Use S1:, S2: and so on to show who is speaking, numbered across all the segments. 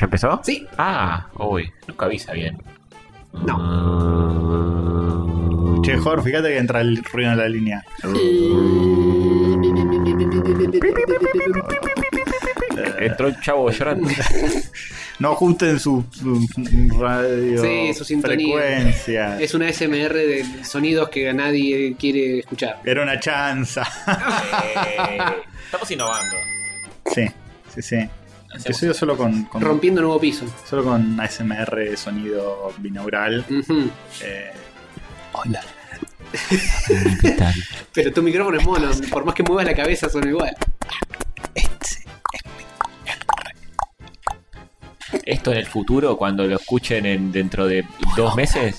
S1: ¿Empezó?
S2: Sí.
S1: Ah, uy, nunca avisa bien.
S3: Che, Jorge, fíjate que entra el ruido en la línea.
S1: Entró el chavo llorando.
S3: No ajusten su, su radio.
S2: Sí, su sintonía.
S3: Frecuencia.
S2: Es una SMR de sonidos que a nadie quiere escuchar.
S3: Era una chanza.
S1: Eh,
S4: Estamos innovando.
S3: sí, sí, sí. Empecé solo con, con-
S2: Rompiendo nuevo piso.
S3: solo con ASMR sonido binaural.
S2: Ujú.
S3: Eh,
S2: Pero tu micrófono es mono. Por más que muevas la cabeza, suena igual.
S1: Esto en el futuro, cuando lo escuchen en, dentro de dos meses.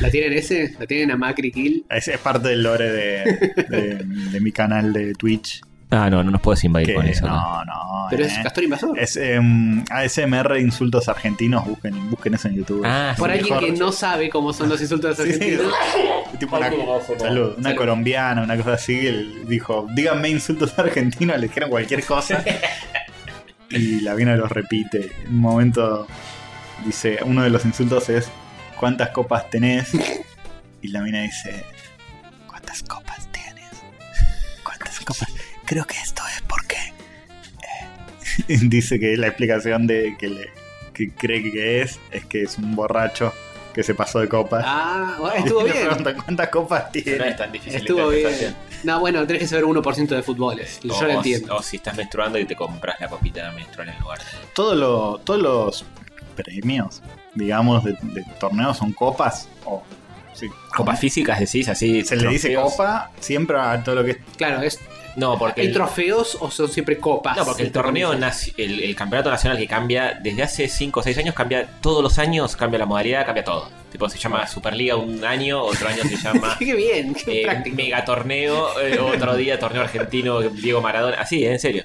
S2: ¿La tienen ese? ¿La tienen a Macri Kill?
S3: es, es parte del lore de, de- de mi canal de Twitch.
S1: Ah, no, no nos puedes invadir
S3: Que
S1: con eso. ¿no?
S3: no, no.
S2: Pero
S3: eh.
S2: es Castor Invasor.
S3: Es, em, ASMR insultos argentinos. Busquen, busquen eso en YouTube.
S1: Ah,
S2: Por
S3: sí,
S2: alguien
S3: mejor.
S2: que no sabe cómo son los insultos
S3: Sí, sí,
S2: argentinos.
S3: es tipo una, salud, una
S2: Salud.
S3: colombiana, una cosa así. él dijo, díganme insultos argentinos, le dijeron cualquier cosa. y la vina los repite. En un momento dice, uno de los insultos es, ¿cuántas copas tenés? Y la mina dice, ¿cuántas copas tienes? ¿Cuántas copas? Creo que esto es porque... eh". dice que la explicación de que, le, que cree que es es que es un borracho que se pasó de copas.
S2: Ah, bueno, estuvo
S3: Y le
S2: bien.
S3: preguntan, ¿Cuántas copas
S4: No
S3: tiene?
S4: es tan difícil.
S2: Estuvo
S4: la
S2: bien.
S4: interpretación.
S2: No, bueno, tenés que saber 1% de fútbol. es-
S4: O-
S2: Yo lo
S4: o-
S2: entiendo.
S4: O si estás menstruando y te compras la copita menstrual en lugar. de-
S3: Todo lo- todos los premios, digamos, de, de torneos son copas. O, sí.
S1: Copas físicas decís así.
S3: Se le dice
S1: trofeos.
S3: copa siempre a todo lo que es.
S2: Claro, es,
S4: No, porque.
S2: ¿hay
S4: el-
S2: trofeos o son siempre
S3: Ah,
S2: copas?
S4: No, porque el torneo, naci- el, el campeonato nacional que cambia desde hace 5 o 6 años, cambia todos los años, cambia la modalidad, cambia todo. Tipo, se llama Superliga un año, otro año se llama
S2: Qué bien, qué
S4: eh,
S2: práctico.
S4: megatorneo, eh, otro día torneo argentino, Diego Maradona, así, eh, en serio.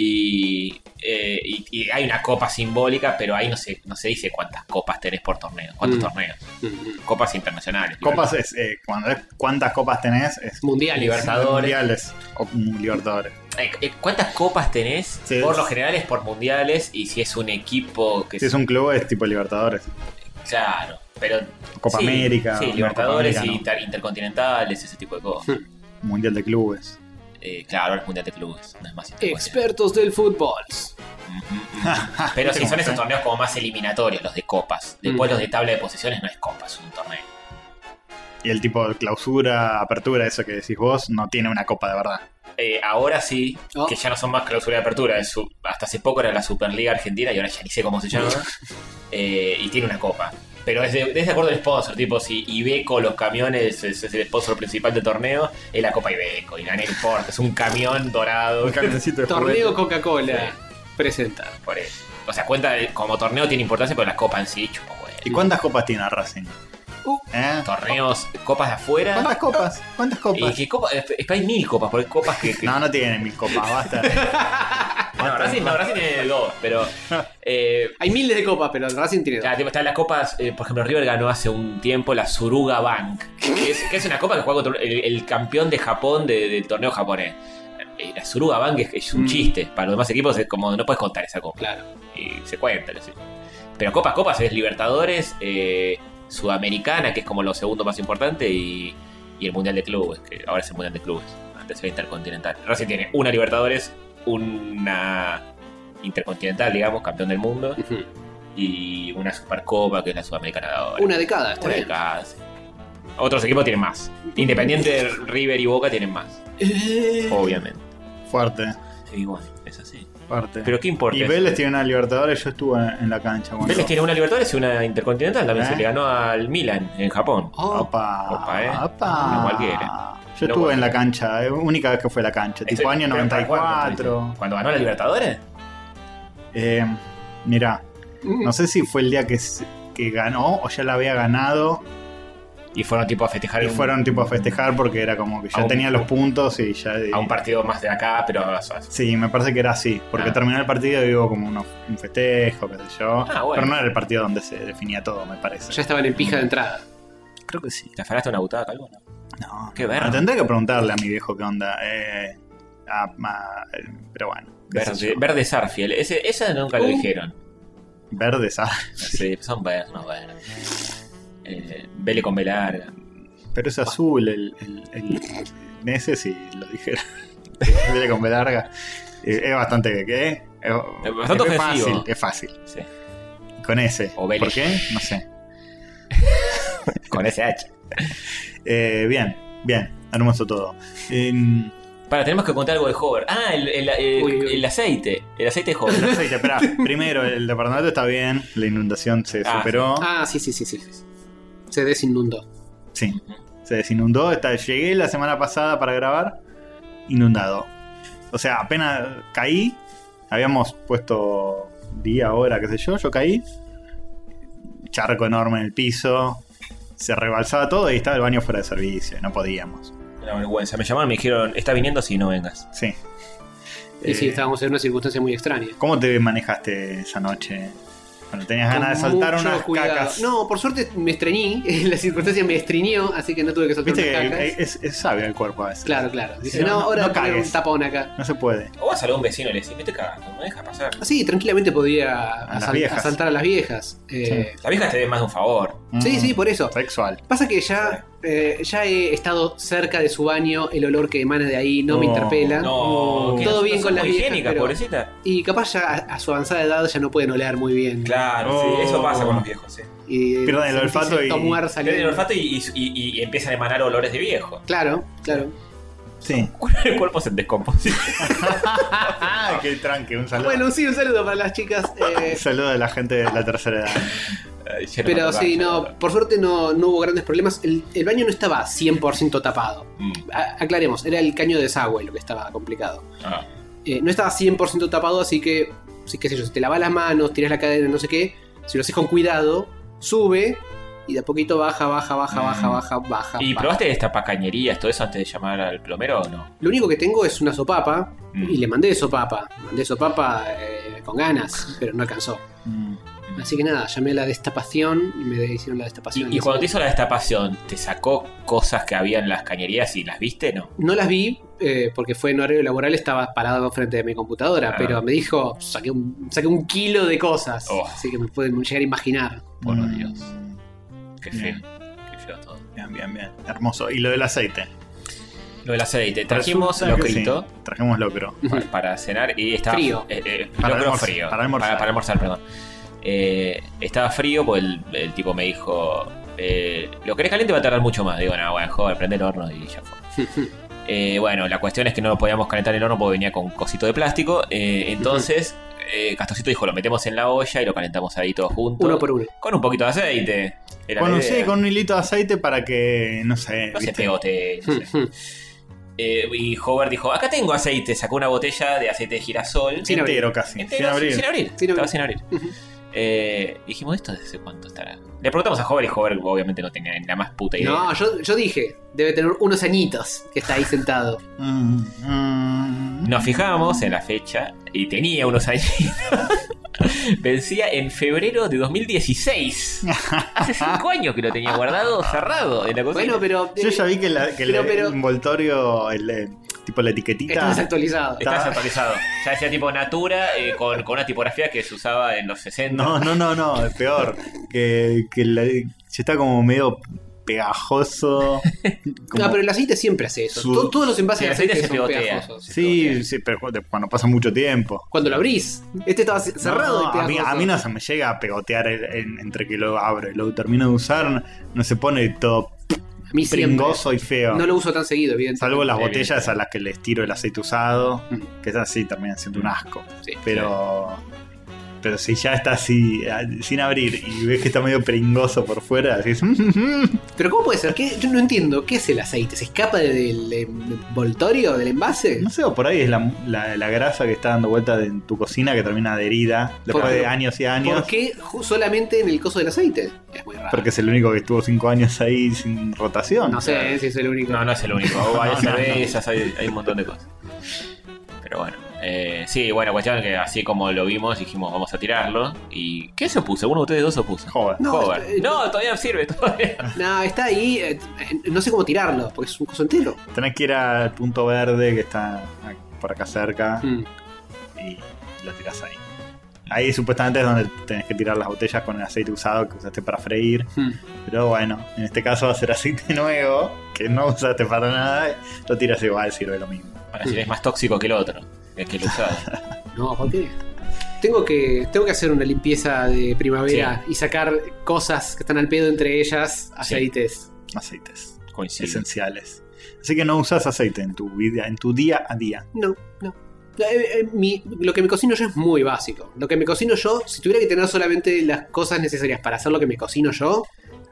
S4: Y, eh, y, y hay una copa simbólica, pero ahí no se, no se dice cuántas copas tenés por torneo, cuántos
S2: Mm.
S4: torneos.
S2: Mm, mm.
S4: Copas internacionales.
S3: Copas es. eh, cuando es cuántas copas tenés, es.
S2: Mundial.
S4: Ah, Libertadores.
S3: mundiales O mm, libertadores.
S4: Eh, eh, ¿Cuántas copas tenés?
S3: Sí,
S4: por
S3: es-
S4: lo general es por mundiales y si es un equipo que
S3: Si es un club, es tipo Libertadores.
S4: Claro, pero.
S3: Copa
S4: sí,
S3: América.
S4: Sí,
S3: no,
S4: Libertadores
S3: Copa
S4: y
S3: América,
S4: inter- intercontinentales, ese tipo de cosas.
S3: no. Mundial de clubes.
S4: Eh, claro, ahora es Mundial de Clubes, no es más intercontinental.
S2: Expertos del fútbol.
S4: Mm, mm, mm. Pero si son esos torneos como más eliminatorios, los de copas. Después
S2: Mm.
S4: los de tabla de posiciones no es copas, es un torneo.
S3: Y el tipo de clausura, apertura, eso que decís vos, no tiene una copa de verdad.
S4: Eh, ahora sí,
S2: Oh.
S4: que ya no son más clausura de apertura. es su- hasta hace poco era la Superliga Argentina y ahora ya ni sé cómo se llama. Eh, y tiene una copa. Pero es de, es de acuerdo al sponsor, tipo si Ibeco, los camiones, es, es el sponsor principal del torneo, es la Copa Ibeco. Y gana el Sport, es un camión dorado.
S2: Torneo Coca-Cola presenta.
S4: Por eso. O sea, cuenta de- como torneo tiene importancia, pero la copa en sí, chupo, güey.
S3: ¿Y cuántas copas tiene Racing?
S2: Uh.
S3: ¿Eh?
S4: Torneos, copas de afuera.
S3: ¿Cuántas copas? ¿Cuántas
S4: Y
S3: copas?
S4: que copa, eh, eh, hay mil copas, porque hay copas que. que-
S3: No, no tiene mil copas, basta.
S4: no, Racing, no, Racing tiene dos, pero. eh,
S2: Hay miles de copas, pero el Racing tiene dos.
S4: claro, tipo, están las copas, eh, por ejemplo, River ganó hace un tiempo la Suruga Bank, que es, que es una copa que juega contra el, el campeón de Japón de- del torneo japonés. Eh, La Suruga Bank es, es un
S2: Mm.
S4: chiste, para los demás equipos es como no puedes contar esa copa.
S2: Claro.
S4: y se cuenta. lo sé. Pero Copas, Copas es Libertadores, eh, Sudamericana, que es como lo segundo más importante, y, y el Mundial de Clubes, que ahora es el Mundial de Clubes. Antes era Intercontinental. Racing tiene una Libertadores, una Intercontinental, digamos, campeón del mundo,
S2: Ujú.
S4: y una Supercopa, que es la Sudamericana de ahora.
S2: Una de cada, está
S4: Una de
S2: bien.
S4: cada, sí. Otros equipos tienen más. Independiente, River y Boca tienen más,
S2: Eh,
S4: obviamente.
S3: Fuerte,
S4: Sí, bueno, es así.
S3: fuerte.
S4: Pero qué importa.
S3: y
S4: eso?
S3: Vélez tiene una Libertadores, yo estuve en la cancha. cuando-
S4: Vélez tiene una Libertadores y una Intercontinental. También
S3: ¿Eh?
S4: se le ganó al Milan en Japón.
S2: oh,
S3: Opa,
S4: Opa, eh.
S3: opa.
S4: No cualquiera.
S3: Yo
S4: No
S3: estuve en
S4: cualquiera.
S3: la cancha, eh, única vez que fue a la cancha, tipo
S4: Estoy-
S3: año
S4: pero ¿para cuándo,
S3: 94.
S4: Cuando ganó la Libertadores.
S3: Eh, mirá,
S2: mm,
S3: no sé si fue el día que, se- que ganó o ya la había ganado
S4: Y fueron tipo a festejar.
S3: y
S4: un-
S3: fueron tipo a festejar porque era como que
S4: A
S3: ya
S4: un-
S3: tenía los puntos y ya...
S4: A un partido más de acá, pero. a- a-
S3: Sí, me parece que era así. Porque
S4: Ah.
S3: terminó el partido y hubo como uno- un festejo, qué sé yo.
S4: Ah, bueno.
S3: Pero no era el partido donde se definía todo, me parece.
S2: ya estaban en pija de entrada.
S3: creo que sí.
S4: ¿Te afanaste una butada calvo? no?
S3: No,
S4: Qué
S3: no,
S4: verga.
S3: Tendré que preguntarle a mi viejo qué onda. Eh, Ah, ma- pero bueno. qué sé
S4: Verde,
S3: yo.
S4: verde Sarfield. Ese, ese nunca lo
S2: Uh.
S4: dijeron.
S3: Verdes, ah,
S4: Sí, son verdes, no verdes. Eh, Vele con B larga.
S3: pero es azul el, el, el- el- ese sí lo dijeron. Viene con B larga. Eh, Es bastante ¿qué? Es,
S4: bastante ofensivo.
S3: es fácil, es fácil.
S4: Sí.
S3: Con ese.
S4: O Vélez.
S3: ¿Por qué? No sé.
S4: Con ese H.
S3: Eh, bien, bien, hermoso todo. Em,
S4: Para, tenemos que contar algo de Hover. Ah, el, el- el-
S2: Uy, uy.
S4: el aceite. El aceite de Hover.
S3: el aceite, esperá. Primero, el departamento está bien, la inundación se
S4: Ah,
S3: superó.
S2: Ah, sí, sí, sí, sí. Se desinundó.
S3: Sí, se desinundó. Está, llegué la semana pasada para grabar, inundado. O sea, apenas caí, habíamos puesto día, hora, qué sé yo, yo caí, charco enorme en el piso, se rebalsaba todo y estaba el baño fuera de servicio, no podíamos.
S4: Una vergüenza. Me llamaron y me dijeron, está viniendo si no vengas.
S3: Sí.
S2: Y sí,
S3: Eh,
S2: estábamos en una circunstancia muy extraña.
S3: ¿Cómo te manejaste esa noche? Bueno, tenías ganas de
S2: Con
S3: saltar
S2: mucho
S3: unas
S2: cuidado.
S3: cacas.
S2: No, por suerte me estreñí, la circunstancia me estreñió, así que no tuve que soltar
S3: Viste
S2: unas
S3: que
S2: cacas.
S3: es, es sabio el cuerpo a veces.
S2: Claro, claro. Dice,
S3: Sí, no,
S2: no,
S3: no,
S2: ahora
S3: no
S2: poner un
S3: cagues.
S2: tapón acá. Ah,
S3: No se puede.
S4: O vas a algún vecino y le decís, vete cagando, me deja pasar.
S2: Sí, tranquilamente podía
S3: A las
S2: asal-
S3: viejas.
S2: asaltar a las viejas. Eh,
S4: La vieja te dé más de un favor.
S2: sí, sí, por eso.
S3: Mm, Sexual.
S2: Pasa que ya, eh, ya he estado cerca de su baño, el olor que emana de ahí no, me
S3: No,
S2: interpela.
S4: No,
S2: Oh.
S4: que
S2: Todo
S4: no-
S2: bien
S4: no
S2: con
S4: son
S2: las
S4: muy
S2: viejas,
S4: higiénicas,
S2: pero-
S4: pobrecita.
S2: Y capaz ya a, a su avanzada edad ya no pueden oler muy bien.
S4: Claro, sí,
S3: Oh.
S4: eso pasa con los viejos, sí.
S2: Y eh,
S3: Pierden el
S2: sentís
S3: olfato y-
S2: tomuar
S4: Pierden
S2: saliendo.
S4: el olfato y, y- y- y empiezan a emanar olores de viejo.
S2: Claro, claro.
S3: Sí.
S4: El cuerpo se descomposición.
S3: Ah, qué tranque, un saludo.
S2: Bueno, sí, un saludo para las chicas. eh,
S3: Un saludo de la gente de la tercera edad.
S2: pero sí, no, por suerte no, no hubo grandes problemas. El, el baño no estaba 100% tapado.
S4: Mm,
S2: A- aclaremos, era el caño de desagüe lo que estaba complicado.
S4: ah.
S2: Eh, no estaba 100% tapado, así que, sí, qué sé yo, si te lavas las manos, tiras la cadena, no sé qué, si lo haces con cuidado, sube y de a poquito baja, baja, baja,
S4: Mm.
S2: baja, baja, baja.
S4: ¿Y
S2: baja.
S4: probaste estas pacañerías, todo eso antes de llamar al plomero o no?
S2: Lo único que tengo es una sopapa
S4: Mm.
S2: y le mandé sopapa. Mandé sopapa eh, con ganas, pero no alcanzó.
S3: Mm.
S2: Así que nada, llamé a la destapación y me hicieron la destapación.
S4: Y, y cuando te hizo la destapación, ¿te sacó cosas que había en las cañerías y las viste? No.
S2: No las vi eh, porque fue en horario laboral, estaba parado frente de mi computadora,
S4: Ah.
S2: pero me dijo, saqué un, saqué un kilo de cosas.
S4: Oh.
S2: Así que me pueden llegar a imaginar.
S4: Por
S3: Mm.
S4: Dios. Qué feo.
S3: Bien.
S4: Qué feo todo.
S3: Bien, bien, bien. Hermoso. Y lo del aceite.
S4: Lo del aceite. Eh, Trajimos
S3: Resulta que
S4: locrito
S3: sí, Trajimos locro.
S4: para, para cenar y estaba
S2: Frío.
S4: eh, eh,
S3: Para
S4: locro
S3: almorzar,
S4: frío.
S3: para almorzar.
S4: Para, para almorzar, perdón. Eh, estaba frío, pues el, el tipo me dijo: eh, Lo querés caliente va a tardar mucho más. Digo, no, bueno, joder, prende el horno y ya fue. Eh, bueno, la cuestión es que no lo podíamos calentar el horno porque venía con un cosito de plástico. Eh, entonces, eh, Castosito dijo, lo metemos en la olla y lo calentamos ahí todos juntos.
S2: uno por uno.
S4: Con un poquito de aceite. Era
S3: Con
S4: la
S3: un,
S4: idea.
S3: sí, con un hilito de aceite para que, no sé,
S4: eh, No se
S3: ¿viste?
S4: pegote. no sé.
S2: Sin
S4: Eh, y Howard dijo, acá tengo aceite. Sacó una botella de aceite de girasol.
S2: Sin abrir.
S3: entero casi,
S4: Entero,
S3: sin abrir.
S4: Sin abrir.
S2: Sin
S4: Estaba
S2: abrir.
S4: sin abrir. Eh, dijimos, ¿esto desde hace cuánto estará? Le preguntamos a Howard y Howard obviamente no tenía ni la más puta idea.
S2: No, yo, yo dije, debe tener unos añitos que está ahí sentado.
S3: Mm, mm.
S4: Nos fijamos en la fecha y tenía unos años. Vencía en febrero de 2016. Hace cinco años que lo tenía guardado, cerrado en la cocina.
S2: Bueno, pero eh,
S3: Yo ya vi que, la- que
S2: Pero-
S3: el
S2: pero-
S3: envoltorio, el, eh, tipo la
S2: está
S3: etiquetita,
S2: desactualizado.
S4: Está desactualizado. Ya decía tipo Natura eh, con, con una tipografía que se usaba en los 60.
S3: No, no, no, no, es peor. Que, que la- ya está como medio pegajoso. como-
S2: No, pero el aceite siempre hace eso.
S3: Su-
S2: Todo- Todos los envases
S4: Sí,
S2: de
S4: el
S2: aceite,
S4: aceite se
S2: son
S4: pegotea.
S2: pegajosos.
S3: sí, sí, pero cuando- cuando pasa mucho tiempo.
S2: Cuando lo abrís, este estaba ce- cerrado
S3: No,
S2: y
S3: a, mí,
S2: pegajoso.
S3: a mí no se me llega a pegotear el- en- entre que lo abro y lo termino de usar. No se pone todo
S2: A mí siempre.
S3: pringoso y feo.
S2: No lo uso tan seguido, evidentemente.
S3: Salvo las
S4: Sí,
S3: botellas a las que les tiro el aceite usado,
S2: Mm.
S3: que esas sí terminan siendo un asco.
S2: Sí.
S3: Pero. Pero si ya está así, a- sin abrir, y ves que está medio pringoso por fuera, decís. "Mm,
S2: Pero ¿cómo puede ser? ¿Qué? Yo no entiendo. ¿Qué es el aceite? ¿Se escapa del envoltorio, del envase?
S3: No sé, o por ahí es la, la- la grasa que está dando vuelta de- en tu cocina que termina adherida después
S2: Por-
S3: de años y años.
S2: ¿Por qué ju- solamente en el coso del aceite? Es muy raro.
S3: Porque es el único que estuvo cinco años ahí sin rotación.
S2: no sé eh, si es el único.
S4: No, no es el único. hay
S3: No, no,
S4: cervezas, Hay, hay un montón de cosas. Pero bueno. Eh, sí, bueno, cuestión que así como lo vimos, dijimos vamos a tirarlo. ¿Y qué se puso? Uno de ustedes dos se puso.
S3: Joder.
S2: No,
S4: Hover.
S2: eh,
S4: No, todavía sirve. Todavía.
S2: No, está ahí. eh, eh, no sé cómo tirarlo, porque es un coso entero.
S3: Tenés que ir al punto verde que está ah, por por acá cerca
S2: Mm.
S3: y lo tiras ahí. Ahí supuestamente es donde tenés que tirar las botellas con el aceite usado que usaste para freír.
S2: Mm.
S3: Pero bueno, en este caso va a ser aceite nuevo, que no usaste para nada, lo tiras igual, sirve lo mismo.
S4: Bueno, si es más tóxico que el otro, el que lo usaba.
S2: No, ¿por qué? Tengo que, tengo que hacer una limpieza de primavera y sacar cosas que están al pedo entre ellas, aceites.
S3: Aceites
S4: Coincide.
S3: esenciales. Así que no usas aceite en tu vida, en tu día a día.
S2: No, no. Eh, eh, mi- lo que me cocino yo es muy básico. Lo que me cocino yo, si tuviera que tener solamente las cosas necesarias para hacer lo que me cocino yo,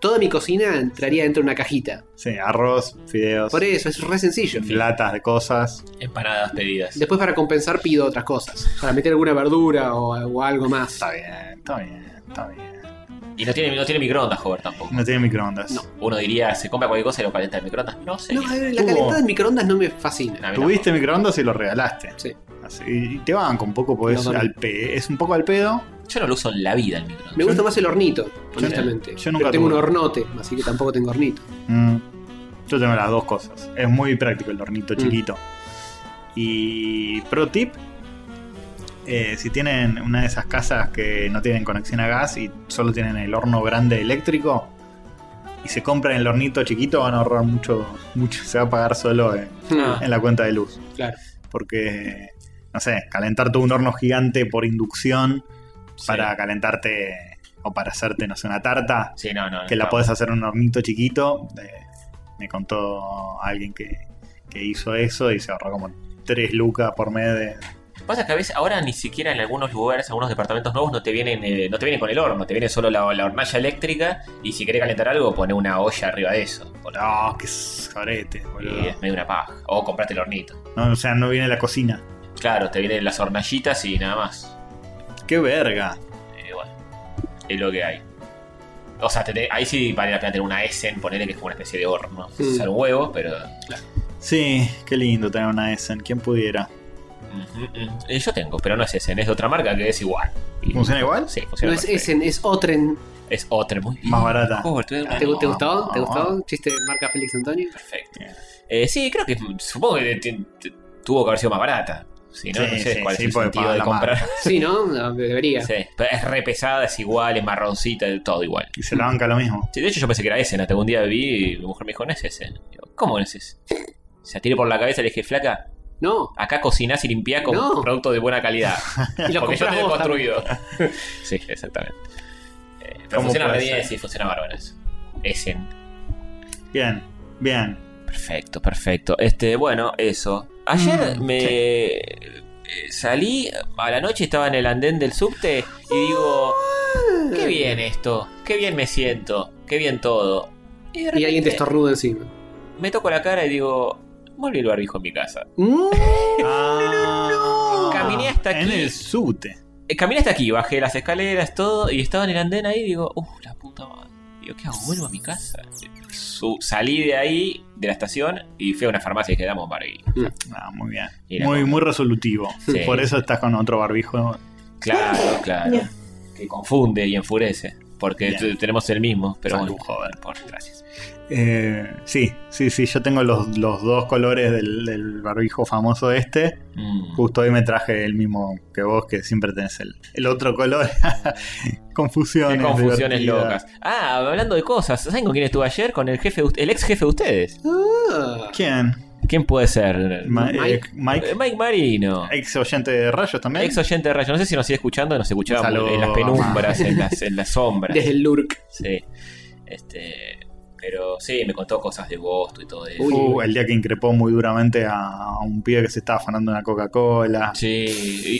S2: toda mi cocina entraría dentro de una cajita.
S3: Sí, arroz, fideos,
S2: Por eso, es re sencillo.
S3: latas de cosas.
S4: Empanadas pedidas.
S2: Después para compensar pido otras cosas. Para meter alguna verdura o, o algo más.
S3: Está bien, está bien, está bien.
S4: Y no tiene, no tiene microondas, Hover, tampoco.
S3: No tiene microondas.
S2: No.
S4: Uno diría, se compra cualquier cosa y lo calienta en el microondas. No sé.
S2: No, eh, la
S3: Tuvo-
S2: calentada de microondas no me fascina.
S4: A mí
S3: Tuviste microondas y lo regalaste.
S2: Sí.
S3: Así, y te van con poco, porque
S2: Lo
S3: es,
S2: doné.
S3: al pe- es un poco al pedo.
S4: tampoco. Yo no lo uso en la vida el microondas.
S2: Me gusta más el hornito,
S3: yo-
S2: honestamente.
S3: yo nunca
S2: Pero tengo un
S3: tuve.
S2: hornote, así que tampoco tengo hornito.
S3: Mm. Yo tengo las dos cosas. Es muy práctico el hornito
S2: Mm.
S3: chiquito. Y pro tip, eh, si tienen una de esas casas que no tienen conexión a gas y solo tienen el horno grande eléctrico y se compran el hornito chiquito, van a ahorrar mucho, mucho se va a pagar solo en,
S2: Ah,
S3: en la cuenta de luz.
S2: claro.
S3: Porque, no sé, calentar todo un horno gigante por inducción
S4: Sí.
S3: para calentarte o para hacerte, no sé, una tarta,
S4: Sí, no, no.
S3: que
S4: no.
S3: la podés hacer en un hornito chiquito. eh, me contó alguien que, que hizo eso y se ahorró como 3 lucas por mes de.
S4: Pasa que a veces ahora ni siquiera en algunos lugares, algunos departamentos nuevos no te vienen, eh, no te vienen con el horno, te viene solo la, la hornalla eléctrica y si querés calentar algo pone una olla arriba de eso. Por-
S3: ¡Oh, qué sorete, boludo!
S4: y es medio una paja. O comprate el hornito.
S3: No, o sea, no viene la cocina.
S4: Claro, te vienen las hornallitas y nada más.
S3: ¡Qué verga!
S4: Eh, bueno, es lo que hay. O sea, te- te- ahí sí vale la pena tener una Essen, ponerle que es como una especie de horno.
S2: Mm.
S4: Usar un huevo, pero.
S3: Sí, qué lindo tener una Essen, quien pudiera.
S4: Mm, mm, mm. Eh, yo tengo, pero no es Essen, es de otra marca que es igual. Y-
S3: ¿Funciona igual?
S4: Sí,
S2: No
S4: funciona.
S2: es
S4: perfecto.
S2: Essen, es Otren.
S4: Es otra, muy
S3: Más barata.
S4: Joder, tuve una-
S2: ¿Te, te
S3: Ah, no, Ah.
S2: gustó? ¿Te
S3: no.
S2: gustó? ¿Chiste de marca Félix Antonio?
S4: Perfecto.
S3: Bien.
S4: Eh, sí, creo que supongo que ti- ti- tuvo que haber sido más barata. Si no,
S3: Sí,
S4: no sé
S3: sí,
S4: cuál
S3: sí,
S4: es el
S3: porque
S4: sentido
S3: paga
S4: de
S3: la
S4: comprar.
S2: Sí, ¿no? No, Debería.
S4: Sí, pero es re pesada, es igual, es marroncita, es todo igual.
S3: Y se la banca lo mismo.
S4: Sí, de hecho, yo pensé que era ese, hasta que un día vi y mi mujer me dijo, no es ese. Digo, ¿Cómo no es ese? Se tiré por la cabeza y le dije, flaca,
S2: No.
S4: acá cocinás y limpiás con
S2: No.
S4: productos de buena calidad.
S2: Y los
S4: porque yo
S2: compras
S4: te he
S2: vos también.
S4: construido. sí, exactamente. Eh, pero
S3: ¿Cómo
S4: funciona re
S3: puede
S4: bien,
S3: ser?
S4: sí, funciona bárbaro eso. Ese.
S3: Bien, bien.
S4: Perfecto, perfecto. Este, bueno, eso. Ayer
S3: Mm,
S4: me
S3: sí.
S4: eh, salí a la noche, estaba en el andén del subte y digo, qué
S3: eh.
S4: bien esto, qué bien me siento, qué bien todo. Y, de
S2: Y alguien
S4: repente
S2: te estornuda encima.
S4: Me toco la cara y digo, me olvidé el barbijo en mi casa.
S2: Mm.
S3: Ah,
S4: Caminé hasta
S3: En
S4: aquí.
S3: el subte.
S4: Eh, Caminé hasta aquí, bajé las escaleras, todo, y estaba en el andén ahí y digo, uff, la puta madre. Digo, ¿qué hago? Vuelvo a mi casa. Su- salí de ahí, de la estación, y fui a una farmacia y quedamos barbijo.
S3: Ah, muy bien.
S4: Y la
S3: Muy, muy resolutivo.
S4: Sí.
S3: Por eso estás con otro barbijo
S4: Claro, claro. Que confunde y enfurece. Porque
S3: Bien.
S4: t- tenemos el mismo, pero
S3: Salud,
S4: bueno. Joder, por gracias.
S3: Eh, sí, sí, sí, yo tengo los, los dos colores del, del barbijo famoso este.
S4: Mm.
S3: Justo hoy me traje el mismo que vos, que siempre tenés el, el otro color.
S4: Qué
S3: confusiones.
S4: confusiones
S3: divertidas.
S4: locas. Ah, hablando de cosas, ¿saben con quién estuve ayer? Con el jefe, de ust- el ex jefe de ustedes.
S2: Ah.
S3: ¿Quién?
S4: ¿Quién puede ser?
S3: Ma- eh,
S2: Mike.
S3: Mike.
S4: Eh, Mike Marino.
S3: ex oyente de rayos también.
S4: Ex oyente de Rayo. No sé si nos sigue escuchando, nos escuchaba
S3: Saludo,
S4: en las penumbras, en las, en las sombras.
S2: Desde el Lurk.
S4: Sí. Este. Pero sí, me contó cosas de Gosto y todo eso.
S2: Uy.
S3: Uh, el día que increpó muy duramente a, a un pibe que se estaba afanando una Coca-Cola.
S4: Sí,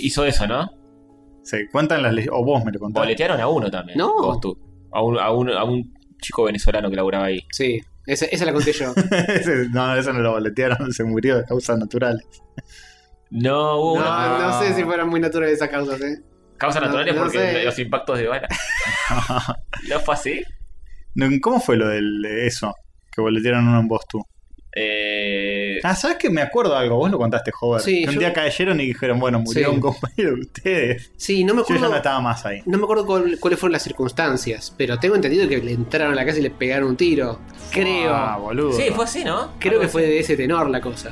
S4: hizo eso, ¿no?
S3: Se cuentan las le- O vos me lo contaste.
S4: Boletearon a uno también.
S2: No.
S4: Gostu. A un, a, un, a un chico venezolano que laburaba ahí.
S2: Sí, esa, esa la conté yo.
S3: Ese- no, eso no lo boletearon, se murió de causas naturales.
S4: No hubo
S2: No,
S4: una.
S2: no sé si fueran muy naturales esas causas, ¿eh?
S4: Causas
S2: no-
S4: naturales
S2: no
S4: porque
S2: sé.
S4: de los impactos de bala. ¿No fue así?
S3: No, ¿Cómo fue lo del- de eso? Que boletearon uno en vos tú.
S4: Eh,
S3: Ah, ¿sabes que Me acuerdo algo, vos lo contaste, joven.
S2: Sí,
S3: que un
S2: yo-
S3: día cayeron y dijeron, bueno, murió
S2: Sí.
S3: un compañero de ustedes.
S2: Sí, no me
S3: Yo ya
S2: acuerdo.
S3: no estaba más ahí.
S2: No me acuerdo cuál- cuáles fueron las circunstancias, pero tengo entendido que le entraron a la casa y le pegaron un tiro. Creo.
S3: Ah, boludo.
S4: sí, fue así, ¿no?
S2: Creo que fue de ese tenor la cosa.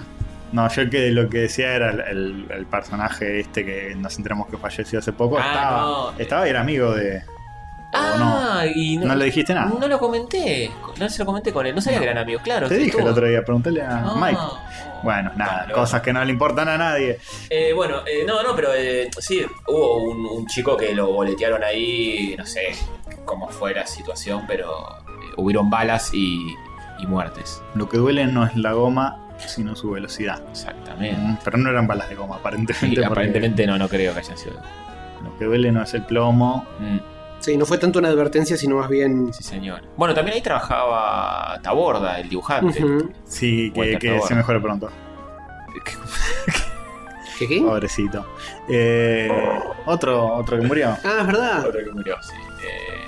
S3: No, yo que lo que decía era el, el- el personaje este que nos enteramos que falleció hace poco.
S4: Ah,
S3: estaba,
S4: no.
S3: estaba y era amigo de. o
S4: Ah, y
S3: no. No le dijiste nada.
S4: No lo comenté, no se lo comenté con él, no sabía que eran amigos, claro.
S3: Te
S4: sí,
S3: dije
S4: tú.
S3: el otro día, preguntale a
S4: Ah,
S3: Mike.
S4: oh.
S3: Bueno, nada,
S4: Claro.
S3: cosas que no le importan a nadie.
S4: Eh, bueno, eh, no, no, pero eh, sí, hubo un, un chico que lo boletearon ahí, no sé cómo fue la situación, pero eh, hubieron balas y, y muertes.
S3: Lo que duele no es la goma, sino su velocidad.
S4: Exactamente.
S3: Mm, Pero no eran balas de goma, aparentemente.
S4: Y
S3: porque
S4: aparentemente no, no creo que hayan sido.
S3: Lo que duele no es el plomo.
S4: Mm,
S2: Sí, no fue tanto una advertencia, sino más bien.
S4: sí, señor. Bueno, también ahí trabajaba Taborda, el dibujante.
S2: Ujú.
S3: Ah, Sí, que,
S4: Walter
S3: que
S4: Tabor.
S3: se mejore pronto.
S2: ¿Qué, qué?
S3: Pobrecito. Eh, otro, otro que murió.
S2: Ah, es verdad.
S4: Otro que murió, sí. Eh,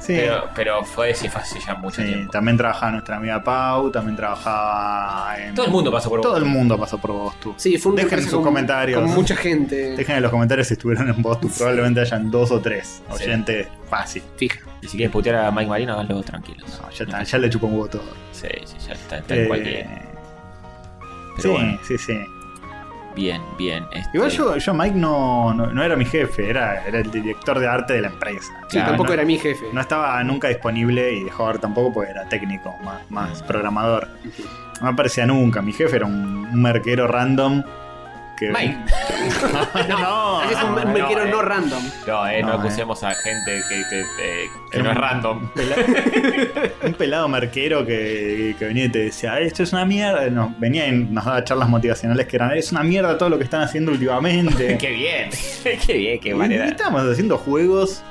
S3: Sí.
S4: pero, pero fue, sí, fue hace ya mucho
S3: Sí,
S4: tiempo.
S3: también trabajaba nuestra amiga Pau, también trabajaba en...
S4: Todo el mundo pasó por
S3: Todo el mundo pasó por Bostu.
S2: Sí, fue un
S3: Dejen
S2: empresa
S3: sus comentarios.
S2: Con mucha gente.
S3: Dejen en los comentarios si estuvieron en Bostu, probablemente hayan dos o tres oyentes fácil.
S2: Fija.
S4: Y si quieres putear a Mike Marino, hazlo tranquilos.
S3: No, ya, está, ya le chupó un huevo todo.
S4: Sí, sí, ya está, está en
S3: Eh,
S4: cualquier. Pero
S3: sí,
S4: bueno.
S3: sí, sí.
S4: Bien, bien. este,
S3: Igual yo, yo Mike no, no, no era mi jefe, era, era el director de arte de la empresa.
S2: Sí,
S3: Claro,
S2: tampoco
S3: Ah, no-
S2: era mi jefe.
S3: No estaba nunca disponible y dejó de ver tampoco porque era técnico, más, más programador. No aparecía nunca. Mi jefe era un, un merquero random. Que...
S4: Mike.
S3: no,
S2: es un, un
S4: no,
S2: merquero
S4: eh.
S2: no random.
S4: No, eh, no,
S3: No, eh.
S4: acusemos a gente que, que, eh, que
S3: Era
S4: no es
S3: un-
S4: random.
S3: un pelado, un pelado merquero que, que venía y te decía, esto es una mierda. Nos, venía y nos daba charlas motivacionales que eran, es una mierda todo lo que están haciendo últimamente.
S4: ¡Qué bien! ¡Qué bien, qué
S3: Y
S4: manera!
S3: estábamos haciendo juegos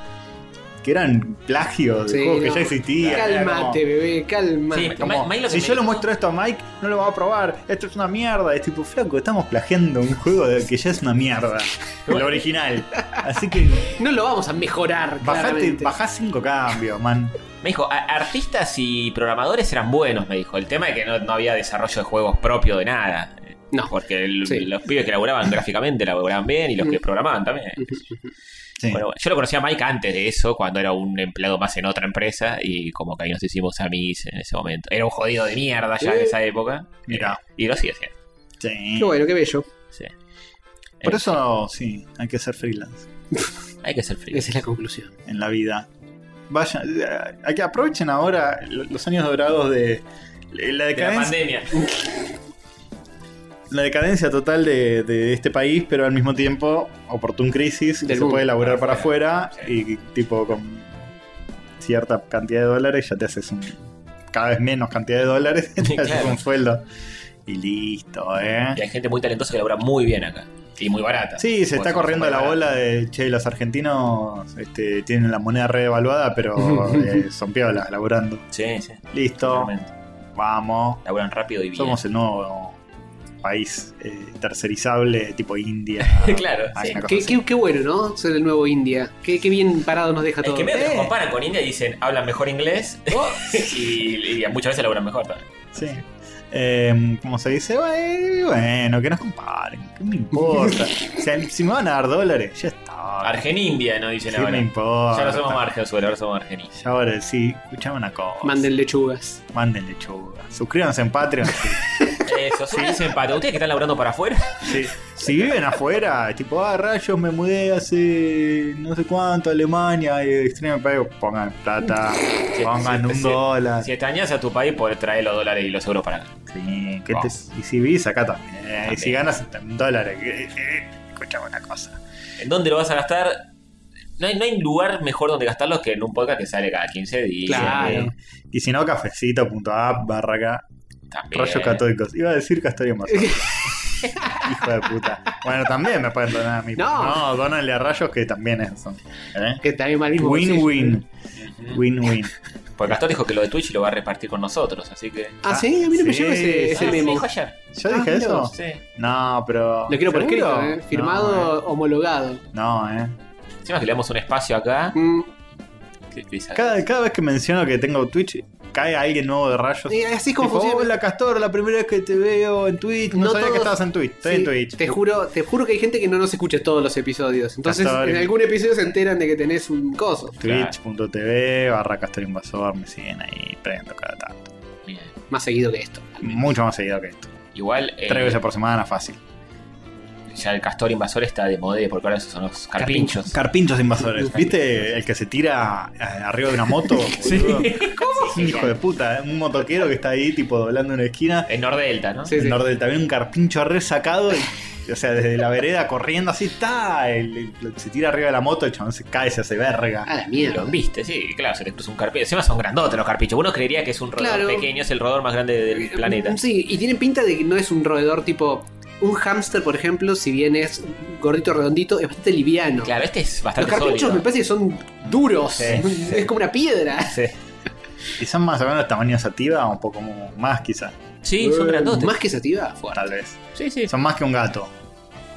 S3: que eran plagios de
S2: Sí,
S3: juegos que
S2: no.
S3: ya existían. Era como-
S2: Cálmate, bebé,
S4: Sí,
S2: cálmate.
S4: Ma-
S3: Como,
S4: Mike lo que
S3: si
S4: me
S3: yo le
S4: dijo-
S3: muestro esto a Mike, no lo va a probar. Esto es una mierda. Es tipo, flaco, estamos plagiando un juego de que ya es una mierda. lo original. Así que
S2: No lo vamos a mejorar,
S3: bajate,
S2: claramente.
S3: bajá cinco cambios, man.
S4: Me dijo, "A- artistas y programadores eran buenos, me dijo. El tema es que no, no había desarrollo de juegos propio de nada. eh,
S2: No.
S4: Porque el-
S2: Sí.
S4: los pibes que laburaban gráficamente laburaban bien y los que
S2: Mm.
S4: programaban también.
S3: Sí.
S4: Bueno, yo lo conocía a Mike antes de eso, cuando era un empleado más en otra empresa y como que ahí nos hicimos amigos en ese momento. Era un jodido de mierda ya en
S2: Eh.
S4: esa época.
S3: Mirá.
S4: Y lo sigue siendo.
S3: sí.
S2: Qué bueno, qué bello.
S4: Sí.
S3: Por
S4: Eh,
S3: eso, sí, hay que ser freelance
S4: Hay que ser frío.
S2: Esa es la conclusión.
S3: en la vida. Vayan, eh, hay que aprovechen ahora lo- los años dorados de la
S4: De la
S3: decadencia,
S4: pandemia.
S3: la decadencia total de, de este país, pero al mismo tiempo oportun crisis que
S2: Del
S3: se
S2: mundo.
S3: puede elaborar para
S4: Para
S3: afuera
S4: afuera,
S3: y tipo con cierta cantidad de dólares ya te haces un cada vez menos cantidad de dólares te haces
S4: Claro.
S3: un sueldo y listo, eh.
S4: Y pues, hay gente muy talentosa que labura muy bien acá. Y muy barata.
S3: Sí, se
S4: Porque
S3: está corriendo
S4: muy
S3: la
S4: barata.
S3: bola de che, los argentinos este, tienen la moneda reevaluada, pero eh, son piolas laburando.
S4: Sí, sí.
S3: Listo,
S4: realmente.
S3: vamos.
S4: Laburan rápido y bien.
S3: Somos el nuevo país eh, tercerizable tipo India.
S4: claro.
S3: Ah,
S4: sí.
S3: una cosa
S2: Qué,
S3: así.
S2: qué- qué bueno, ¿no? Ser el nuevo India. Qué, qué bien parado nos deja
S4: Es
S2: todo.
S4: que medio que nos
S3: Eh.
S4: comparan con India y dicen, hablan mejor inglés
S3: Oh.
S4: y, y muchas veces laburan mejor también.
S3: Sí. Eh, como se dice, "Bue- bueno, que nos comparen, que me importa. si, si me van a dar dólares, ya está.
S4: Argenindia, no dicen
S3: ¿Qué
S4: ahora.
S3: me importa?
S4: Ya no somos Argenzuela, ahora somos Argeninos.
S3: Ya ahora sí, escuchame una cosa.
S2: Manden lechugas.
S3: Manden lechuga. Suscríbanse en Patreon. sí.
S4: Eso, súmense empate. Ustedes que están laburando para afuera,
S3: Sí. Si viven afuera, tipo, ah, rayos, me mudé hace no sé cuánto a Alemania y extreme pago, pongan plata,
S4: Sí,
S3: pongan
S4: sí,
S3: un
S4: sí.
S3: dólar.
S4: si extrañas a tu país, podés traer los dólares y los euros para acá.
S3: Sí, que
S4: Vamos.
S3: te- y si vivís acá también. Y
S4: También.
S3: si ganas en dólares, que- que- escuchame una cosa.
S4: ¿En dónde lo vas a gastar? No hay, no hay lugar mejor donde gastarlos que en un podcast que sale cada 15 días.
S2: Claro.
S4: Eh,
S3: Y si no, cafecito.app barra acá,
S4: También.
S3: rayos católicos. Iba a decir Castorio Marzón. Hijo de puta. Bueno, también me pueden donar a mí.
S2: No.
S3: no donanle a rayos que también es- son. ¿eh?
S2: Que también mal mismo bolsillo.
S3: Win-win. Win-win.
S4: Porque Castor dijo que lo de Twitch lo va a repartir con nosotros, así que.
S2: Ah, sí, a mí no me
S3: Sí,
S2: llegó ese, ese
S4: Ah, sí,
S2: memo.
S4: dijo ayer.
S3: ¿Yo
S2: Ah,
S3: dije
S2: mira
S3: eso?
S2: vos.
S4: Sí.
S3: No, pero.
S2: Lo quiero por
S3: ¿Seguro?
S2: escrito, ¿eh?
S3: No, eh.
S2: Firmado, homologado.
S3: No, eh.
S4: Encima que le damos un espacio acá.
S2: Mm.
S4: que- que dice-
S3: Cada, cada vez que menciono que tengo Twitch, cae alguien nuevo de rayos.
S2: Y así es como
S3: Tipo,
S2: funciona.
S3: Hola Castor, la primera vez que te veo en Twitch.
S2: No
S3: No, sabía que
S2: todos-
S3: estabas en Twitch. Estoy
S2: Sí,
S3: en Twitch.
S2: Te juro, te juro que hay gente que no nos escucha todos los episodios. Entonces,
S3: Castor.
S2: en algún episodio se enteran de que tenés un coso.
S3: Twitch.tv barra Castor Invasor. Me siguen ahí, prendo cada tanto.
S4: Bien.
S2: Más seguido que esto.
S3: Mucho más seguido que esto.
S4: Igual. eh,
S3: Tres veces por semana, fácil.
S4: Ya el castor invasor está de modé porque ahora esos son los carpinchos.
S3: Carpinchos invasores. ¿Viste el que se tira eh, arriba de una moto?
S4: Sí.
S3: boludo? Es un hijo de puta, ¿eh? un motoquero que está ahí, tipo, doblando en una esquina.
S4: En Nordelta, ¿no?
S2: Sí.
S3: En Nordelta viene un carpincho re sacado. y- o sea, desde la vereda corriendo así está. el- el- se tira arriba de la moto, el chabón se cae, se hace verga.
S2: A la
S4: Los
S2: mierda.
S4: viste, sí, claro, se les cruza un carpincho. Encima son grandotes los carpinchos. Uno creería que es un rodor
S2: Claro. Eh,
S4: pequeño, es el rodor más grande del planeta.
S2: Sí, y tiene pinta de que no es un roedor tipo. Un hámster, por ejemplo, si bien es gordito redondito, es bastante liviano.
S4: Claro, este es
S2: Los
S4: bastante
S2: carpinchos
S4: sólido.
S2: me parece que son duros.
S4: Sí, sí.
S2: Es como una piedra.
S4: Sí.
S3: Y son más o menos tamaño sativa, un poco como más quizás,
S4: Sí, son grandotes.
S2: Eh, Más que sativa, fuerte.
S3: tal vez.
S4: Sí, sí.
S3: Son más que un gato.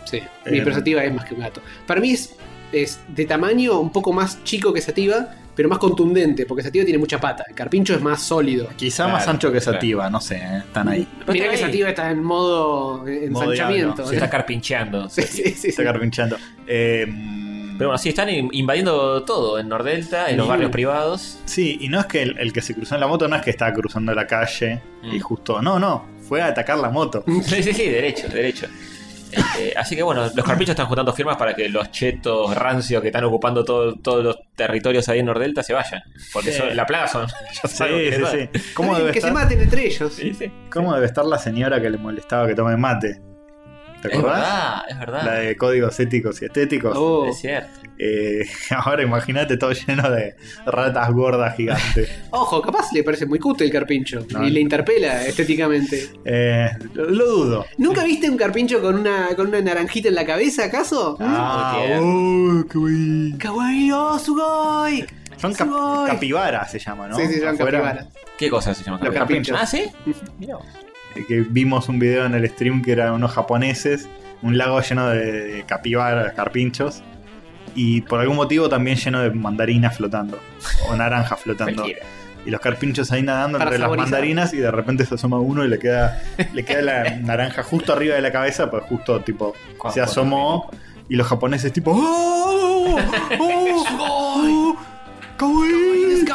S2: Sí. Mi
S3: Eh,
S2: perspectiva es más que un gato. Para mí es, es de tamaño un poco más chico que sativa, pero más contundente, porque sativa tiene mucha pata. El carpincho es más sólido.
S3: Quizá
S4: Claro,
S3: más ancho que
S4: claro.
S3: sativa, no sé, ¿eh? están ahí.
S4: Pero
S2: Mirá
S4: está
S2: que
S4: ahí.
S2: sativa está en modo eh,
S3: Modo
S2: ensanchamiento.
S3: diablo,
S4: Se está carpincheando.
S2: Sí, sí, sí, sí.
S3: Está carpinchando. Eh,
S4: Pero bueno, sí, están in- invadiendo todo en Nordelta, en los
S2: Mm.
S4: barrios privados.
S3: Sí, y no es que el, el que se cruzó en la moto no es que estaba cruzando la calle
S4: Mm.
S3: y justo. No, no. Fue a atacar la moto.
S4: Sí, sí, sí, derecho, derecho. Este, así que bueno, los carpinchos están juntando firmas para que los chetos rancios que están ocupando todo- todos los territorios ahí en Nordelta se vayan. Porque
S3: Sí.
S4: son- la plaga son. ya saben
S3: Sí,
S4: que
S3: sí,
S4: son.
S3: sí. ¿Cómo
S2: Alguien
S3: debe,
S2: que se
S3: estar,
S2: maten entre ellos.
S4: Sí, sí.
S3: ¿Cómo debe estar la señora que le molestaba que tome mate? ¿Te
S4: Es
S3: acordás?
S4: verdad, es verdad.
S3: La de códigos éticos y estéticos.
S2: Oh.
S4: Es cierto.
S3: Eh, ahora imagínate todo lleno de ratas gordas gigantes.
S2: Ojo, capaz le parece muy cute el carpincho
S3: No.
S2: y le interpela estéticamente.
S3: Eh, lo, lo dudo.
S2: ¿Nunca viste un carpincho con una, con una naranjita en la cabeza, acaso?
S4: Ah,
S3: oh, qué bueno.
S2: ¡Kawaii oh, sugoi!
S3: Son cap-
S2: Soy.
S3: capibara se llama, ¿no?
S2: Sí, sí, son
S3: Afuera,
S2: capibaras.
S4: ¿Qué cosa se llama?
S3: Los
S4: carpincho?
S3: carpinchos.
S4: Ah, sí. Mirá vos.
S3: eh, Que vimos un video en el stream que eran unos japoneses, un lago lleno de, de capibaras, carpinchos, y por algún motivo también lleno de mandarinas flotando, o naranjas flotando.
S4: Cualquiera.
S3: Y los carpinchos ahí nadando
S2: Para
S3: entre las
S2: saborizar.
S3: mandarinas y de repente se asoma uno y le queda, le queda la naranja justo arriba de la cabeza, pues justo tipo
S4: Cuá,
S3: se
S4: cuá,
S3: asomó y los japoneses tipo ¡Oh! ¡Oh! ¡Oh! ¡Kawaii!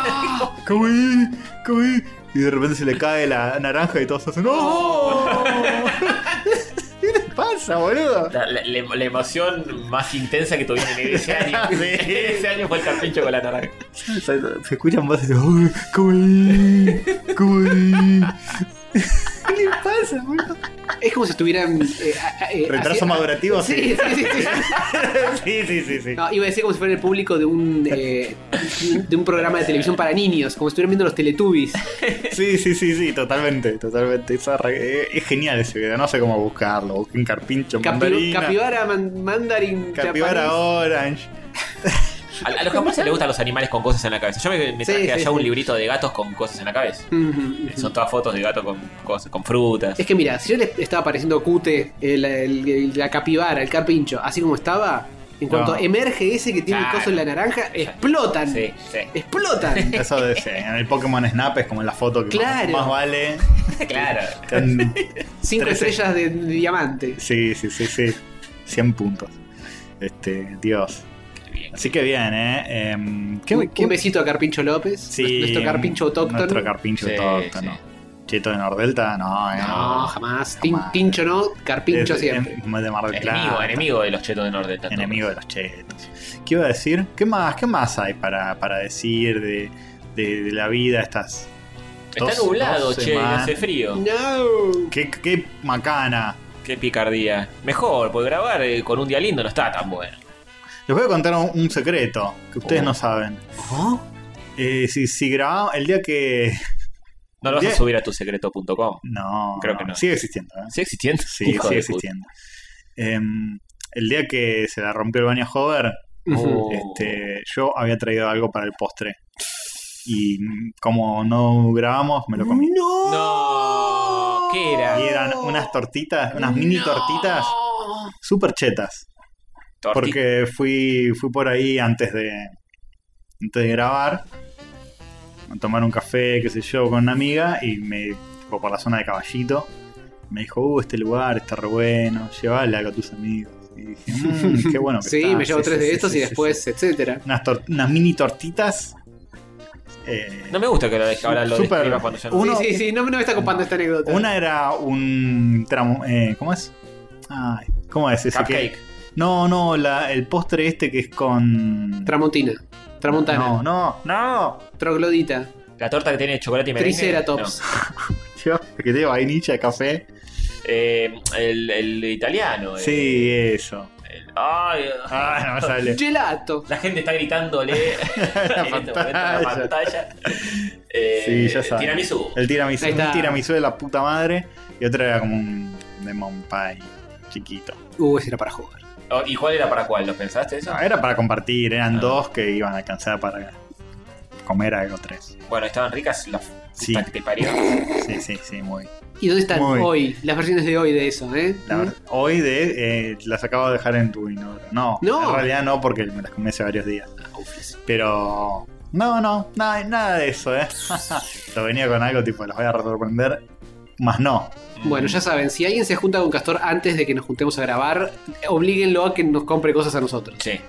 S3: ¡Kawaii! ¡Kawaii! Y de repente se le cae la naranja y todos hacen ¡Oh! ¿Qué les pasa, boludo?
S4: La, la- la- la emoción más intensa que tuvieron en ese año.
S3: Sí.
S4: ese año fue el carpincho con la naranja.
S3: Se, se escuchan voces de ¡Oh! ¡Kawaii! ¡Kawaii! ¿Qué les pasa, boludo?
S2: Es como si estuvieran. eh, a- a- eh,
S3: Retraso
S2: haci-
S3: madurativo,
S2: Sí,
S3: sí.
S2: sí, sí. sí.
S3: Sí, sí, sí, sí.
S2: No, iba a decir como si fuera el público de un, eh, de un programa de televisión para niños, como si estuvieran viendo los Teletubbies.
S3: Sí, sí, sí, sí, totalmente, totalmente. Es, arre- eh, es genial ese video, no sé cómo buscarlo. Busquen carpincho,
S2: Capi-
S3: mandarina,
S2: capibara, man- mandarin,
S3: capibara
S2: japonés.
S3: orange.
S4: A, a los japoneses les gustan los animales con cosas en la cabeza. Yo me, me
S2: Sí,
S4: traje
S2: sí,
S4: allá
S2: sí.
S4: un librito de gatos con cosas en la cabeza.
S2: Ujú, ujú.
S4: Son todas fotos de gatos con cosas, con frutas.
S2: Es que mira, si yo le estaba pareciendo cute el- el- el- la capibara, el carpincho, así como estaba, en cuanto
S3: No.
S2: emerge ese que tiene
S4: Claro.
S2: el coso en la naranja, explotan.
S4: Sí, sí.
S2: Explotan.
S3: Eso de ese, en el Pokémon Snap es como en la foto que más-
S2: Claro.
S3: más, vale.
S4: Claro.
S3: Tan-
S2: Cinco
S3: Trece.
S2: estrellas de diamante.
S3: Sí, sí, sí, sí. 100 puntos. Este, Dios.
S4: Qué bien.
S3: Así que bien, ¿eh? Em, ¿qué-
S2: un,
S3: qué-
S2: un besito a Carpincho López,
S3: Sí,
S2: nuestro Carpincho autóctono.
S3: Nuestro carpincho
S4: Sí,
S3: autóctono.
S4: sí.
S3: Cheto de Nordelta, no, eh.
S2: No, jamás. Tin-
S3: Jamás.
S2: Tincho no, Carpincho
S3: Es-
S2: siempre.
S3: em- de Mar del
S4: Enemigo,
S3: Plata.
S4: enemigo de los chetos de Norte. tanto.
S3: Enemigo de los chetos. ¿Qué iba a decir? ¿Qué más, qué más hay para, para decir de, de- de la vida estas?
S4: Está
S3: dos-
S4: nublado,
S3: dos
S4: che, y
S3: semanas?
S4: hace frío.
S2: No.
S3: ¿Qué, qué macana?
S4: Qué picardía. Mejor, porque grabar eh, con un día lindo no está tan bueno.
S3: Les voy a contar un, un secreto que ustedes
S4: Oh.
S3: no saben. Eh, si, si grabamos el día que...
S4: No lo vas
S3: Bien.
S4: a subir a tusecreto.com.
S3: No,
S4: Creo que no.
S3: Sigue existiendo. ¿eh?
S4: ¿Sigue existiendo?
S3: Sí,
S4: Hijo
S3: sigue
S4: de puta.
S3: existiendo. Em, el día que se la rompió el baño a Hover,
S4: Oh.
S3: Este, yo había traído algo para el postre. Y mm, como no grabamos, me lo comí.
S2: No.
S4: No. ¿Qué era?
S3: Y eran unas tortitas, unas mini
S2: No.
S3: tortitas super chetas.
S4: Torti-
S3: Porque fui, fui por ahí antes de, antes de grabar. A tomar un café, qué sé yo, con una amiga. Y me tipo, por la zona de caballito. Me dijo, uh, este lugar está re bueno. Llévale algo a tus amigos. Y dije, "Mm, qué bueno que
S2: Sí,
S3: está".
S2: me llevo tres
S3: sí,
S2: de
S3: sí,
S2: estos
S3: sí,
S2: y
S3: sí,
S2: después, etcétera.
S3: unas, tor- unas mini tortitas eh,
S4: No me gusta que lo deje ahora lo
S3: Súper.
S4: describa cuando ya no-
S3: Uno-
S2: sí, sí, sí, no, no me está copando esta anécdota.
S3: una era un tramo. eh, ¿Cómo es? Ay, ¿Cómo es ese? que-
S4: Cupcake.
S3: No, no, la- el postre este que es con.
S2: Tramontina. Tramontana.
S3: No, no, no.
S2: Troglodita.
S4: La torta que tiene chocolate y merengue.
S2: Triceratops.
S3: Dios, que te vainilla, café.
S4: No. Eh, el, el italiano. eh,
S3: Sí, eso.
S4: el- ay,
S3: Ah, no me sale.
S2: Gelato.
S4: La gente está gritándole en este momento en la
S3: pantalla.
S4: pantalla. Eh,
S3: Sí, ya saben.
S4: Tiramisú.
S3: El tiramisú,
S2: Ahí
S3: un
S2: está.
S3: tiramisú de la puta madre. Y otra era como un lemon pie chiquito.
S2: Uh, ese era para jugar.
S4: Oh, ¿Y cuál era para cuál? ¿Lo pensaste eso?
S3: No, era para compartir, eran
S4: Ah.
S3: dos que iban a alcanzar para comer algo tres.
S4: Bueno, estaban ricas las puta
S3: Sí.
S4: que te parió.
S3: Sí, sí, sí, muy.
S2: ¿Y dónde están
S3: Muy.
S2: hoy? Las versiones de hoy de eso, ¿eh?
S3: La
S2: ¿Mm?
S3: verdad, Hoy de eh, las acabo de dejar en tu inodoro. No,
S2: No.
S3: en realidad no, porque me las comí hace varios días.
S2: Ufes.
S3: Pero. No, no, nada, nada de eso, ¿eh? Lo venía con algo tipo, los voy a sorprender. Más no.
S2: Bueno, ya saben, si alguien se junta con Castor antes de que nos juntemos a grabar, oblíguenlo a que nos compre cosas a nosotros.
S4: Mm, Sí.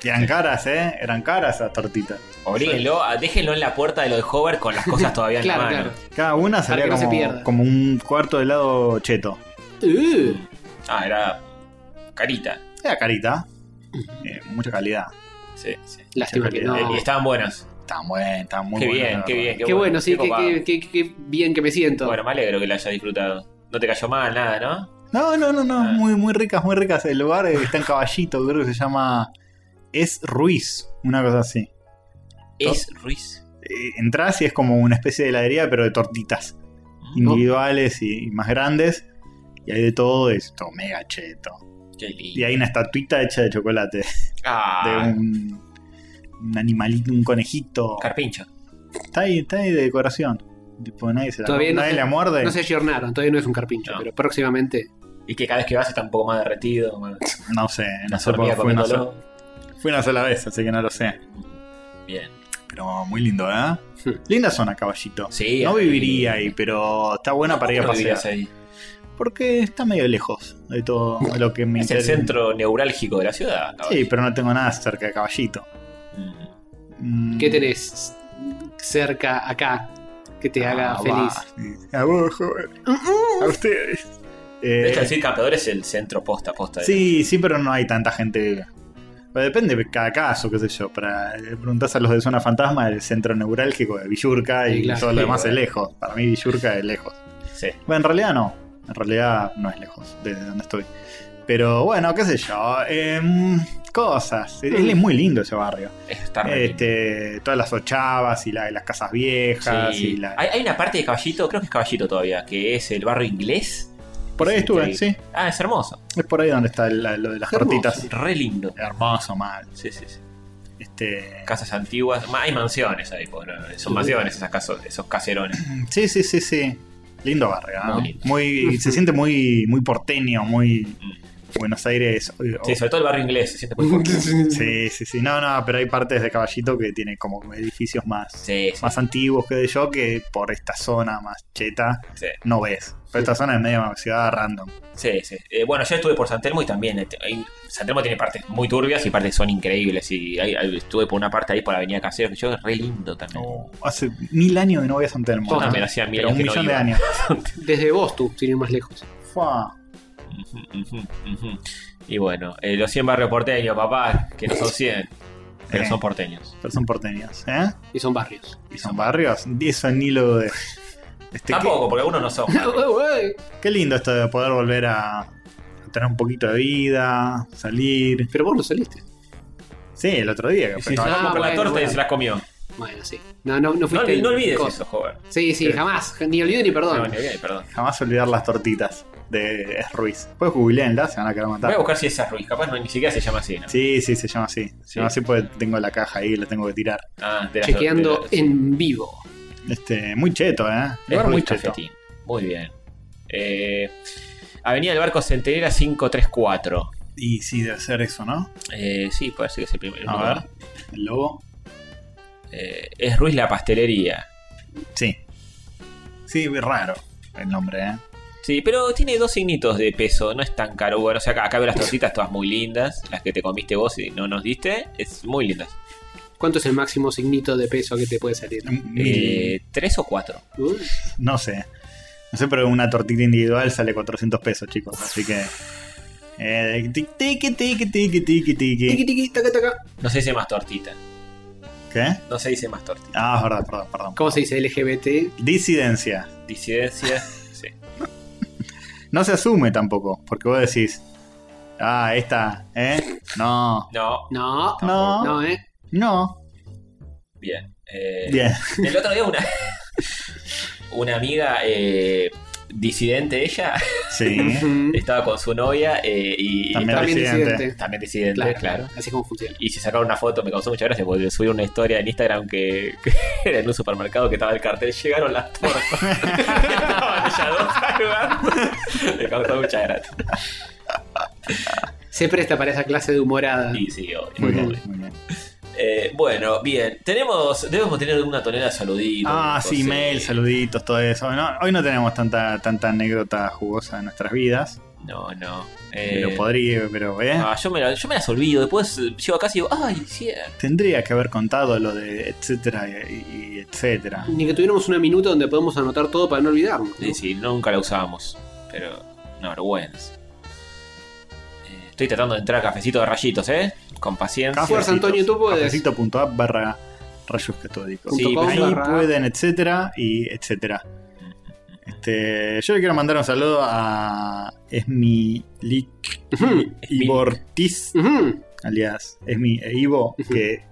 S3: Y eran caras, ¿eh? Eran caras las tortitas.
S4: Oblíguenlo, a- ah, déjenlo en la puerta de lo de Hover con las cosas todavía en
S2: Claro,
S4: la mano.
S2: claro.
S3: Cada una salía
S2: que no se
S3: como,
S2: pierda.
S3: como un cuarto de helado cheto.
S2: Uh,
S4: Ah, era carita.
S3: Era carita. Eh, mucha calidad.
S4: Sí, sí.
S2: lástima que
S4: Eh,
S2: no.
S4: Y estaban buenas.
S3: Tan buen, tan muy
S4: qué,
S3: buena,
S4: bien,
S3: la
S4: qué
S3: verdad.
S4: bien, qué bien,
S2: Qué bueno, sí, que,
S4: copado.
S2: que- que- que bien que me siento.
S4: Bueno, me alegro que la haya disfrutado. No te cayó mal, nada, ¿no?
S3: No, no, no, no,
S4: Ah.
S3: muy, muy ricas, muy ricas. El lugar eh, está en Caballito, creo que se llama Es Ruiz, una cosa así.
S4: Es Ruiz.
S3: Eh, Entrás y es como una especie de heladería, pero de tortitas
S4: Ah,
S3: individuales y, y más grandes. Y hay de todo, es todo mega cheto.
S4: Qué lindo.
S3: Y hay una estatuita hecha de chocolate,
S4: Ah,
S3: de un, un animalito, un conejito.
S4: carpincho.
S3: Está ahí, está ahí de decoración. Tipo, nadie se la,
S2: Todavía no
S3: nadie
S2: se-
S3: la muerde.
S2: No se ayornaron, todavía no es un carpincho,
S4: No.
S2: pero próximamente.
S4: Y que cada vez que vas está un poco más derretido. Más...
S3: No sé, no
S4: Una
S3: sé, porque
S4: hormiga
S3: fue una,
S4: comiéndolo.
S3: sola- fue una sola vez, así que no lo sé.
S4: Bien.
S3: Pero muy lindo, ¿eh?
S2: Hmm.
S3: Linda zona, caballito.
S4: Sí. eh.
S3: no
S4: ahí-
S3: viviría ahí, pero está buena para ir a
S4: ¿Cómo
S3: pasear.
S4: vivirías ahí?
S3: Porque está medio lejos de todo lo que me
S4: Es el
S3: interesa.
S4: centro neurálgico de la ciudad.
S3: Sí, pero no tengo nada cerca de caballito.
S4: Mm.
S3: Mm.
S2: ¿Qué tenés cerca acá que te haga
S3: Ah,
S2: feliz? Uh-uh.
S3: va. Sí. A vos, joven. A ustedes. Eh,
S4: De hecho, decir campeador es el centro posta posta.
S3: sí, sí, pero no hay tanta gente. Pero depende de cada caso, qué sé yo. Para, le preguntás a los de Zona Fantasma, el centro neurálgico de Villurca y
S2: Sí, claro.
S3: todo lo
S4: Sí,
S3: demás es
S4: bueno.
S3: lejos. Para mí Villurca es lejos.
S4: Sí.
S3: Bueno, en realidad no. En realidad no es lejos de donde estoy. Pero bueno, qué sé yo. em, cosas. Él es muy lindo ese barrio.
S4: Está re lindo.
S3: Este, todas las ochavas y la- las casas viejas.
S4: Sí.
S3: Y la...
S4: Hay, hay una parte de Caballito, creo que es Caballito todavía, que es el barrio inglés.
S3: Por ahí
S4: Sí,
S3: estuve,
S4: ahí.
S3: sí.
S4: Ah, es hermoso.
S3: Es por ahí donde está la- lo de las
S2: Hermoso.
S3: tortitas.
S4: Re lindo.
S3: Hermoso, mal.
S4: Sí, sí, sí.
S3: Este,
S4: Casas antiguas. Ma- Hay mansiones ahí, po, ¿no? son mansiones esas casas, esos caserones.
S3: sí, sí, sí, sí. Lindo barrio. ¿no?
S4: Muy
S3: Muy,
S4: lindo.
S3: se siente muy, muy porteño, muy Buenos Aires. o- o-
S4: Sí, sobre todo el barrio inglés. Se siente muy fuerte.
S3: sí, sí, sí. No, no, pero hay partes de Caballito que tiene como edificios más
S4: Sí, sí,
S3: más antiguos que de yo que por esta zona más cheta
S4: sí.
S3: no ves. Pero esta zona es medio una ciudad random.
S4: Sí, sí. Eh, bueno, yo estuve por San Telmo y también. eh, hay- San Telmo tiene partes muy turbias y partes que son increíbles. Y hay- hay- estuve por una parte ahí por la Avenida Caseros, que yo es re lindo también.
S2: Oh.
S3: Hace mil años que no voy a San Telmo.
S4: Yo
S3: ¿no?
S4: también hacía mil
S3: Pero un
S4: años que
S3: millón
S4: no
S3: de
S4: iba.
S3: años.
S2: Desde vos tú, sin ir más lejos.
S3: Fua.
S4: Ujú, ujú, ujú. Y bueno, eh, los 100 barrios porteños, papá, que no son 100, pero
S3: Eh,
S4: son porteños.
S3: pero son porteños, ¿eh?
S2: Y son barrios.
S3: Y son barrios. Eso ni lo de. Este, qué,
S4: Tampoco, porque algunos no son.
S3: qué lindo esto de poder volver a a tener un poquito de vida, salir.
S2: Pero vos no saliste.
S3: Sí, el otro día que
S4: Sí,
S3: fue
S4: se la
S2: Ah,
S4: comió con la
S2: bueno,
S4: torta y
S2: bueno.
S4: se la comió.
S2: Bueno, sí. No, no, no
S4: No,
S2: fuiste.
S4: olvi- no olvides
S2: cosa.
S4: eso, joven.
S2: Sí, sí,
S4: Sí.
S2: jamás. Ni olvido ni perdón.
S4: No, ni olvides, perdón.
S3: jamás olvidar las tortitas de Ruiz. Puedes googlearla, se van a querer matar.
S4: Voy a buscar si es Ruiz, capaz no, ni siquiera se llama así. ¿no?
S3: Sí, sí, se llama así. Se llama así porque tengo la caja ahí, la tengo que tirar.
S4: Ah, de la-
S2: Chequeando
S4: de la-
S2: en vivo.
S3: Este, muy cheto, ¿eh?
S4: Es
S3: Lugar
S4: Ruiz
S3: muy cheto.
S4: Cafetín. Muy bien. Eh, Avenida del Barco Centenera 534.
S3: Y sí, debe ser eso, ¿no?
S4: Eh, sí, parece que es el primer.
S3: A ver, el logo.
S4: Eh, es Ruiz la pastelería.
S3: Sí. Sí, raro el nombre, ¿eh?
S4: Sí, pero tiene dos signitos de peso, no es tan caro. Bueno, o sea, acá, acá veo las tortitas todas muy lindas, las que te comiste vos y no nos diste, es muy lindas.
S2: ¿Cuánto es el máximo signito de peso que te puede salir?
S3: Mil-
S4: Eh, ¿Tres o cuatro?
S2: Uh,
S3: No sé. No sé, pero una tortita individual sale 400 pesos, chicos. Así que. Eh, tiqui, tiqui, tiqui, tiqui,
S2: Tiqui,
S3: tiqui, tiqui.
S2: tiqui, taca, taca.
S4: No se dice más tortita.
S3: ¿Qué?
S4: No se dice más tortita.
S3: Ah, es verdad, perdón, perdón.
S2: ¿Cómo se dice? LGBT.
S3: Disidencia.
S4: Disidencia. sí.
S3: No se asume tampoco, porque vos decís. Ah, esta, ¿eh? No.
S4: No.
S2: No,
S3: No.
S2: no, eh.
S3: No.
S4: Bien. Eh,
S3: Bien.
S4: El otro día una, una amiga eh, disidente ella
S3: Sí.
S2: Ujú.
S4: estaba con su novia eh, y, y
S3: También
S4: estaba-
S2: También
S3: Presidente.
S2: disidente.
S4: también disidente,
S2: Claro,
S4: claro.
S2: claro. Así es como funciona.
S4: Y se sacaron una foto, me causó mucha gracia porque subí una historia en Instagram que, que era en un supermercado que estaba el cartel, llegaron las tortas. Estaban ellas dos saludando. Me causó mucha gracia.
S2: Se presta para esa clase de humorada.
S4: Y sí, obvio,
S3: Ah. Muy bien,
S4: obvio.
S3: muy bien.
S4: Eh, bueno, bien. Tenemos, debemos tener una tonelada de saluditos.
S3: Ah, sí,
S4: José.
S3: mail, saluditos, todo eso. No, hoy no tenemos tanta, tanta anécdota jugosa en nuestras vidas.
S4: No, no. Eh,
S3: Pero podría, pero, ¿eh?
S4: Ah, yo, me la- yo me las olvido. Después eh, llego a casa y digo, ay, cierto.
S3: Tendría que haber contado lo de etcétera y, y etcétera.
S2: Ni que tuviéramos una minuta donde podemos anotar todo para no olvidarnos. ¿no?
S4: Sí, sí, nunca la usábamos. Pero una vergüenza. Eh, Estoy tratando de entrar a cafecito de rayitos, ¿eh? Con paciencia.
S2: Café. Fuerza, Antonio, tú puedes.
S3: Cafecito.app barra rayos catódicos.
S4: Sí,
S2: com
S3: Ahí
S2: barra-
S3: pueden, etcétera y etcétera. Este, yo le quiero mandar un saludo a Esmilik
S2: Ujú,
S3: Ibortiz,
S2: ujú.
S3: alias Esmi e Ivo, que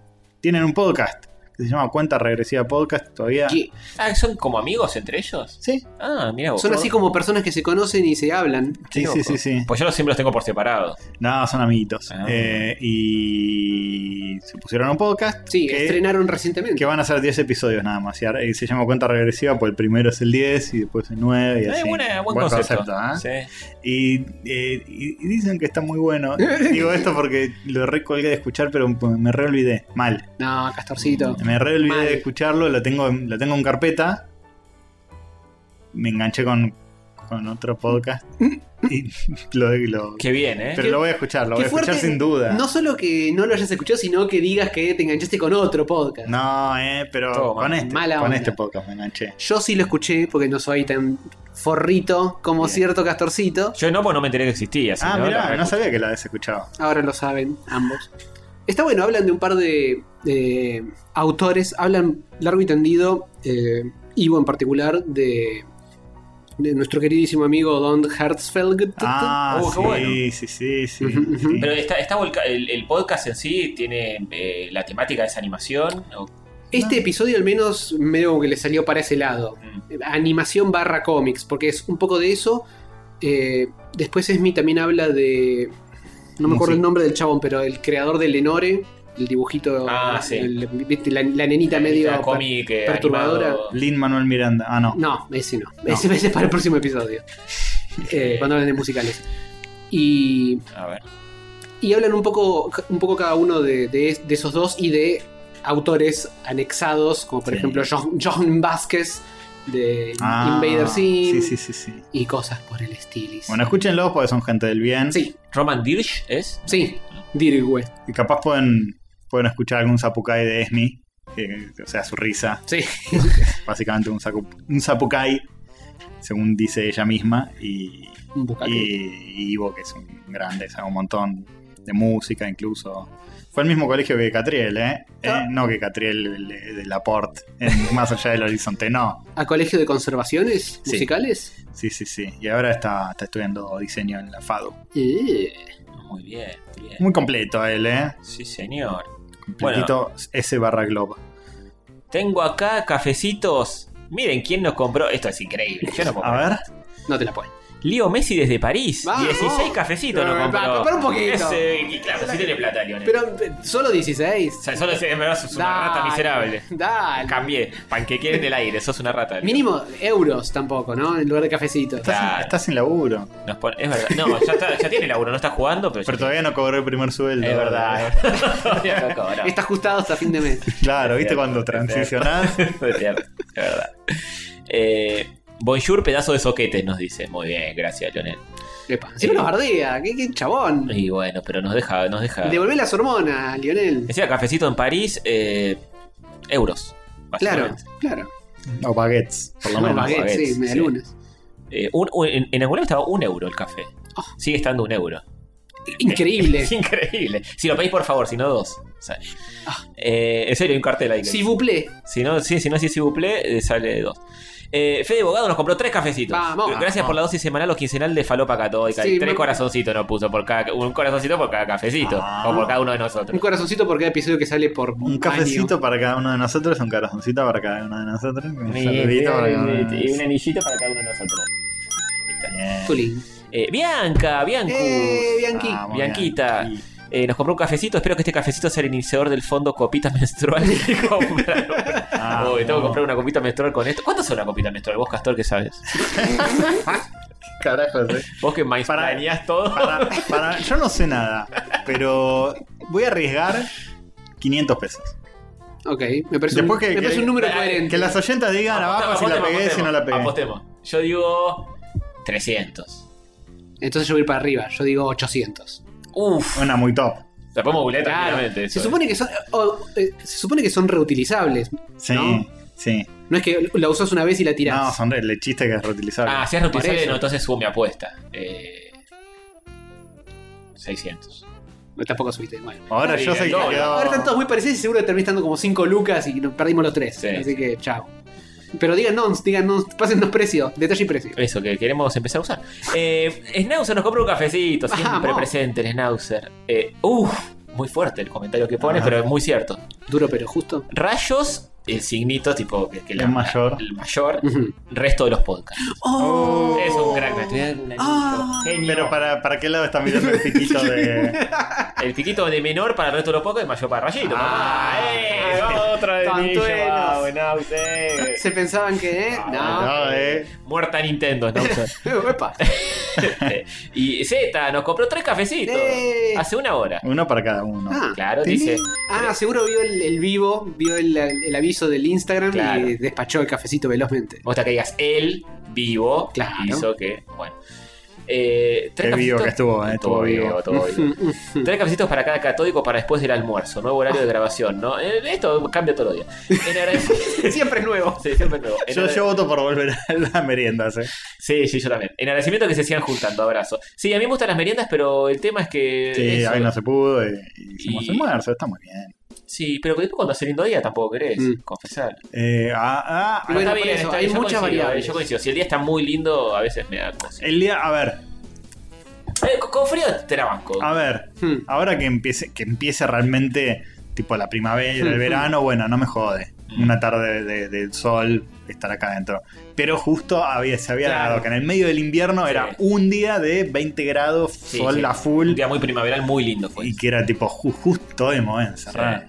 S3: tienen un podcast que se llama Cuenta Regresiva Podcast todavía.
S2: Que
S4: Ah, ¿son como amigos entre ellos?
S3: Sí,
S4: Ah, mira vos.
S2: Son así como personas que se conocen y se hablan.
S4: Qué
S3: sí, sí,
S4: loco.
S3: sí, sí.
S4: Pues yo los siempre los tengo por separado.
S3: No, son amiguitos.
S4: Ah.
S3: Eh, y se pusieron un podcast.
S2: Sí,
S3: que-
S2: estrenaron
S3: Que
S2: recientemente.
S3: van a ser 10 episodios nada más. Y ahora- y se llama cuenta regresiva, pues el primero es el 10 y después el 9 y
S4: Eh,
S3: así.
S4: buena- buen,
S3: Buen
S4: concepto.
S3: ¿eh? y, eh, y- y dicen que está muy bueno. Digo esto porque lo recolgué de escuchar, pero pues, me reolvidé. Mal.
S2: No, Castorcito.
S3: Me reolvidé
S2: Mal.
S3: de escucharlo, lo tengo, en- lo tengo en carpeta. Me enganché con, con otro podcast. y lo, lo-
S4: sí. Qué bien, ¿eh?
S3: pero lo voy a escuchar, lo voy a
S2: qué
S3: escuchar
S2: fuerte.
S3: sin duda.
S2: No solo que no lo hayas escuchado, sino que digas que te enganchaste con otro podcast.
S3: No, eh, pero
S4: Todo mal.
S3: con este,
S2: Mala
S3: con
S2: onda.
S3: este podcast me enganché.
S2: Yo sí lo escuché porque no soy tan forrito como
S4: Bien.
S2: cierto Castorcito.
S4: Yo no, pues no me enteré que existía. si
S3: Ah,
S4: no, la
S3: mirá,
S4: verdad
S3: no
S4: que-
S3: sabía que la habías escuchado.
S2: Ahora lo saben ambos. Está bueno, hablan de un par de eh, autores, hablan largo y tendido, eh, Ivo en particular, de, de nuestro queridísimo amigo Don Hertzfeld.
S3: Ah,
S4: Oh, qué
S3: sí,
S4: bueno.
S3: sí, sí, sí,
S2: Ujú, ujú.
S3: sí.
S4: Pero está, está volca- el, el podcast en sí tiene eh, la temática de esa animación. o-
S2: Este episodio al menos medio como que le salió para ese lado.
S4: Mm.
S2: Animación barra cómics, porque es un poco de eso. Eh, después Esmi también habla de... No me acuerdo
S3: Sí.
S2: el nombre del chabón, pero el creador de Lenore, el dibujito,
S4: Ah, sí.
S2: el- la, la nenita medio...
S4: Está cómic, eh,
S2: perturbadora.
S4: animado.
S3: Lin Manuel Miranda. Ah, no.
S2: No, ese no.
S3: No.
S2: Ese, ese es para el próximo episodio. Eh, cuando hablan de musicales. Y,
S4: A ver.
S2: y hablan un poco, un poco cada uno de, de es- de esos dos y de autores anexados, como por
S3: Sí.
S2: ejemplo John, John Vázquez de
S3: Ah,
S2: Invader Sim
S3: Sí, sí, sí, sí.
S2: y cosas por el estilo.
S3: Bueno, escúchenlos porque son gente del bien.
S2: sí,
S4: Roman Dirsch es.
S2: sí, Dirigüe.
S3: Y capaz pueden, pueden escuchar algún zapucay de Esmi. que- o sea, su risa.
S2: Sí.
S3: Básicamente un, sacu- un zapucay, según dice ella misma. Y,
S2: Un bucaque.
S3: y- y Ivo, que es un grande, sabe un montón de música incluso. Fue el mismo colegio que Catriel, ¿eh? Eh,
S2: Ah.
S3: No que Catriel de, de Laporte, en más allá del horizonte, no.
S2: ¿A colegio de conservaciones
S3: Sí.
S2: musicales?
S3: Sí, sí, sí. Y ahora está, está estudiando diseño en la FADU.
S2: Eh,
S4: Muy bien, bien.
S3: Muy completo él, ¿eh?
S4: Sí, señor.
S3: Completito S barra globo.
S4: Tengo acá cafecitos. Miren quién nos compró. Esto es increíble. Yo no puedo
S3: A
S4: creer.
S3: ver.
S2: no te la
S3: Eh.
S2: puedo.
S4: Leo Messi desde París.
S2: Vamos.
S4: 16 cafecitos nos
S2: Pero,
S4: compró.
S2: pa- para un poquito.
S4: Ese- y claro, sí tiene plata, Lionel.
S2: Pero eh, solo 16.
S4: O sea, solo es, en verdad sos una
S2: Dale,
S4: rata miserable.
S2: Dale.
S4: Cambié. Panquequé en el aire. Sos una rata. Leo.
S2: Mínimo euros tampoco, ¿no? En lugar de cafecitos.
S3: Estás,
S4: Claro.
S3: estás sin laburo.
S4: Nos pone- es verdad. No, ya, está- ya tiene laburo. No está jugando, pero, ya
S3: Pero
S4: tiene-
S3: todavía no cobré el primer sueldo. Eh,
S4: Es verdad. Todavía no cobra.
S2: Está ajustado hasta fin de mes.
S3: Claro, ¿viste
S4: Cierto,
S3: cuando
S4: es
S3: transicionás?
S4: Es cierto, es verdad. Eh, bonjour, pedazo de soquetes, nos dice. Muy bien, gracias, Lionel.
S2: Epa, Siempre nos bardea, qué, qué chabón.
S4: Y bueno, pero nos deja. Nos deja...
S2: Devolvé las hormonas, Lionel.
S4: Decía cafecito en París, eh, euros.
S2: Claro,
S4: básicamente.
S2: claro.
S3: O baguettes, por lo
S2: Bueno,
S3: menos.
S2: baguette,
S4: baguette,
S2: sí, media
S4: sí.
S2: lunes.
S4: Eh, un- un- en, en Angola estaba un euro el café.
S2: Ah.
S4: Sigue estando un euro.
S2: Increíble.
S4: Es increíble. Si lo pedís, por favor, si no, dos. Sale.
S2: Ah.
S4: Eh, en serio, hay un cartel ahí. que
S2: Si buple.
S4: Si no, sí, si no, sí, si buple, sale dos. Eh, Fede Bogado nos compró tres cafecitos.
S2: Vamos.
S4: Gracias por la dosis semanal o quincenal de falopa catódica.
S2: Sí,
S4: y tres
S2: me-
S4: corazoncitos nos puso por cada un corazoncito por cada cafecito.
S3: Ah.
S4: O por cada uno de
S2: Un
S4: nosotros.
S2: corazoncito por cada episodio que sale por
S3: Un cafecito para cada uno de nosotros, un corazoncito para cada uno de nosotros, un saludito para cada uno de
S4: Y un
S3: nosotros.
S4: anillito para cada uno de nosotros. Ahí está.
S3: Bien.
S2: año. Tulín.
S4: Eh, Bianca, Biancu.
S2: Eh, Bianchi.
S3: Vamos,
S4: Bianquita.
S3: Bianchi.
S4: Eh, nos compró un cafecito. Espero que este cafecito sea el iniciador del fondo copita menstrual. que compraron.
S3: Ah,
S4: Uy, tengo que
S3: no.
S4: comprar una copita menstrual con esto. ¿Cuánto son una copita menstrual? Vos, Castor, que sabes.
S3: Carajos, eh.
S4: Vos que más
S3: Para-
S4: todo.
S3: Para, para- yo no sé nada, pero voy a arriesgar 500 pesos.
S2: Ok, me parece,
S3: Después
S2: un,
S3: que-
S2: me
S3: que-
S2: parece un número
S4: que-
S2: coherente.
S3: Que las oyentas digan abajo si la
S4: Apostemos,
S3: pegué, si no la pegué.
S4: Apostemos. Yo digo 300.
S2: Entonces yo voy para arriba, yo digo 800.
S4: Uf.
S3: Una muy top.
S4: La podemos googlear
S2: Claro,
S4: tranquilamente. eso,
S2: se,
S4: eh.
S2: supone que son, o, eh, se supone que son reutilizables.
S3: Sí,
S2: No.
S3: sí.
S2: No es que la usas una vez y la
S3: No,
S2: tirás.
S3: son re- el chiste que es reutilizable.
S4: Ah, si es noticiable,
S2: eso.
S4: no, entonces subo mi apuesta. Eh, 600.
S2: Tampoco subiste. Bueno.
S3: Ahora
S4: sí,
S3: yo sé
S4: el
S3: que
S4: doble.
S3: quedó-
S2: Ahora están todos muy parecidos y seguro que terminé estando como 5 lucas y nos perdimos los 3.
S4: Sí,
S2: así
S4: sí.
S2: que chao. Pero digan nons, digan nons, pásennos precio, detalle y precio.
S4: Eso que queremos empezar a usar. Eh, Schnauzer nos compra un cafecito, siempre
S2: Vamos.
S4: presente el Schnauzer. Eh, uf, muy fuerte el comentario que pone,
S3: Ajá.
S4: pero es muy cierto.
S2: Duro pero justo.
S4: Rayos, el signito, tipo que, que
S3: El mayor.
S4: El mayor,
S2: Ujú.
S4: resto de los podcasts.
S3: Oh.
S4: Es un crack, me estoy dando un
S2: Ah.
S4: genio.
S3: Pero para, para qué lado está mirando el piquito de.
S4: El piquito de menor para el resto de los podcasts y mayor para Rayito.
S3: Ah.
S4: papá. Eh, otra de
S2: Tantuelos.
S4: Ninja, va, Schnauzer.
S2: Se pensaban que, ¿eh?
S4: Ah,
S2: No.
S3: No, eh.
S4: Muerta Nintendo, Schnauzer.
S2: Epa.
S4: Eh, y Z nos compró tres cafecitos
S2: Eh.
S4: hace una hora.
S3: Uno para cada uno.
S2: Ah.
S4: Ah, Claro,
S3: Tiling.
S4: dice.
S2: Ah, seguro vio el, el vivo, vio el, el aviso del Instagram
S4: Claro.
S2: y despachó el cafecito velozmente.
S4: Basta que digas él vivo.
S2: Claro.
S4: Hizo que. Bueno. Eh,
S3: Qué vivo que estuvo, eh,
S4: Estuvo
S3: estuvo vivo.
S4: vivo, estuvo vivo.
S2: Ujú, ujú.
S4: Tres cafecitos para cada catódico para después del almuerzo. Nuevo horario de grabación, ¿no? Eh, Esto cambia todo el día. En agradec-
S2: Siempre es nuevo.
S4: Sí, siempre nuevo. En
S3: Yo,
S4: agrade-
S3: yo voto por volver a las meriendas, eh.
S4: Sí, sí, yo también. En agradecimiento que se sigan juntando, abrazo. Sí, a mí me gustan las meriendas, pero el tema es que.
S3: Sí,
S4: Eh, eso-
S3: ahí no se pudo y, y hicimos
S4: Y-
S3: almuerzo, está muy bien.
S4: Sí, pero que después cuando hace lindo día tampoco querés,
S2: Mm.
S4: confesar.
S3: Eh, ah, ah,
S2: Bueno,
S4: está
S2: por
S4: bien,
S2: eso,
S4: está
S2: hay
S4: bien, yo
S2: muchas
S4: coincido,
S2: variables.
S4: Yo coincido. Si el día está muy lindo, a veces me da cosa.
S3: el día, a ver,
S4: Eh, con- con frío te la banco.
S3: a ver,
S2: Hmm.
S3: ahora que empiece, que empiece realmente tipo la primavera,
S2: Mm,
S3: el
S2: mm.
S3: verano, bueno, no me jode.
S4: Mm.
S3: Una tarde de, de sol estar acá adentro. Pero justo había, se había
S2: Claro.
S3: dado que en el medio del invierno
S4: Sí.
S3: era un día de 20 grados,
S4: Sí,
S3: sol
S4: sí.
S3: a full.
S4: Un día muy primaveraral, muy lindo fue.
S3: Y que era tipo ju- justo de mover encerrar.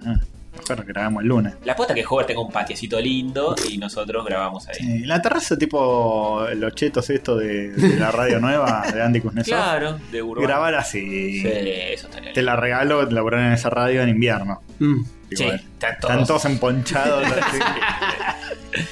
S3: Mejor que grabamos el lunes.
S4: La apuesta es que Hover tenga un patiecito lindo y nosotros grabamos ahí.
S3: Eh, en la terraza, tipo los chetos esto de, de la radio nueva de Andy Kuznetsov.
S4: Claro, de urbano.
S3: Grabar
S4: Sí,
S3: así.
S4: eso estaría lindo.
S3: Te la regalo, laburar en esa radio en invierno.
S2: Mm.
S4: Sí,
S3: Digo, eh,
S4: están todos.
S3: Están todos emponchados. así.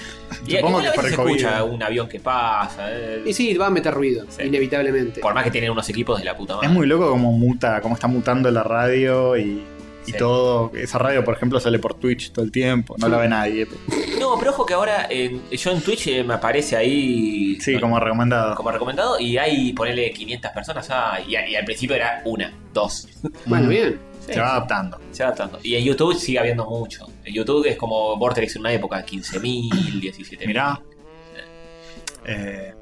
S4: y
S3: supongo
S4: igual
S3: que
S4: a veces
S3: por el
S4: se
S3: COVID.
S4: escucha un avión que pasa. eh.
S2: Y sí, va a meter ruido,
S4: Sí.
S2: inevitablemente.
S4: Por más que tienen unos equipos de la puta madre.
S3: Es muy loco cómo muta, cómo está mutando la radio y, y
S4: Sí.
S3: todo. Esa radio, por ejemplo, sale por Twitch todo el tiempo. No la ve nadie. pero-
S4: No, pero ojo que ahora en- yo en Twitch eh, me aparece ahí.
S3: Sí,
S4: no,
S3: como recomendado.
S4: como recomendado y hay, ponele 500 personas. Ah, y, y al principio era una, dos.
S2: Bueno,
S3: Mm.
S2: bien.
S3: Se va adaptando.
S4: Se va adaptando. Y en YouTube sigue habiendo mucho. En YouTube es como Vortex en una época, 15.000, 17.000.
S3: Mirá. Eh,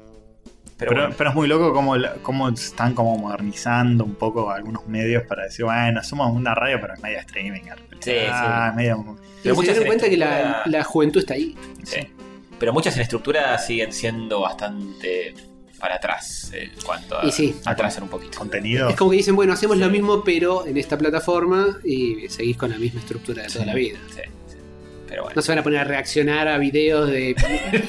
S4: Pero,
S3: pero,
S4: bueno,
S3: pero es muy loco cómo, la- cómo están como modernizando un poco algunos medios para decir, bueno, somos una radio, pero es media streaming.
S4: Sí,
S3: ah, media-
S4: Pero
S2: Pero se
S4: muchas
S2: dieron cuenta que la,
S4: estructuras-
S2: la juventud está ahí.
S4: sí. Eh, Pero muchas en estructura siguen siendo bastante para atrás eh, en cuanto a
S2: Y sí.
S4: atrasar un poquito.
S3: contenido.
S2: Es como que dicen, bueno, hacemos lo mismo, pero en esta plataforma y seguís con la misma estructura de toda
S3: Sí.
S2: la vida.
S4: Sí, sí. Pero bueno.
S2: No se van a poner a reaccionar a videos de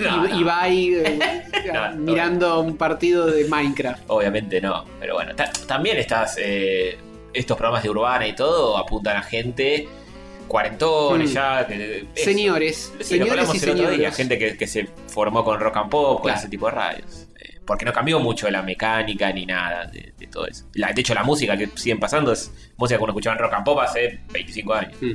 S4: No, no.
S2: Ibai eh,
S4: No, no.
S2: mirando un partido de Minecraft.
S4: Obviamente no, pero bueno, ta- también estás, eh, estos programas de Urbana y todo apuntan a gente cuarentones
S2: Mm.
S4: ya, que, eso.
S2: Señores,
S4: Sí, lo
S2: señores
S4: hablamos
S2: y
S4: el otro día,
S2: señores.
S4: gente que, que se formó con rock and pop, con
S2: Claro.
S4: ese tipo de radios. Eh, Porque no cambió mucho la mecánica ni nada de, de todo eso. La- de hecho, la música que siguen pasando es música que uno escuchaba en rock and pop hace 25 años.
S2: Mm.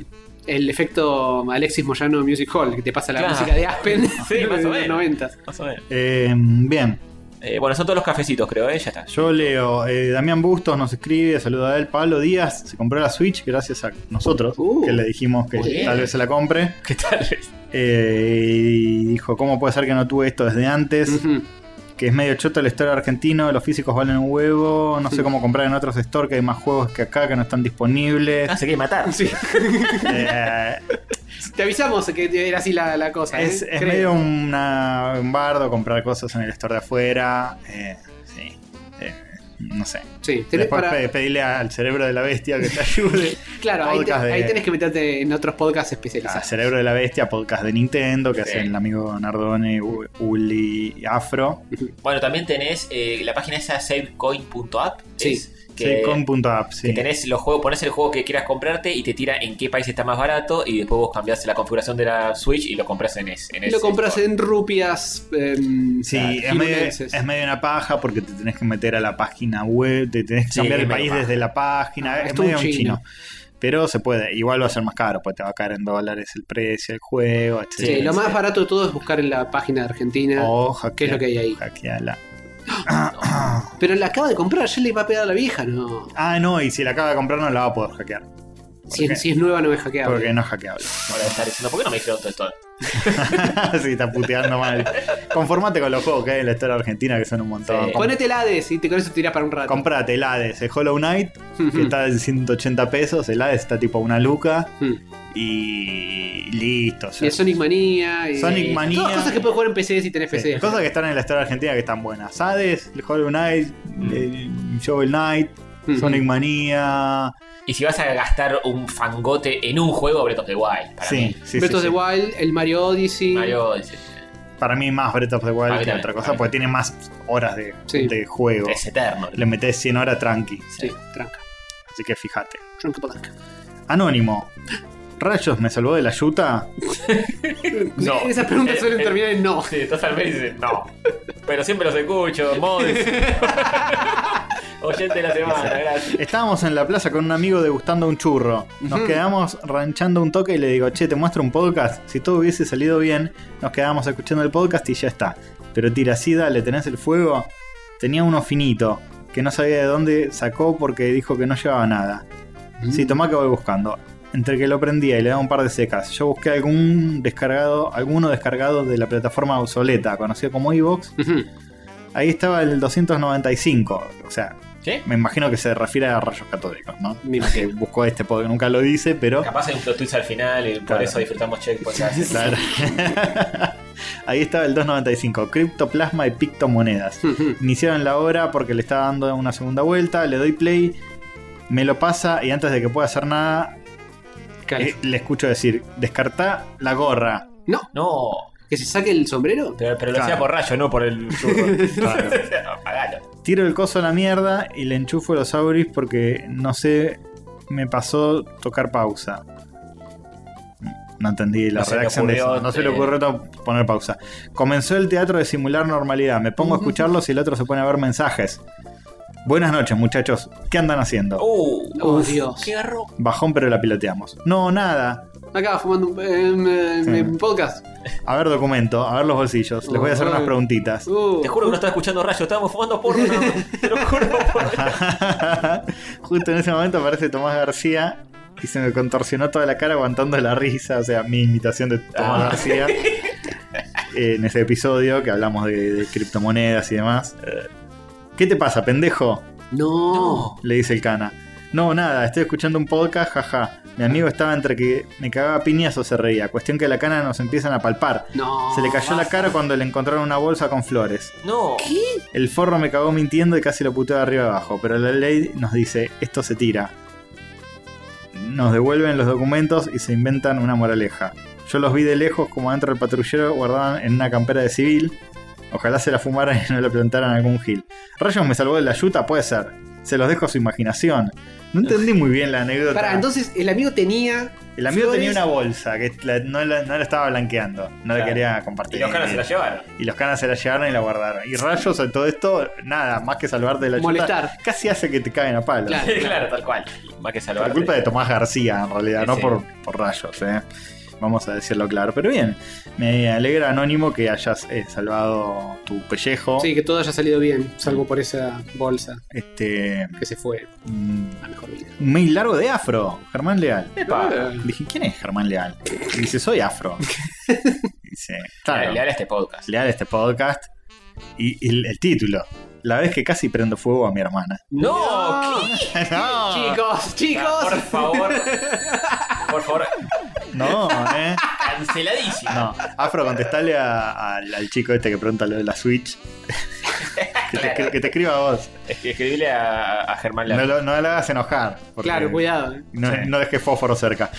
S2: El efecto Alexis Moyano Music Hall, que te pasa la
S4: Claro.
S2: música de Aspen
S4: Sí,
S2: de
S4: más o
S2: los
S4: menos.
S2: 90.
S4: Más o menos.
S3: Eh, bien,
S4: Eh, bueno, son todos los cafecitos, creo, ¿eh? Ya está.
S3: yo leo. eh, Damián Bustos nos escribe, saluda a él. Pablo Díaz se compró la Switch gracias a nosotros,
S2: Uh,
S3: que le dijimos que
S4: muy bien.
S3: tal vez se la compre.
S4: ¿Qué tal?
S3: Eh, y dijo, ¿cómo puede ser que no tuve esto desde antes?
S2: Ujú.
S3: Que es medio choto el store argentino, los físicos valen un huevo, no sé cómo comprar en otros store que hay más juegos que acá que no están disponibles.
S4: Ah, se quiere matar.
S2: Sí.
S3: Eh,
S2: Te avisamos que era así la, la cosa. ¿eh?
S3: es es
S2: Creo.
S3: medio una- un bardo comprar cosas en el store de afuera. eh, sí. eh, no sé.
S2: Sí, tenés
S3: Después
S2: para-
S3: pe- pedirle al cerebro de la bestia que te ayude.
S2: Claro, ahí, te-
S3: podcast de-
S2: ahí tenés que meterte en otros podcasts
S3: al
S2: especializados.
S3: cerebro de la bestia, podcast de Nintendo que
S4: Sí.
S3: hacen el amigo Nardone, U- Uli y Afro.
S4: Bueno, también tenés eh, la página esa savecoin.app.
S2: Sí.
S4: es,
S3: Sí,
S4: Que,
S3: con punto app, sí.
S4: que tenés los juegos, pones el juego que quieras comprarte y te tira en qué país está más barato y después vos cambiás la configuración de la Switch y lo compras en ese. En
S2: Y
S4: ese
S2: lo compras
S4: store.
S2: en rupias. em,
S3: Sí,
S2: claro,
S3: es, medio,
S2: jironeses.
S3: es medio una paja porque te tenés que meter a la página web, te tenés que
S4: Sí,
S3: cambiar
S4: es
S3: el
S4: medio
S3: país
S4: paja.
S3: desde la página,
S2: Ah, es
S3: es
S2: todo
S3: medio
S2: un
S3: un
S2: chino.
S3: chino. Pero se puede, igual va a ser más caro, pues te va a caer en dólares el precio, el juego, etc.
S2: Sí, lo más barato de todo es buscar en la página de Argentina.
S3: O
S2: ¿Qué es lo que hay ahí?
S3: Oh, hackeala.
S2: Pero la acaba de comprar, ya le va a pegar a la vieja, ¿no?
S3: Ah, no, y si la acaba de comprar no la va a poder hackear.
S2: Si,
S3: qué?
S2: es- si es nueva, no es hackeable.
S3: Porque no es hackeable.
S4: Ahora estar diciendo, ¿por qué no me dijeron todo esto? antes?"
S3: sí, está puteando mal. Conformate con los juegos que hay en la historia argentina, que son un montón.
S4: Sí.
S3: Com-
S2: Ponete el Hades y te, con eso tirás para un rato.
S3: Comprate el Hades, el Hollow Knight,
S2: Ujú.
S3: que está en 180 pesos, el Hades está tipo una luca.
S2: Ujú.
S3: y listo. o
S2: Y
S3: sea,
S2: el Sonic Manía. Y...
S3: Sonic
S2: y
S3: Manía.
S2: Todas cosas que puedes jugar en PC si tenés
S3: sí,
S2: PC.
S3: Cosas que están en la historia argentina que están buenas. Hades, el Hollow Knight, el Shovel Knight,
S2: Ujú.
S3: Sonic Manía.
S4: Y si vas a gastar un fangote en un juego, Breath of the Wild. Para
S3: Sí,
S4: mí.
S3: sí, sí,
S2: Breath of
S3: sí.
S2: the Wild, el Mario Odyssey.
S4: Mario dice,
S3: Para mí más Breath of the
S4: A mí
S3: Wild que
S4: también,
S3: otra
S4: a
S3: cosa,
S4: mí
S3: porque tiene más horas de,
S2: Sí.
S3: de juego.
S4: es eterno.
S3: Le metes 100 horas tranqui,
S2: Sí, tranca.
S3: así que fíjate.
S2: Tranca palanca.
S3: Anónimo. ¿Rayos me salvó de la yuta?
S4: No.
S2: Esas preguntas suelen
S4: Eh, eh.
S2: terminar en no.
S4: Sí, totalmente dice, no. Pero siempre los escucho, mods. Oyente de la semana, gracias.
S3: Estábamos en la plaza con un amigo degustando un churro. Nos
S2: Ujú.
S3: quedamos ranchando un toque y le digo, che, te muestro un podcast. Si todo hubiese salido bien, nos quedábamos escuchando el podcast y ya está. Pero tira, sí, dale, tenés el fuego. Tenía uno finito, que no sabía de dónde sacó porque dijo que no llevaba nada. Sí, tomá que voy buscando. Entre que lo prendía y le daba un par de secas, yo busqué algún descargado, alguno descargado de la plataforma obsoleta, conocida como Evox.
S2: Ujú.
S3: Ahí estaba el 295, o sea,
S4: ¿Qué?
S3: me imagino que se refiere a rayos catódicos, ¿no?
S2: Me
S3: Que buscó este porque nunca lo dice, pero.
S4: Capaz hay un plot twist al final y por
S3: Claro.
S4: eso disfrutamos Checkpoint.
S3: Claro. Ahí estaba el 295, criptoplasma y pictomonedas.
S2: Ujú.
S3: Iniciaron la obra porque le estaba dando una segunda vuelta, le doy play, me lo pasa y antes de que pueda hacer nada,
S2: Claro.
S3: eh, le escucho decir: descartá la gorra.
S2: No,
S4: No,
S2: que se saque el sombrero.
S4: pero, pero lo
S3: Claro.
S4: hacía por rayo, no por el
S3: Claro.
S4: Apagalo.
S3: Tiro el coso a la mierda y le enchufo los auris porque no sé, me pasó tocar pausa. No entendí la
S4: No se le
S3: redacción de
S4: ocurrió,
S3: eso. No se le
S4: eh.
S3: ocurrió to- poner pausa. Comenzó el teatro de simular normalidad. Me pongo a
S2: Ujú.
S3: escucharlos y el otro se pone a ver mensajes. Buenas noches, muchachos. ¿Qué andan haciendo?
S4: Uh,
S2: Oh,
S4: uf,
S2: Dios.
S4: Qué garro-
S3: Bajón, pero la piloteamos. No, nada.
S2: Acá fumando un em, em,
S3: Sí.
S2: em, podcast.
S3: A ver documento, a ver los bolsillos. Les voy a hacer unas
S2: Ujú.
S3: preguntitas.
S2: Uh.
S4: Te juro que no estaba escuchando rayo, estábamos fumando porro. nada más. Te lo juro por Dios.
S3: Justo en ese momento aparece Tomás García y se me contorsionó toda la cara aguantando la risa, o sea, mi imitación de Tomás
S4: Ah.
S3: García. En ese episodio que hablamos de, de criptomonedas y demás. ¿Qué te pasa, pendejo?
S2: No.
S3: Le dice el cana. No, nada, estoy escuchando un podcast, jaja. Mi amigo estaba entre que me cagaba a piñas o se reía. Cuestión que la cana nos empiezan a palpar.
S2: No.
S3: Se le cayó la cara cuando le encontraron una bolsa con flores.
S4: No.
S3: El forro me cagó mintiendo y casi lo puteo de arriba abajo, pero la ley nos dice, esto se tira. Nos devuelven los documentos y se inventan una moraleja. Yo los vi de lejos como adentro del patrullero guardaban en una campera de civil. Ojalá se la fumaran y no la plantaran a algún gil. Rayos me salvó de la yuta, puede ser. Se los dejo a su imaginación. No entendí muy bien la anécdota.
S2: Pará, entonces el amigo tenía.
S3: el amigo
S2: flores-
S3: tenía una bolsa que la- no, la, no la estaba blanqueando, no la
S4: Claro.
S3: quería compartir.
S4: Y los caras se la llevaron.
S3: Y los canas se la llevaron y la guardaron. Y rayos en todo esto, nada, más que salvarte de la chuta,
S2: Molestar.
S3: casi hace que te caguen a palos.
S2: Claro.
S4: claro, tal cual. Más que
S3: Por
S4: salvarte.
S3: culpa de Tomás García, en realidad,
S4: Sí,
S3: no
S4: sí.
S3: Por, por rayos, ¿eh? Vamos a decirlo claro. Pero bien, me alegra, Anónimo, que hayas eh, salvado tu pellejo.
S2: Sí, que todo haya salido bien, salvo por esa bolsa
S3: Este.
S2: que se fue
S3: mm,
S2: a mejor vida. Ah.
S3: Un mail largo de afro, Germán Leal.
S4: Epa.
S3: Dije, ¿quién es Germán Leal? Y dice, soy afro. Dice, claro,
S4: Le, le habla este podcast.
S3: Leal este podcast. Y, y el, el título, la vez que casi prendo fuego a mi hermana.
S4: ¡No! ¿qué?
S3: no,
S2: Chicos, chicos.
S4: Por favor. Por favor.
S3: no, eh.
S4: Canceladísimo.
S3: No, afro, contestale a- a- al chico este que pregunta lo de la Switch. que, te, que te escriba a vos.
S4: Es que escribile a, a Germán
S3: No,
S4: Leal.
S3: lo, no la hagas enojar. porque-
S2: Claro, cuidado. eh.
S3: No,
S4: Sí.
S3: no dejes fósforo cerca.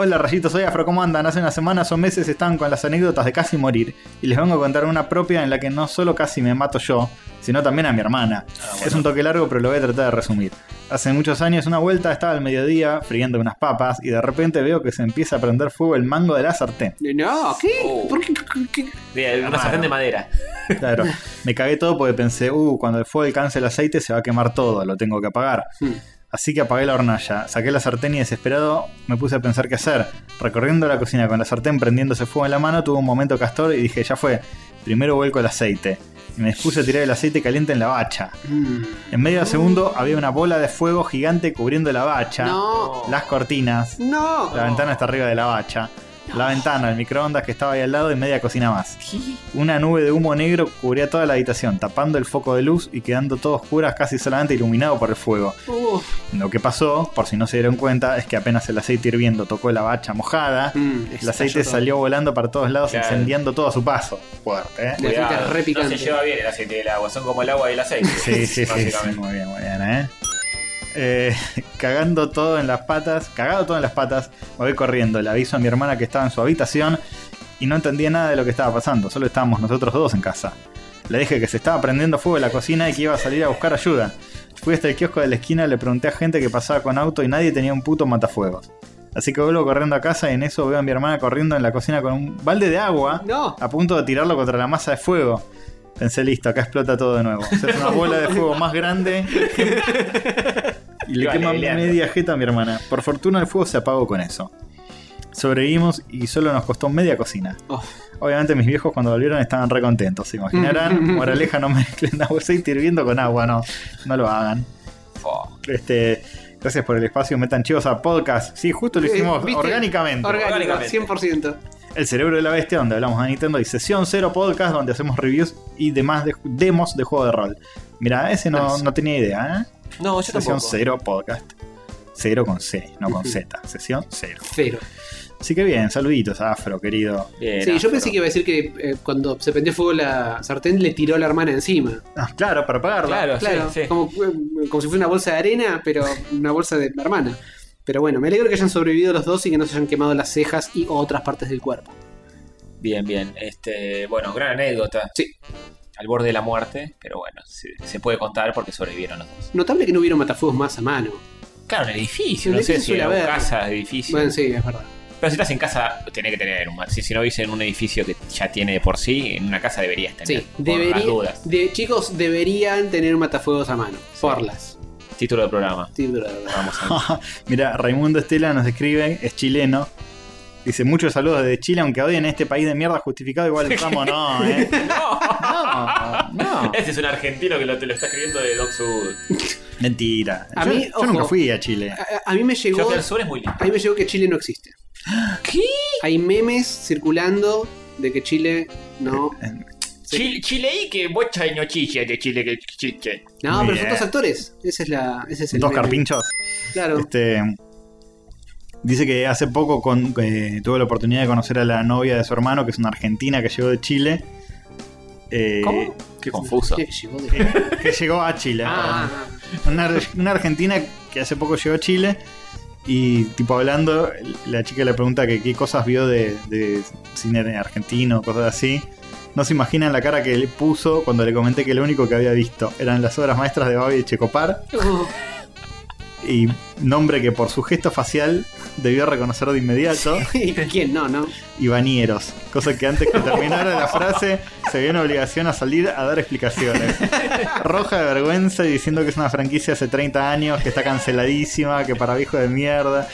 S3: Hola rayitos, soy Afro, ¿cómo andan? Hace unas semanas o meses estaban con las anécdotas de casi morir y les vengo a contar una propia en la que no solo casi me mato yo, sino también a mi hermana.
S4: Ah,
S3: Es un toque largo pero lo voy a tratar de resumir. Hace muchos años una vuelta estaba al mediodía friendo unas papas y de repente veo que se empieza a prender fuego el mango de la sartén.
S2: eh. No, ¿qué?
S4: Oh.
S2: ¿Por qué? qué- qué?
S4: De, una sartén de madera.
S3: Claro, me cagué todo porque pensé, uh, cuando el fuego alcance el aceite se va a quemar todo, lo tengo que apagar.
S2: Hmm.
S3: Así que apagué la hornalla, saqué la sartén y desesperado me puse a pensar qué hacer. Recorriendo la cocina con la sartén prendiéndose fuego en la mano, tuve un momento castor y dije, ya fue, primero vuelco el aceite. Y me puse a tirar el aceite caliente en la bacha.
S2: Mm.
S3: En medio de segundo había una bola de fuego gigante cubriendo la bacha,
S2: No,
S3: las cortinas,
S2: no.
S3: la ventana está arriba de la bacha, la ventana, el microondas que estaba ahí al lado y media cocina más. Una nube de humo negro cubría toda la habitación, tapando el foco de luz y quedando todo oscuras, casi solamente iluminado por el fuego.
S2: Uf.
S3: Lo que pasó, por si no se dieron cuenta, es que apenas el aceite hirviendo tocó la bacha mojada,
S2: Mm,
S3: el
S2: estalló
S3: aceite
S2: todo.
S3: salió volando para todos lados,
S4: Claro.
S3: incendiando todo a su paso. Fuerte, ¿eh?
S2: La aceite es re
S4: no
S2: picante.
S4: se lleva bien el aceite y el agua. Son como el agua y el aceite.
S3: Sí, sí, sí, sí,
S4: básicamente.
S3: Muy bien, muy bien, ¿eh? Eh, cagando todo en las patas, cagado todo en las patas, me voy corriendo. Le aviso a mi hermana que estaba en su habitación y no entendía nada de lo que estaba pasando. Solo estábamos nosotros dos en casa. Le dije que se estaba prendiendo fuego en la cocina y que iba a salir a buscar ayuda. Fui hasta el kiosco de la esquina, le pregunté a gente que pasaba con auto y nadie tenía un puto matafuegos. Así que vuelvo corriendo a casa y en eso veo a mi hermana corriendo en la cocina con un balde de agua
S2: No.
S3: a punto de tirarlo contra la masa de fuego. Pensé, listo, acá explota todo de nuevo. Es una bola de fuego más grande. Y le
S4: Iba
S3: quema
S4: leveleando.
S3: media jeta a mi hermana. Por fortuna el fuego se apagó con eso. Sobrevivimos y solo nos costó media cocina.
S2: Oh.
S3: Obviamente mis viejos cuando volvieron estaban re contentos, se imaginarán. Moraleja, no mezclen agua aceite hirviendo con agua, no. No lo hagan.
S4: Fo.
S3: Este, gracias por el espacio, metan chivos a podcast. Sí, justo lo
S2: Eh,
S3: hicimos
S2: ¿viste?
S3: orgánicamente.
S2: Orgánico,
S4: Orgánicamente.
S2: 100%.
S3: El cerebro de la bestia, donde hablamos de Nintendo, y Sesión Cero Podcast, donde hacemos reviews y demás de- demos de juego de rol. Mira, ese no,
S2: Nice.
S3: no tenía idea, ¿eh?
S4: No, yo
S3: Sesión
S4: tampoco.
S3: Cero Podcast. Cero con C, no con
S2: Ujú.
S3: Z. Sesión Cero.
S2: Cero.
S3: Así que bien, saluditos, Afro, querido.
S4: Bien,
S2: Sí, yo
S4: áspero.
S2: pensé que iba a decir que eh, cuando se prendió fuego la sartén le tiró la hermana encima.
S3: Ah, claro, para pagarla.
S4: Claro, sí,
S2: Claro,
S4: sí.
S2: Como, eh, como si fuera una bolsa de arena, pero una bolsa de la hermana. Pero bueno, me alegro que hayan sobrevivido los dos y que no se hayan quemado las cejas y otras partes del cuerpo.
S4: Bien, bien. Este, bueno, gran anécdota.
S2: Sí.
S4: Al borde de la muerte, pero bueno, se, se puede contar porque sobrevivieron los dos.
S2: Notable que no hubieron matafuegos más a mano.
S4: Claro, en el edificio,
S2: En el
S4: no sé
S2: edificio
S4: si
S2: suele
S4: era
S2: haber.
S4: casa, edificio.
S2: Bueno, sí, es verdad.
S4: Pero si estás en casa, tenés que tener un mat. Si, si no vivís en un edificio que ya tiene de por sí, en una casa deberías tener.
S2: Sí,
S4: por las
S2: debería,
S4: dudas.
S2: de, chicos, deberían tener matafuegos a mano. Por las.
S4: Título del programa.
S2: Sí, de verdad.
S4: Vamos a
S3: Mira, Raimundo Estela nos escribe, es chileno. Dice, muchos saludos desde Chile, aunque odien este país de mierda justificado, igual estamos, no, ¿eh? No, no.
S4: Ese es un argentino que lo, te lo está escribiendo de Doc Sud.
S3: Mentira.
S2: A
S3: yo
S2: mí,
S3: yo
S2: ojo. Ah,
S3: nunca fui a Chile.
S2: A, a mí me
S4: Yo
S2: llegó.
S4: del sur es muy lindo.
S2: A mí me llegó que Chile no existe.
S4: ¿Qué?
S2: Hay memes circulando de que Chile no.
S4: Chile, Chile y que bocha y no chiche, de Chile que chiche.
S2: No, pero
S3: Muy bien.
S2: son dos actores. Ese es la. Ese es el
S3: Dos
S2: meme.
S3: carpinchos.
S2: Claro.
S3: Este, dice que hace poco con, eh, tuvo la oportunidad de conocer a la novia de su hermano, que es una argentina que llegó de Chile. Eh,
S4: ¿Cómo? Qué confuso.
S2: Chile que llegó de-
S3: Que llegó a Chile.
S2: Ah,
S3: perdón. Una, ar- una argentina que hace poco llegó a Chile. Y tipo hablando, la chica le pregunta que qué cosas vio de, de cine argentino, cosas así. No se imaginan la cara que le puso cuando le comenté que lo único que había visto eran las obras maestras de Babi de Checopar
S2: ah,
S3: y nombre que por su gesto facial debió reconocer de inmediato,
S2: ¿Y quién? No, no.
S3: y Banieros, cosa que antes que terminara la frase se vio en obligación a salir a dar explicaciones. Roja de vergüenza y diciendo que es una franquicia hace 30 años, que está canceladísima, que para viejo de mierda.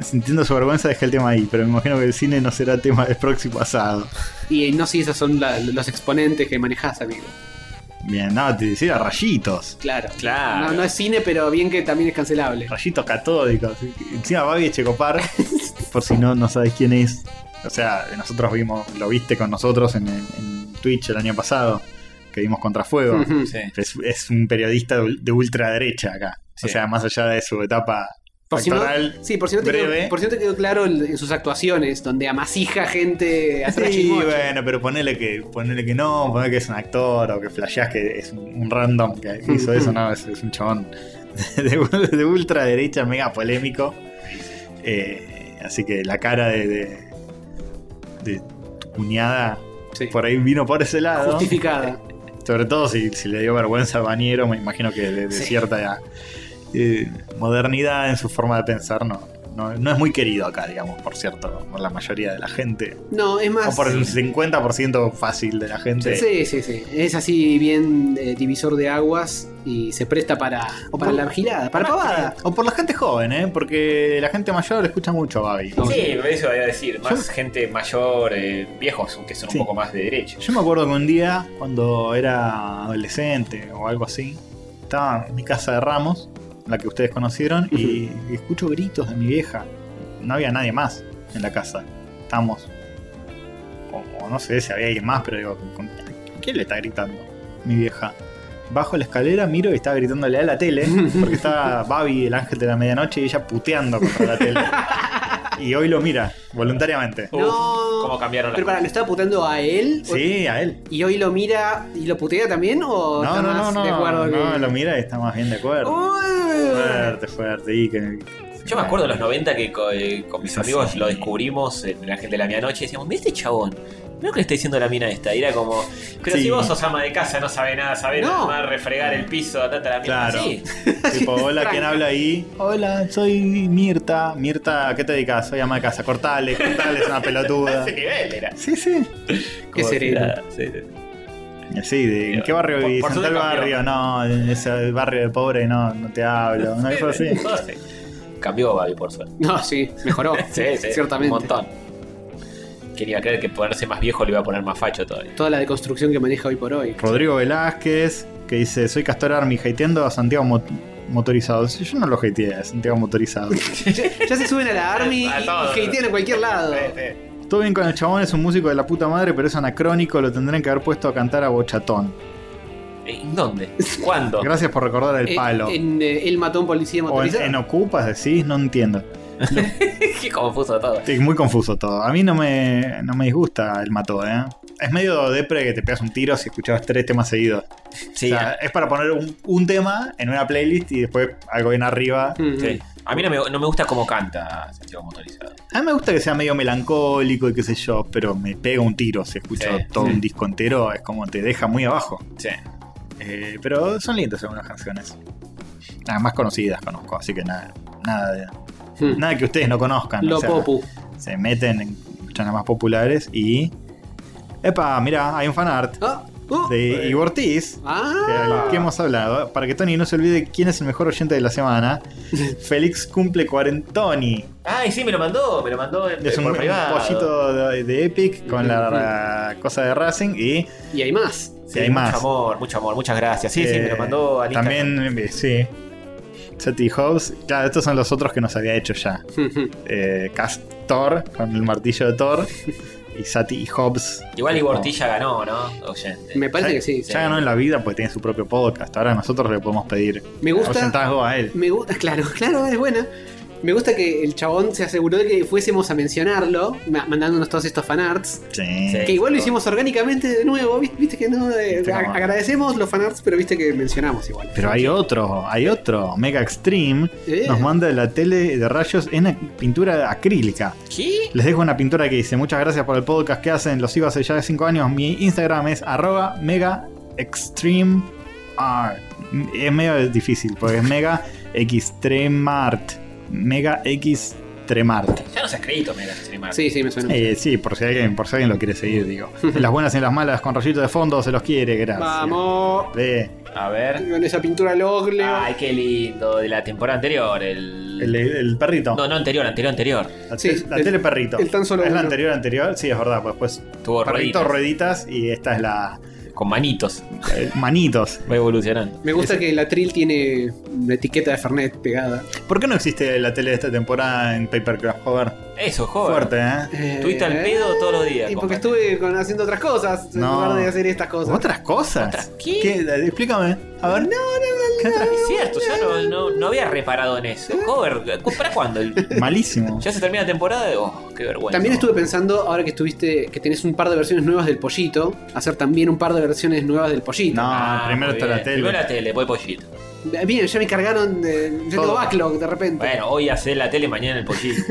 S3: Sintiendo su vergüenza dejé el tema ahí, pero me imagino que el cine no será tema del próximo pasado.
S2: Y no sé si esos son la- los exponentes que manejás, amigo.
S3: Bien, no, te decía rayitos.
S2: Claro.
S4: Claro.
S2: No, no es cine, pero bien que también es cancelable.
S3: Rayitos catódicos. Encima Babi Echecopar, por si no, no sabes quién es. O sea, nosotros vimos, lo viste con nosotros en, el- en Twitch el año pasado, que vimos Contrafuego.
S2: Ujú.
S4: Sí.
S3: es, es un periodista de, ul- de ultraderecha acá.
S4: Sí.
S3: O sea, más allá de su etapa
S2: Por si no-
S3: actoral.
S2: Sí, por si no te,
S3: Breve.
S2: quedó, por si no te quedó claro en, en sus actuaciones, donde amasija gente a
S3: Sí,
S2: trachi y moche.
S3: bueno, pero ponele que, ponele que no, ponele que es un actor o que flasheás que es un, un random que hizo eso, no, es, es un chabón de, ul- de ultraderecha, mega polémico. Eh, así que la cara de, de, de tu cuñada
S2: Sí.
S3: por ahí vino por ese lado.
S2: Justificada.
S3: Sobre todo si, si le dio vergüenza a Bañero, me imagino que de, de
S2: Sí.
S3: cierta eh, modernidad en su forma de pensar no, no, no es muy querido acá, digamos, por cierto, por la mayoría de la gente.
S2: No, es
S3: O
S2: más.
S3: por el 50% fácil de la gente.
S2: Sí, sí, sí. Es así bien eh, divisor de aguas y se presta para,
S3: O
S2: para
S3: por-
S2: la girada, para pavada.
S3: O por la gente joven, ¿eh? Porque la gente mayor escucha mucho a Babi.
S2: No.
S4: Sí, eso voy a decir. Más gente mayor, eh, viejos, que son
S3: Sí.
S4: un poco más de derecho.
S3: Yo me acuerdo que un día, cuando era adolescente o algo así, estaba en mi casa de Ramos, la que ustedes conocieron, y escucho gritos de mi vieja. No había nadie más en la casa. Estamos. O, o no sé si había alguien más, pero digo, ¿con- ¿quién le está gritando? Mi vieja. Bajo la escalera, miro y estaba gritándole a la tele, porque estaba Babi, el ángel de la medianoche, y ella puteando contra la tele. Y hoy lo mira, voluntariamente.
S4: Uf,
S2: No.
S4: ¿Cómo cambiaron las
S2: Pero para, ¿lo estaba puteando a él?
S3: Sí, a él.
S2: ¿Y hoy lo mira y lo putea también? ¿O
S3: No,
S2: está
S3: no, no,
S2: más
S3: no,
S2: de acuerdo
S3: no,
S2: que-
S3: lo mira y está más bien de acuerdo.
S2: Uy.
S3: fuerte, fuerte. Y que,
S4: Yo me acuerdo en los 90 que co- eh, con, mis
S3: Sí.
S4: amigos lo descubrimos en la gente de la medianoche y decíamos, mira este chabón, mira lo que le está diciendo la mina esta. Y era como, pero
S3: Sí.
S4: si vos sos ama de casa, no sabe nada, sabe
S2: No.
S4: nada más refregar el piso, tata la mina.
S3: Claro.
S4: Sí.
S3: Tipo, hola, ¿quién
S2: Franca.
S3: habla ahí? Hola, soy Mirta. Mirta, ¿a qué te dedicas? Soy ama de casa. Cortale, cortale, es una pelotuda.
S4: Ese nivel era.
S3: Sí, sí.
S2: Qué sereno.
S4: Era, sí, sí.
S3: Y Así, de, ¿en qué barrio
S4: Por-
S3: vivís?
S4: por
S3: En
S4: suerte
S3: tal
S4: cambió.
S3: barrio, no, en ese barrio de pobre, no, no te hablo. Una cosa así.
S4: Todo así. Cambió Babi, por suerte.
S2: No, sí, mejoró.
S4: Sí, sí,
S2: Ciertamente.
S4: Un montón. ¿Quién iba a creer que ponerse más viejo le iba a poner más facho todavía?
S2: Toda la deconstrucción que maneja hoy por hoy.
S3: Rodrigo Velázquez, que dice, soy Castor Armi, hateando a Santiago Mot- Motorizado. Yo no lo hateé a Santiago Motorizado.
S2: Ya se suben a la Army y
S4: A todo.
S2: y hatean a cualquier lado.
S4: Eh,
S3: Todo bien con el chabón, es un músico de la puta madre, pero es anacrónico, lo tendrían que haber puesto a cantar a Bochatón.
S4: ¿En dónde? ¿Cuándo?
S3: Gracias por recordar el
S2: Eh,
S3: palo.
S2: En, eh, El Matón Policía
S3: o en,
S2: Motorizado.
S3: en Ocupas decís, no entiendo.
S4: Qué confuso todo.
S3: Estoy muy confuso todo. A mí no me, no me disgusta el mató, ¿eh? Es medio depre que te pegas un tiro si escuchabas tres temas seguidos.
S4: Sí,
S3: o sea, es para poner un, un tema en una playlist y después algo bien arriba.
S2: Mm.
S4: Sí. A mí no me, no me gusta cómo canta Santiago Motorizado.
S3: A mí me gusta que sea medio melancólico y qué sé yo, pero me pega un tiro si escucho
S4: Sí,
S3: todo
S4: sí.
S3: un disco entero. Es como te deja muy abajo.
S4: Sí.
S3: Eh, pero son lindas algunas canciones. Nada más conocidas conozco, así que nada, nada, de-
S2: Mm.
S3: nada que ustedes no conozcan.
S2: Lo
S3: o sea,
S2: Popu.
S3: Se meten en escuchan las más populares y. Epa, mira, hay un fanart
S2: Ah, uh,
S4: Oh,
S3: de Igor Ortiz. que-
S2: ah,
S3: del que hemos hablado, para que Tony no se olvide quién es el mejor oyente de la semana. Félix cumple cuarentoni.
S4: Ay, sí, me lo mandó, me lo mandó en-
S3: Es un,
S4: por
S3: un
S4: privado.
S3: pollito de, de Epic con la, la cosa de Racing y
S2: y hay más.
S4: Sí,
S3: y hay
S4: mucho
S3: más.
S4: amor, mucho amor, muchas gracias. Sí, sí, me lo
S3: Eh,
S4: mandó al Instagram.
S3: También, eh, sí. Seti Hobbs. Claro, estos son los otros que nos había hecho ya.
S2: Mm,
S3: eh, Castor con el martillo de Thor y Sati y Hobbs.
S4: Igual Ibortilla ganó, ¿no? Oyente.
S2: mm. Me parece que sí. sí.
S3: Ya ganó en la vida porque tiene su propio podcast. Ahora nosotros le podemos pedir
S2: Me gusta.
S3: oyentazgo a él.
S2: Me gusta, claro, claro, es buena. Me gusta que el chabón se aseguró de que fuésemos a mencionarlo, ma- mandándonos todos estos fanarts.
S3: Sí.
S4: Sí.
S2: Que igual lo hicimos orgánicamente de nuevo, viste, viste que no. eh,
S3: Viste
S2: a-
S3: cómo-
S2: agradecemos los fanarts, pero viste que mencionamos igual.
S3: Este Pero hay otro, hay otro. Mega Extreme
S2: Eh,
S3: nos manda la tele de rayos en ac- pintura acrílica.
S4: ¿Qué?
S3: Les dejo una pintura que dice: Muchas gracias por el podcast que hacen. Los sigo hace ya 5 años. Mi Instagram es arroba mega extreme art. M- Es medio difícil porque es mega extremart. Mega extremart.
S4: Ya no se ha escrito, mira, streamar.
S2: Sí, sí, me suena.
S3: Eh, sí, por si, alguien, por si alguien lo quiere seguir, digo. En las buenas y en las malas, con rayito de fondo, se los quiere, gracias.
S2: Vamos.
S3: Ve,
S4: A ver.
S2: Con esa pintura logle.
S4: Ay, qué lindo. De la temporada anterior, el.
S3: el, el perrito.
S4: No, no anterior, anterior, anterior.
S3: La,
S2: Sí,
S3: te- la
S2: el-
S3: tele perrito.
S2: el tan solo
S3: ¿Es la
S2: uno.
S3: anterior anterior? Sí, es verdad. Pues después
S4: Tuvo
S3: perrito,
S4: rueditas,
S3: rueditas y esta es la
S4: Con manitos.
S3: eh, manitos.
S4: Va evolucionando.
S2: Me gusta que el atril tiene una etiqueta de Fernet pegada.
S3: ¿Por qué no existe la tele de esta temporada en Papercraft? Joder,
S4: Eso, joven.
S3: fuerte, ¿eh?
S2: Eh,
S4: Tuviste al pedo todos los días.
S2: Y porque
S4: compadre.
S2: estuve con- haciendo otras cosas en
S3: No.
S2: lugar de hacer estas cosas.
S3: ¿Otras cosas?
S4: ¿Otras qué?
S3: Eh, Explícame. A ver. ¿Qué otras?
S4: Ah, Es cierto, yo no, no- no había reparado en eso. Cover, ¿para cuándo? El-
S3: Malísimo.
S4: ¿Ya se termina la temporada? Oh, qué vergüenza.
S2: También estuve pensando, ahora que estuviste, que tenés un par de versiones nuevas del pollito, hacer también un par de versiones nuevas del pollito.
S3: No. Ah, primero
S4: Ah, muy
S3: está la
S4: bien.
S3: tele.
S4: Primero la tele, voy pollito.
S2: Bien, ya me cargaron de. Yo tengo
S3: Todo.
S2: backlog de repente.
S4: Bueno, hoy hace la tele, mañana el pollito.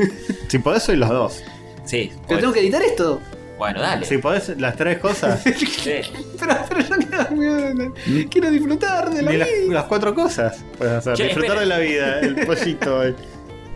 S3: Si podés, soy los dos.
S4: Sí.
S2: Pero tengo que editar esto.
S4: Bueno, dale.
S3: Si podés, las tres cosas.
S4: Sí.
S2: Pero, pero yo quiero, quiero disfrutar de la
S3: Ni
S2: vida.
S3: las, las cuatro cosas puedes hacer.
S4: Che,
S3: Disfrutar
S4: espera.
S3: de la vida, el pollito. el-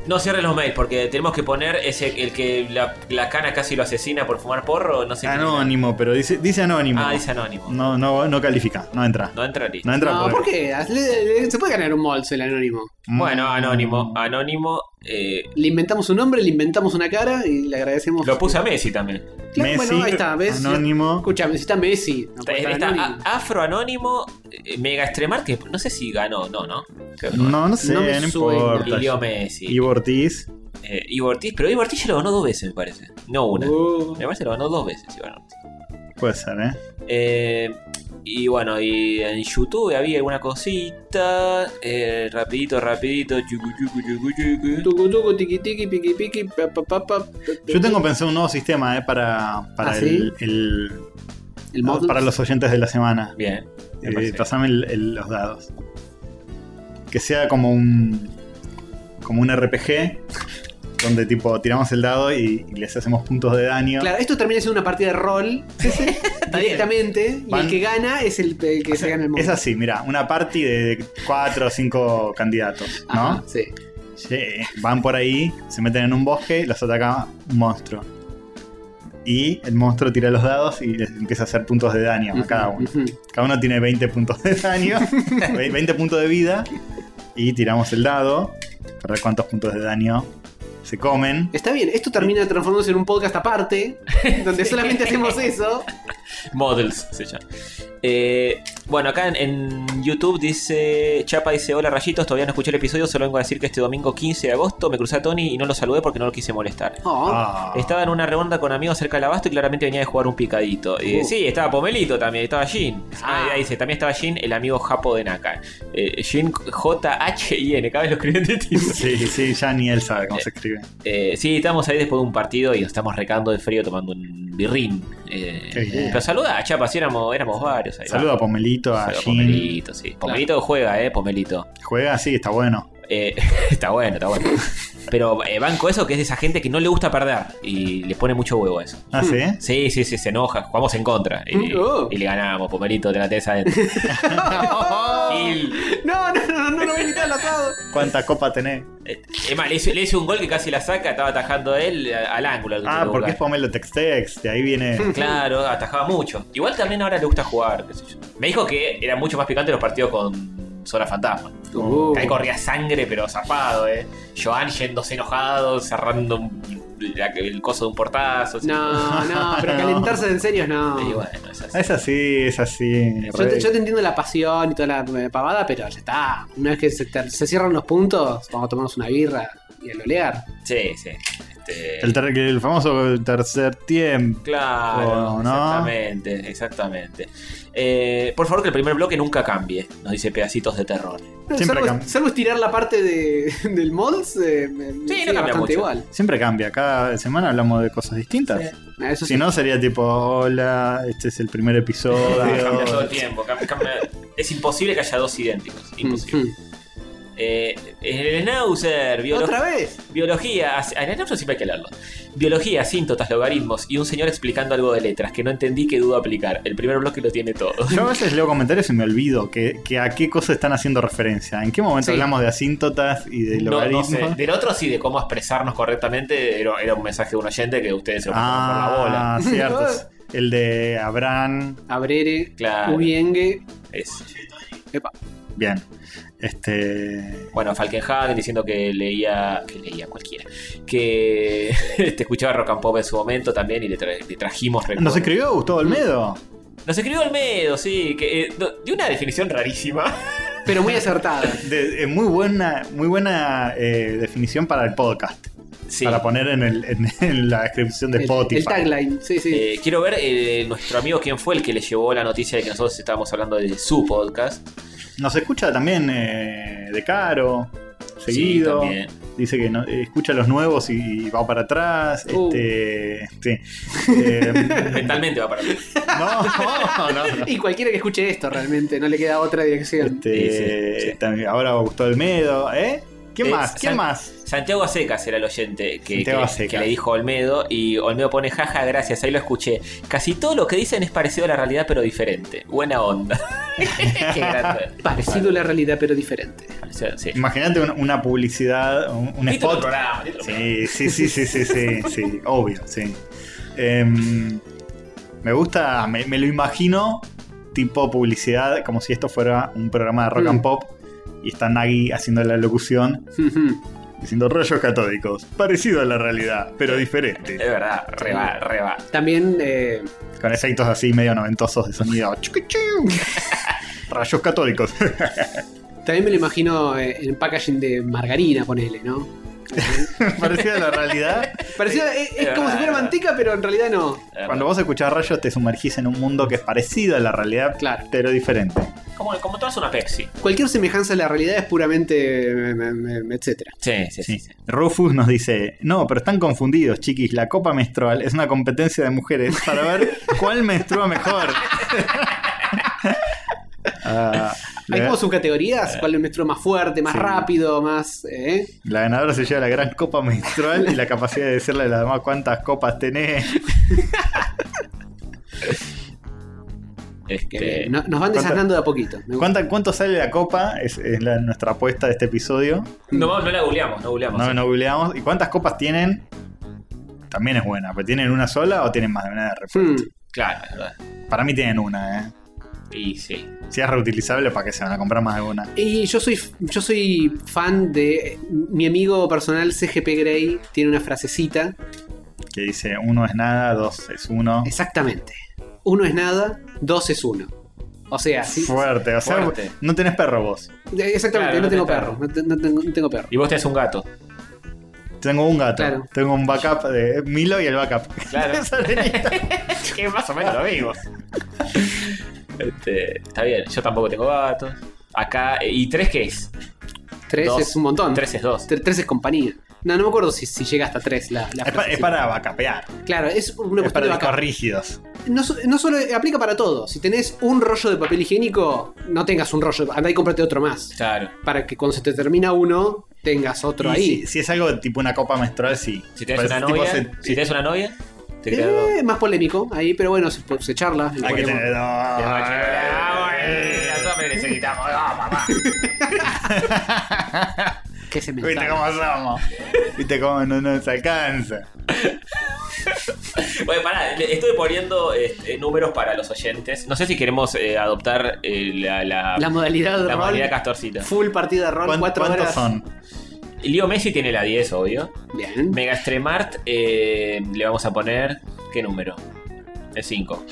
S4: No cierres los mails porque tenemos que poner ese el que la, la cana casi lo asesina por fumar porro, no sé. qué.
S3: Anónimo, pero dice, dice anónimo.
S4: Ah, dice anónimo. No,
S3: No, no, no califica, no entra.
S4: entra listo.
S3: No entra
S2: No,
S3: porque-
S2: ¿por qué? Le- le- Se puede ganar un molso el anónimo.
S3: Mm.
S4: Bueno, anónimo, Ah. anónimo. eh,
S2: Le inventamos un nombre, le inventamos una cara y le agradecemos.
S4: lo puse a Messi también.
S2: Claro,
S3: Messi,
S2: bueno, ahí está, ¿ves?
S3: Anónimo.
S2: Escuchame, si está Messi. No puede
S4: Está,
S2: estar
S4: está
S2: anónimo.
S4: a- afro anónimo, eh, mega extremar, que no sé si ganó, no, no. Creo que
S3: No, no sé,
S2: No
S3: no,
S2: me suena.
S3: importa.
S4: Y Leo Messi.
S3: Ivo Ortiz.
S4: Eh, Ivo Ortiz, pero Ivo Ortiz ya lo ganó dos veces, me parece. No una.
S2: Oh.
S4: Me parece que lo ganó dos veces, Ivo Ortiz.
S3: Puede ser, ¿eh?
S4: Eh, y bueno, y en YouTube había alguna cosita. eh, rapidito, rapidito. yucu, yucu, yucu, yucu.
S2: Tucu, tucu, tiqui, tiqui, piqui, piqui, pa, pa, pa, pa,
S3: Yo tengo pensado un nuevo sistema, ¿eh? Para, para,
S2: ¿Ah,
S3: el, el-
S2: el modus.
S3: para los oyentes de la semana.
S4: Bien. me
S3: Eh,
S4: parece.
S3: pasame el- el- los dados. Que sea como un. Como un RPG. Donde tipo tiramos el dado y, y les hacemos puntos de daño.
S2: Claro, esto termina siendo una partida de rol directamente y el
S3: Van-
S2: que gana es el, el que se gana el
S3: Es
S2: modus.
S3: así, mira, una party de cuatro o cinco candidatos, ¿no?
S2: Ajá, Sí.
S3: Sí, van por ahí, se meten en un bosque, los ataca un monstruo. Y el monstruo tira los dados y les empieza a hacer puntos de daño a cada uno.
S2: Ujú.
S3: Cada uno tiene 20 puntos de daño, ve- 20 puntos de vida. Y tiramos el dado para ver cuántos puntos de daño se comen.
S2: Está bien, esto termina transformándose en un podcast aparte, donde solamente hacemos eso.
S4: Models se llama. Eh, bueno, acá en, en YouTube dice. Chapa dice: Hola rayitos, todavía no escuché el episodio. Solo vengo a decir que este domingo 15 de agosto me crucé a Tony y no lo saludé porque no lo quise molestar.
S2: Oh,
S3: Ah,
S4: Estaba en una ronda con amigos cerca del abasto y claramente venía de jugar un picadito. Eh,
S2: Uh.
S4: sí, estaba Pomelito también, estaba Jin.
S2: Ah.
S4: Ah. ahí dice, también estaba Jin, el amigo japo de Naka. Eh, Jin J-H-I-N, cada vez lo escriben distinto.
S3: Sí, sí, ya ni él sabe cómo se escribe.
S4: Eh, sí, estábamos ahí después de un partido y nos estamos recando de frío tomando un birrín. Eh,
S3: Qué bien.
S4: pero saluda, chapa, sí, éramos, éramos varios. ahí va.
S3: Saludo a Pomelito, a
S4: Saluda a
S3: Jin.
S4: Pomelito, sí. Pomelito juega, eh, Pomelito.
S3: Juega, sí, está bueno.
S4: Eh, está bueno, está bueno. Pero eh, banco eso que es de esa gente que no le gusta perder y le pone mucho huevo a eso.
S3: Ah, sí.
S4: Sí, sí, sí, se enoja. Jugamos en contra. Y,
S2: Mm, oh.
S4: y le ganamos, Pomerito, te la tenés adentro. Gil.
S2: No, no, no, no, no lo voy a invitar al asado.
S3: ¿Cuánta copa tenés?
S4: Eh, Es más, le hice, le hice un gol que casi la saca, estaba atajando él a- al ángulo. al que
S3: Ah,
S4: tuvo que
S3: porque es
S4: buscar. Hmm.
S3: Pomelo Textex, de ahí viene.
S4: Claro, atajaba mucho. Igual también ahora le gusta jugar, qué sé yo. Me dijo que era mucho más picante los partidos con Zona Fantasma.
S3: Oh,
S2: Uh.
S4: Ahí corría sangre, pero zafado, eh. Joan yéndose enojado, cerrando un- la- el coso de un portazo. así.
S2: No, no, pero calentarse en serio no.
S4: Y bueno, es así.
S3: Es así, es así.
S2: Yo te,
S3: Rey.
S2: yo te entiendo la pasión y toda la eh, pavada, pero ya está. Una vez que se, ter- se cierran los puntos, vamos a tomarnos una birra y a lolear.
S4: Sí, sí. Este,
S3: El, ter- el famoso tercer tiempo.
S4: Claro,
S3: Oh, ¿no?
S4: exactamente, exactamente. Eh, por favor, que el primer bloque nunca cambie, nos dice pedacitos de terror.
S3: Siempre
S2: Eh, salvo,
S3: cambia.
S2: salvo estirar la parte de, del mods, eh, me- me
S4: Sí, no
S2: sigue
S4: cambia
S2: bastante
S4: mucho.
S2: igual.
S3: Siempre cambia, cada semana hablamos de cosas distintas.
S2: Ah, Eso
S3: Si
S2: sí.
S3: no, sería tipo, hola, este es el primer
S4: Cambia todo el
S3: episodio.
S4: tiempo, cambia- cambia. es imposible que haya dos idénticos, imposible.
S2: Mm,
S4: Eh, el Nauser,
S2: mm.
S4: biolo-
S2: Otra vez.
S4: biología, as- en el Schnauzer siempre hay que leerlo. Biología, síntotas, logaritmos y un señor explicando algo de letras que no entendí que dudo aplicar. El primer bloque lo tiene todo.
S3: Yo a veces leo comentarios y me olvido que, que a qué cosa están haciendo referencia. ¿En qué momento
S2: Sí.
S3: hablamos de asíntotas y de
S4: No, no
S3: logaritmos?
S4: sé. Del otro sí, de cómo expresarnos correctamente, era, era un mensaje de un oyente que ustedes se lo pasaron
S3: Ah,
S4: por la bola.
S3: cierto. El de Abraham.
S2: Abrere,
S4: Claro.
S2: Ubiengue.
S4: Es-
S3: Bien. Este.
S4: Bueno, Falkenhagen diciendo que leía. que leía cualquiera. Que este, escuchaba rock and pop en su momento también y le, tra- le trajimos recuerdos.
S3: ¿Nos escribió Gustavo Olmedo?
S4: Nos escribió Olmedo, sí, que eh, no- dio una definición rarísima.
S2: Pero muy acertada.
S3: De- eh, muy buena, muy buena eh, definición para el podcast.
S4: Sí.
S3: Para poner en, el- en- en la descripción de
S2: El-
S3: Spotify.
S2: El tagline, sí, sí.
S4: Eh, quiero ver eh, nuestro amigo quién fue el que le llevó la noticia de que nosotros estábamos hablando de su podcast.
S3: Nos escucha también eh, de Caro.
S4: Sí,
S3: Seguido.
S4: también.
S3: Dice que no- eh, escucha los nuevos y, y va para atrás.
S2: Uh.
S3: Este. sí. Eh,
S4: Mentalmente va para mí.
S3: no, no, no, no.
S2: y cualquiera que escuche esto realmente, no le queda otra dirección.
S3: Este,
S4: Sí, sí, sí.
S3: también- ahora Gustavo Olmedo, ¿eh? ¿Quién
S4: Eh,
S3: más? ¿Quién
S4: San-
S3: más?
S4: Santiago Acecas era el oyente que,
S3: Santiago
S4: que-
S3: Acecas.
S4: que le dijo a Olmedo y Olmedo pone jaja, gracias, ahí lo escuché. Casi todo lo que dicen es parecido a la realidad pero diferente. Buena onda. Qué grande.
S2: Parecido a la realidad, pero diferente.
S4: O sea, sí.
S3: Imagínate un- una publicidad, un, un
S4: Título del
S3: spot.
S4: programa, título del programa.
S3: Sí, sí, sí, sí, sí, sí, sí, obvio, sí. Em, me gusta, me, me lo imagino tipo publicidad, como si esto fuera un programa de rock
S2: Mm.
S3: and pop y está Nagui haciendo la locución, diciendo rayos catódicos, parecido a la realidad, pero diferente,
S4: Es verdad, reba, reba.
S2: También, eh,
S3: con efectos así medio noventosos de sonido. Chucuchú. rayos catódicos.
S2: también me lo imagino eh, en packaging de margarina, ponele, ¿no?
S3: parecido a la realidad.
S2: Parecía, eh, es, es como si
S4: Ah.
S2: fuera manteca, pero en realidad no.
S4: Eh,
S3: Cuando vos escuchás rayos te sumergís en un mundo que es parecido a la realidad,
S2: Claro.
S3: pero diferente.
S4: Como, como tomas una Pepsi.
S2: Cualquier semejanza a la realidad es puramente. eh, eh, eh, etcétera.
S4: Sí, sí,
S3: Sí.
S4: sí. sí.
S3: Rufus nos dice, no, pero están confundidos, chiquis, la copa menstrual es una competencia de mujeres para ver cuál menstrua mejor. Ah,
S2: Hay
S3: la,
S2: como subcategorías: cuál es nuestro más fuerte, más
S3: Eh, Sí.
S2: rápido, más. eh?
S3: la ganadora se lleva la gran copa menstrual y la capacidad de decirle a las demás cuántas copas tenés.
S4: Este,
S2: Eh, no- nos van
S3: ¿cuánta-
S2: desasnando de a poquito. Me gusta.
S3: ¿Cuánta- ¿Cuánto sale la copa? Es, es la- nuestra apuesta de este episodio.
S4: no, no la googleamos, no googleamos.
S3: No,
S4: sí.
S3: no googleamos. ¿Y cuántas copas tienen? También es buena, pero ¿tienen una sola o tienen más de una de repuesto?
S2: Hmm.
S4: Claro, es verdad.
S3: Para mí tienen una, ¿eh?
S4: Y sí.
S3: Si es reutilizable, ¿para qué se van a comprar más de una?
S2: Y yo soy, yo soy fan de. Mi amigo personal CGP Grey tiene una frasecita.
S3: Oh. Que dice, uno es nada, dos es uno.
S2: Exactamente. Uno es nada, dos es uno. O sea, sí.
S3: fuerte, o sea,
S4: fuerte.
S3: no tenés perro vos.
S2: Exactamente,
S4: Claro,
S2: no,
S4: no
S2: tengo
S4: te-
S2: perro. No, te- no tengo, no tengo perro.
S4: Y vos tenés un gato.
S3: Tengo un gato,
S2: Claro.
S3: tengo un backup de Milo y el backup.
S4: Claro.
S3: Esa arenita.
S4: que más o menos lo mismo. Este, está bien, yo tampoco tengo gatos. Acá, eh, ¿y tres qué es?
S2: Tres
S4: Dos.
S2: es un montón.
S4: Tres es dos.
S2: Tre- tres es compañía. No, no me acuerdo si, si llega hasta tres la, la
S3: es, pa-
S2: frase.
S3: es para backupear,
S2: Claro, es una
S3: es
S2: cuestión de
S3: para discos
S2: vaca.
S3: rígidos.
S2: No, so- no solo aplica para todo. Si tenés un rollo de papel higiénico, no tengas un rollo. Andá y cómprate otro más.
S4: Claro.
S2: Para que cuando se te termina uno, tengas otro
S3: Y
S2: ahí.
S3: Si, si es algo tipo una copa menstrual, sí.
S4: Si tenés
S3: Pero
S4: una
S3: es tipo
S4: novia,
S3: se-
S4: si tenés una novia, te
S2: Eh,
S4: quedas dos.
S2: más polémico ahí, pero bueno, se, se charla. en
S3: Hay que
S2: cualquier
S3: tener
S2: momento.
S3: dos. eh.
S4: eh,
S2: Que se me
S3: Viste cómo somos. Viste cómo no nos alcanza.
S4: Bueno, pará, le- estuve poniendo este, números para los oyentes. No sé si queremos eh, adoptar eh, la, la,
S2: La modalidad de
S4: la
S2: rol.
S4: modalidad castorcita.
S2: Full partida de rol,
S3: ¿Cuán-
S2: 4
S3: ¿Cuántos
S2: horas.
S3: son?
S4: Leo Messi tiene la 10, obvio.
S2: Bien.
S4: Mega Stremart eh, le vamos a poner. ¿Qué número? El 5.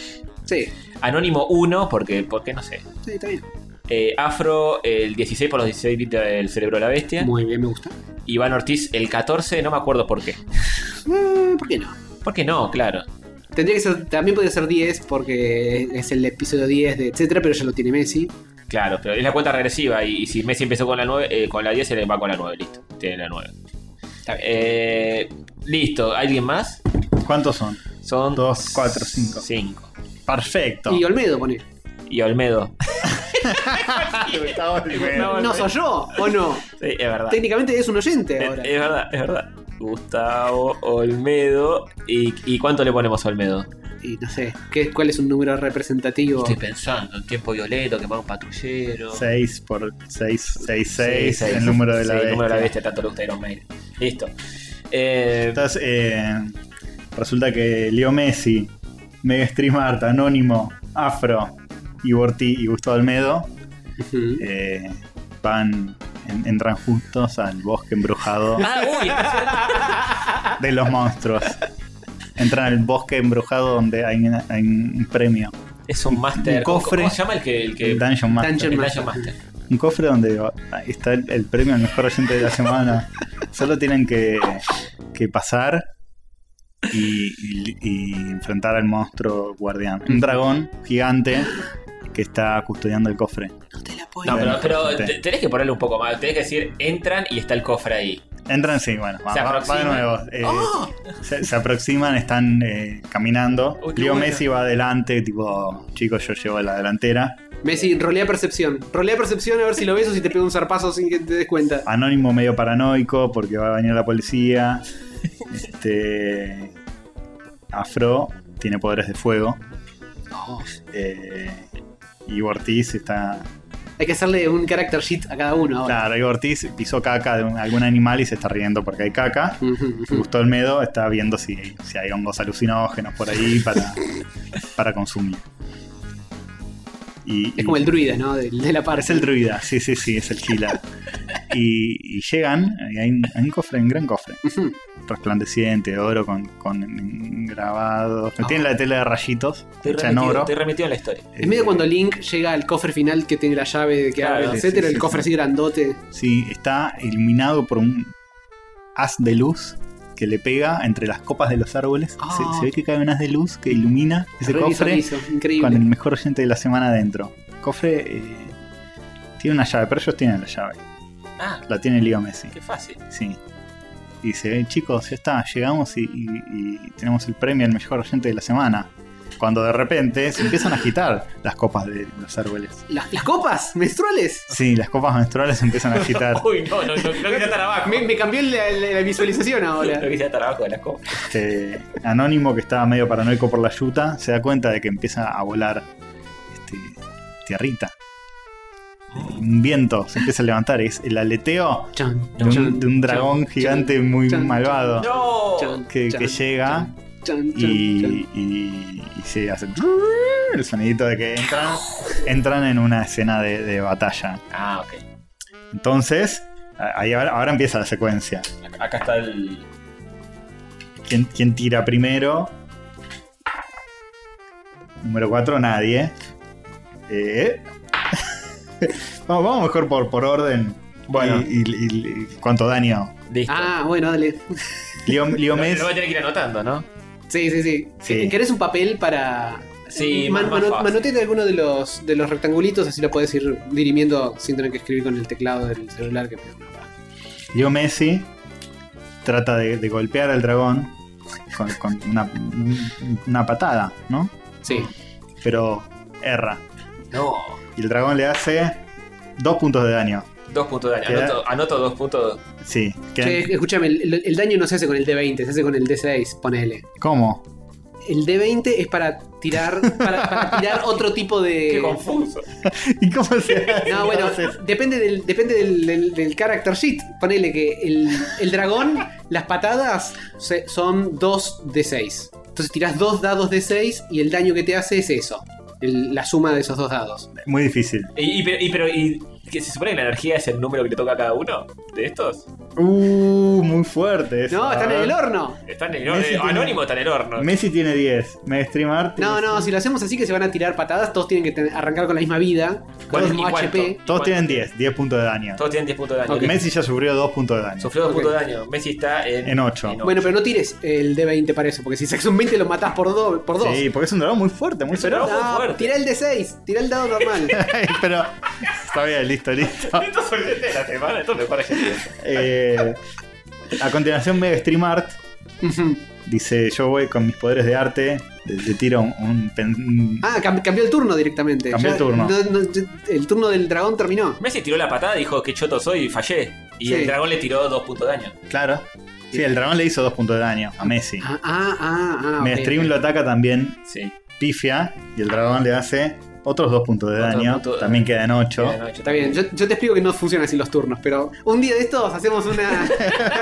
S2: Sí,
S4: Anónimo 1, porque, porque no sé.
S2: sí, está bien.
S4: Eh, Afro, el 16 por los 16 bits del cerebro de la bestia.
S2: Muy bien, me gusta.
S4: Iván Ortiz, el 14, no me acuerdo por qué.
S2: eh, ¿por qué no?
S4: ¿Por qué no? Claro.
S2: Tendría que ser, también podría ser 10 porque es el episodio 10 de etcétera, pero ya lo tiene Messi.
S4: Claro, pero es la cuenta regresiva y, y si Messi empezó con la 9, eh, con la 10 se le va con la 9, listo. Tiene la 9.
S2: Está bien.
S4: Eh, listo, ¿alguien más?
S3: ¿Cuántos son?
S4: Son
S3: Dos, cuatro, cinco.
S4: 5.
S3: Perfecto.
S2: Y Olmedo pone.
S4: Y Olmedo.
S3: Ah, Está bueno.
S2: ¿No soy yo o no?
S4: Sí, es verdad.
S2: Técnicamente es un oyente
S4: Es,
S2: ahora.
S4: es verdad, es verdad. Gustavo Olmedo. ¿Y, y cuánto le ponemos a Olmedo?
S2: Y no sé, ¿qué, ¿cuál es un número representativo?
S4: pensando en tiempo violeto, quemamos patrullero.
S3: 6 por 6, 6,
S4: Sí,
S3: 6,
S4: seis.
S3: el número de
S4: Sí,
S3: la bestia.
S4: El número de la bestia, tanto le gusta Iron Maiden. Listo. Eh,
S3: Entonces, eh, resulta que Leo Messi, Mega Stream Art, Anónimo, Afro, y Borti y Gustavo Almedo
S2: Ujú.
S3: eh, van, en- entran juntos al bosque embrujado
S4: Ah, uy,
S3: de los monstruos. Entran al bosque embrujado donde hay, una- hay un premio.
S4: es un master.
S3: Un cofre.
S4: ¿Cómo se llama el que, el que
S3: el Dungeon Master.
S2: Dungeon
S4: el
S2: Master.
S4: Dungeon Master?
S3: Un cofre donde va- está el, el premio al mejor oyente de la semana. Solo tienen que, que pasar y, y- y enfrentar al monstruo guardián. Un dragón gigante que está custodiando el cofre.
S2: No te la puedo.
S4: No, pero, pero
S3: Sí.
S4: te- tenés que ponerle un poco más. Tenés que decir, entran y está el cofre ahí.
S3: Entran, sí, bueno, va,
S4: Se
S3: va- va de
S4: aproximan. ¡Oh!
S3: nuevo. Eh, se, se aproximan, están eh, caminando.
S4: Uy, qué
S3: Leo
S4: bueno.
S3: Messi va adelante, tipo, chicos, yo llevo la delantera.
S2: Messi, rolea percepción. Rolea percepción a ver si lo ves o si te pega un zarpazo sin que te des cuenta.
S3: Anónimo medio paranoico porque va a venir la policía. Este. Afro tiene poderes de fuego. Eh, y Ortiz está.
S2: Hay que hacerle un character sheet a cada uno ahora.
S3: Claro, y Ortiz pisó caca de un- algún animal y se está riendo porque hay caca.
S2: Ujú, ujú.
S3: Gustavo Olmedo está viendo si, si hay hongos alucinógenos por ahí para, para consumir. Y,
S2: Es como el druida, ¿no? De, de la parte.
S3: Es el druida, sí, sí, sí, es el killer. y, y llegan, y hay un, hay un cofre, un gran cofre.
S2: Ujú.
S3: resplandeciente, de oro con, con grabados. Tiene la tela de rayitos,
S4: Estoy
S3: hecha en
S4: remetido,
S3: oro. Eh,
S4: estoy remetido en la historia.
S2: Es medio cuando Link llega al cofre final que tiene la llave de que
S4: Claro,
S2: abre,
S4: sí,
S2: etcétera,
S3: sí,
S2: el
S3: sí,
S2: cofre
S3: sí.
S2: así grandote.
S3: Sí, está iluminado por un haz de luz que le pega entre las copas de los árboles.
S2: Ah.
S3: Se, se ve que cae un haz de luz que ilumina ese
S2: Re
S3: cofre
S2: liso, increíble.
S3: con el mejor oyente de la semana adentro. Cofre eh, tiene una llave, pero ellos tienen la llave.
S4: Ah,
S3: La tiene Leo Messi.
S4: qué fácil.
S3: Sí. Y dice, "Eh, chicos, ya está, llegamos y, y- y tenemos el premio al mejor oyente de la semana. Cuando de repente se empiezan a agitar las copas de los árboles.
S2: ¿Las, las copas menstruales.
S3: Sí, las copas menstruales se empiezan a agitar.
S4: Uy, no, no, no, no quise estar abajo.
S2: Me, me cambió la, la- la visualización
S4: No
S2: ahora.
S4: quise estar abajo de la copa.
S3: Este, Anónimo, que estaba medio paranoico por la yuta, se da cuenta de que empieza a volar este, tierrita. Un viento se empieza a levantar. Es el aleteo
S2: Chan,
S3: de un,
S2: chan,
S3: de un dragón
S2: chan,
S3: gigante
S2: chan,
S3: muy
S2: chan,
S3: malvado
S4: ¡No!
S2: chan,
S3: que,
S2: chan,
S3: que llega.
S2: chan, chan, chan.
S3: y, y, y sí, hace el sonidito de que entran, entran en una escena de, de batalla.
S4: Ah, ok.
S3: Entonces, a- ahí ahora, ahora empieza la secuencia.
S4: Acá- Acá está el.
S3: ¿Quién, quién tira primero? Número 4, nadie. Eh. vamos, vamos mejor por, por orden.
S4: Bueno.
S3: Y, y- y- y cuánto daño.
S4: Listo.
S2: Ah, bueno, dale.
S3: Leo, Leo
S4: Lo-
S3: Messi.
S4: Lo voy a tener que ir anotando, ¿no?
S2: Sí, sí, sí.
S3: Sí.
S2: ¿Querés un papel para.
S4: Sí,
S2: Man-
S4: más- más
S2: mano-
S4: fácil.
S2: manoteate alguno de los, de los rectangulitos, así lo podés ir dirimiendo sin tener que escribir con el teclado del celular. Que...
S3: Leo Messi trata de, de golpear al dragón con, con una, una patada, ¿no? Mm,
S2: Sí.
S3: Pero erra.
S4: No.
S3: Y el dragón le hace dos puntos de daño.
S4: Dos puntos de daño.
S3: Queda-
S4: Anoto, anoto dos puntos.
S3: Sí. que-
S2: Che, escúchame, el, el daño no se hace con el D20, se hace con el D6, ponele.
S3: ¿Cómo?
S2: El D20 es para tirar, para, para tirar otro tipo de.
S4: Qué confuso.
S3: ¿Y cómo se hace?
S2: No, bueno,
S3: entonces?
S2: depende del, depende del, del, del character sheet. Ponele que el, el dragón, las patadas se- son 2 de 6. Entonces tirás dos dados de 6 y el daño que te hace es eso. el- la suma de esos dos dados.
S3: Muy difícil.
S4: Y, y- pero, y, pero- y- que se supone que la energía es el número que le toca a cada uno de estos.
S3: Uh, muy fuerte eso.
S2: No,
S3: A
S2: están en
S3: ver.
S2: el horno.
S4: Está en el horno.
S3: Messi tiene-
S4: Anónimo está en el horno.
S3: Messi tiene 10. Mainstream Art.
S2: No, no, si lo hacemos así que se van a tirar patadas, todos tienen que ten- arrancar con la misma vida, con
S4: ¿Cuál-
S2: el mismo
S4: y cuánto?
S2: HP.
S3: Todos
S4: ¿Cuánto?
S3: tienen 10. 10 puntos de daño.
S4: Todos tienen 10 puntos de daño.
S2: Ok.
S3: Messi ya sufrió 2 puntos de daño.
S4: Sufrió 2
S2: Ok.
S4: puntos de daño. Messi está en.
S3: En 8.
S4: en ocho.
S2: Bueno, pero no tires el D20 para eso, porque si sacas un 20 lo matás por, do- por dos.
S3: Sí, porque es un dragón muy fuerte, muy
S4: Es un dragón
S3: feroz.
S2: Ah,
S4: fuerte.
S2: tira el D6, tira el dado normal.
S3: Pero está bien, listo, listo.
S4: Estos son gente de la semana, esto me parece bien.
S3: Eh, a continuación, Mega Stream Art
S2: Ujú.
S3: dice: Yo voy con mis poderes de arte. Le, le tiro un, un pen- un-
S2: ah, cam- cambió el turno directamente.
S3: Cambió el turno.
S2: no- no- el turno del dragón terminó.
S4: Messi tiró la patada, dijo que choto soy y fallé. Y
S2: Sí.
S4: el dragón le tiró 2 puntos de daño.
S3: Claro. Sí, el dragón le hizo 2 puntos de daño a Messi.
S2: Ah, ah, ah. ah,
S3: Mega
S2: ok,
S3: Stream
S2: ok.
S3: lo ataca también.
S4: Sí.
S3: Pifia. Y el dragón le hace otros 2 puntos de
S4: Otro
S3: daño.
S4: punto-
S3: También quedan 8.
S4: Bien, ocho.
S2: Está bien, yo, yo te explico que no funcionan así los turnos, pero un día de estos hacemos una,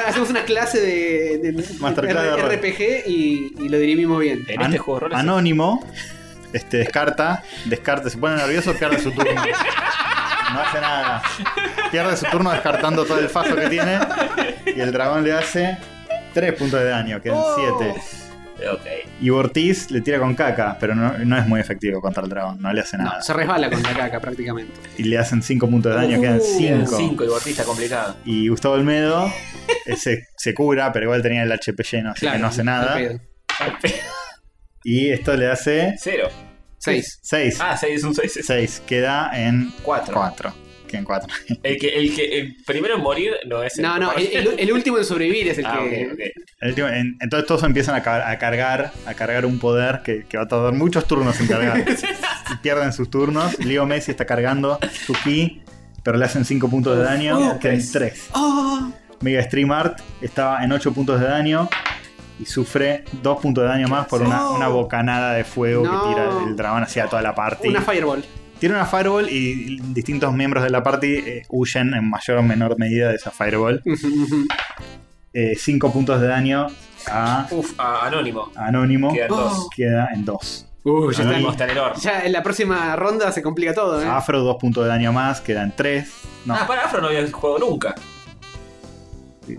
S2: hacemos una clase de, de-
S3: Masterclass de Eh, rol.
S2: RPG y, y lo dirimimos bien.
S4: En este juego de roles.
S3: Anónimo. Este descarta, descarta, se pone nervioso, pierde su turno. No hace nada. Pierde su turno descartando todo el fajo que tiene. Y el dragón le hace 3 puntos de daño, quedan
S2: Oh.
S3: 7.
S4: Eh, Ok.
S3: Y Ortiz le tira con caca, pero no, no es muy efectivo contra el dragón, no le hace nada.
S2: No, se resbala con la caca prácticamente.
S3: Y le hacen 5 puntos de daño,
S2: Uh,
S3: quedan
S4: Tienen
S3: 5.
S4: 5 y Bautista complicado.
S3: Y Gustavo Olmedo eh, se, se cura, pero igual tenía el HP lleno, así que no hace nada. Y esto le hace
S4: 0.
S2: 6.
S3: 6.
S4: Ah, 6 es un 6.
S3: 6, queda en
S4: 4.
S3: 4. Queda en 4.
S4: El que, el que el primero en morir no es el
S2: No, no, el, el- el último en sobrevivir es el
S4: Ah,
S2: que.
S4: ok, ok.
S3: El último- en- entonces todos empiezan a, ca- a cargar, a cargar un poder que, que va a tardar muchos turnos en cargar. y pierden sus turnos. Leo Messi está cargando su ki, pero le hacen 5 puntos de daño.
S4: Uh,
S3: quedan
S4: tres.
S3: 3.
S2: pues. ¡Oh!
S3: Mega Stream Art estaba en 8 puntos de daño. Y sufre 2 puntos de daño más por una,
S2: No.
S3: una bocanada de fuego que
S2: No.
S3: tira el dragón hacia toda la party.
S2: Una fireball.
S3: Tiene una fireball y distintos miembros de la party eh, huyen en mayor o menor medida de esa fireball.
S2: Ujú, ujú.
S3: 5 eh, puntos de daño a
S4: Uf, a- anónimo.
S3: Anónimo.
S4: Quedan
S2: Oh.
S4: 2.
S3: Queda en 2.
S2: Uh,
S4: Anónimo
S2: ya,
S3: Anónimo.
S4: está en el horno.
S2: ya en la próxima ronda se complica todo, ¿eh?
S3: Afro, 2 puntos de daño más. Queda en 3. No,
S4: Ah, para Afro no había jugado nunca.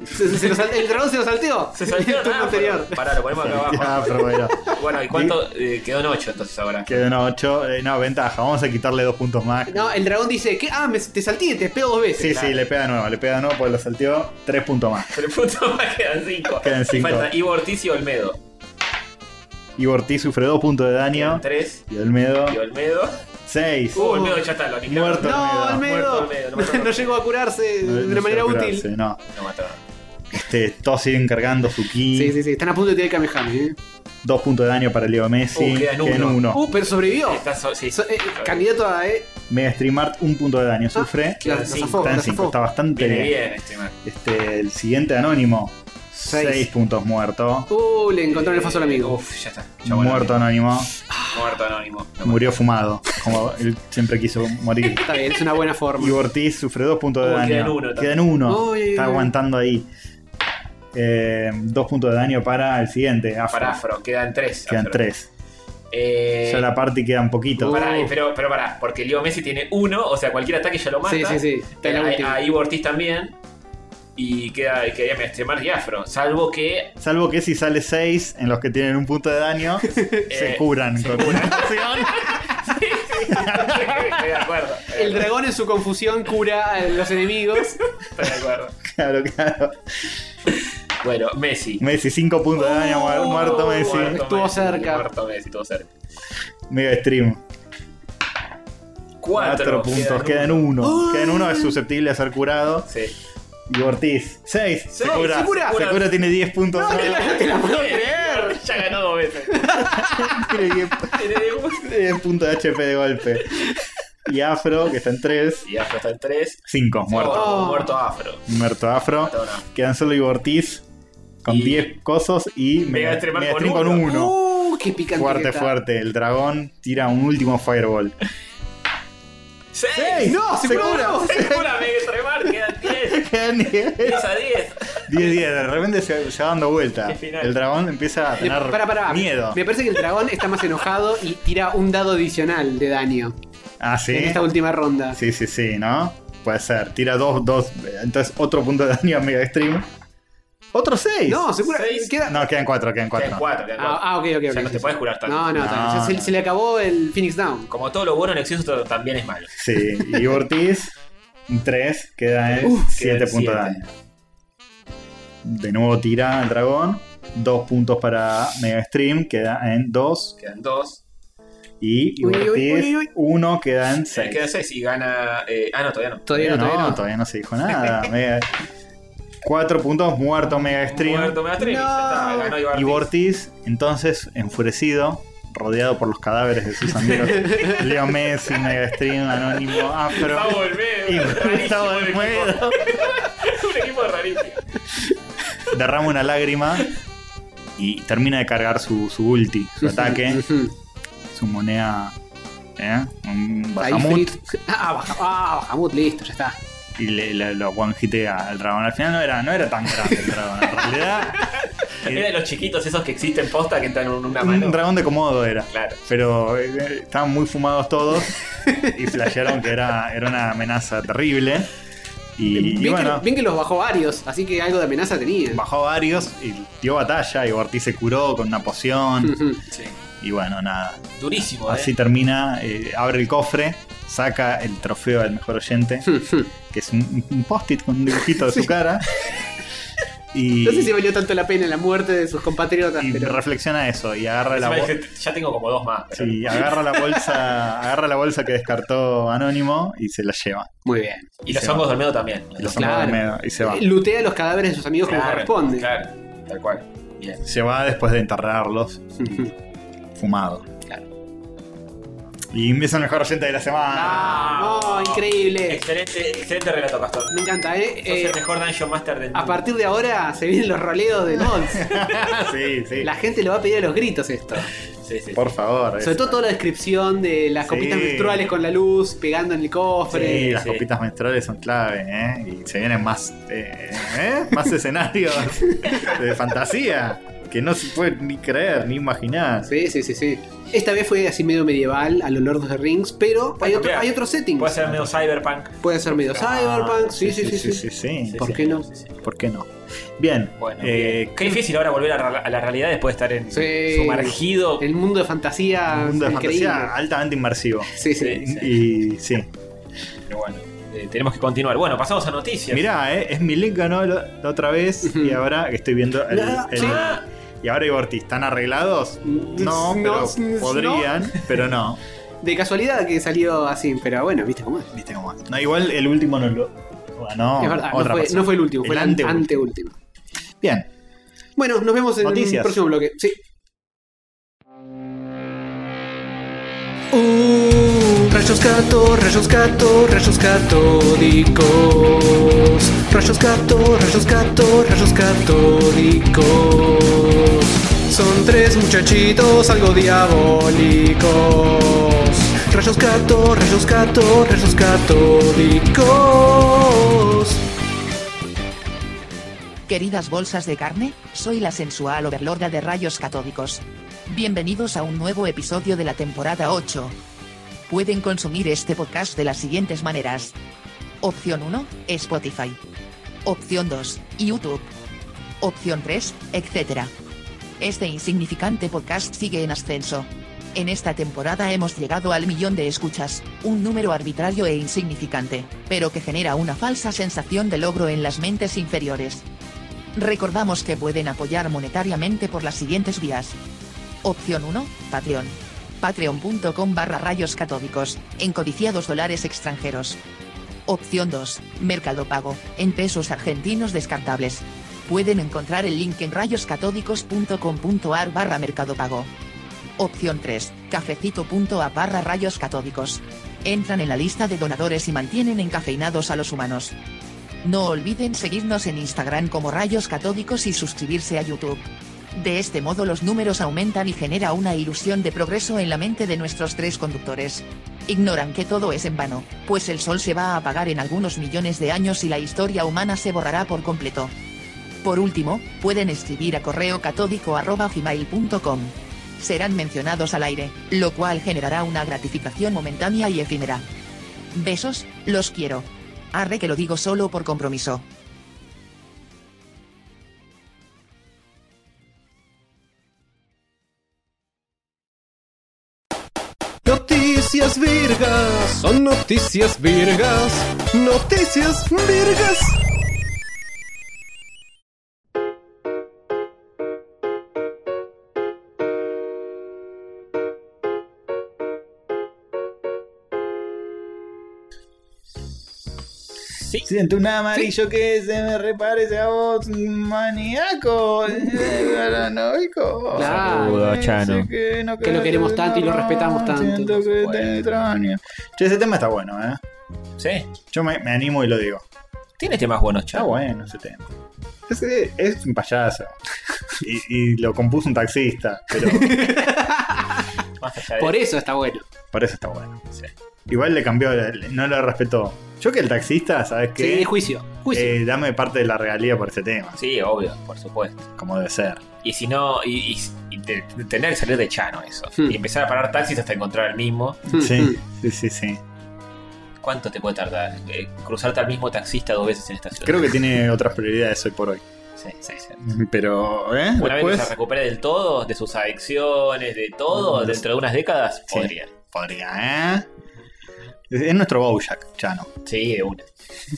S2: Se- se lo sal- el dragón se lo salteó.
S4: Se salió
S2: el turno
S4: nada,
S2: anterior.
S4: pero- Pará, lo ponemos acá abajo.
S3: Afro, bueno.
S4: Bueno, ¿y cuánto? Eh, quedó en 8 entonces ahora.
S3: Queda en 8. Eh, no, ventaja. Vamos a quitarle 2 puntos más.
S2: No, el dragón dice: ¿Qué? Ah, me, te salteé, te pego dos veces.
S3: sí,
S4: claro.
S3: sí, le pega de nuevo. Le pega de nuevo porque lo salteó. 3 puntos más.
S4: Pero el punto más quedan 5.
S3: Quedan cinco.
S4: Falta Ivo Ortiz y Olmedo.
S3: Y Ortiz sufre 2 puntos de daño.
S4: 3
S3: Y Olmedo,
S4: y Olmedo.
S3: 6.
S4: Uh, Olmedo ya está, lo aniquilaron.
S3: Muerto.
S2: No,
S4: Olmedo.
S2: Olmedo.
S4: Olmedo, no
S2: No,
S4: mató a Olmedo.
S2: llegó a curarse de una manera útil.
S3: No,
S4: Lo mataron.
S3: este, todos siguen cargando su ki.
S2: Sí, sí, sí. Están a punto de tirar el Kamehame, ¿eh?
S3: 2 puntos de daño para Leo Messi.
S4: Uh, queda en
S3: queda en
S4: uno.
S3: 1.
S2: Uh, pero sobrevivió.
S4: Está so- sí.
S2: So- eh, candidato a. eh,
S3: Mega Stream Art, 1 punto de
S4: Ah,
S3: daño. Sufre.
S4: Quedan
S2: claro, la zafó,
S3: Está en
S2: la
S3: 5.
S2: zafó.
S3: Está bastante
S4: Viene
S3: bien.
S4: bien este man.
S3: Este, el siguiente anónimo.
S2: Seis.
S3: 6 puntos muerto.
S2: Uh, le encontraron el fósil amigo.
S4: Uf, ya está. Ya bueno,
S3: muerto anónimo.
S4: Muerto anónimo. No,
S3: Murió fumado. Como él siempre quiso morir.
S2: Está bien, es una buena forma.
S3: Y Ortiz sufre 2 puntos de
S4: Uy,
S3: daño.
S4: queda en uno,
S3: Queda en uno.
S2: Uy.
S3: Está aguantando ahí. 2 puntos de daño para el siguiente. Afro.
S4: Para Afro, quedan 3.
S3: Quedan 3.
S4: Eh,
S3: Ya la party queda un poquito.
S4: pará,
S2: Uh.
S4: eh, pero, pero pará, porque Leo Messi tiene 1, o sea, cualquier ataque ya lo mata.
S2: Sí, sí, sí. Está en la
S4: Eh,
S2: última.
S4: a, a Ivo Ortiz también. Y queda, quedaría Mestremar y Afro. Salvo que.
S3: Salvo que si sale 6 en los que tienen un punto de daño, se
S4: eh,
S3: curan con una poción.
S4: Estoy de acuerdo.
S2: El dragón en su confusión cura a los enemigos.
S4: Estoy de acuerdo.
S3: Claro, claro.
S4: Bueno, Messi.
S3: Messi, 5 puntos de daño
S4: Uh.
S3: muer- muerto Messi.
S4: Muerto
S2: Estuvo
S4: Messi,
S2: cerca.
S4: Muerto Messi, estuvo cerca.
S3: Mega stream. 4
S4: 4
S3: puntos, quedan 1. Quedan 1, es susceptible a ser curado.
S4: Sí.
S3: Y Ortiz, 6. Se
S4: Seis,
S3: cura.
S4: se cura.
S3: Se cura, tiene 10 puntos.
S2: No, te la- no te la puedo creer.
S4: Ya ganó dos veces.
S3: Tiene 10, tiene 10 puntos de HP de golpe. Y Afro, que está en 3.
S4: Y Afro está en 3.
S3: 5, muerto.
S2: Oh.
S4: Muerto Afro.
S3: Muerto Afro.
S4: Mataron a Afro.
S3: Quedan solo y Ortiz con
S4: Y-
S3: 10 cosos y
S4: Mega
S3: Mega
S4: Stream
S3: Mega
S4: con
S3: Stream con
S4: uno.
S3: 1.
S2: Uh, qué picante. que
S3: Fuerte,
S2: está.
S3: fuerte. El dragón tira un último fireball.
S4: ¡Seis!
S3: ¡Seis!
S2: No, se curó.
S4: Segura, Megatremar, quedan 10.
S3: Quedan 10.
S4: 10 a 10.
S3: 10, 10, de repente se se va dando vuelta.
S4: Qué final.
S3: El dragón empieza a
S2: Le-
S3: tener
S2: Eh, Pará, pará.
S3: miedo.
S2: Me parece que el dragón está más enojado y tira un dado adicional de daño
S3: Ah, sí.
S2: en esta última ronda.
S3: Sí, sí, sí, ¿no? Puede ser, tira 2, 2. Entonces otro punto de daño a Mega Extreme. Otro 6.
S2: No, seguro.
S4: Seis.
S2: Queda...
S3: No, quedan 4, quedan 4.
S4: Quedan cuatro, quedan
S2: Ah,
S4: cuatro.
S2: ah, ok, ok,
S4: O
S2: ok.
S4: sea, no te puedes curar tanto.
S2: No, no,
S3: No,
S2: tranqui. Se,
S3: no.
S2: se le acabó el Phoenix Down.
S4: Como todo lo bueno en exceso to- también es malo.
S3: Sí, y Ortiz, 3, queda en
S2: Uf,
S3: 7
S4: quedan
S3: puntos de
S4: siete.
S3: daño. De nuevo tira al dragón. 2 puntos para Mega Stream, queda en 2.
S4: Quedan dos.
S3: Y
S2: Uy, uy, uy, uy,
S3: Ortiz,
S2: uy.
S3: 1 queda en
S4: Se
S3: 6.
S4: queda seis y gana. eh, ah, no, todavía no.
S2: Todavía no, todavía no.
S3: todavía no se dijo nada. Mega... 4 puntos, muerto Mega Stream.
S4: Muerto me atreví. Ya está,
S2: No.
S4: ganó
S3: Y
S4: Ibartis.
S3: Bortis, entonces, enfurecido, rodeado por los cadáveres de sus amigos Leo Messi, Megastream, Anónimo, Afro
S4: Va a volver.
S3: y
S4: rarísimo
S3: Gustavo
S4: el
S3: del
S4: equipo.
S3: Muedo,
S4: Un equipo rarísimo.
S3: derrama una lágrima y termina de cargar su, su ulti, su ataque,
S2: Ujú.
S3: su moneda, ¿eh? un
S2: Ahí
S3: Bahamut
S2: Fritz- Ah, Baja- ah, Bahamut, listo, ya está.
S3: y le, le- lo one-hitea al dragón. Al final no era, no era tan grande el dragón, en realidad
S4: Era de los chiquitos esos que existen posta que entran en una
S3: un
S4: mano.
S3: dragón de comodo era.
S4: Claro.
S3: Pero eh, estaban muy fumados todos y flashearon que era, era una amenaza terrible. Y, y
S2: bien,
S3: bueno,
S2: que, bien que los bajó varios, así que algo de amenaza tenía.
S3: bajó varios y dio batalla. Y Ortiz se curó con una poción.
S2: Ujú.
S4: Sí.
S3: Y bueno, nada.
S4: Durísimo,
S3: Así
S4: eh.
S3: termina. eh, abre el cofre, saca el trofeo del mejor oyente,
S2: Ujú.
S3: que es un, un post-it con un dibujito de su cara. Y,
S2: No sé si valió tanto la pena la muerte de sus compatriotas,
S3: y
S2: pero.
S3: reflexiona eso y agarra la
S4: Encima
S3: bo-
S4: dije, Ya tengo como dos más. pero-
S3: sí, agarra la bolsa, agarra la bolsa que descartó Anónimo y se la lleva.
S2: Muy bien.
S4: Y los
S3: se
S4: hongos dormidos también.
S3: Y los
S2: Claro.
S3: hombres de Medo, y se va.
S2: Lutea los cadáveres de sus amigos como corresponde.
S4: Claro, tal cual. Bien.
S3: Se va después de enterrarlos,
S2: Ujú.
S3: fumado.
S4: Claro.
S3: Y empieza el mejor oyente de la semana.
S2: Ah, no, increíble.
S4: Excelente, excelente relato, Castor.
S2: Me encanta, ¿eh?
S4: Sos
S2: Eh,
S4: el mejor Dungeon Master del
S2: a partir de ahora se vienen los roleos de mods.
S3: sí, sí.
S2: Ah. La gente lo va a pedir a los gritos esto.
S4: Sí, sí.
S3: Por favor.
S2: Sobre
S3: es-
S2: todo toda la descripción de las
S3: Sí.
S2: copitas menstruales con la luz pegando en el
S3: Sí,
S2: cofre.
S3: las
S4: sí.
S3: copitas menstruales son clave, ¿eh? Y se vienen más, eh, ¿eh? más escenarios de fantasía que no se puede ni creer ni imaginar.
S2: Sí, sí, sí, sí. Esta vez fue así medio medieval, a los Lord of the Rings, pero hay
S4: Puede
S2: otro,
S4: cambiar.
S2: hay otro setting.
S4: Puede ser medio cyberpunk.
S2: Puede ser medio
S3: Ah,
S2: cyberpunk, sí, sí, sí. sí,
S3: sí, sí.
S2: ¿Por
S4: Sí,
S2: qué
S4: sí,
S2: no?
S4: sí, sí.
S3: ¿Por qué no? Bien.
S4: Bueno,
S3: eh,
S4: bien. qué difícil ahora volver a, ra- a la realidad después de estar en
S2: Sí.
S4: sumergido.
S2: El mundo de fantasía.
S3: mundo de
S2: Ah, increíble.
S3: fantasía altamente inmersivo.
S2: Sí, sí.
S4: Sí.
S3: Y sí.
S4: Pero bueno, eh, tenemos que continuar. Bueno, pasamos a noticias.
S3: Mirá, eh, es mi link ganó la la otra vez y
S2: Ujú.
S3: ahora que estoy viendo el,
S2: Ah,
S3: el-
S2: sí.
S3: y ahora y Ortiz, ¿están arreglados? No, pero
S2: no,
S3: podrían, pero no.
S2: De casualidad que salió así, pero bueno, viste cómo es.
S3: Viste cómo es. No, igual el último no lo ganó.
S2: es verdad, no
S3: otra
S2: fue,
S3: persona.
S2: no fue el último, fue
S3: El
S2: el
S3: anteúltimo.
S2: anteúltimo.
S3: Bien.
S2: Bueno, nos vemos en
S3: Noticias.
S2: el próximo bloque. Sí. Uh, rayos gato, rayos gato, rayos catódicos. Rayos gato, rayos gato, rayos catódicos. Son tres muchachitos algo diabólicos. Rayos gato, rayos gato, rayos catódicos.
S5: Queridas bolsas de carne, soy la sensual overlorda de rayos catódicos. Bienvenidos a un nuevo episodio de la temporada 8. Pueden consumir este podcast de las siguientes maneras. Opción 1, Spotify. Opción 2, YouTube. Opción 3, etc. Este insignificante podcast sigue en ascenso. En esta temporada hemos llegado al millón de escuchas, un número arbitrario e insignificante, pero que genera una falsa sensación de logro en las mentes inferiores. Recordamos que pueden apoyar monetariamente por las siguientes vías. Opción 1, Patreon. Patreon.com barra rayos catódicos, en codiciados dólares extranjeros. Opción 2, Mercado Pago, en pesos argentinos descartables. Pueden encontrar el link en rayoscatódicos.com.ar barra Mercado Pago. Opción 3, cafecito.a barra rayos catódicos. Entran en la lista de donadores y mantienen encafeinados a los humanos. No olviden seguirnos en Instagram como Rayos Catódicos y suscribirse a YouTube. De este modo los números aumentan y genera una ilusión de progreso en la mente de nuestros tres conductores. Ignoran que todo es en vano, pues el sol se va a apagar en algunos millones de años y la historia humana se borrará por completo. Por último, pueden escribir a correo catódico arroba gmail.com. Serán mencionados al aire, lo cual generará una gratificación momentánea y efímera. Besos, los quiero. Arre que lo digo solo por compromiso.
S6: Noticias virgas, son noticias virgas, noticias virgas.
S3: Siento un amarillo que se me reparece a vos, un maníaco, eh, paranoico.
S2: Claro.
S1: Saludo,
S3: Eh,
S1: Chano.
S3: sé que, no
S2: Que lo queremos
S3: querés,
S2: tanto y lo
S3: no,
S2: respetamos tanto.
S3: Siento que te extraño. Che, ese tema está bueno, ¿eh?
S4: Sí.
S3: Yo me, me animo y lo digo.
S4: Tiene temas buenos,
S3: Está
S4: chavo.
S3: bueno ese tema. Ese es un payaso. Y, y lo compuso un taxista, pero
S4: Más allá de
S2: Por eso está bueno.
S3: por eso está bueno.
S4: Sí.
S3: Igual le cambió, le- no lo respetó. Yo que el taxista, ¿sabes
S2: Sí,
S3: qué?
S2: juicio. Juicio.
S3: Eh, dame parte de la regalía por ese tema,
S4: Sí, obvio, por supuesto.
S3: como debe ser.
S4: Y si no, y, y- y te- tener que salir de Chano eso.
S2: Hmm.
S4: Y empezar a parar taxis hasta encontrar el mismo.
S2: Mm,
S3: Sí,
S2: mm.
S3: sí, sí, sí.
S4: ¿Cuánto te puede tardar? eh, cruzarte al mismo taxista dos veces en estación.
S3: Creo que tiene otras prioridades hoy por hoy.
S4: Sí, sí, sí.
S3: Pero, ¿eh?
S4: Una vez que se
S3: Después
S4: recupere del todo, de sus adicciones, de todo,
S3: Mm,
S4: dentro de unas décadas,
S3: Sí.
S4: podría.
S3: podría, ¿eh? Es nuestro Bojack, Chano.
S4: Sí, de una.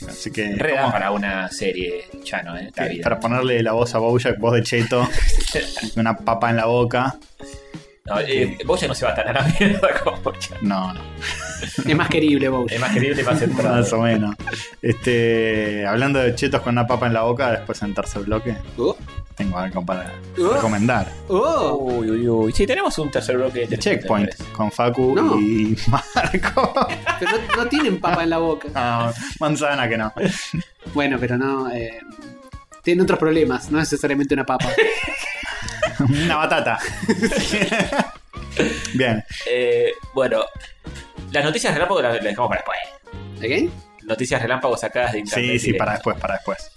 S3: Así que.
S4: Reda
S3: ¿cómo?
S4: para una serie Chano, ¿eh? La
S3: Sí,
S4: vida.
S3: Para ponerle la voz a Bojack, voz de cheto, una papa en la boca.
S4: No, eh, Boya no se va tan a la mierda como Boya.
S3: No, no,
S2: Es más querible, Bowser.
S4: Es más querible más centrado.
S3: más o menos. Este, hablando de chetos con una papa en la boca, después en tercer bloque,
S2: Oh,
S3: tengo algo para
S2: Oh.
S3: recomendar.
S2: oh.
S4: Uy, uy, uy. Sí, tenemos un tercer bloque de
S3: Checkpoint con Facu
S2: Este No.
S3: y Marco.
S2: Pero no, no tienen papa en la boca.
S3: Ah, manzana que no.
S2: Bueno, pero no. eh, tienen otros problemas, no necesariamente una papa.
S3: Una batata. Bien,
S4: Eh, bueno, las noticias relámpago las las dejamos para después.
S2: ¿Ok?
S4: Noticias relámpago sacadas de internet.
S3: sí, sí,
S4: directo.
S3: para después, para después.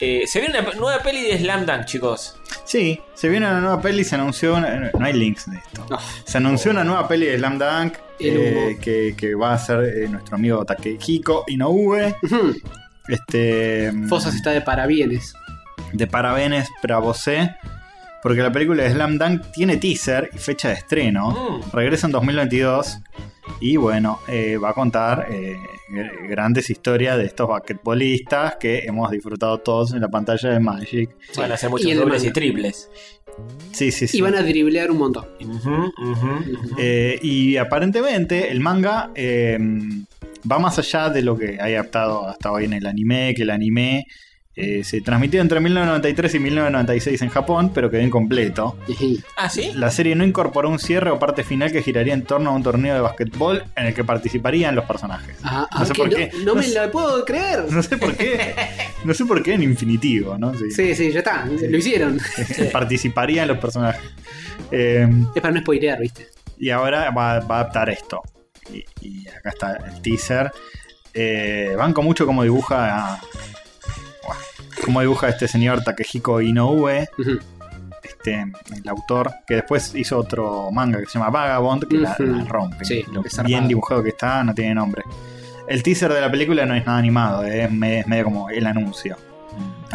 S4: Eh, se viene una pe- nueva peli de Slam Dunk, chicos.
S3: Sí, se viene una nueva peli, se anunció una- No hay links de esto.
S2: No.
S3: Se anunció una nueva peli de Slam Dunk
S2: Ah. El
S3: eh,
S2: Hugo.
S3: que, que va a ser eh, nuestro amigo Takehiko Inoue.
S2: Ujú.
S3: Este, mm,
S2: Fosas está de parabienes.
S3: de parabenes para vosé. Porque la película de Slam Dunk tiene teaser y fecha de estreno.
S4: Mm,
S3: Regresa en 2022 y bueno, eh, va a contar eh, gr- grandes historias de estos basquetbolistas que hemos disfrutado todos en la pantalla de Magic.
S4: Van a hacer muchos
S2: Y el
S4: dobles
S2: manga.
S4: y triples.
S3: Sí, sí, sí.
S2: Y van a driblear un montón.
S4: Ujú, ujú.
S2: Ujú.
S3: Eh, y aparentemente el manga eh, va más allá de lo que hay adaptado hasta hoy en el anime, que el anime eh, se transmitió entre 1993 y 1996 en Japón, pero quedó incompleto.
S2: Ujú.
S4: Ah, sí.
S3: La serie no incorporó un cierre o parte final que giraría en torno a un torneo de basquetbol en el que participarían los personajes.
S2: Ah,
S3: No sé
S2: ok,
S3: por
S2: no,
S3: qué.
S2: no me la puedo creer.
S3: No sé por qué, no sé por qué en infinitivo, ¿no? Sí.
S2: Sí, sí, ya está. Lo hicieron.
S3: Participarían los personajes. Eh,
S2: Es para no spoilear, ¿viste?
S3: Y ahora va, va a adaptar esto. Y, y acá está el teaser. Eh, banco mucho como dibuja. Buah, Cómo dibuja este señor Takehiko Inoue,
S2: Ujú.
S3: este, el autor, que después hizo otro manga que se llama Vagabond, que la,
S2: Ujú.
S3: la rompe.
S2: Sí,
S3: Lo
S2: es zarpado.
S3: bien dibujado que está, no tiene nombre. El teaser de la película no es nada animado, eh, es me- es medio como el anuncio.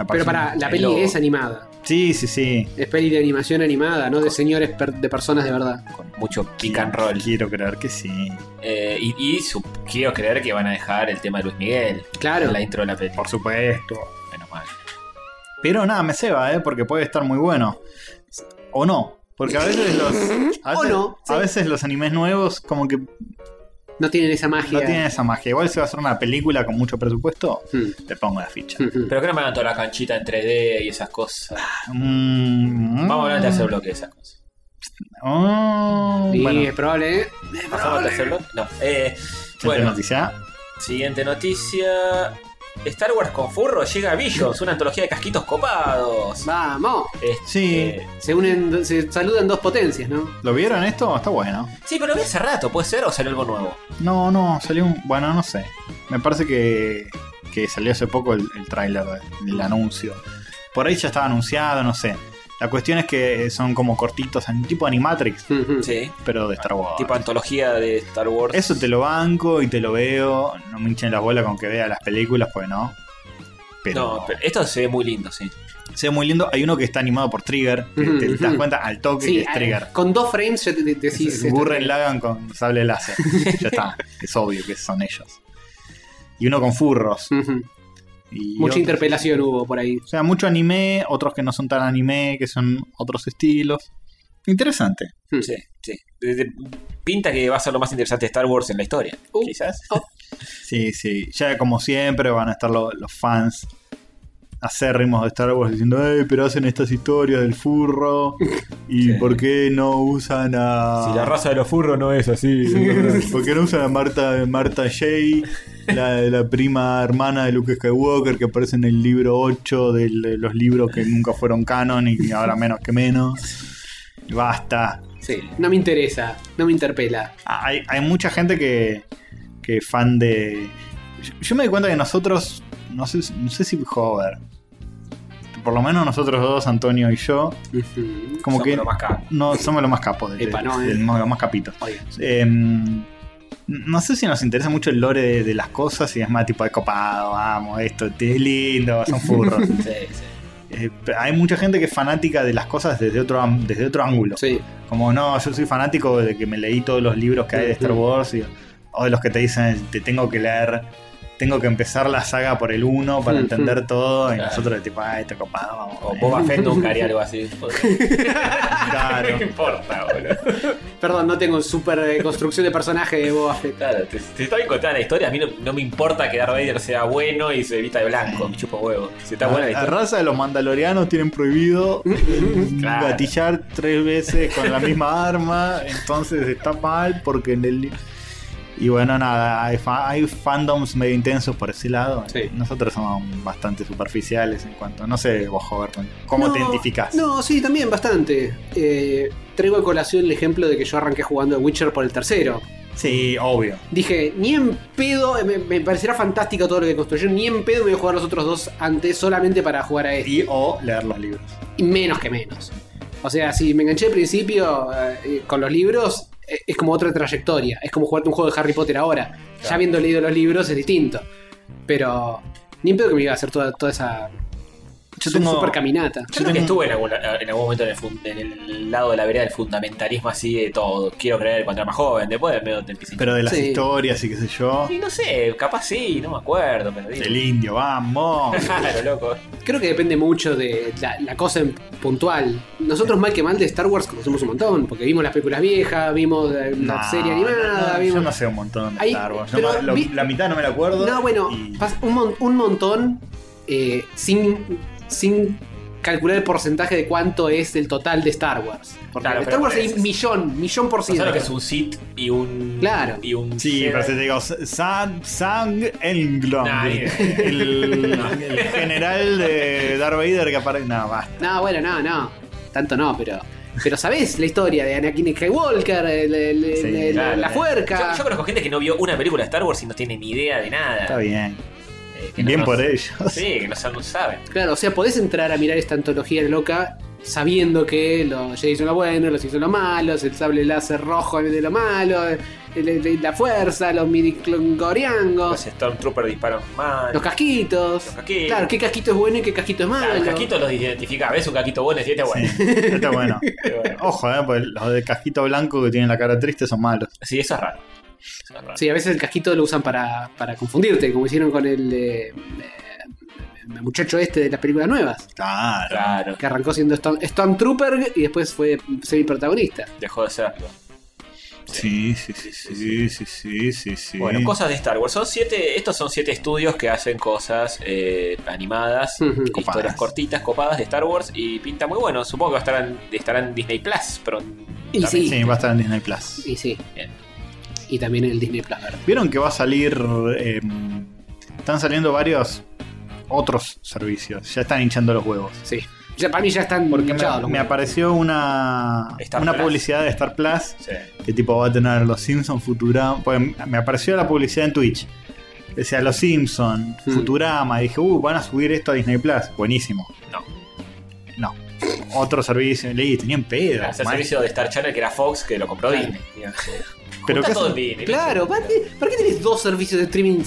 S2: Pero para, la
S4: el
S2: peli
S4: logo.
S2: es animada.
S3: Sí, sí, sí.
S2: Es peli de animación animada, no de señores per- de personas de verdad.
S4: Con mucho pick and roll.
S3: Quiero creer que sí.
S4: Eh, y y su- quiero creer que van a dejar el tema de Luis Miguel
S2: Claro.
S4: en la intro de la peli.
S3: Por supuesto.
S4: Menos mal.
S3: Pero nada, me ceba, ¿eh? Porque puede estar muy bueno. O no. Porque a veces los. A
S2: O
S3: veces,
S2: no,
S3: a
S2: sí.
S3: veces los animes nuevos, como que no
S2: No tienen esa magia.
S3: tienen esa magia. Igual si va a hacer una película con mucho presupuesto,
S2: Mm,
S3: le pongo la ficha.
S2: mm, mm.
S4: Pero que no me hagan toda la canchita en 3D y esas cosas.
S3: Mm,
S4: Vamos a hablar de hacer bloque de esas cosas.
S3: Oh,
S2: Sí,
S3: bueno,
S2: es probable, ¿eh?
S4: ¿Pasamos al tercer bloque? No. Eh,
S3: siguiente
S4: bueno,
S3: noticia.
S4: siguiente noticia. Star Wars con furro llega a Visions, una antología de casquitos copados.
S2: Vamos.
S4: Este,
S3: Sí.
S2: Se unen, se saludan dos potencias, ¿no?
S3: ¿Lo vieron esto? Está bueno.
S4: sí, pero lo vi hace rato, ¿puede ser? ¿O salió algo nuevo?
S3: No, no, salió un. Bueno, no sé. Me parece que, que salió hace poco el, el tráiler de- del anuncio. Por ahí ya estaba anunciado, no sé. La cuestión es que son como cortitos, tipo Animatrix,
S2: Ujú.
S4: Sí.
S3: pero de Star Wars.
S4: Tipo antología de Star Wars.
S3: Eso te lo banco y te lo veo. No me hinchen las bolas con que vea las películas, pues no. Pero,
S4: No, pero esto se ve muy lindo, sí.
S3: se ve muy lindo. Hay uno que está animado por Trigger. que
S2: Ujú,
S3: te, te das
S2: ujú.
S3: cuenta al toque
S2: Sí,
S3: que es Trigger.
S2: ah, con dos frames ya te, te- te-
S3: Sí,
S2: decís. esto-
S3: Burren Lagan con sable láser. ya está. Es obvio que son ellos. Y uno con furros.
S2: Ujú.
S3: Y
S2: Mm. Mucha
S3: otros-
S2: interpelación hubo por ahí.
S3: O sea, mucho anime, otros que no son tan anime, que son otros estilos. Interesante.
S4: Sí, sí. Desde- Pinta que va a ser lo más interesante de Star Wars en la historia.
S2: Uh.
S4: Quizás.
S3: Sí, sí. Ya como siempre van a estar lo- los fans acérrimos de Star Wars diciendo, "Ey, pero hacen estas historias del furro. ¿Y
S4: Sí.
S3: por qué no usan a...
S4: raza de los furros no es así.
S3: ¿Por qué no usan a Marta, Marta Shea, la, la prima hermana de Luke Skywalker, que aparece en el libro 8 de l- los libros que nunca fueron canon y ahora menos que menos? Basta.
S2: Sí. No me interesa, no me interpela.
S3: Hay, hay mucha gente que, que es fan de. Yo, yo me di cuenta que nosotros, no sé, no sé si Hover, por lo menos nosotros dos, Antonio y yo,
S2: Ujú.
S3: como que
S4: más caro.
S3: no somos los más capos, de,
S2: Epa, no, eh.
S3: de- los más capitos.
S2: Oiga.
S3: Eh, no sé si nos interesa mucho el lore de, de las cosas y es más tipo de copado, vamos, esto es lindo, son furros.
S4: Sí, sí.
S3: Eh, pero hay mucha gente que es fanática de las cosas desde otro, am- desde otro ángulo.
S2: Sí.
S3: Como no, yo soy fanático de que me leí todos los libros que hay de Star Wars y- o de los que te dicen te tengo que leer, tengo que empezar la saga por el 1 para
S2: Mm,
S3: entender todo y
S4: Claro.
S3: nosotros de tipo, ah, esto es copado, vamos.
S4: O
S3: eh,
S4: Boba Fett nunca haría algo así. Ah,
S3: claro.
S4: importa, boludo.
S2: Perdón, no tengo super eh, construcción de personaje de Boba Fett.
S4: Claro, te, te está bien contada la historia. A mí no, no me importa que Darth Vader sea bueno y se vista de blanco. Me chupa huevo. Si está buena la
S3: La
S4: historia.
S3: raza de los mandalorianos tienen prohibido eh,
S4: Claro.
S3: gatillar tres veces con la misma arma, entonces está mal porque en el... Y bueno, nada, hay, fa- hay fandoms medio intensos por ese lado.
S2: Sí.
S3: Nosotros somos bastante superficiales en cuanto... No sé, vos, Hover, ¿cómo
S2: No,
S3: te identificás?
S2: No, sí, también, bastante. Eh, traigo a colación el ejemplo de que yo arranqué jugando The Witcher por el tercero.
S3: Sí, obvio.
S2: Dije, ni en pedo, me, me parecerá fantástico todo lo que construyeron, ni en pedo me voy a jugar los otros dos antes solamente para jugar a este.
S3: Y o leer los libros.
S2: Y menos que menos. O sea, si me enganché al principio eh, con los libros, eh, es como otra trayectoria. Es como jugarte un juego de Harry Potter ahora. Ya habiendo leído los libros es distinto. Pero ni en pedo que me iba a hacer toda, toda esa
S3: Yo
S2: su-
S3: tengo-
S2: super caminata.
S4: Yo creo que estuve en algún, en algún momento en el, fun- en el lado de la vereda del fundamentalismo así de todo. Quiero creer cuando era más joven, después del medio te empieza.
S3: Pero de las
S2: Sí.
S3: historias y qué sé yo.
S4: Y no sé, capaz sí, no me acuerdo, pero digo.
S3: El indio, vamos.
S4: Claro, loco.
S2: Creo que depende mucho de la, la cosa en- puntual. Nosotros, mal que mal, de Star Wars conocemos un montón, porque vimos las películas viejas, vimos eh, la
S3: No,
S2: serie animada,
S3: no, no,
S2: vimos.
S3: Yo no sé un montón de
S2: Ahí,
S3: Star Wars.
S2: pero
S3: No me- lo-
S2: vi-
S3: la mitad no me la acuerdo.
S2: No, bueno,
S3: y-
S2: pas- un, mon- un montón eh, sin, sin calcular el porcentaje de cuánto es el total de Star Wars. Porque
S4: Claro,
S2: de Star
S4: pero
S2: Wars hay
S4: es-
S2: millón, millón por
S4: O sea,
S2: ciento.
S4: lo que es un sit y un.
S2: Claro.
S4: Y un
S3: Sí,
S4: Jedi.
S3: pero se te digo, Sam, Sam Englund,
S4: Nah, ni idea.
S3: el, el general de Darth Vader que aparece. No, basta.
S2: No, bueno, no, no. Tanto no, pero. Pero sabés la historia de Anakin Skywalker, eh, el- el- el-
S3: Sí,
S2: el-
S4: Claro,
S2: la
S4: eh.
S2: fuerca.
S4: Yo, yo conozco gente que no vio una película de Star Wars y no tiene ni idea de nada.
S3: Está bien.
S4: Eh, que no-
S3: Bien
S4: no-
S3: por ellos.
S4: Sí, que no, sa- no saben.
S2: Claro, o sea, podés entrar a mirar esta antología loca sabiendo que los Jedi son lo bueno, los Sith son lo malos, el sable láser rojo es de lo malo, el- el- la fuerza, los mini
S4: Los
S2: clongoriangos,
S4: Stormtroopers disparan mal.
S2: los casquitos.
S4: Los casquitos.
S2: Claro, qué casquito es bueno y qué casquito es malo.
S4: Claro, los caquitos los identifica. ¿Ves un caquito bueno? Sí, este es bueno.
S3: Sí, está bueno.
S4: Este es bueno.
S3: Ojo, eh, porque los de cajito blanco que tienen la cara triste son malos.
S4: Sí, eso es raro. Eso es raro.
S2: Sí, a veces el casquito lo usan para, para confundirte, como hicieron con el, eh, eh, el muchacho este de las películas nuevas,
S3: Claro.
S4: Claro,
S2: que arrancó siendo Storm- Stormtrooper y después fue semi-protagonista.
S4: dejó de serlo.
S3: Sí, sí, sí, sí, sí, sí, sí, sí.
S4: Bueno, cosas de Star Wars. Son siete, estos son siete estudios que hacen cosas eh, animadas,
S2: Ujú.
S4: historias
S3: Copadas.
S4: cortitas, copadas de Star Wars y pinta muy bueno. Supongo que estarán, estarán en Disney Plus, pero
S2: Y sí,
S3: Sí, va a estar en Disney Plus.
S2: y sí.
S4: Bien.
S2: Y también el Disney Plus, ¿verdad?
S3: Vieron que va a salir. eh, están saliendo varios otros servicios. Ya están hinchando los huevos.
S2: Sí. Ya, para mí ya están
S3: Porque me,
S2: hinchados los
S3: me
S2: huevos.
S3: apareció una,
S4: Star
S3: una
S4: Plus.
S3: publicidad de Star Plus
S4: Sí.
S3: que tipo va a tener los Simpsons, Futurama. Pues me apareció la publicidad en Twitch. Decía los Simpsons,
S4: Mm.
S2: Hmm.
S3: Futurama. Y dije, uh, van a subir esto a Disney Plus. Buenísimo.
S4: No.
S3: No. otro servicio. Leí, tenían pedo.
S4: Gracias al
S3: mal.
S4: servicio de Star Channel que era Fox, que lo compró Disney.
S3: Pero,
S4: Está
S3: qué
S4: todo
S3: hacen-
S4: en Disney.
S2: Claro, ¿para qué, para qué tenés dos servicios de streaming?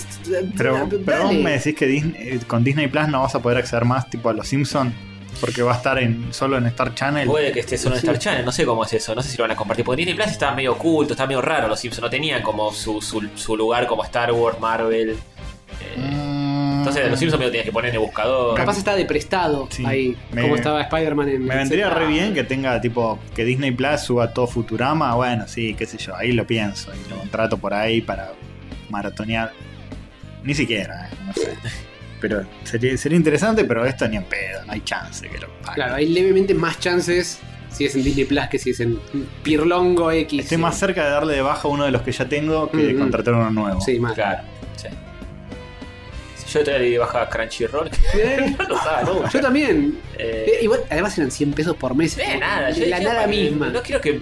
S3: pero,
S2: Dale.
S3: pero vos me decís que Disney- eh, con Disney Plus no vas a poder acceder más tipo a los Simpsons porque va a estar en solo en Star Channel.
S4: Puede que esté solo en
S2: Sí.
S4: Star Channel, no sé cómo es eso, no sé si lo van a compartir. Porque Disney Plus estaba medio oculto, estaba medio raro. Los Simpsons no tenían como su, su, su lugar como Star Wars, Marvel. eh,
S3: Mm.
S4: entonces, los Simpsons medio tenías que poner en el buscador.
S2: Capaz está de prestado
S3: Sí.
S2: ahí,
S3: Me-
S2: como estaba Spider-Man en.
S3: Me vendría re bien que tenga tipo que Disney Plus suba todo Futurama, bueno, sí, qué sé yo, ahí lo pienso y lo contrato por ahí para maratonear. Ni siquiera, eh, no sé. Pero sería, sería interesante, pero esto ni en pedo, no hay chance que lo pague.
S2: Claro, hay levemente más chances si es en Disney Plus que si es en Pirlongo X.
S3: Estoy Este más cerca de darle de baja uno de los que ya tengo que de
S2: Mm, mm.
S3: contratar uno nuevo.
S2: Sí, más.
S4: Claro, sí. Si yo todavía le bajaba Crunchyroll,
S2: Eh,
S4: no lo usaba nunca.
S2: Yo también.
S4: Eh,
S2: Eh, igual, además eran 100 pesos por mes.
S4: Eh, nada, yo
S2: De la
S4: decía,
S2: nada
S4: "Pa-
S2: misma.
S4: No quiero que,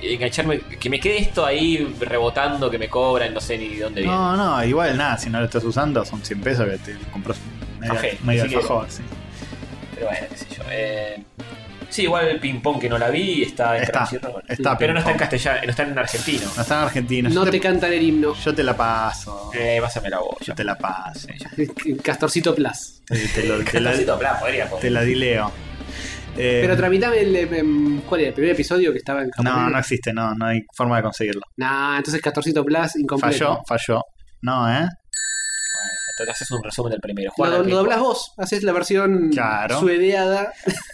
S4: que engancharme, que me quede esto ahí rebotando, que me cobran, no sé ni de dónde viene.
S3: No, no, igual nada, si no lo estás usando son 100 pesos que te compras medio,
S4: Ajé,
S3: medio
S4: así que-
S3: alfajor, sí.
S4: Pero bueno, qué sé yo. eh, sí, igual el ping-pong que no la vi está en
S3: Está,
S4: Crunchyroll.
S3: está,
S4: pero no está en
S3: ping-pong. Ah.
S4: castellano, no está en argentino.
S3: No está en Argentina.
S2: No
S3: yo,
S2: te
S3: te,
S2: cantan el himno.
S3: yo te la paso.
S4: Eh, pásame la voz.
S3: Yo te la paso.
S2: Castorcito Plus.
S3: Te, te lo- te la,
S4: Castorcito Blas, podría poner.
S3: te la dileo. Eh,
S2: Pero tramitame el. em, ¿Cuál era? ¿El primer episodio que estaba en japonés?
S3: No, no existe, no, no hay forma de conseguirlo.
S2: Nah, entonces Castorcito Plus incompleto.
S3: Falló, falló. No, ¿eh?
S4: Bueno, entonces haces un resumen del primero.
S2: Lo,
S4: Juan,
S2: lo doblás vos, haces la versión
S3: Claro.
S2: suedeada.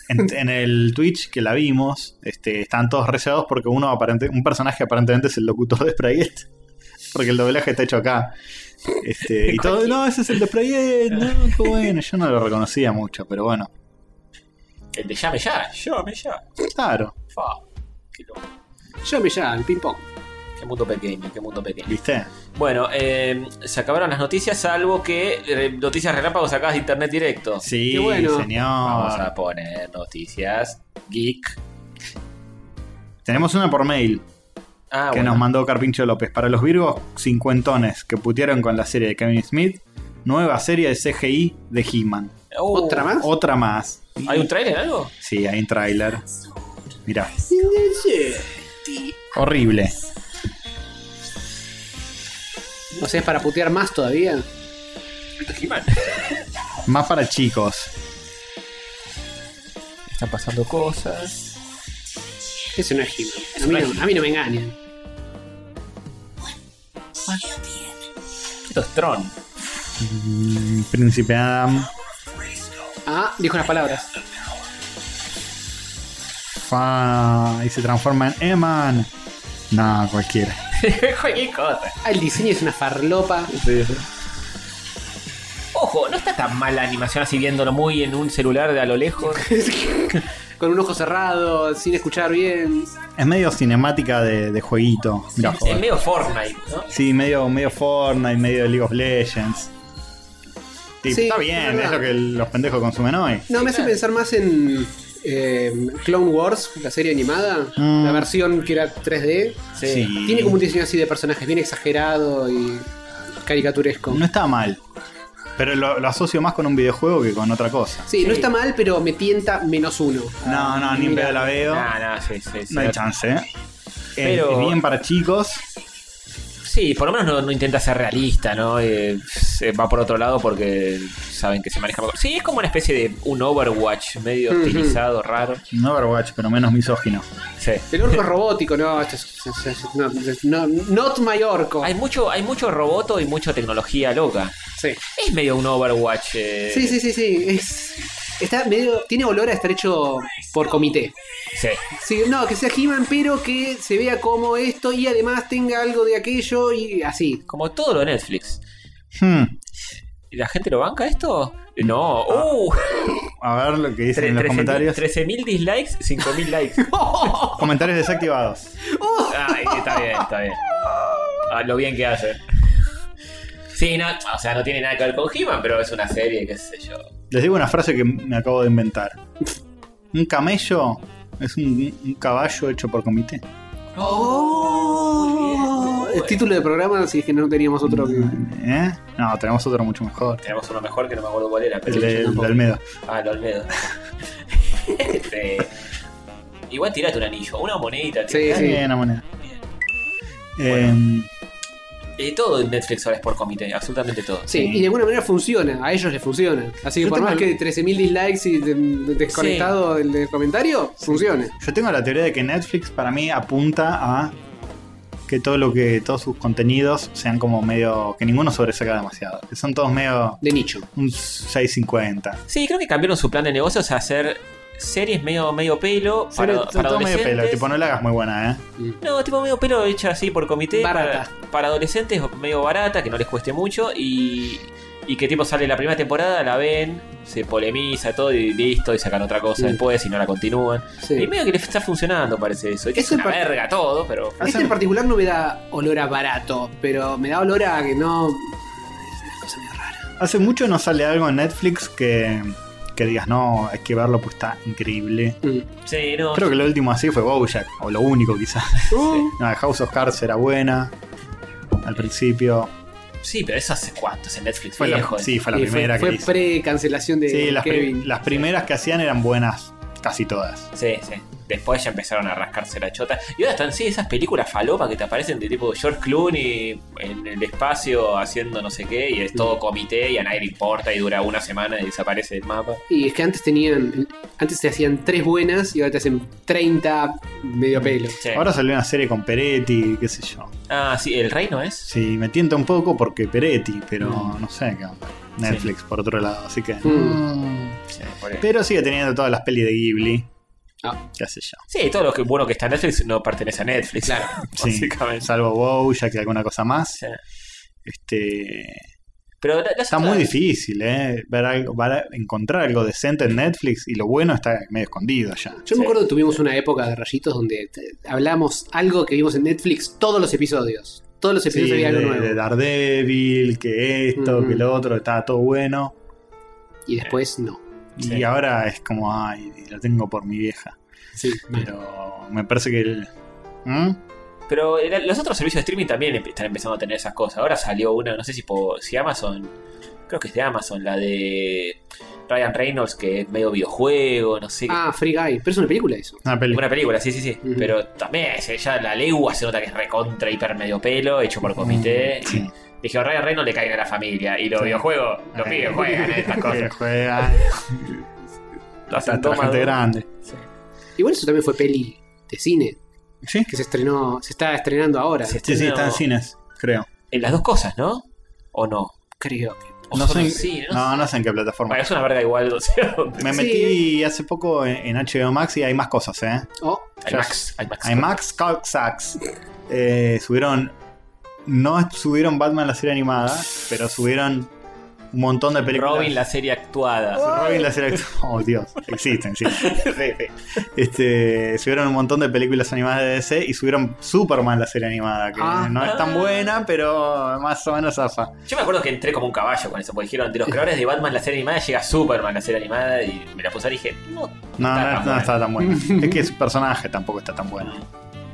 S3: En, en el Twitch que la vimos, este, están todos reseados porque uno aparente, un personaje aparentemente es el locutor de Sprayet. Porque el doblaje está hecho acá. Este, y todo, no, ese es el de Sprayet. No, qué bueno, yo no lo reconocía mucho, pero bueno.
S4: el de llame ya, llame ya.
S3: Claro,
S4: Fa, qué loco.
S2: Yo me llamo, el ping-pong.
S4: Qué mundo pequeño, qué mundo pequeño.
S3: ¿viste?
S4: Bueno, eh, se acabaron las noticias, salvo que eh, noticias relámpagos sacadas de internet directo.
S3: Sí,
S2: Qué bueno.
S4: Vamos
S3: señor.
S4: a poner noticias geek.
S3: Tenemos una por mail.
S4: Ah,
S3: que
S4: bueno.
S3: nos mandó Carpincho López. Para los Virgos, cincuentones que putearon con la serie de Kevin Smith, nueva serie de CGI de He-Man.
S4: Uh,
S3: Oh,
S2: ¿Otra más?
S3: Otra más.
S4: ¿Hay un trailer algo?
S3: Sí, hay un tráiler. Mirá. Horrible.
S2: O sea, es para putear más todavía.
S3: Más para chicos.
S4: Están pasando cosas.
S2: Ese no es He-Man. A mí no, a mí no me engañan.
S4: Esto es Tron.
S3: Mm, Príncipe Adam.
S2: Ah, dijo las palabras.
S3: Fa, y se transforma en Eman. No, cualquiera.
S4: Cualquier cosa.
S2: Ah, el diseño es una farlopa.
S4: Ojo, no está tan mal la animación así viéndolo muy en un celular de a lo lejos.
S2: Con un ojo cerrado, sin escuchar bien.
S3: Es medio cinemática de, de jueguito. Mirá,
S4: es
S3: joder.
S4: medio Fortnite, ¿no?
S3: Sí, medio, medio Fortnite, medio League of Legends. Sí,
S2: Sí,
S3: está
S2: es
S3: bien,
S2: verdad.
S3: es lo que los pendejos consumen hoy.
S2: No, me hace pensar más en eh, Clone Wars, la serie animada.
S3: Mm.
S2: La versión que era 3D.
S3: Sí.
S2: Tiene como un diseño así de personajes bien exagerado y caricaturesco.
S3: No está mal. Pero lo, lo asocio más con un videojuego que con otra cosa.
S2: Sí, no está mal, pero me tienta menos uno.
S3: No, no, ni en
S2: Mira.
S3: pedo la veo.
S4: Ah, no, sí, sí, sí.
S3: no hay chance, ¿eh?
S4: Pero-
S3: Es- es bien para chicos.
S4: Sí, por lo menos no, no intenta ser realista, ¿no? Eh, se va por otro lado porque saben que se maneja mejor. Sí, es como una especie de un Overwatch medio
S2: Ujú.
S4: estilizado, raro.
S3: No Overwatch, pero menos misógino.
S4: Sí.
S2: El orco es robótico, no, esto es- es- es- no, es- no, not my orco.
S4: Hay mucho, hay mucho roboto y mucha tecnología loca.
S2: Sí.
S4: Es medio un Overwatch. eh,
S2: sí, sí, sí, sí, es- está medio, tiene olor a estar hecho por comité.
S4: sí.
S2: Sí, no, que sea He-Man, pero que se vea como esto y además tenga algo de aquello y así.
S4: Como todo lo de Netflix.
S3: Hmm.
S4: ¿Y ¿La gente lo banca esto? No. ¡Uh!
S3: A ver lo que dicen
S4: Tre-
S3: en los
S4: 13.000
S3: comentarios.
S4: 13.000 dislikes, 5.000 likes.
S3: Comentarios desactivados.
S4: Ay, está bien, está bien. Ah, lo bien que hace. Sí, no, o sea, no tiene nada que ver con He-Man, pero es una serie, qué sé yo.
S3: Les digo una frase que me acabo de inventar. Un camello es un, un caballo hecho por comité.
S2: Oh, el título de programa, si es que no teníamos otro que...
S3: ¿Eh? No, tenemos otro mucho mejor.
S4: Tenemos uno mejor que no me acuerdo cuál era, pero
S3: El de- el de Almedo.
S4: Ah, el Olmedo. Este, igual tirate un anillo, una monedita.
S2: Sí,
S4: tirate-
S3: Está bien, la moneda.
S4: Bien.
S3: Em,
S4: Eh, todo en Netflix ahora es por comité, absolutamente todo.
S2: Sí, y de alguna manera funciona, a ellos les funciona. Así que
S3: Yo
S2: por
S3: tengo
S2: más
S3: el-
S2: que 13.000 dislikes y de- de- desconectado del, del comentario, funciona.
S3: Yo tengo la teoría de que Netflix para mí apunta a que todo lo que todos sus contenidos sean como medio que ninguno sobresaca demasiado, que son todos medio
S2: De nicho.
S3: un 650.
S4: Sí, creo que cambiaron su plan de negocios a hacer series medio, medio pelo para,
S3: Sobre-
S4: para
S3: todo medio pelo,
S4: adolescentes.
S3: tipo no la hagas muy buena, ¿eh?
S4: No, tipo medio pelo hecha así por comité.
S2: Barata.
S4: Para, para adolescentes, medio barata, que no les cueste mucho. Y, y que tipo sale la primera temporada, la ven, se polemiza todo y listo, y sacan otra cosa
S2: Mm.
S4: después y no la continúan.
S2: Sí.
S4: Y medio que les está funcionando, parece eso. Que
S2: Es
S4: es una
S2: un par-
S4: verga todo, pero.
S2: Este en particular no me da olor a barato, pero me da olor a que no. Es una cosa medio rara.
S3: Hace mucho no sale algo en Netflix que, que digas, no, hay que verlo, pues está increíble.
S2: Mm.
S4: Sí, no.
S3: Creo que lo último así fue Bojack, o lo único quizás.
S2: Uh,
S3: No, House of Cards era buena al principio.
S4: Sí, pero eso hace cuánto, es en Netflix.
S3: Fue la,
S4: viejo.
S3: sí, fue la
S2: y
S3: primera
S2: fue, fue
S3: que hizo.
S2: pre-cancelación de
S3: Sí, las, pri-
S2: Kevin.
S3: las primeras que hacían eran buenas, casi todas.
S4: Sí, sí. Después ya empezaron a rascarse la chota. Y ahora están, sí, esas películas falopa que te aparecen de tipo George Clooney en el espacio haciendo no sé qué, y es todo comité y a nadie le importa y dura una semana y desaparece del mapa.
S2: Y es que antes tenían. Antes te hacían tres buenas y ahora te hacen 30
S3: Mm.
S2: medio pelo.
S4: Sí.
S3: Ahora salió una serie con Peretti, qué sé yo.
S4: Ah, sí, el reino es.
S3: Sí, me tienta un poco porque Peretti, pero no sé qué onda. Netflix, por otro lado, así que.
S2: Mm.
S4: Sí, por ahí.
S3: Pero sigue teniendo todas las pelis de Ghibli.
S2: Ah.
S3: Qué sé yo.
S4: Sí, todo lo que bueno que está en Netflix no pertenece a Netflix.
S2: Claro.
S3: Sí.
S4: Básicamente.
S3: Salvo Wow, ya que alguna cosa más.
S4: Sí.
S3: Este.
S4: Pero la- las
S3: Está muy
S4: otras-
S3: difícil, ¿eh? Ver algo, ver- encontrar algo decente en Netflix y lo bueno está medio escondido ya.
S2: Yo
S4: Sí.
S2: me acuerdo que tuvimos una época de rayitos donde te- hablamos algo que vimos en Netflix todos los episodios. Todos los
S3: Sí,
S2: episodios había
S3: de,
S2: algo nuevo.
S3: de Daredevil, que esto,
S2: Ujú.
S3: que lo otro, estaba todo bueno.
S2: Y después no.
S3: Y
S4: Sí.
S3: ahora es como, ay, lo tengo por mi vieja.
S2: Sí,
S3: Pero me parece que el. ¿Mm?
S4: Pero el- los otros servicios de streaming también empe- están empezando a tener esas cosas. Ahora salió una, no sé si, por, si Amazon, creo que es de Amazon, la de Ryan Reynolds, que es medio videojuego, no sé. qué-
S2: Ah, Free Guy. Pero es una película eso.
S3: Una película.
S4: Una película, sí, sí, sí.
S2: Ujú.
S4: Pero también se- ya la legua se nota que es recontra, hiper medio pelo, hecho por comité.
S3: Sí.
S4: Dije, Ryan Reynolds le caiga a la familia. Y los
S3: Sí.
S4: videojuegos, los
S3: Eh.
S4: pibes juegan a estas
S3: Que
S4: cosas.
S3: juega.
S4: Lo hacen
S3: Hasta
S4: todo
S3: gente
S4: maduro.
S3: grande.
S4: Sí.
S2: Igual eso también fue peli de cine.
S3: Sí,
S2: Que se estrenó. Se está estrenando ahora.
S4: Se
S3: sí, sí,
S4: estrenó
S3: está en cines, creo.
S4: en las dos cosas, ¿no? ¿O no?
S2: Creo.
S4: O
S3: No
S4: solo
S3: sé, en-
S4: en cine, no sé.
S3: No, no sé en qué plataforma.
S4: Bueno, es una verga igual, no sé dónde.
S3: Me
S2: Sí.
S3: metí hace poco en, en HBO Max y hay más cosas, ¿eh?
S2: Oh,
S4: IMAX, IMAX.
S3: Hay Max Coxax. Eh, subieron. No subieron Batman la serie animada, pero subieron un montón de películas.
S4: Robin, la serie actuada.
S3: Robin la serie. Oh, Dios. Existen, sí. Este, subieron un montón de películas animadas de DC y subieron Superman la serie animada, que
S2: Ah.
S3: no es tan buena, pero más o menos zafa.
S4: Yo me acuerdo que entré como un caballo con eso, porque dijeron, de los creadores de Batman la serie animada llega Superman la serie animada y me la puse y dije, no.
S3: No,
S4: Está tan
S3: no, no
S4: buena.
S3: está tan buena. es que su personaje tampoco está tan bueno.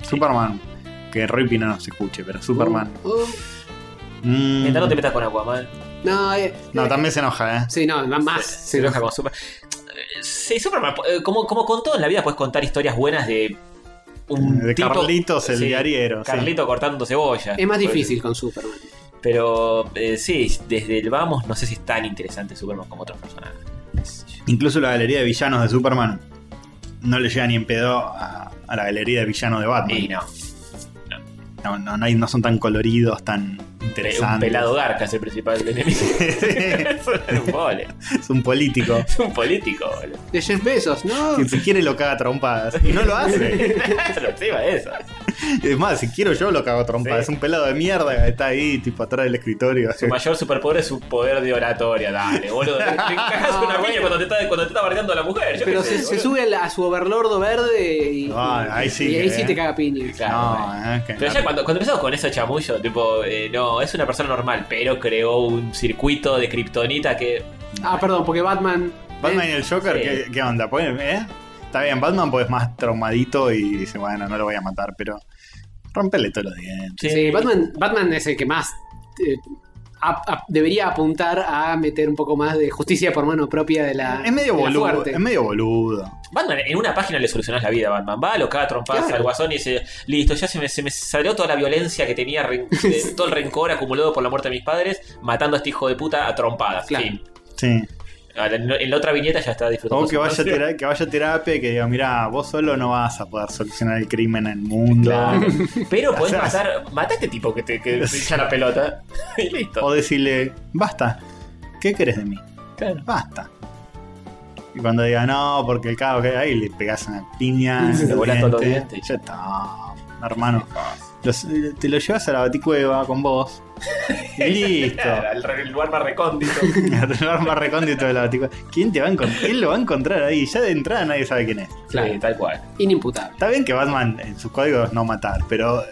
S3: Superman, que Roy Pino no se escuche, pero Superman.
S2: oh.
S3: Mm.
S4: Uh. Mientras no te metas con Aquaman.
S2: No, eh,
S3: No,
S2: eh,
S3: también se enoja, ¿eh?
S2: Sí, Ah, no, va más.
S4: Pues, Se enoja con Superman. Sí, Superman, eh, como, como con todo en la vida puedes contar historias buenas de un
S3: De
S4: tipo-
S3: Carlitos, el
S4: sí,
S3: diariero. sí.
S4: Carlito cortando cebolla.
S2: Es más difícil con Superman.
S4: Pero eh, sí, desde el vamos no sé si es tan interesante Superman como otros personajes. Qué sé yo.
S3: Incluso la galería de villanos de Superman no le llega ni en pedo a, a la galería de villanos de Batman.
S4: Y no,
S3: No, no, no hay- no son tan coloridos, tan
S4: Eh, un
S3: interesantes.
S4: pelado Garca es el principal enemigo. es un mole,
S3: es un político.
S4: es un político, boludo.
S2: De Jeff Bezos, ¿no?
S3: Si, si quiere lo caga a trompadas. Y no lo hace.
S4: Claro, encima de eso.
S3: Es más, si quiero yo lo cago a trompadas.
S4: Sí.
S3: Es un pelado de mierda que está ahí, tipo atrás del escritorio.
S4: Su mayor superpoder es su poder de oratoria, dale, boludo. Te encajas una piña cuando te está, cuando te está abarcando a la mujer. yo
S2: Pero
S4: qué sé,
S2: se, se
S4: boludo.
S2: sube a, la- a su overlordo verde y,
S3: Ah, ahí sí
S2: y
S3: que-
S2: ahí sí te caga piña.
S4: Claro, bueno.
S3: No, eh, que
S4: Pero ya cuando, cuando empezamos con ese chamullo, tipo, eh, no, es una persona normal, pero creó un circuito de kriptonita que.
S2: Ah, perdón, porque Batman.
S3: Batman
S2: eh,
S3: y el Joker,
S4: Sí.
S3: ¿qué, qué onda? Pues, ¿eh? Está bien, Batman pues es más traumadito y dice, bueno, no lo voy a matar, pero rompele todos los dientes.
S2: sí, Batman, Batman es el que más eh, ap- ap- debería apuntar a meter un poco más de justicia por mano propia de la.
S3: Es medio
S2: de la
S3: boludo.
S2: fuerte.
S3: Es medio boludo.
S4: Batman, en una página le solucionás la vida a Batman. Va, lo caga a trompadas
S2: Claro.
S4: al guasón y dice: Listo, ya se me, se me salió toda la violencia que tenía, ren- de- todo el rencor acumulado por la muerte de mis padres, matando a este hijo de puta a trompadas.
S2: Claro.
S4: Fin.
S3: Sí.
S4: A la- En, la otra viñeta ya está disfrutando.
S3: O que
S4: su
S3: vaya, a
S4: pasión.
S3: tera- que vaya a terapia y que diga, mirá, vos solo no vas a poder solucionar el crimen en el mundo.
S4: Claro. Pero podés
S3: O sea,
S4: matar. Mata a este tipo que te, que te
S3: Sí.
S4: hincha la pelota. Y listo.
S3: O decirle, basta, ¿qué querés de mí? Basta. Y cuando diga, no, porque el cago que ahí le pegás una piña,
S2: Sí,
S4: le
S3: en los
S4: volás todos los
S3: dientes.
S4: dientes.
S3: Ya está, hermano. Los- te lo llevas a la baticueva con vos. Y listo.
S4: Claro, el, re- el lugar más recóndito.
S3: A tu lugar más recóndito de la baticueva. ¿Quién te va a encontrar? ¿Quién lo va a encontrar ahí? Ya de entrada nadie sabe quién es.
S2: Claro.
S4: Sí, tal cual.
S2: Inimputable.
S3: Está bien que Batman en sus códigos no matar, pero.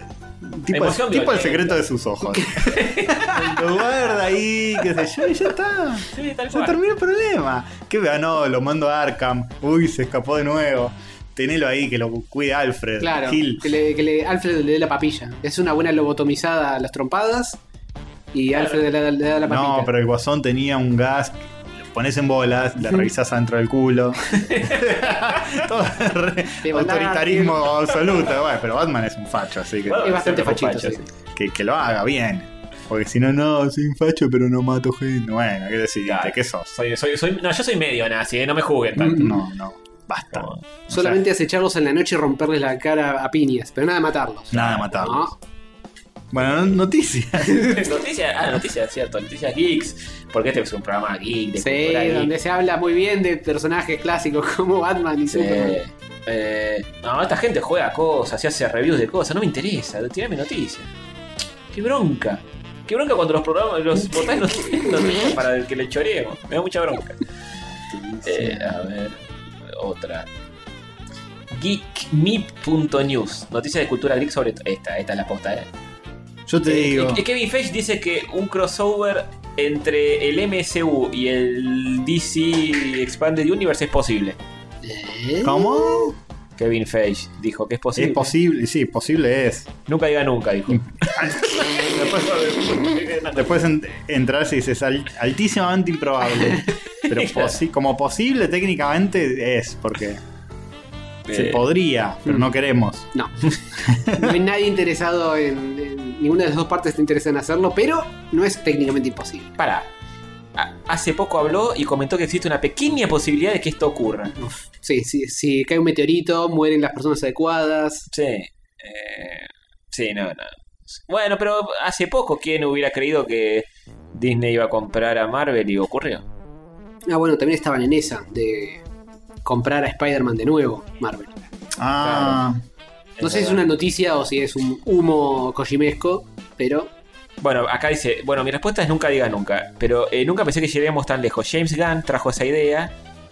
S3: Tipo,
S4: emoción
S3: tipo el
S4: violenta.
S3: secreto de sus ojos. lo guarda ahí, qué sé yo, y ya está.
S4: Sí, tal
S3: Se
S4: cual.
S3: terminó el problema. Que vea, no, lo mando a Arkham. Uy, se escapó de nuevo. Tenelo ahí, que lo cuide Alfred.
S2: Claro.
S3: Gil.
S2: Que le, que le- Alfred le dé la papilla. Es una buena lobotomizada a las trompadas. Y Alfred le, da- le da la papilla.
S3: No, pero el guasón tenía un gas. que Lo pones en bolas, le revisas adentro del culo. Todo re-
S2: Te mandaba-
S3: autoritarismo absoluto. Bueno, pero Batman es un facho, así que.
S4: Bueno,
S2: Es bastante
S4: siempre fue
S2: fachito,
S4: facho,
S2: sí.
S3: que, que lo haga bien. Porque si no, no, soy un facho, pero no mato gente. Bueno, ¿qué decidiste?
S4: Claro.
S3: ¿Qué sos?
S4: Soy, soy, soy- no, yo soy medio nazi, eh, no me juzguen tanto.
S3: No, Mm, no. Basta.
S4: No.
S2: Solamente acecharlos en la noche y romperles la cara a piñas. Pero nada de matarlos.
S3: Nada de matarlos.
S2: ¿No?
S3: Bueno, no- noticias.
S4: noticias, ah, noticias, cierto, noticias geeks. Porque este es un programa geek de
S2: Sí,
S4: cultura geek.
S2: donde se habla muy bien de personajes clásicos como Batman y
S4: Sí.
S2: Superman.
S4: Eh, no, esta gente juega cosas y hace reviews de cosas, no me interesa, tirame noticias. Qué bronca. Qué bronca cuando los programas, los portales no tienen noticias para el que le choreemos. Me da mucha bronca. Eh, a ver, otra. Geekmeep.news. Noticias de cultura geek sobre... Esta, esta es la posta, eh.
S3: Yo te
S4: Eh,
S3: digo.
S4: eh, Kevin Feige dice que un crossover entre el MCU y el DC Expanded Universe es posible.
S2: ¿Eh?
S3: ¿Cómo?
S4: Kevin Feige dijo que es posible.
S3: Es posible, sí, posible es.
S4: nunca diga nunca, dijo.
S3: Después en- entras y dices al- altísimamente improbable. Pero posi- como posible técnicamente es, porque se
S4: Eh,
S3: podría, pero
S4: Mm.
S3: no queremos.
S2: No. No hay nadie interesado en, en- Ninguna de las dos partes está interesada en hacerlo, pero no es técnicamente imposible.
S4: Pará. A- Hace poco habló y comentó que existe una pequeña posibilidad de que esto ocurra.
S2: Sí, sí, si cae un meteorito, mueren las personas adecuadas.
S4: Sí. Eh, sí, no, no. Bueno, pero hace poco, ¿quién hubiera creído que Disney iba a comprar a Marvel y ocurrió?
S2: Ah, bueno, también estaban en esa de comprar a Spider-Man de nuevo, Marvel.
S3: Ah,
S2: No sé si es
S4: verdad.
S2: una noticia o si es un humo cojimesco, pero
S4: Bueno, acá dice, bueno, mi respuesta es nunca diga nunca, pero eh, nunca pensé que lleguemos tan lejos. James Gunn trajo esa idea,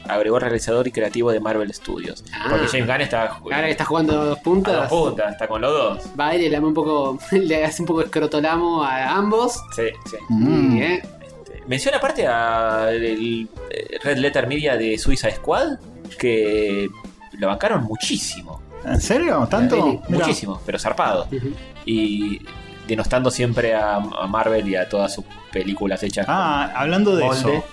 S4: agregó realizador y creativo de Marvel Studios.
S2: Ah.
S4: Porque James Gunn está, ju-
S2: ahora que está jugando a dos
S4: a dos
S2: puntas,
S4: puntas, está con los dos.
S2: va y le lame un poco, le hace un poco escrotolamo a ambos.
S4: Sí, sí.
S3: mm.
S2: Y, eh,
S4: Este, Menciona aparte a el eh, Red Letter Media de Suiza Squad, que lo bancaron muchísimo.
S3: ¿en serio? ¿Tanto? Mirá.
S4: Muchísimo, pero zarpado.
S2: ujú.
S4: Y denostando siempre a, a Marvel y a todas sus películas hechas.
S3: Ah, hablando de
S4: Molde.
S3: eso,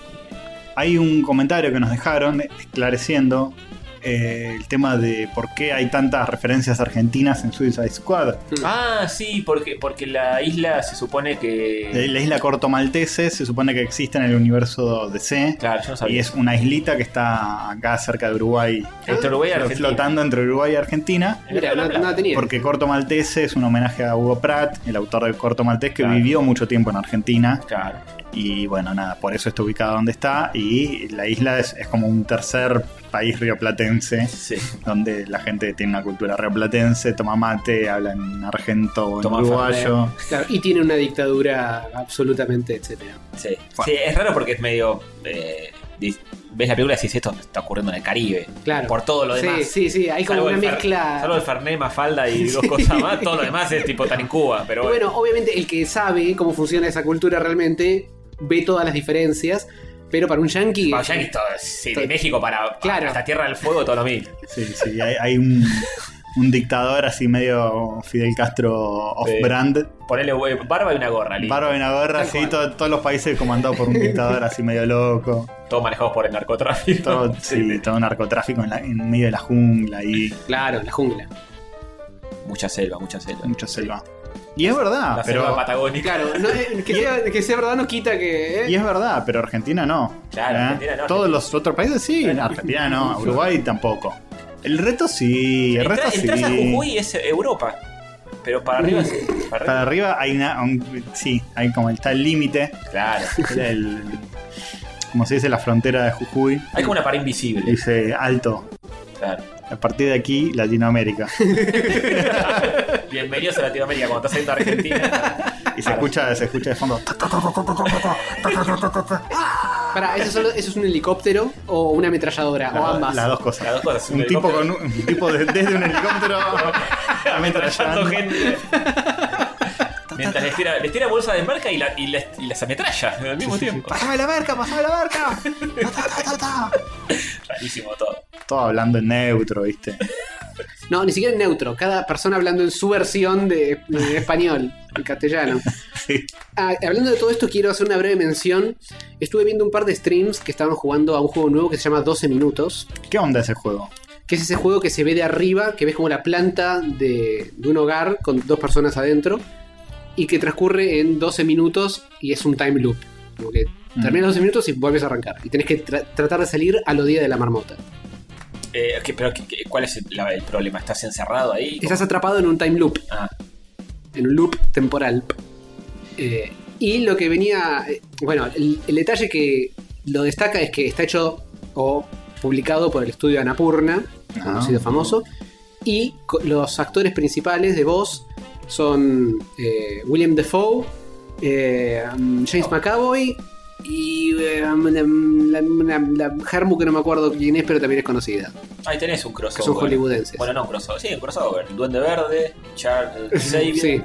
S3: hay un comentario que nos dejaron esclareciendo eh, el tema de por qué hay tantas referencias argentinas en Suicide Squad.
S4: con- Ah, sí, porque, porque la isla se supone que...
S3: La, la isla Corto Maltese se supone que existe en el universo DC
S4: Claro, yo no
S3: y
S4: sabía.
S3: es una islita que está acá cerca de Uruguay,
S4: Entre Uruguay y
S3: flo-
S4: Argentina.
S3: flotando entre Uruguay y Argentina.
S2: Mira, no, no la tenía.
S3: Porque Corto Maltese es un homenaje a Hugo Pratt, el autor del Corto Maltés que
S4: Claro.
S3: vivió mucho tiempo en Argentina.
S4: Claro.
S3: Y bueno, nada, por eso está ubicada donde está. Y la isla es, es como un tercer país rioplatense,
S4: Sí.
S3: donde la gente tiene una cultura rioplatense, toma mate, habla en argento o en
S4: Toma
S3: uruguayo.
S2: Claro, y tiene una dictadura absolutamente etcétera.
S4: Sí. Sí, es raro porque es medio. eh, dis- ves la película y decís esto está ocurriendo en el Caribe.
S2: Claro.
S4: Por todo lo demás.
S2: Sí, sí, sí, hay como
S4: Salvo
S2: una
S4: el Fer-
S2: mezcla.
S4: Salvo el Fernet, Mafalda y dos cosas más. Todo lo demás es tipo tan en Cuba. Pero
S2: Y
S4: bueno.
S2: bueno, obviamente el que sabe cómo funciona esa cultura realmente ve todas las diferencias, pero para un yankee.
S4: Bueno, ya que esto- sí, de
S2: Todo-
S4: México para,
S2: Claro.
S4: hasta Tierra del Fuego, todo lo mismo.
S3: Sí, sí, hay, hay un, un dictador así medio Fidel Castro off-brand.
S4: Ponele güey, barba y una gorra, listo.
S3: Barba y una gorra, así, todo- todos los países comandados por un dictador así medio loco.
S4: Todos manejados por el narcotráfico.
S3: Todo, sí, todo narcotráfico en, la- en medio de la jungla y
S2: Claro, la jungla.
S4: Mucha selva, mucha selva.
S3: mucha selva. Y es verdad,
S4: la
S3: Ah, pero.
S4: selva patagónica.
S2: Claro, no, eh, que, sea, que sea verdad no quita que. eh,
S3: Y es verdad, pero Argentina no. ¿eh?
S4: Claro, Argentina no,
S3: Todos
S4: Argentina.
S3: los otros países sí,
S4: Claro.
S3: Argentina no, Uruguay tampoco. El reto sí, el resto
S4: Entra-
S3: sí.
S4: Entras a Jujuy y es Europa. Pero para arriba sí. Para
S3: Para
S4: arriba.
S3: arriba hay una, un- sí, hay como está el límite,
S4: Claro.
S3: era el- como se dice la frontera de Jujuy,
S4: Hay como una pared invisible.
S3: dice alto.
S4: Claro.
S3: A partir de aquí, Latinoamérica.
S4: Bienvenidos a Latinoamérica cuando estás yendo a Argentina.
S3: Y se escucha, se escucha de fondo.
S2: Pará, ¿eso, solo- ¿eso es un helicóptero o una ametralladora? o ambas.
S3: Las dos cosas.
S4: Las dos cosas.
S3: Un tipo con un, un tipo de- desde un helicóptero
S4: Ametrallando
S3: ametrallando.
S4: gente. Mientras les tira, les tira bolsa de marca y, la, y, las- y las ametralla al mismo tiempo.
S3: ¡Pasame la verga! ¡Pasame la verga! Ta, ta, ta, ta, ta.
S4: Rarísimo todo.
S3: Todo hablando en neutro, ¿viste?
S2: No, ni siquiera en neutro. Cada persona hablando en su versión de, de español, en castellano.
S3: Sí.
S2: Ah, hablando de todo esto, quiero hacer una breve mención. Estuve viendo un par de streams que estaban jugando a un juego nuevo que se llama 12 Minutos.
S3: ¿Qué onda ese juego?
S2: que es ese juego que se ve de arriba, que ves como la planta de, de un hogar con dos personas adentro y que transcurre en 12 minutos y es un time loop. Como que
S3: Mm.
S2: terminas 12 minutos y vuelves a arrancar. Y tenés que tra- tratar de salir a los días de la marmota.
S4: Eh, ¿qué- pero, qué- qué- ¿Cuál es el, la- el problema? ¿Estás encerrado ahí?
S2: Estás atrapado en un time loop,
S4: Ah,
S2: en un loop temporal. Eh, y lo que venía, eh, bueno, el, el detalle que lo destaca es que está hecho o publicado por el estudio Anapurna,
S3: Ah.
S2: conocido famoso, y co- los actores principales de voz son eh, William Defoe, eh, um, James McAvoy y eh, um, la, la- la- Hermu, que no me acuerdo quién es, pero también es conocida,
S4: ahí tenés un
S2: que
S4: crossover.
S2: son hollywoodenses.
S4: Bueno, no, un crossover. Sí, un crossover. El Duende Verde, Charles Xavier.
S2: Sí.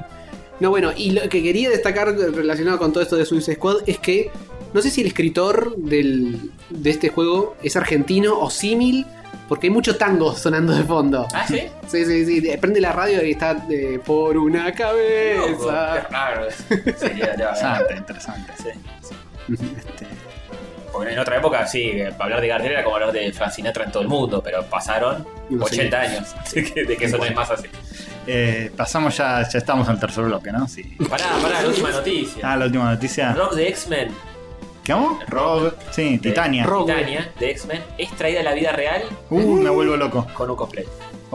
S2: No, bueno, y lo que quería destacar relacionado con todo esto de Suicide Squad es que no sé si el escritor del, de este juego es argentino o símil, porque hay mucho tango sonando de fondo.
S4: Ah, sí.
S2: Sí, sí, sí. de- Prende la radio y está eh, por una
S4: Loco, Qué
S2: cabeza.
S4: raro. Sí, ya, ya, ya.
S3: Interesante, interesante.
S4: Sí.
S3: Este,
S4: Porque en otra época, sí, eh, hablar de Gardner era como hablar de Frank Sinatra en todo el mundo, pero pasaron
S2: No sé.
S4: 80 años de que, de que eso no es más así.
S3: eh, pasamos ya, ya estamos al tercer bloque, ¿no? Sí.
S4: Pará, pará, la última noticia.
S3: Ah, la última noticia.
S4: Rock de X-Men,
S3: ¿Qué hago? Rogue.
S4: Eh,
S3: Sí, Titania.
S2: Rogue.
S4: Titania de X-Men, es traída a la vida real
S3: Uh, me vuelvo loco.
S4: con un cosplay.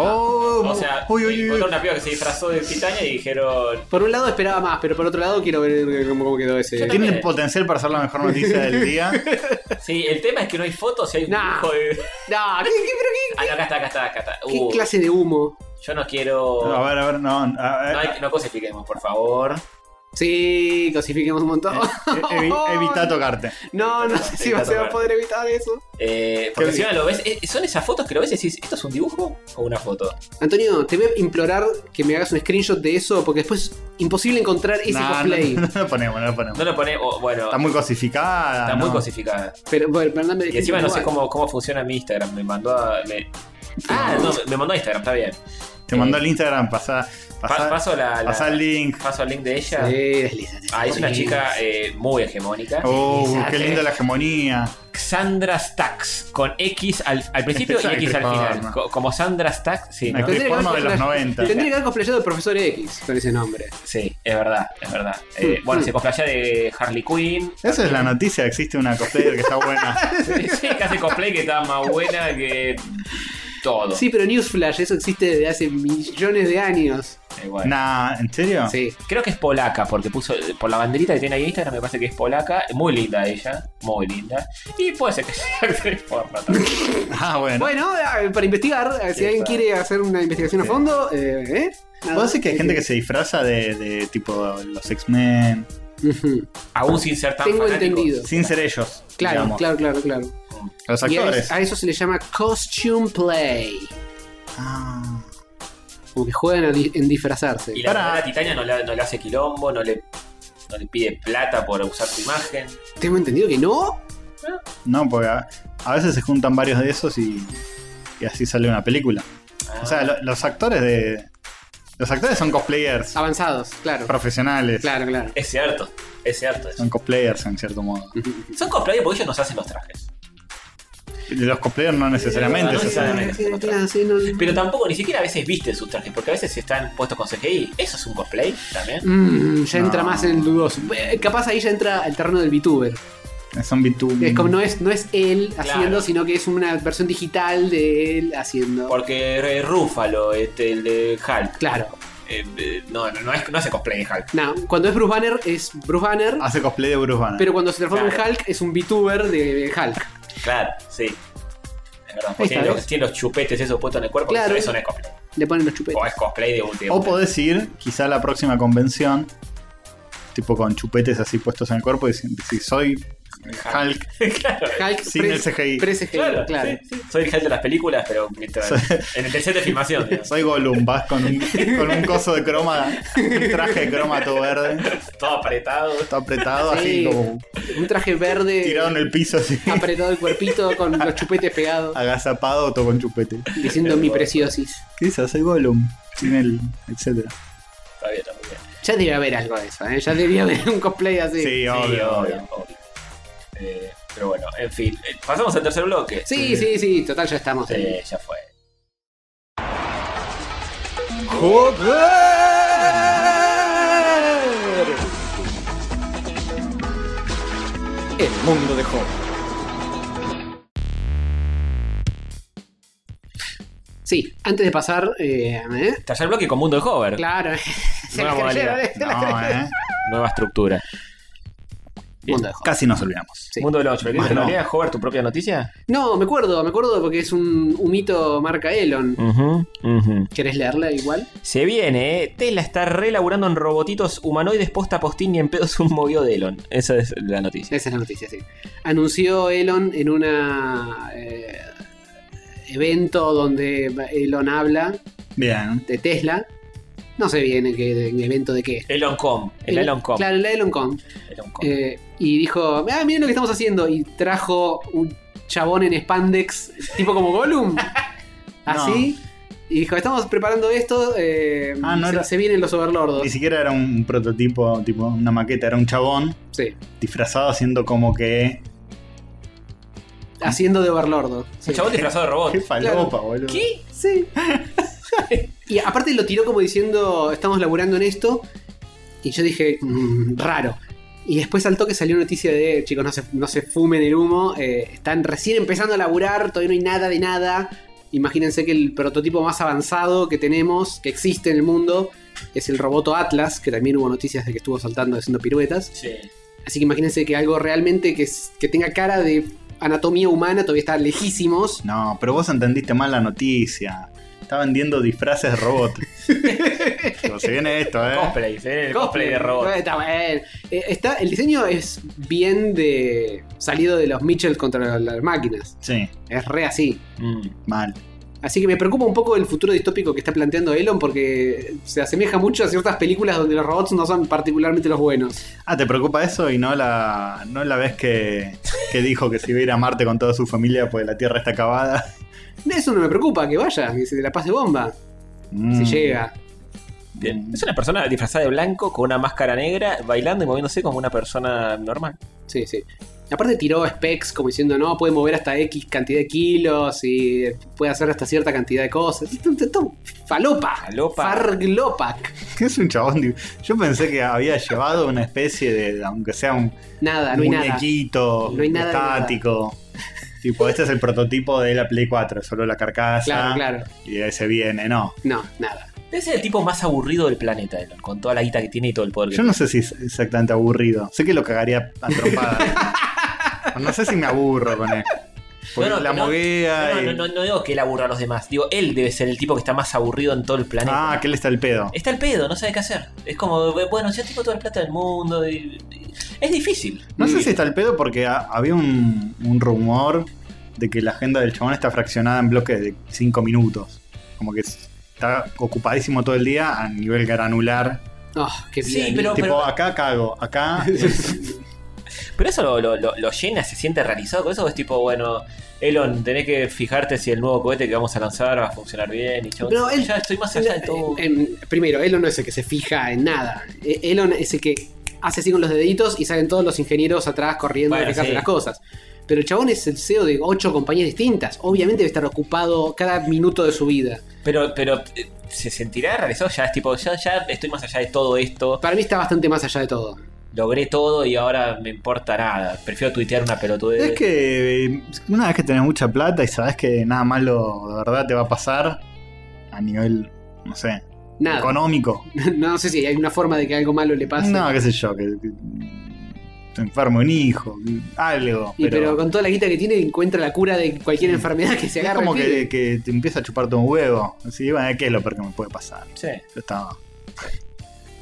S3: Oh,
S4: O sea,
S3: uy, uy, uy.
S4: encontraron una piba que se disfrazó de Titania y dijeron.
S2: Por un lado esperaba más, pero por otro lado quiero ver cómo, cómo quedó ese.
S4: Yo
S3: Tiene el potencial para ser la mejor noticia del día.
S4: Sí, el tema es que no hay fotos, si hay un
S2: Nah.
S4: dibujo de.
S2: No, ¿qué, qué- pero
S4: Ah, no, acá está, acá está, acá está.
S2: qué- qué
S4: Uh,
S2: clase de humo?
S4: yo no quiero.
S3: A ver, a ver, no. a ver,
S4: No, hay- no cosifiquemos, por favor.
S2: Sí, cosifiquemos un montón.
S3: eh, evi- evita tocarte.
S2: No, no sé si
S4: Evita
S2: se va a
S4: tocar.
S2: poder evitar eso.
S4: Eh, porque
S3: Qué
S4: si lo ves, eh, son esas fotos que lo ves y decís, ¿esto es un dibujo o una foto?
S2: Antonio, te voy a implorar que me hagas un screenshot de eso, porque después es imposible encontrar ese
S3: No, no,
S2: cosplay.
S3: no, lo ponemos, no lo ponemos.
S4: No lo pone, o, bueno,
S3: Está muy cosificada.
S4: está muy
S3: ¿no?
S4: cosificada.
S2: Pero bueno, mandame el
S4: Y encima
S2: screenshot
S4: no sé
S2: igual.
S4: cómo, cómo funciona mi Instagram. Me mandó a. me- Ah, no, me mandó a Instagram, está bien.
S3: Te mandó el Instagram, pasá,
S4: Pa-
S3: pasá,
S4: paso, la, la-
S3: pasá el link.
S4: paso el link de ella.
S2: Sí, deslízate.
S4: Ah, es una chica eh, muy hegemónica.
S3: Oh,
S4: Esa,
S3: qué
S4: eh,
S3: linda la hegemonía.
S4: Sandra Stacks, con X al, al principio y
S3: Esa
S4: X al
S3: gripada,
S4: final.
S3: ¿no?
S4: Co- como Sandra Stacks, sí, ¿no?
S3: Actriz
S2: Tendría que
S3: porno de
S2: haber-
S3: los 90.
S2: Tendría que haber cosplayado de Profesor X con ese nombre.
S4: Sí, es verdad, es verdad. Eh,
S2: Mm,
S4: bueno,
S2: mm.
S4: se cosplaya de Harley Quinn.
S3: Esa es la noticia, existe una cosplayer que está buena.
S4: Sí, que hace cosplay que está más buena que todo.
S2: Sí, pero Newsflash, eso existe desde hace millones de años.
S4: Eh, bueno.
S3: Nah, ¿en serio?
S2: Sí.
S4: Creo que es polaca, porque puso por la banderita que tiene ahí en Instagram, me parece que es polaca. Muy linda ella, muy linda. Y puede ser que sea actriz porno también.
S3: Ah, bueno.
S2: Bueno, ah, para investigar, ah, si
S4: Sí,
S2: alguien
S4: está.
S2: quiere hacer una investigación a
S3: Sí.
S2: fondo, eh, ¿eh?
S3: ¿Puede ser que hay gente que se disfraza de, de tipo los X-Men?
S2: Ujú.
S4: Aún sin ser tan
S2: Tengo
S4: fanático.
S2: entendido.
S3: Sin ser ellos.
S2: Claro,
S3: digamos.
S2: claro, claro, claro.
S3: Los
S2: Y ah. a,
S3: actores.
S2: eso, a eso se le llama costume play.
S3: Ah.
S2: Como que juegan a di- en disfrazarse.
S4: Y la
S3: Pará.
S4: verdad, Titania no le, no le hace quilombo, no le, no le pide plata por usar su imagen.
S2: Tengo entendido que no.
S3: No, porque a, a veces se juntan varios de esos y, y así sale una película. O sea, lo- los actores de. Los actores son cosplayers
S2: Avanzados, claro.
S3: profesionales.
S2: Ah. Claro, claro.
S4: Es cierto, es cierto. eso.
S3: Son cosplayers en cierto modo.
S4: Son cosplayers porque ellos nos hacen los trajes.
S3: Los cosplayers no necesariamente
S4: No
S3: se saben.
S4: necesariamente.
S2: Sí, claro, sí, no-
S4: Pero tampoco, ni siquiera a veces visten sus trajes, porque a veces están puestos con CGI. Eso es un cosplay también.
S2: Mm, ya
S3: No.
S2: entra más en el dudoso. Eh, Capaz ahí ya entra el terreno del VTuber.
S3: Son VTubers.
S2: Es como no es, no es él
S4: Claro.
S2: haciendo, sino que es una versión digital de él haciendo.
S4: Porque eh, Rúfalo, este, el de Hulk.
S2: Claro.
S4: eh, eh, no, no, no, es, no hace cosplay de Hulk.
S2: No, cuando es Bruce Banner, es Bruce Banner.
S3: Hace cosplay de Bruce Banner.
S2: Pero cuando se transforma
S4: Claro.
S2: en Hulk, es un VTuber de, de Hulk.
S4: Claro, sí. Es verdad.
S2: Ahí
S4: porque Tiene
S2: está,
S4: los,
S2: ¿ves?
S4: tiene los chupetes esos puestos en el cuerpo,
S2: Claro.
S4: claro. eso no es cosplay.
S2: Le ponen los chupetes.
S4: O es cosplay de un de
S3: O
S4: un-
S3: podés ir, quizá a la próxima convención, tipo con chupetes así puestos en el cuerpo, y si, si soy Hulk,
S4: claro.
S2: Hulk
S3: Sin el CGI.
S2: pre-CGI, claro.
S4: Claro, sí, sí. Soy el Hulk de las películas, pero mientras, en el tercer de filmación. digamos.
S3: soy Gollum, vas con un, con un coso de croma, un traje de croma todo verde,
S4: Todo apretado.
S3: todo apretado,
S2: Sí.
S3: así como
S2: Un traje verde.
S3: tirado en el piso, así,
S2: Apretado el cuerpito con los chupetes pegados.
S3: agazapado, todo con chupete.
S2: Diciendo mi preciosis.
S3: Quizás soy Gollum, sin el, etcétera.
S4: Está bien, está muy bien.
S2: Ya debe haber algo de eso, ¿eh? Ya debía haber un cosplay así.
S3: Sí,
S4: Sí,
S3: obvio,
S4: obvio,
S3: obvio.
S4: obvio. Eh, pero bueno, en fin. eh, Pasamos al tercer bloque.
S2: Sí, sí, sí, total, ya estamos. en-
S4: Sí, ya fue.
S6: ¡Joder! El mundo de Job.
S2: Sí, antes de pasar, eh, ¿eh?
S4: Tercer bloque con Mundo de Hover.
S2: claro, se la
S4: Nueva
S2: creyeron,
S4: modalidad.
S2: ¿eh? Se la
S3: No, eh.
S4: Nueva estructura.
S2: creyeron. Mundo de Hulk.
S3: Casi nos olvidamos.
S2: Sí.
S4: Mundo del 8. ¿Querés
S3: Más
S4: que
S3: no.
S4: no. lea Hover tu propia noticia?
S2: No, me acuerdo, me acuerdo porque es un, un mito marca Elon.
S4: Ujú, ujú.
S2: ¿Querés leerla igual?
S4: Se viene, ¿eh? Tesla está relaburando en robotitos humanoides posta postín y en pedos un movió de Elon. Esa es la noticia.
S2: Esa es la noticia, sí. Anunció Elon en una eh, evento donde Elon habla
S3: Bien.
S2: de Tesla. No sé bien en qué en evento de qué.
S4: Elon Com. El Elon Com.
S2: Claro, el Elon Com.
S4: Elon Com.
S2: Eh, y dijo, ah, miren lo que estamos haciendo. Y trajo un chabón en spandex, tipo como Gollum. Así. Y dijo, estamos preparando esto. eh,
S3: Ah, no
S2: se,
S3: era-
S2: se vienen los overlordos.
S3: Ni siquiera era un prototipo, tipo una maqueta, era un chabón
S2: Sí.
S3: disfrazado haciendo como que.
S2: Haciendo de overlordo. Sí.
S4: Un chabón disfrazado de robot.
S3: Qué falopa, boludo.
S4: ¿Qué?
S2: Sí. y aparte lo tiró como diciendo, estamos laburando en esto. Y yo dije, "Mm, raro. Y después al toque salió noticia de, chicos, no se, no se fumen el humo. eh, están recién empezando a laburar, todavía no hay nada de nada. Imagínense que el prototipo más avanzado que tenemos, que existe en el mundo, es el roboto Atlas, que también hubo noticias de que estuvo saltando haciendo piruetas.
S4: Sí.
S2: Así que imagínense que algo realmente que, es- que tenga cara de anatomía humana todavía está lejísimos.
S3: No, pero vos entendiste mal la noticia. Está vendiendo disfraces de robot. Digo, se viene esto, eh.
S4: Cosplay. se viene el cosplay de
S2: Bueno,
S4: robot.
S2: Está bien. Eh, está- el diseño es bien de salido de los Mitchell contra las máquinas.
S3: Sí,
S2: Es re así.
S4: Mm.
S3: mal.
S2: Así que me preocupa un poco el futuro distópico que está planteando Elon porque se asemeja mucho a ciertas películas donde los robots no son particularmente los buenos.
S3: Ah, ¿te preocupa eso? Y no la, no la vez que, que dijo que se iba a ir a Marte con toda su familia porque la Tierra está acabada.
S2: Eso no me preocupa, que vaya, que se la pase bomba,
S3: Mm.
S2: si llega.
S4: Bien. Es una persona disfrazada de blanco con una máscara negra bailando y moviéndose como una persona normal.
S2: Sí, sí. Aparte tiró specs como diciendo, no, puede mover hasta X cantidad de kilos y puede hacer hasta cierta cantidad de cosas. Esto- esto- Falopa.
S4: Falopa.
S2: Farglopac.
S3: ¿Qué es un chabón? di- Yo pensé que había llevado una especie de, aunque sea un
S2: Nada, no hay nada.
S3: muñequito
S2: No hay nada de
S3: estático. Tipo, este es el prototipo de la Play 4, solo la carcasa.
S4: Ah.
S2: Claro, claro.
S3: Y de ahí se viene, no.
S2: No, nada.
S4: Debe ser el tipo más aburrido del planeta, Elon, con toda la guita que tiene y todo el poder que
S3: Yo no sé si es exactamente aburrido. Sé que lo cagaría a trompadas. no sé si me aburro con él. Porque
S4: No, no,
S3: la
S4: no,
S3: moguea
S4: No,
S3: y-
S4: no, no, no digo que él aburra a los demás. Digo, él debe ser el tipo que está más aburrido en todo el planeta.
S3: Ah, que él está el pedo.
S4: Está el pedo, no sabe qué hacer. Es como, bueno, yo tengo toda la plata del mundo. y- y- Es difícil.
S3: No sé si está el pedo porque ha- había un, un rumor de que la agenda del chabón está fraccionada en bloques de 5 minutos. Como que es- está ocupadísimo todo el día a nivel granular.
S2: Oh, qué
S4: Sí,
S2: bien.
S4: pero-
S3: tipo, acá cago, acá
S4: Pero eso lo, lo- lo- lo llena, se siente realizado con eso. o Es tipo, bueno, Elon, tenés que fijarte si el nuevo cohete que vamos a lanzar va a funcionar bien. Y chabón,
S2: Pero él-
S4: ya estoy más allá de todo.
S2: Em, primero, Elon no es el que se fija en nada. E- Elon es el que hace así con los deditos y salen todos los ingenieros atrás corriendo
S4: Bueno,
S2: a fijarse
S4: sí.
S2: las cosas. Pero el chabón es el CEO de ocho compañías distintas. Obviamente debe estar ocupado cada minuto de su vida.
S4: Pero, pero eh, se sentirá realizado ya, es tipo, ya, ya estoy más allá de todo esto,
S2: Para mí está bastante más allá de todo.
S4: logré todo y ahora me importa nada. Prefiero tuitear una pelotudez.
S3: Es que eh, una vez que tenés mucha plata y sabes que nada malo de verdad te va a pasar a nivel, no sé,
S2: Nada.
S3: económico.
S2: No sé si hay una forma de que algo malo le pase.
S3: No, qué sé yo, que, que te enfermo un hijo, algo.
S2: y, pero... con toda la guita que tiene encuentra la cura de cualquier enfermedad que se
S3: es
S2: agarre.
S3: como
S2: el pibe.
S3: que, que te empieza a chuparte un huevo. Así, bueno, ¿qué es lo peor que me puede pasar?
S4: Sí.
S3: Yo estaba.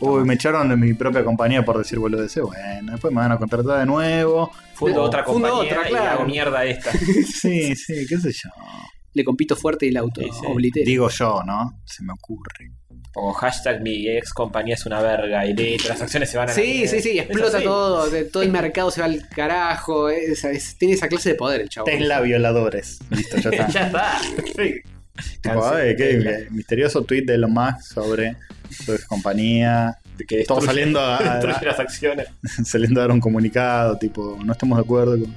S3: Uy, me echaron de mi propia compañía por decir boludeces. Bueno, después me van a contratar de nuevo.
S4: Fundo
S2: No,
S4: otra
S2: fundo
S4: compañía
S2: otra,
S4: y
S2: claro.
S4: hago mierda esta.
S3: Sí, sí, qué sé yo.
S2: Le compito fuerte y el auto
S4: Sí, sí.
S2: oblitera.
S3: Digo yo, ¿no? Se me ocurre.
S4: O hashtag mi ex compañía es una verga y listo, las acciones se van a la
S2: Sí,
S4: mierda.
S2: sí, sí,
S4: Es
S2: explota
S4: así.
S2: todo, de- todo el mercado se va al carajo, es- es- tiene esa clase de poder el chavo.
S3: Tesla violadores. Listo, ya está.
S4: Ya está.
S3: Tipo,
S4: Cancel.
S3: ay, qué misterioso tweet de Elon Musk sobre su ex compañía.
S4: Que
S3: Todo
S4: destruye-
S3: saliendo a, a-
S4: destruye las acciones.
S3: saliendo a dar un comunicado, tipo, no estamos de acuerdo con.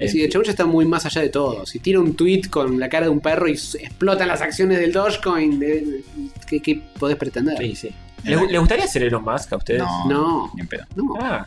S2: Es decir, el chabón ya está muy más allá de todo. Si tira un tweet con la cara de un perro y s- explotan las acciones del Dogecoin, de- ¿qué, qué podés pretender?
S4: Sí, sí. ¿Le, le gustaría ser Elon Musk a ustedes?
S2: No,
S3: Ni en pedo,
S2: no.
S4: Ah,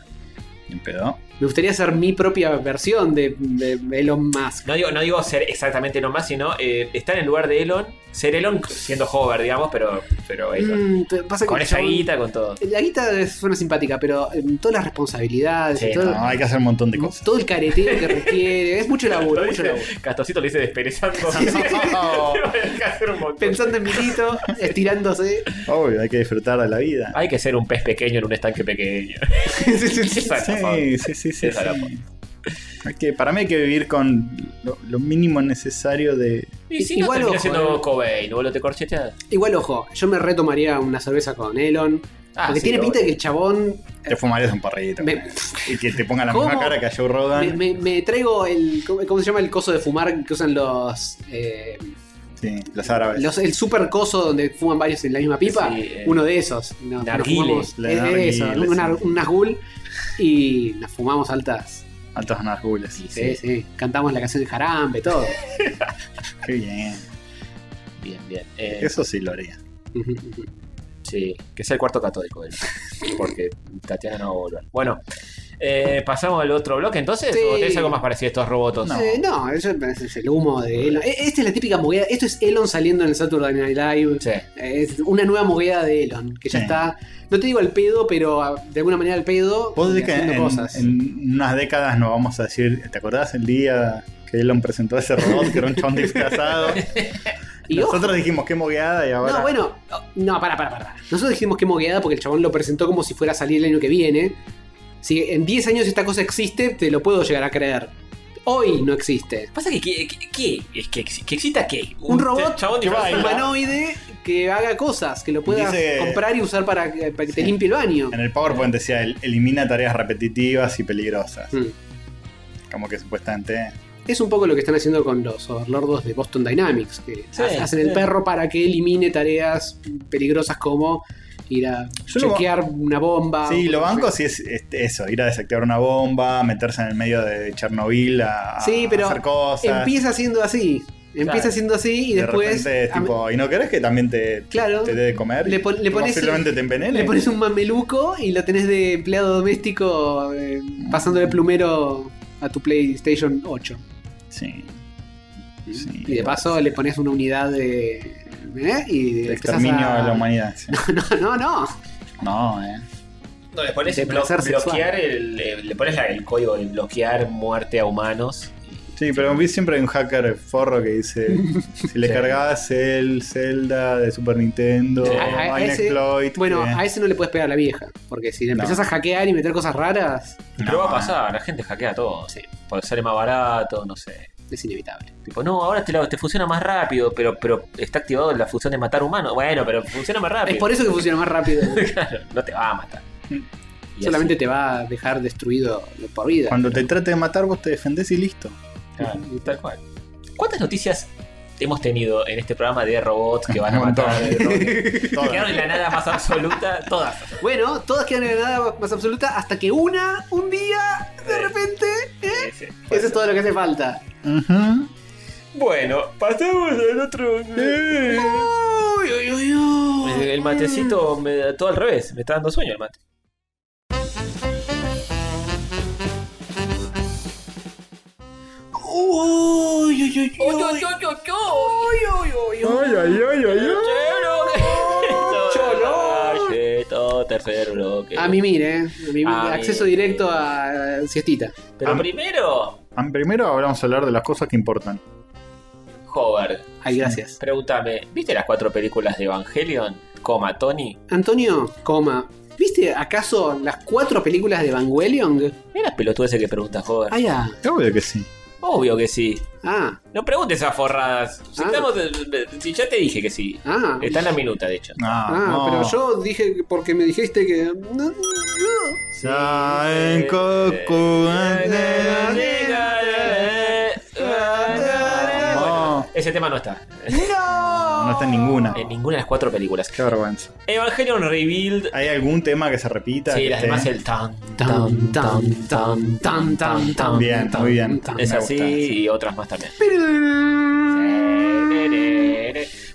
S3: ni en pedo.
S2: Me gustaría hacer mi propia versión de, de Elon Musk.
S4: no digo, no digo ser exactamente Elon Musk, sino eh, estar en el lugar de Elon, ser Elon siendo hover, digamos, pero, pero Elon.
S2: Mm, pero pasa que
S4: Con
S2: el
S4: esa
S2: chabón-
S4: guita, con todo.
S2: La guita es- suena simpática, pero em, todas las responsabilidades,
S4: Sí,
S2: y todo,
S3: No, hay que hacer un montón de cosas.
S2: todo el careteo que requiere, es mucho laburo,
S4: Lo
S2: mucho
S4: dice-
S2: laburo.
S4: Castorcito le dice desperezando. Hay que hacer un montón.
S2: Pensando en Milito, estirándose.
S3: Obvio, hay que disfrutar de la vida.
S4: Hay que ser un pez pequeño en un estanque pequeño. Exacto.
S3: Sí, sí, sí, sí.
S4: Esa
S3: sí.
S4: la
S3: Hay que- para mí hay que vivir con lo, lo mínimo necesario de.
S4: Y si
S2: Igual,
S4: no
S2: ojo,
S4: terminás siendo
S2: eh.
S4: Cobain, boludo, te corcheteas.
S2: Igual, ojo, yo me retomaría una cerveza con Elon.
S4: Ah,
S2: porque
S4: sí,
S2: tiene
S4: obvio.
S2: pinta de que el chabón.
S3: Te fumarías un porrito.
S2: Me,
S3: Y que te ponga la
S2: ¿Cómo?
S3: misma cara que a Joe Rogan.
S2: me- me- me traigo el. ¿cómo, cómo se llama el coso de fumar que usan los. eh,
S3: Sí, los árabes.
S2: los- el super coso donde fuman varios en la misma pipa?
S4: Sí, eh,
S2: Uno de esos. No, nos
S4: narguile.
S2: fumamos-
S3: La
S2: eh,
S3: narguile,
S2: eso,
S3: sí.
S2: un, nar- un nazgul. Y nos fumamos altas.
S3: Altos nargules.
S2: Sí, sí. Cantamos la canción de Jarambe, todo.
S3: Qué bien.
S4: Bien, bien. Eh,
S3: Eso sí lo haría.
S2: Ujú, ujú.
S4: Sí, que sea el cuarto católico él. Porque Tatiana no va a volver. Bueno, eh, pasamos al otro bloque entonces.
S2: Sí.
S4: ¿O tenés algo más parecido a estos robots?
S3: No.
S2: Eh, no, eso es el humo de Elon. E- Esta es la típica mogueada. Esto es Elon saliendo en el Saturday Night Live.
S4: Sí.
S2: Es una nueva mogueada de Elon, que ya
S3: Sí.
S2: está. No te digo al pedo, pero ah, de alguna manera al pedo.
S3: Vos
S2: y
S3: decís que
S2: haciendo
S3: en,
S2: cosas.
S3: en unas décadas nos vamos a decir, ¿te acordás el día que Elon presentó a ese robot que era un chon disfrazado?
S2: Y ojo,
S3: Nosotros dijimos qué mogueada y ahora.
S2: No, bueno. No, para, para, para. Nosotros dijimos que mogueada porque el chabón lo presentó como si fuera a salir el año que viene. Si en 10 años esta cosa existe, te lo puedo llegar a creer. Hoy no existe.
S4: Pasa que, ¿qué? qué- qué? Es que, ex- que excita qué?
S2: Un robot
S4: chabón
S3: que
S4: disfrazado.
S2: Humanoide que haga cosas, que lo puedas
S3: Dice-
S2: comprar y usar para, que- para que te
S3: Sí.
S2: limpie el baño.
S3: En el PowerPoint decía, "El- elimina tareas repetitivas y peligrosas.
S2: Mm.
S3: Como que supuestamente.
S2: Es un poco lo que están haciendo con los overlordos de Boston Dynamics, que
S4: Sí,
S2: ha- hacen el
S4: sí.
S2: perro para que elimine tareas peligrosas como ir a
S3: Yo lo
S2: chequear una bomba.
S3: sí,
S2: o-
S3: lo banco sí es, es- eso, ir a desactivar una bomba, meterse en el medio de Chernobyl a, a
S2: Sí, pero
S3: hacer cosas.
S2: Empieza siendo así. Empieza
S4: Claro.
S2: siendo así y
S3: de
S2: después.
S3: repente es
S2: a-
S3: tipo, ¿y no querés que también te,
S2: Claro.
S3: te dé de comer?
S2: Le pon- le
S3: Y
S2: pones-
S3: posiblemente te envenene.
S2: le pones un mameluco y lo tenés de empleado doméstico eh, pasándole plumero a tu PlayStation 8.
S3: Sí. Sí.
S2: Mm, y de paso le pones una unidad de. ¿eh? Y
S3: El
S2: empezás
S3: exterminio
S2: a-
S3: de la humanidad. sí.
S2: No, no, no.
S3: No, eh.
S4: No, le pones
S2: De
S4: blo-
S2: placer
S4: bloquear, el, le, le pones la- el código de bloquear muerte a humanos.
S3: Sí, pero vi siempre hay un hacker forro que dice: si le
S4: Sí.
S3: cargas el Zelda de Super Nintendo,
S4: Sí.
S3: hay
S2: A- a
S3: un
S2: ese-
S3: exploit.
S2: Bueno,
S3: que-
S2: a ese no le puedes pegar a la vieja. Porque si le
S3: No.
S2: empezás a hackear y meter cosas raras,
S4: Pero
S3: No,
S4: va a pasar, la gente hackea todo.
S2: Sí.
S4: Porque sale más barato, no sé.
S2: es inevitable.
S4: Tipo, no, ahora te, la- te funciona más rápido, pero, pero está activado la función de matar humanos. Bueno, pero funciona más rápido.
S2: Es por eso que funciona más rápido.
S4: Claro, no te va a matar. Y
S2: Solamente te va a dejar destruido por vida.
S3: Cuando te trate de matar, vos te defendés y listo.
S4: así. Ah, tal cual. ¿Cuántas noticias hemos tenido en este programa de robots que van a
S3: Un montón.
S4: matar? de robots?
S3: Todas.
S4: Quedaron en la nada más absoluta todas.
S2: Bueno, todas quedan en la nada más absoluta hasta que una, un día, de repente.
S4: Sí, sí.
S2: Eso es todo lo que hace falta.
S3: Ujú.
S4: Bueno, pasemos al otro.
S2: Uy, uy, uy, uy.
S4: Eh, El matecito, me da todo al revés, me está dando sueño el mate.
S2: Uy, uy, uy, uy.
S4: Cholo. Cheto, tercer bloque.
S2: A mimir, eh. A mimir.
S4: A
S2: Acceso
S4: mimir.
S2: directo a siestita.
S4: Pero
S3: Am-
S4: primero,
S3: Am- Ah, Primero ahora vamos a hablar de las cosas que importan.
S4: Hover,
S2: Ay, gracias.
S4: pregúntame, ¿viste las cuatro películas de Evangelion? Coma, Tony.
S2: Antonio, coma. ¿Viste acaso las cuatro películas de Evangelion?
S4: Mira las pelotudeces que pregunta Hover.
S2: Ah, ya.
S3: Obvio que sí.
S4: Obvio que sí.
S2: Ah,
S4: No preguntes a forradas. Si
S2: Ah.
S4: estamos- si ya te dije que sí.
S2: ah.
S4: Está en la minuta, de hecho.
S3: Ah,
S2: Ah,
S3: no.
S2: pero yo dije que- porque me dijiste que. no, no.
S3: Saben Goku, eh,
S4: Bueno, Ese tema no está
S3: No está en ninguna.
S4: en ninguna de las cuatro películas.
S3: Qué vergüenza.
S4: Evangelion Rebuild.
S3: ¿Hay algún tema que se repita?
S4: Sí,
S3: que
S4: las
S3: esté?
S4: demás el tan,
S2: Tan, tan, tan, tan, tan, tan.
S3: Bien, muy bien.
S2: tan.
S4: Es
S3: Me
S4: así
S3: gusta, sí.
S4: y otras más también.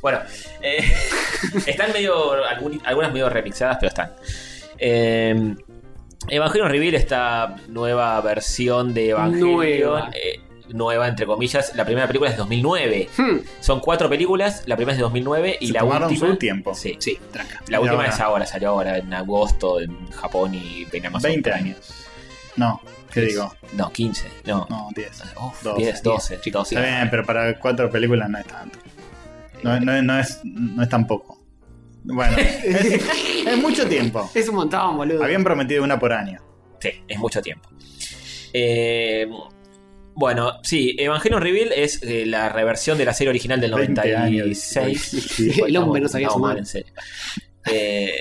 S4: Bueno, eh, están medio. algún- algunas medio remixadas, pero están. Eh, Evangelion Reveal, esta nueva versión de Evangelion.
S2: Nueva.
S4: eh, nueva, entre comillas. La primera película es 2009.
S2: Hmm,
S4: Son cuatro películas, la primera es de 2009 y
S3: Se
S4: la
S3: tomaron
S4: última.
S3: su tiempo.
S4: Sí,
S2: Sí, tranca.
S4: la
S3: Y
S4: última
S3: ahora.
S4: es ahora, salió ahora en agosto en Japón y en Amazon.
S3: 20
S4: Prime.
S3: años. No, ¿qué digo?
S4: No, 15. No,
S3: No, 10.
S4: Uf,
S3: 12.
S4: 10, 12. chicos,
S3: Está bien, pero para cuatro películas no es tanto. No, no- no es, no es tampoco. Bueno, es, es mucho tiempo.
S2: Es un montón, boludo.
S3: Habían prometido una por año.
S4: Sí, es mucho tiempo. Eh, bueno, sí, Evangelion Reveal es eh, la reversión de la serie original del
S3: 20
S4: 96.
S3: años.
S2: El hombre no sabía
S4: No,
S2: sumar.
S4: mal, en serio. Eh,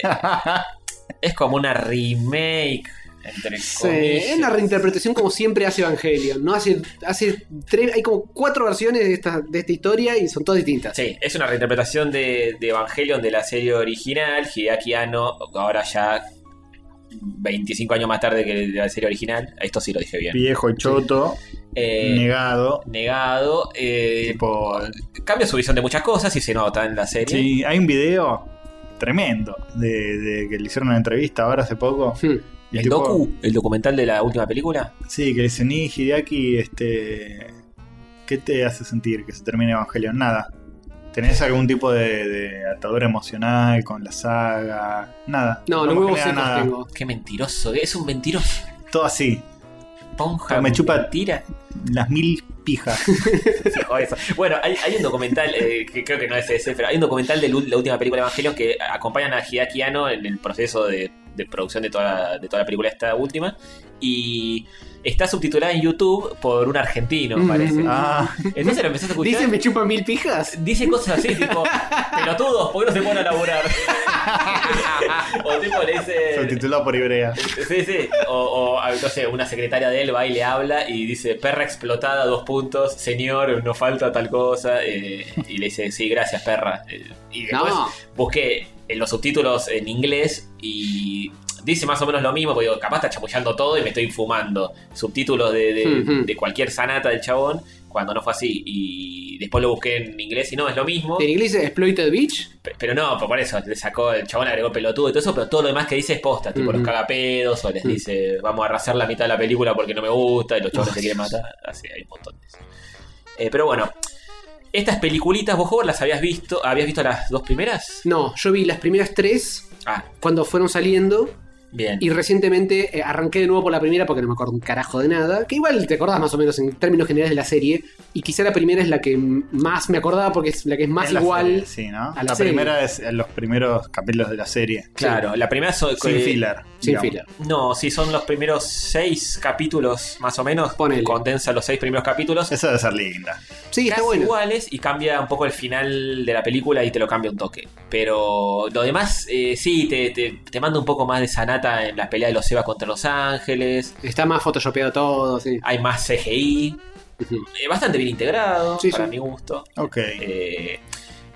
S4: es como una remake, entre
S2: Sí,
S4: comillas.
S2: es la reinterpretación como siempre hace Evangelion, ¿no? Hace, hace tres, hay como cuatro versiones de esta, de esta historia y son todas distintas.
S4: Sí, es una reinterpretación de, de Evangelion de la serie original. Hideaki Anno, ahora ya 25 años más tarde que la serie original. Esto sí lo dije bien.
S3: Viejo choto,
S4: Eh,
S3: negado.
S4: negado. eh,
S3: Tipo,
S4: cambia su visión de muchas cosas y se nota en la serie.
S3: sí, hay un video tremendo de, de que le hicieron una entrevista ahora hace poco.
S2: Hmm.
S3: Y
S4: El
S3: tipo-
S4: docu, el documental de la última película.
S3: Sí, que le dicen, y Hideaki, este. ¿Qué te hace sentir que se termine Evangelion? Nada. ¿Tenés algún tipo de, de atadura emocional con la saga? Nada.
S2: No, los
S3: me
S2: huevos
S3: genera
S2: secos tengo.
S4: Qué mentiroso, es un mentiroso.
S3: Todo así.
S4: Ponja,
S3: Me chupa-
S4: mentira.
S3: Las mil pijas.
S4: Dijo eso. Bueno, hay, hay un documental, eh, que creo que no es ese, pero hay un documental de la última película de Evangelion que acompañan a Hideaki Anno en el proceso de, de producción de toda, la- de toda la película, esta última. Y está subtitulada en YouTube por un argentino,
S2: Mm.
S4: parece.
S3: ah,
S4: Entonces lo empezás a escuchar.
S2: Dice, me chupan mil pijas.
S4: Dice cosas así, tipo, pelotudos, ¿por qué no se ponen a laburar? o tipo le dice.
S2: Eh,
S3: subtitulado por hebrea.
S4: Sí, sí. O, o, a- no sé, una secretaria de él va y le habla y dice, perra explotada, dos puntos, señor, nos falta tal cosa. eh, y le dice, sí, gracias, perra. Eh, y después
S2: No,
S4: busqué en los subtítulos en inglés y dice más o menos lo mismo, porque digo, capaz está chamullando todo y me estoy fumando. Subtítulos de, de-
S2: Ujú.
S4: de cualquier sanata del chabón, cuando no fue así. Y después lo busqué en inglés y no, es lo mismo.
S2: en inglés es Exploited Beach.
S4: Pe- Pero no, por por eso, le sacó, el chabón le agregó pelotudo y todo eso, pero todo lo demás que dice es posta, tipo
S2: Ujú.
S4: los cagapedos, o les
S2: Mm.
S4: dice, vamos a arrasar la mitad de la película porque no me gusta, y los chabones se quieren matar, así hay un montón de eso. Eh, pero bueno, estas peliculitas, vos Howard, las habías visto, habías visto las dos primeras?
S2: No, yo vi las primeras tres
S4: Ah,
S2: cuando fueron saliendo
S4: bien.
S2: y recientemente eh, arranqué de nuevo por la primera porque no me acuerdo un carajo de nada. Que igual te acordás más o menos en términos generales de la serie. Y quizá la primera es la que m- más me acordaba porque es la que es más
S3: Es la
S2: igual.
S3: serie, sí, ¿no?
S2: a la
S3: la
S2: serie.
S3: primera es en los primeros capítulos de la serie.
S4: claro, la primera son...
S3: Sin
S4: eh,
S3: filler.
S2: Sin
S3: digamos.
S2: fila.
S4: No, sí, son los primeros seis capítulos, más o menos.
S2: Ponele.
S4: Condensa los seis primeros capítulos.
S3: Esa debe ser linda.
S2: Sí, está
S4: casi
S2: bueno.
S4: iguales y cambia un poco el final de la película y te lo cambia un toque. Pero lo demás, eh, sí, te, te, te manda un poco más de Renata en las peleas de los Sebas contra Los Ángeles.
S2: Está más photoshopeado todo, sí.
S4: Hay más CGI.
S2: Ujú.
S4: eh, bastante bien integrado,
S2: Sí,
S4: para
S2: sí.
S4: mi gusto.
S3: Ok.
S4: Eh,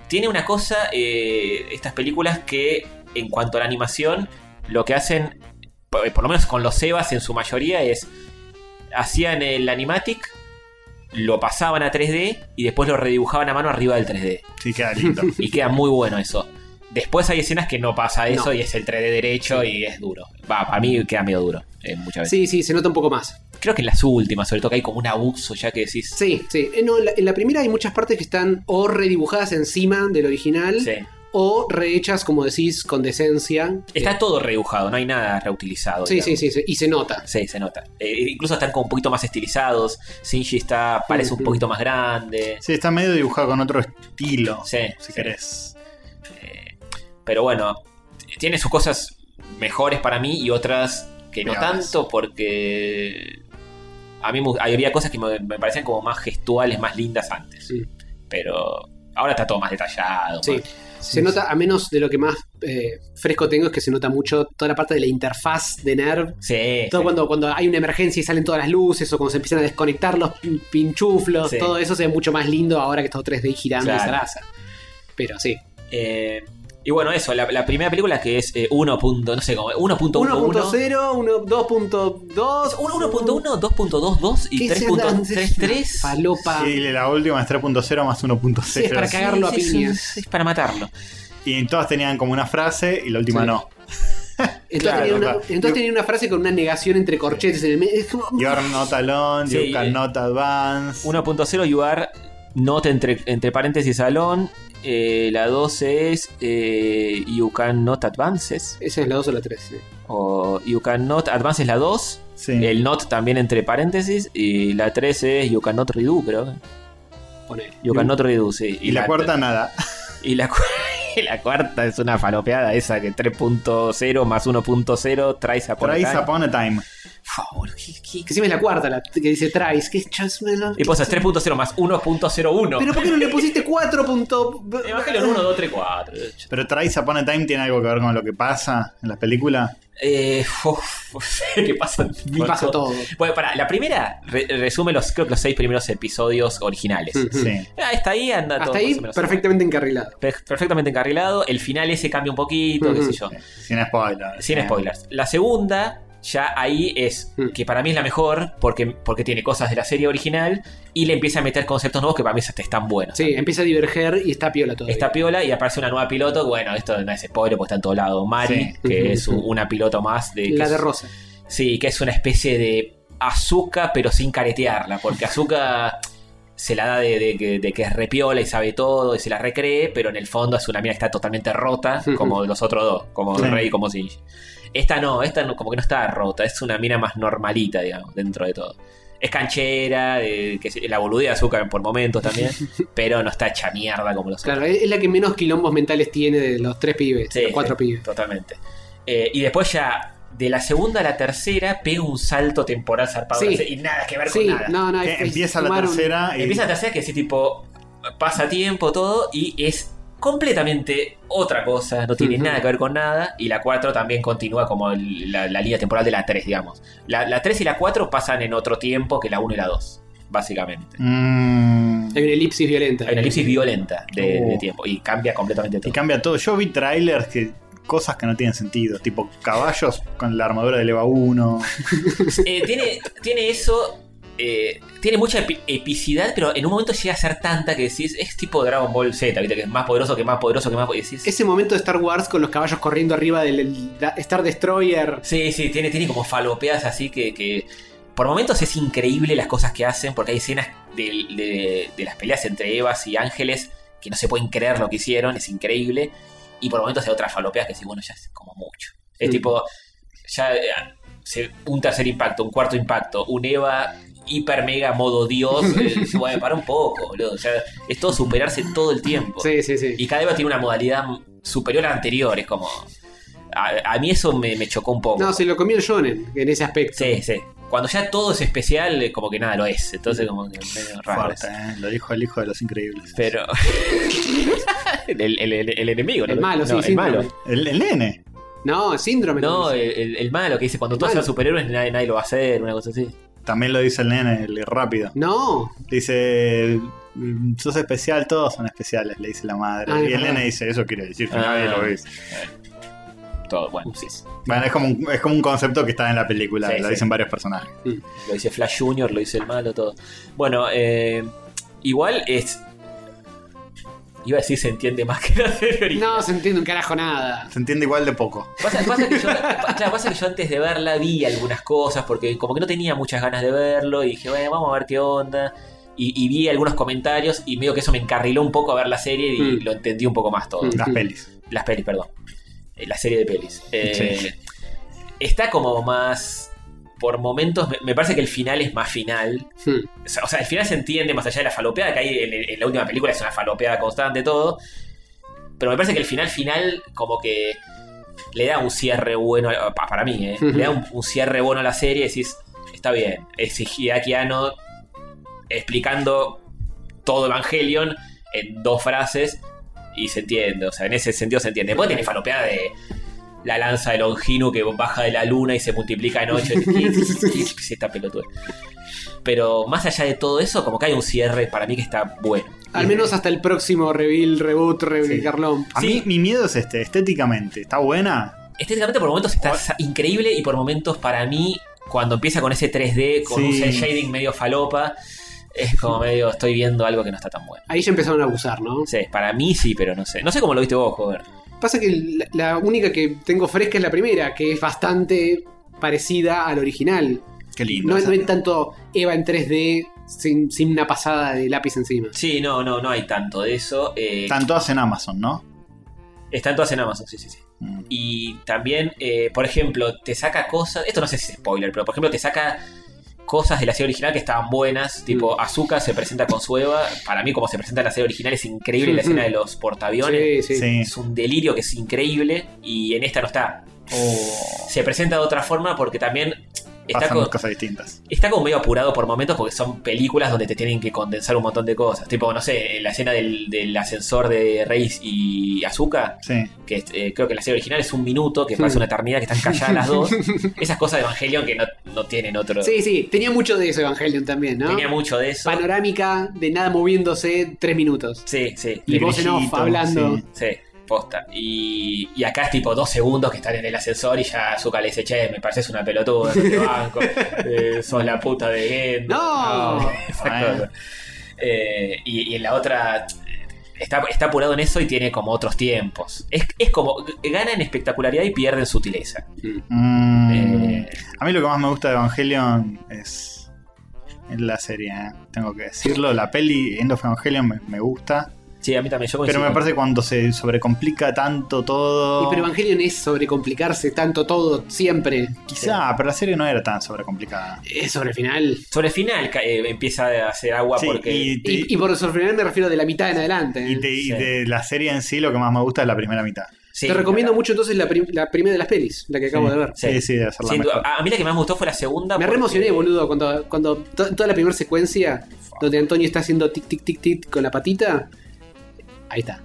S4: tiene una cosa, eh, estas películas que en cuanto a la animación, lo que hacen, por, por lo menos con los Evas en su mayoría, es hacían el animatic, lo pasaban a 3D y después lo redibujaban a mano arriba del 3D.
S3: Sí, queda lindo.
S4: Y queda muy bueno eso. Después hay escenas que no pasa eso
S2: No.
S4: y es el 3D derecho y es duro. Va, para mí queda medio duro eh, muchas veces.
S2: Sí, sí, se nota un poco más.
S4: Creo que en las últimas, sobre todo que hay como un abuso ya que decís.
S2: Sí, sí. Eh, no, en, la, en la primera hay muchas partes que están o redibujadas encima del original
S4: Sí.
S2: o rehechas, como decís, con decencia.
S4: Está todo redibujado, no hay nada reutilizado.
S2: Sí,
S4: digamos.
S2: sí, sí, sí, y se nota.
S4: Sí, se nota. Eh, incluso están como un poquito más estilizados. Shinji está, parece un
S2: Ujú.
S4: poquito más grande.
S3: Sí, está medio dibujado con otro estilo.
S4: Sí,
S3: si
S4: sí.
S3: querés.
S4: Eh, pero bueno, t- tiene sus cosas mejores para mí y otras que no
S3: Peores.
S4: tanto porque a mí mu- había cosas que me, me parecían como más gestuales, más lindas antes.
S2: Sí.
S4: Pero ahora está todo más detallado.
S2: Sí.
S4: más-
S2: Se nota, a menos de lo que más eh, fresco tengo, es que se nota mucho toda la parte de la interfaz de Nerv.
S4: Sí, este,
S2: Todo
S4: sí.
S2: cuando, cuando hay una emergencia y salen todas las luces o cuando se empiezan a desconectar los pin- pinchuflos,
S4: Sí.
S2: todo eso se ve mucho más lindo ahora que está todo 3D girando
S4: Claro.
S2: y zaraza. Pero sí.
S4: Eh, y bueno, eso, la, la primera película que es eh, 1. punto- No sé cómo, 1.11.
S2: 1.0, uno- 2.2.
S4: 1.1, 2.22 y
S2: ¿Qué se andan?
S4: 3.33.
S2: Palopa.
S3: Sí, la última es 3.0 más 1.0.
S2: Sí, es para
S3: Sí.
S2: cagarlo a
S4: Sí, sí, sí,
S2: piñas.
S4: sí, Es para matarlo.
S3: Y todas tenían como una frase y la última
S2: Sí.
S3: no.
S2: Entonces,
S3: Claro,
S2: tenía, una,
S3: claro.
S2: entonces tenía una frase con una negación entre corchetes en el medio. Es como-
S3: Your not alone,
S4: Sí,
S3: you
S4: eh.
S3: cannot advance.
S4: 1.0 Yuar, note entre, entre paréntesis salón. eh, la 12 es eh, You Can Not Advances.
S2: Esa es la 2 o la eh, 3. sí.
S4: O You Can Not Advances la 2.
S3: Sí.
S4: El not también entre paréntesis. Y la 13 es You Can Not Redo, creo.
S2: Ponele.
S4: You Can Not Redo, sí.
S3: Y, la, cuarta nada.
S4: Y la, cu- y la cuarta es una falopeada esa que 3.0 más 1.0 traes a
S3: Trace upon a time.
S2: Que encima es la cuarta, la que dice Trice. Que es just me lo-
S4: Y posas 3.0 más 1.01.
S2: Pero ¿por qué no le pusiste 4. punto-
S4: Evangelio 1, 2, 3, 4.
S3: Pero Trace upon a time tiene algo que ver con lo que pasa en la película.
S4: Eh, uf, uf, ¿Qué pasa?
S2: Y pasa todo.
S4: Bueno, para, la primera re- resume los, creo que los seis primeros episodios originales.
S2: Mm.
S3: Sí.
S4: Ah, está ahí, anda todo
S2: Hasta
S4: más
S2: ahí,
S4: o menos.
S2: perfectamente encarrilado.
S4: Pe- perfectamente encarrilado. El final ese cambia un poquito, qué
S2: Ujú.
S4: sé yo.
S3: Sin spoiler. Eh,
S4: Sin spoilers. La segunda, ya ahí es,
S2: Mm.
S4: que para mí es la mejor, porque, porque tiene cosas de la serie original y le empieza a meter conceptos nuevos que para mí hasta están buenos.
S2: Sí, empieza a diverger y está piola todo.
S4: Está piola y aparece una nueva piloto. Bueno, esto no es spoiler, porque está en todo lado. Mari,
S3: Sí.
S4: que
S2: Ujú,
S4: es un-
S2: ujú.
S4: una piloto más de.
S2: Mm-hmm. La
S4: que
S2: de
S4: es-
S2: Rosa.
S4: Sí, que es una especie de azúcar, pero sin caretearla, porque azúcar se la da de, de que- de que es repiola y sabe todo y se la recree, pero en el fondo es una mina que está totalmente rota,
S2: Ujú.
S4: como los otros dos, como
S3: Sí.
S4: Rey y como Shinji. Esta no, esta no- como que no está rota, es una mina más normalita, digamos, dentro de todo. Es canchera, eh, que se- la boludea de azúcar por momentos también, pero no está hecha mierda como los otros.
S2: Claro, es es la que menos quilombos mentales tiene de los tres pibes,
S4: Sí,
S2: los cuatro
S4: sí,
S2: pibes.
S4: Totalmente. Eh, y después ya, de la segunda a la tercera, pega un salto temporal zarpado.
S2: Sí.
S4: Y nada que ver
S2: Sí,
S4: con nada.
S2: no, no,
S3: Que
S2: es- es-
S3: empieza la
S2: tomaron-
S3: tercera y
S4: Empieza la tercera que sí, tipo, pasa tiempo, todo, y es completamente otra cosa, no tiene
S2: Ujú.
S4: nada que ver con nada. Y la 4 también continúa como el- la, la línea temporal de la 3, digamos. La, la 3 y la 4 pasan en otro tiempo que la 1 y la 2, básicamente.
S3: Mm.
S2: Hay una elipsis violenta.
S4: Hay una elipsis violenta de,
S3: Oh.
S2: Uh.
S4: de tiempo y cambia completamente
S3: Y
S4: todo.
S3: cambia todo. Yo vi trailers que. Cosas que no tienen sentido, tipo caballos con la armadura del EVA 1.
S4: Eh, tiene, tiene eso. eh, tiene mucha epi- epicidad, pero en un momento llega a ser tanta que decís, es tipo Dragon Ball Z, ¿viste? que es más poderoso, que más poderoso, que más poderoso. Decís,
S2: Ese momento de Star Wars con los caballos corriendo arriba del el da- Star Destroyer.
S4: Sí, sí, tiene, tiene como falopeas así que, que Por momentos es increíble las cosas que hacen, porque hay escenas de, de- de las peleas entre Evas y Ángeles que no se pueden creer lo que hicieron, es increíble. Y por momentos hay otras falopeas que sí, bueno, ya es como mucho. Es
S2: Mm.
S4: tipo, ya eh, se- un tercer impacto, un cuarto impacto, un Eva hiper mega modo Dios. eh, dice, bueno, para un poco, boludo. O sea, es todo superarse todo el tiempo.
S2: Sí, sí, sí.
S4: Y cada Eva tiene una modalidad superior a la anterior, es como. A, a mí eso me, me chocó un poco.
S2: No, se lo comió el Shonen en ese aspecto.
S4: Sí, sí. Cuando ya todo es especial, eh, como que nada lo es. Entonces, como que medio raro.
S3: Fuerte, ¿eh? Lo dijo el hijo de los increíbles.
S4: Pero. el, el- el- el enemigo, ¿no?
S2: El malo,
S4: No,
S2: sí, sí.
S4: El malo.
S2: no.
S3: El, el nene.
S2: No, síndrome.
S4: No, eh.
S2: como
S4: el,
S2: dice.
S4: el- el malo que dice cuando
S2: El
S4: todos sean
S2: malo.
S4: superhéroes nadie, nadie lo va a hacer, una cosa así.
S3: También lo dice el nene, el rápido.
S2: No,
S3: Dice, "Mm, sos especial, todos son especiales, le dice la madre.
S2: Ah, es
S3: y el
S2: verdad.
S3: nene dice, eso quiere decir que
S4: Ah.
S3: nadie lo es.
S4: Todo, bueno, sí.
S3: Bueno, es como, un, es como un concepto que está en la película,
S4: Sí,
S3: lo
S4: sí.
S3: dicen varios personajes.
S4: Lo dice Flash Junior, lo dice el malo, todo. Bueno, eh, igual es. Iba a decir se entiende más que la serie original.
S2: no se entiende un carajo nada.
S3: Se entiende igual de poco.
S4: Pasa, pasa que yo, pa- claro, pasa que yo antes de verla vi algunas cosas porque como que no tenía muchas ganas de verlo y dije, bueno, vamos a ver qué onda. Y, y vi algunos comentarios y medio que eso me encarriló un poco a ver la serie y
S2: Mm.
S4: lo entendí un poco más todo.
S2: Mm.
S3: Las
S2: Ujú.
S3: pelis.
S4: Las pelis, perdón. Eh, la serie de pelis. Eh,
S3: Sí.
S4: Está como más... Por momentos me- me parece que el final es más final
S2: Hmm.
S4: o sea, o sea, al final se entiende, más allá de la falopeada que hay en, en la última película, es una falopeada constante todo. Pero me parece que el final final, como que le da un cierre bueno, a- pa- para mí, ¿eh?
S2: Ujú.
S4: le da un, un cierre bueno a la serie. Decís, está bien, es Hideaki Anno explicando todo Evangelion en dos frases y se entiende, o sea, en ese sentido se entiende. Después tiene falopeada de la lanza de Longino que baja de la luna y se multiplica en ocho. Y- y- y- y- sí, está pelotudo. Pero más allá de todo eso, como que hay un cierre para mí que está bueno.
S2: Al menos hasta el próximo reveal, reboot,
S3: Sí.
S2: reveal Carlón.
S3: A
S4: Sí.
S3: mí mi miedo es este, estéticamente. ¿Está buena?
S4: Estéticamente por momentos está sa- increíble y por momentos para mí, cuando empieza con ese 3D, con un
S3: Sí.
S4: cel shading medio falopa, es como medio estoy viendo algo que no está tan bueno.
S2: Ahí ya empezaron a abusar, ¿no?
S4: No sé, para mí sí, pero no sé. No sé cómo lo viste vos, joder.
S2: Pasa que la, la única que tengo fresca es la primera, que es bastante parecida al original.
S3: Qué lindo.
S2: No,
S3: esa.
S2: no hay tanto Eva en 3D sin, sin una pasada de lápiz encima.
S4: Sí, no, no, no hay tanto de eso. Eh,
S3: Están todas en Amazon, ¿no?
S4: están todas en Amazon, sí, sí, sí.
S3: Mm.
S4: Y también, eh, por ejemplo, te saca cosas. Esto no sé si es spoiler, pero por ejemplo, te saca cosas de la serie original que estaban buenas. Tipo, Azuka se presenta con su Eva. Para mí, como se presenta en la serie original, es increíble la
S2: Ujú.
S4: escena de los portaaviones.
S2: Sí, sí.
S3: Sí.
S4: Es un delirio que es increíble. Y en esta no está.
S3: Oh,
S4: Se presenta de otra forma porque también está
S3: pasan
S4: con,
S3: cosas distintas.
S4: está como medio apurado por momentos porque son películas donde te tienen que condensar un montón de cosas. Tipo, no sé, la escena del, del ascensor de Reis y Azuka
S3: Sí.
S4: que eh, creo que la serie original es un minuto, que
S2: Sí.
S4: parece una eternidad, que están calladas las dos. Esas cosas de Evangelion que no, no tienen otro.
S2: Sí, sí, tenía mucho de eso Evangelion también, ¿no?
S4: Tenía mucho de eso.
S2: Panorámica, de nada moviéndose, tres minutos.
S4: Sí, sí.
S2: Y vos en off
S3: Grillito,
S2: hablando.
S3: sí.
S4: Sí, posta. Y, y acá es tipo dos segundos que están en el ascensor y ya Azuka le dice, che, me pareces una pelotuda, no te banco, eh, sos la puta de Gendo.
S2: No.
S4: Esa cosa. Eh, y, y en la otra está, está apurado en eso y tiene como otros tiempos. Es, es como, gana en espectacularidad y pierde en sutileza.
S3: Mm.
S4: Eh,
S3: A mí lo que más me gusta de Evangelion es en la serie, ¿eh? tengo que decirlo. La peli End of Evangelion me, me gusta,
S4: Pues sí, a mí también. Yo
S3: pero
S4: coincido.
S3: me parece que cuando se sobrecomplica tanto todo.
S4: Oh.
S2: Y pero Evangelion es sobrecomplicarse tanto todo, siempre.
S3: Quizá, pero la serie no era tan sobrecomplicada.
S2: Es sobre el final.
S4: Sobre el final ca- eh, empieza a hacer agua
S3: Sí,
S4: porque.
S3: y, te-
S2: Y, y por sobre el final me refiero de la mitad en adelante. ¿eh?
S3: y te- y
S4: sí.
S3: de la serie en sí, lo que más me gusta es la primera mitad.
S4: Sí,
S2: Te recomiendo
S4: la-
S2: mucho entonces la, prim- la primera de las pelis, la que acabo de ver.
S3: Sí, sí, debe ser la
S4: sin duda.
S3: mejor.
S4: a, a mí la que más me gustó fue la segunda.
S2: Me
S4: porque-
S2: re emocioné, boludo, cuando, cuando to- toda la primera secuencia donde Antonio está haciendo tic tic tic tic con la patita. Ahí está.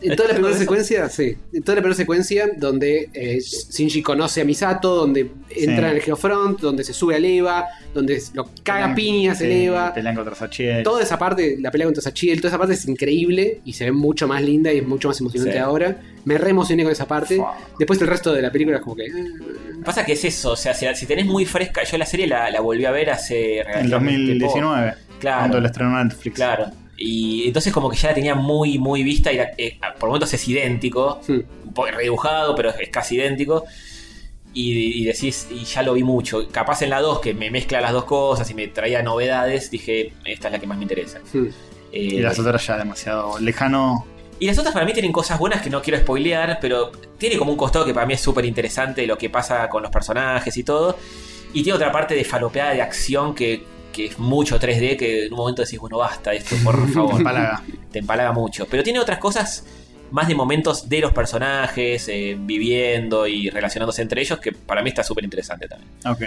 S2: En toda la primera secuencia, sí. En toda la primera secuencia donde eh, Shinji conoce a Misato, donde entra
S3: Sí.
S2: en el Geofront, donde se sube a Leva, donde lo caga a piñas
S3: Sí,
S2: se Leva.
S3: Pelean contra Sachiel.
S2: Toda esa parte, la pelea contra Sachiel, toda esa parte es increíble y se ve mucho más linda y es mucho más emocionante
S4: Sí.
S2: ahora. Me re emocioné con esa parte.
S3: Fua.
S2: Después el resto de la película es como que. eh,
S4: Pasa que es eso, o sea, si, si tenés muy fresca. Yo la serie la, la volví a ver hace.
S3: En
S4: relativamente
S3: 2019,
S4: poco.
S3: cuando la
S4: Claro.
S3: estrenó en Netflix.
S4: Claro. Y entonces, como que ya la tenía muy, muy vista. Y la- eh, por momentos es idéntico.
S2: hmm.
S4: un poco redibujado, pero es casi idéntico. Y, y decís, y ya lo vi mucho. Capaz en la 2, que me mezcla las dos cosas y me traía novedades, dije, esta es la que más me interesa.
S2: Hmm.
S4: Eh,
S3: Y las otras ya demasiado lejano.
S4: otras para mí tienen cosas buenas que no quiero spoilear, pero tiene como un costado que para mí es súper interesante lo que pasa con los personajes y todo. Y tiene otra parte de falopeada de acción que, que es mucho 3D, que en un momento decís, bueno, basta, esto, por favor
S3: Palaga.
S4: te empalaga mucho. Pero tiene otras cosas más de momentos de los personajes, eh, viviendo y relacionándose entre ellos, que para mí está súper interesante también.
S3: Ok.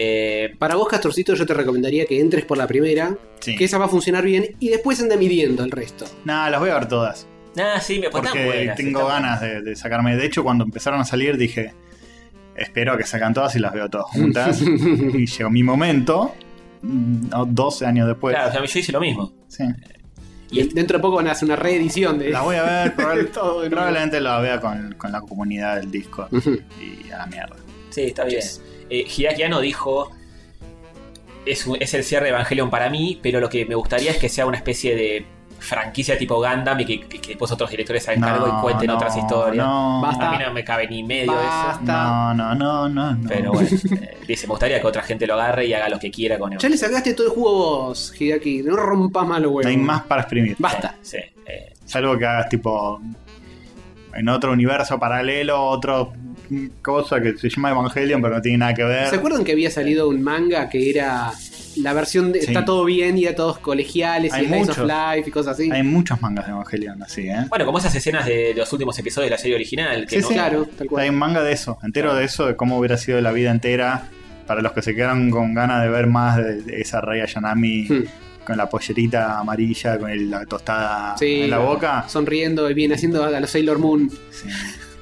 S4: Eh,
S2: Para vos, Castorcito, yo te recomendaría que entres por la primera,
S3: Sí.
S2: que esa va a funcionar bien, y después anda midiendo el resto.
S3: Nada, las voy a ver todas.
S4: Ah, sí, me ponen
S3: porque tengo ganas de, de sacarme. De hecho, cuando empezaron a salir dije, espero a que sacan todas y las veo todas juntas. y llegó mi momento, mm, no, 12 años después.
S4: Claro, o sea, yo hice lo mismo.
S3: Sí.
S2: Y el- dentro de poco van a hacer una reedición de.
S3: La voy a ver, probable-
S2: Todo de nuevo.
S3: probablemente la vea con, con la comunidad del Discord
S2: Ujú.
S3: y a la mierda.
S4: Sí, está bien. Eh, Hideaki Anno dijo. Es, un- es el cierre de Evangelion para mí, pero lo que me gustaría es que sea una especie de franquicia tipo Gundam y que, que- que después otros directores se hagan cargo y cuenten
S3: no,
S4: otras historias.
S3: No,
S2: Basta.
S4: A mí no me cabe ni medio eso.
S2: Basta.
S3: no, no, no, no, no.
S4: Pero bueno, eh, dice, me gustaría que otra gente lo agarre y haga lo que quiera con Eh, él.
S2: Ya le sacaste todo el jugo vos, Hideaki. No rompas más los huevos.
S3: No hay más para exprimir.
S2: Basta.
S4: Sí, eh,
S3: Salvo que hagas tipo en otro universo paralelo, otro cosa que se llama Evangelion, pero no tiene nada que ver.
S2: ¿Se acuerdan que había salido un manga que era la versión de
S3: Sí.
S2: está todo bien y era todos colegiales
S3: Hay
S2: y Slice of
S3: muchos.
S2: Life y cosas así?
S3: Hay muchos mangas de Evangelion así, ¿eh?
S4: Bueno, como esas escenas de los últimos episodios de la serie original. Que
S3: Sí,
S4: no-
S3: sí.
S2: Claro, tal cual.
S3: Hay un manga de eso, entero de eso, de cómo hubiera sido la vida entera para los que se quedaron con ganas de ver más de, de esa Rey Ayanami
S2: Hmm.
S3: con la pollerita amarilla, con el- la tostada
S2: Sí.
S3: en la boca.
S2: Sonriendo y bien haciendo a los Sailor Moon.
S3: Sí.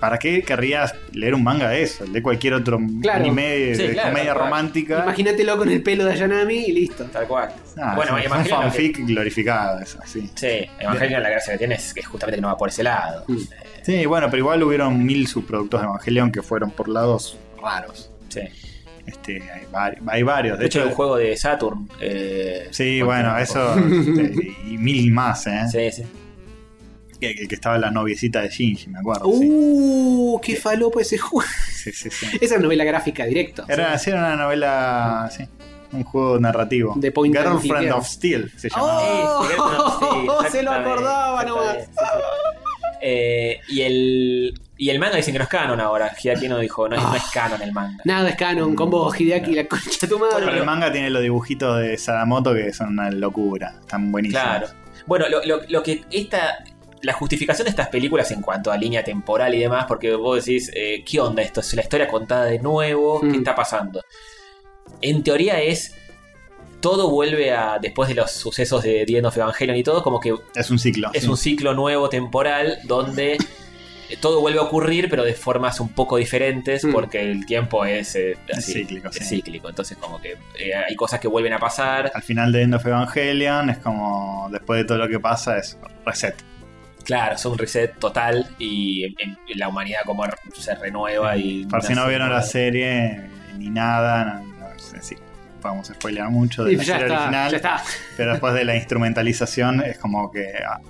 S3: ¿Para qué querrías leer un manga de eso? De cualquier otro
S2: Claro.
S3: anime
S4: Sí,
S3: de
S4: claro,
S3: comedia
S4: claro.
S3: romántica.
S2: Imagínatelo con el pelo de Ayanami y listo.
S4: Tal cual.
S3: Ah,
S4: bueno,
S3: es un- es un
S4: Evangelion lo que-
S3: fanfic glorificado eso, sí.
S4: Sí, Evangelion la gracia que tiene es que justamente que no va por ese lado.
S2: Mm.
S4: Eh,
S3: Sí, bueno, pero igual hubieron mil subproductos de Evangelion que fueron por lados raros.
S4: sí.
S3: Este, hay, vari- hay varios.
S4: De hecho, hay un juego de Saturn. eh,
S3: Sí,
S4: con-
S3: bueno,
S4: con-
S3: eso. este, y mil más, ¿eh?
S4: Sí, sí.
S3: Que- El que estaba la noviecita de Shinji, me acuerdo. sí.
S2: Uh, qué falopa ese juego.
S3: Sí, sí, sí.
S2: Esa es novela gráfica directo.
S3: Era, sí, era una novela. Sí, un juego narrativo.
S2: De point and
S3: Girlfriend
S2: click.
S3: of Steel se llamaba.
S2: Oh,
S4: Eh, no, sí,
S2: se lo
S4: exactamente,
S2: acordaba nomás.
S4: exactamente, sí, sí. Eh, y, el, y el manga dicen que no es canon ahora. Hideaki no dijo, no, es-
S2: Ah.
S4: no es canon el manga.
S2: Nada es canon, con vos, Hideaki, la concha de tu
S3: Pero el
S2: madre.
S3: manga tiene los dibujitos de Sadamoto que son una locura. Están buenísimos.
S4: Claro. Bueno, lo, lo- lo que esta. La justificación de estas películas en cuanto a línea temporal y demás, porque vos decís, eh, ¿qué onda esto? ¿Es la historia contada de nuevo?
S2: Mm.
S4: ¿Qué está pasando? En teoría es. Todo vuelve a. Después de los sucesos de The End of Evangelion y todo, como que
S3: Es un ciclo.
S4: es
S3: sí.
S4: un ciclo nuevo temporal donde. Todo vuelve a ocurrir, pero de formas un poco diferentes,
S2: Mm.
S4: porque el tiempo es, eh,
S3: Es
S4: así,
S3: cíclico,
S4: es
S3: sí.
S4: cíclico. Entonces, como que eh, hay cosas que vuelven a pasar,
S3: Al final de End of Evangelion es como. Después de todo lo que pasa, es reset.
S4: Claro, es un reset total y en- en la humanidad como r- se renueva y...
S3: Por si no
S4: nace
S3: vieron
S4: nueva.
S3: la serie ni nada, no, no sé si podemos spoilear mucho de
S2: Y
S3: la
S2: ya
S3: serie
S2: está,
S3: original.
S2: ya está.
S3: Pero después de la instrumentalización es como que ah,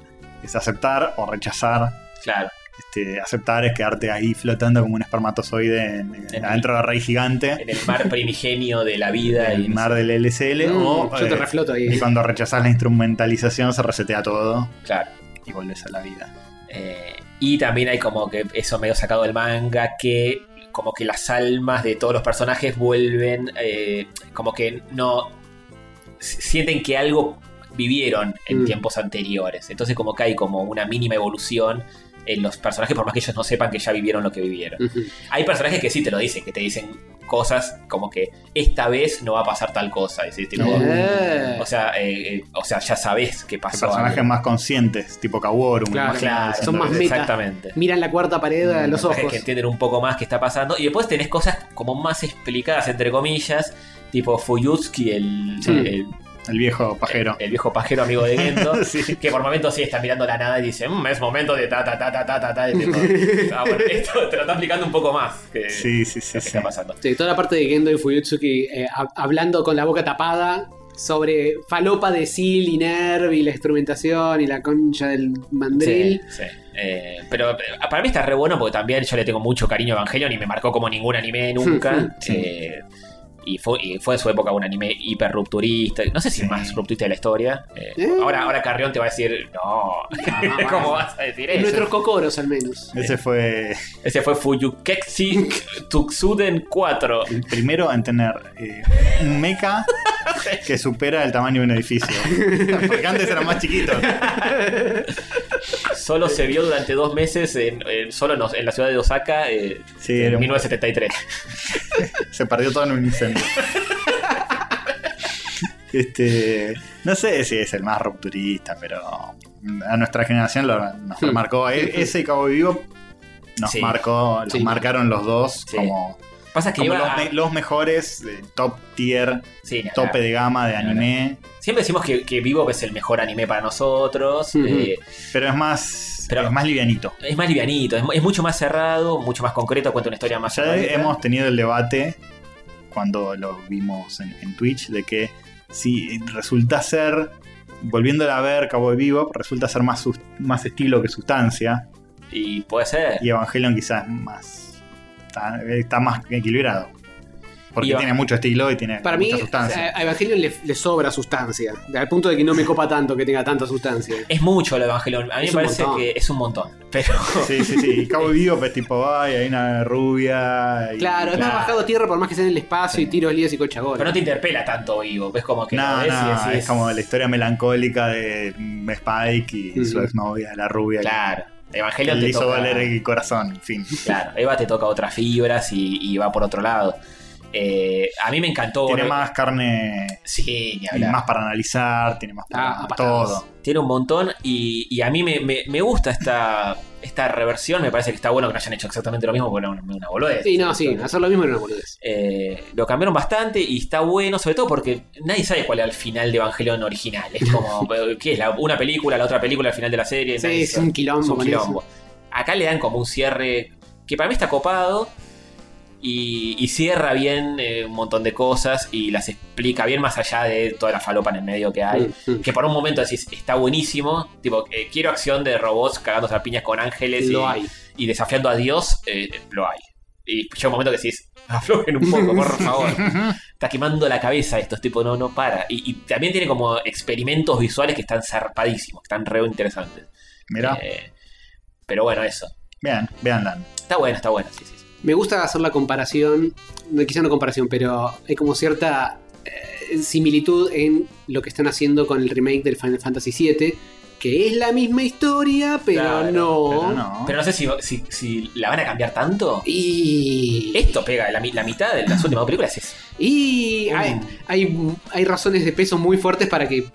S3: es aceptar o rechazar.
S4: Claro,
S3: Este, aceptar es quedarte ahí flotando como un espermatozoide en- en-
S4: En-
S3: adentro de la rey gigante,
S4: en el mar primigenio de la vida
S3: en
S4: y...
S3: el mar del LCL.
S2: Mm,
S3: o,
S2: yo te
S3: eh,
S2: refloto
S3: y
S2: ahí.
S3: cuando rechazas la instrumentalización se resetea todo
S4: Claro.
S3: y volvés a la vida.
S4: Eh, y también hay como que eso medio sacado del manga, que como que las almas de todos los personajes vuelven, eh, como que no... s- Sienten que algo vivieron en
S2: Mm.
S4: tiempos anteriores. Entonces como que hay como una mínima evolución en los personajes, por más que ellos no sepan que ya vivieron lo que vivieron.
S2: Ujú.
S4: Hay personajes que sí te lo dicen, que te dicen cosas como que esta vez no va a pasar tal cosa. y sí, tipo,
S2: Eh.
S4: o, sea, eh, eh, o sea, ya sabes que
S3: Hay
S4: pasó.
S3: personajes
S4: algo.
S3: más conscientes, tipo Kaworu. me
S2: Claro,
S3: imagino,
S4: claro,
S3: diciendo
S2: son más
S3: eso.
S2: meta.
S4: Exactamente.
S2: Miran la cuarta pared a los
S3: Mm,
S4: Personajes
S2: ojos.
S4: que entienden un poco más qué está pasando. Y después tenés cosas como más explicadas, entre comillas, tipo Fuyutsuki, el,
S2: Sí.
S4: el,
S3: El viejo pajero.
S4: el viejo pajero amigo de Gendo.
S3: Sí.
S4: Que por momentos sí está mirando la nada y dice, "Mm, es momento de ta ta ta ta ta ta ta. y tipo, ah, bueno, esto te lo está explicando un poco más que,
S3: Sí, sí, sí.
S4: lo que
S3: sí.
S4: está pasando.
S2: Sí, toda la parte de Gendo y Fuyutsuki eh, hab- hablando con la boca tapada sobre falopa de Sil y Nerv y la instrumentación y la concha del mandril.
S4: Sí, sí. Eh, pero eh, para mí está re bueno porque también yo le tengo mucho cariño a Evangelion y me marcó como ningún anime nunca.
S3: Sí.
S4: Eh, y, fue, y fue en su época un anime hiper rupturista. No sé si
S3: Sí.
S4: el más rupturista de la historia. Eh,
S2: Eh.
S4: Ahora, ahora Carrión te va a decir, no, ¿cómo vas a decir
S2: En
S4: eso?
S2: Ah, nuestros cocoros al menos.
S3: Ese fue
S4: Ese fue Fuyukeksi Tuxuden 4.
S3: El primero en tener eh, un mecha que supera el tamaño de un edificio. Porque antes eran más chiquitos.
S4: Solo se vio durante dos meses en, en- solo en, en la ciudad de Osaka eh,
S3: Sí,
S4: en
S3: era un-
S4: 1973.
S3: Se perdió todo en un incendio. Este, no sé si es el más rupturista, pero a nuestra generación lo- nos
S2: Sí.
S3: marcó. E- Ese y Cabo Vivo nos
S4: Sí.
S3: marcó, nos
S2: Sí.
S3: marcaron los dos
S4: Sí.
S3: como,
S4: Pasa que
S3: como
S4: iba
S3: los,
S4: a-
S3: me- los mejores, eh, top tier,
S4: sí, nada.
S3: tope de gama de anime.
S4: Siempre decimos que, que Bebop es el mejor anime para nosotros.
S2: Ujú.
S4: eh,
S3: Pero es más,
S4: Pero-
S3: es más livianito.
S4: es más livianito, es, mu- es mucho más cerrado, mucho más concreto, cuenta una historia más
S3: Ya
S4: cerrada.
S3: hemos tenido el debate cuando lo vimos en, en Twitch de que si resulta ser, volviéndola a ver Cowboy Vivo, resulta ser más, sus- más estilo que sustancia.
S4: Y puede ser.
S3: Y Evangelion quizás más está, está más equilibrado. Porque
S4: Y va-
S3: tiene mucho estilo y tiene
S2: Para mí, eh,
S3: mucha sustancia.
S2: a a Evangelion le, le sobra sustancia. Al punto de que no me copa tanto que tenga tanta sustancia.
S4: Es mucho lo Evangelion. A mí
S2: Es
S4: me
S2: un
S4: parece
S2: montón.
S4: que es un montón. Pero
S3: Sí, sí, sí. Y Cowboy Vivo es tipo, ay, hay una rubia. y-
S2: Claro, es más
S4: Claro.
S2: bajado a tierra por más que sea en el espacio y tiros, líos y cochagones.
S4: Pero no te interpela tanto vivo, ves como que lo
S3: No,
S4: ves y
S3: no,
S4: decís-
S3: es como la historia melancólica de mm, Spike y
S2: Mm.
S3: su exnovia, la rubia. que-
S4: Claro,
S3: que
S4: Evangelion
S3: le
S4: te
S3: hizo
S4: toca...
S3: valer el corazón, en fin.
S4: Claro, Eva te toca otras fibras y, y va por otro lado. Eh, a mí me encantó...
S3: Tiene
S4: ¿no?
S3: más carne,
S4: Sí, ni
S3: tiene
S4: hablar.
S3: más para analizar, tiene más para
S2: Ah, a patadas.
S3: todo.
S4: Tiene un montón y, y a mí me, me- me gusta esta, esta reversión. Me parece que está bueno que no hayan hecho exactamente lo mismo porque era una, una boludez.
S2: Sí, no, sí, hacer lo mismo era una boludez.
S4: Eh, lo cambiaron bastante y está bueno, sobre todo porque nadie sabe cuál era el final de Evangelion original. Es como, ¿qué es? La- una película, la otra película, el final de la serie.
S2: Sí,
S4: nadie
S2: es
S4: sabe.
S2: un quilombo.
S4: Es un
S2: con
S4: quilombo. Acá le dan como un cierre que para mí está copado y, y cierra bien eh, un montón de cosas y las explica bien más allá de toda la falopa en el medio que hay.
S2: eso. Mm, mm.
S4: Que por un momento decís, está buenísimo. Tipo, eh, quiero acción de robots cagándose a piñas con ángeles y,
S2: Lo hay.
S4: y desafiando a Dios. eh, lo hay. Y llega un momento que decís, aflojen un poco, por favor. está quemando la cabeza esto, es tipo, no, no para. Y, y también tiene como experimentos visuales que están zarpadísimos, que están re interesantes.
S3: Mirá,
S4: Eh, pero bueno, eso.
S3: vean, veanla.
S4: Está bueno, está bueno, sí, sí. sí.
S2: Me gusta hacer la comparación, no, quizá no comparación, pero hay como cierta eh, similitud en lo que están haciendo con el remake del Final Fantasy VII, que es la misma historia, pero
S4: Claro,
S2: no.
S3: Pero no.
S4: Pero no sé si, si, si la van a cambiar tanto.
S2: Y.
S4: Esto pega, la, mi- la mitad de las últimas películas es
S2: Y hay, hay, hay razones de peso muy fuertes para que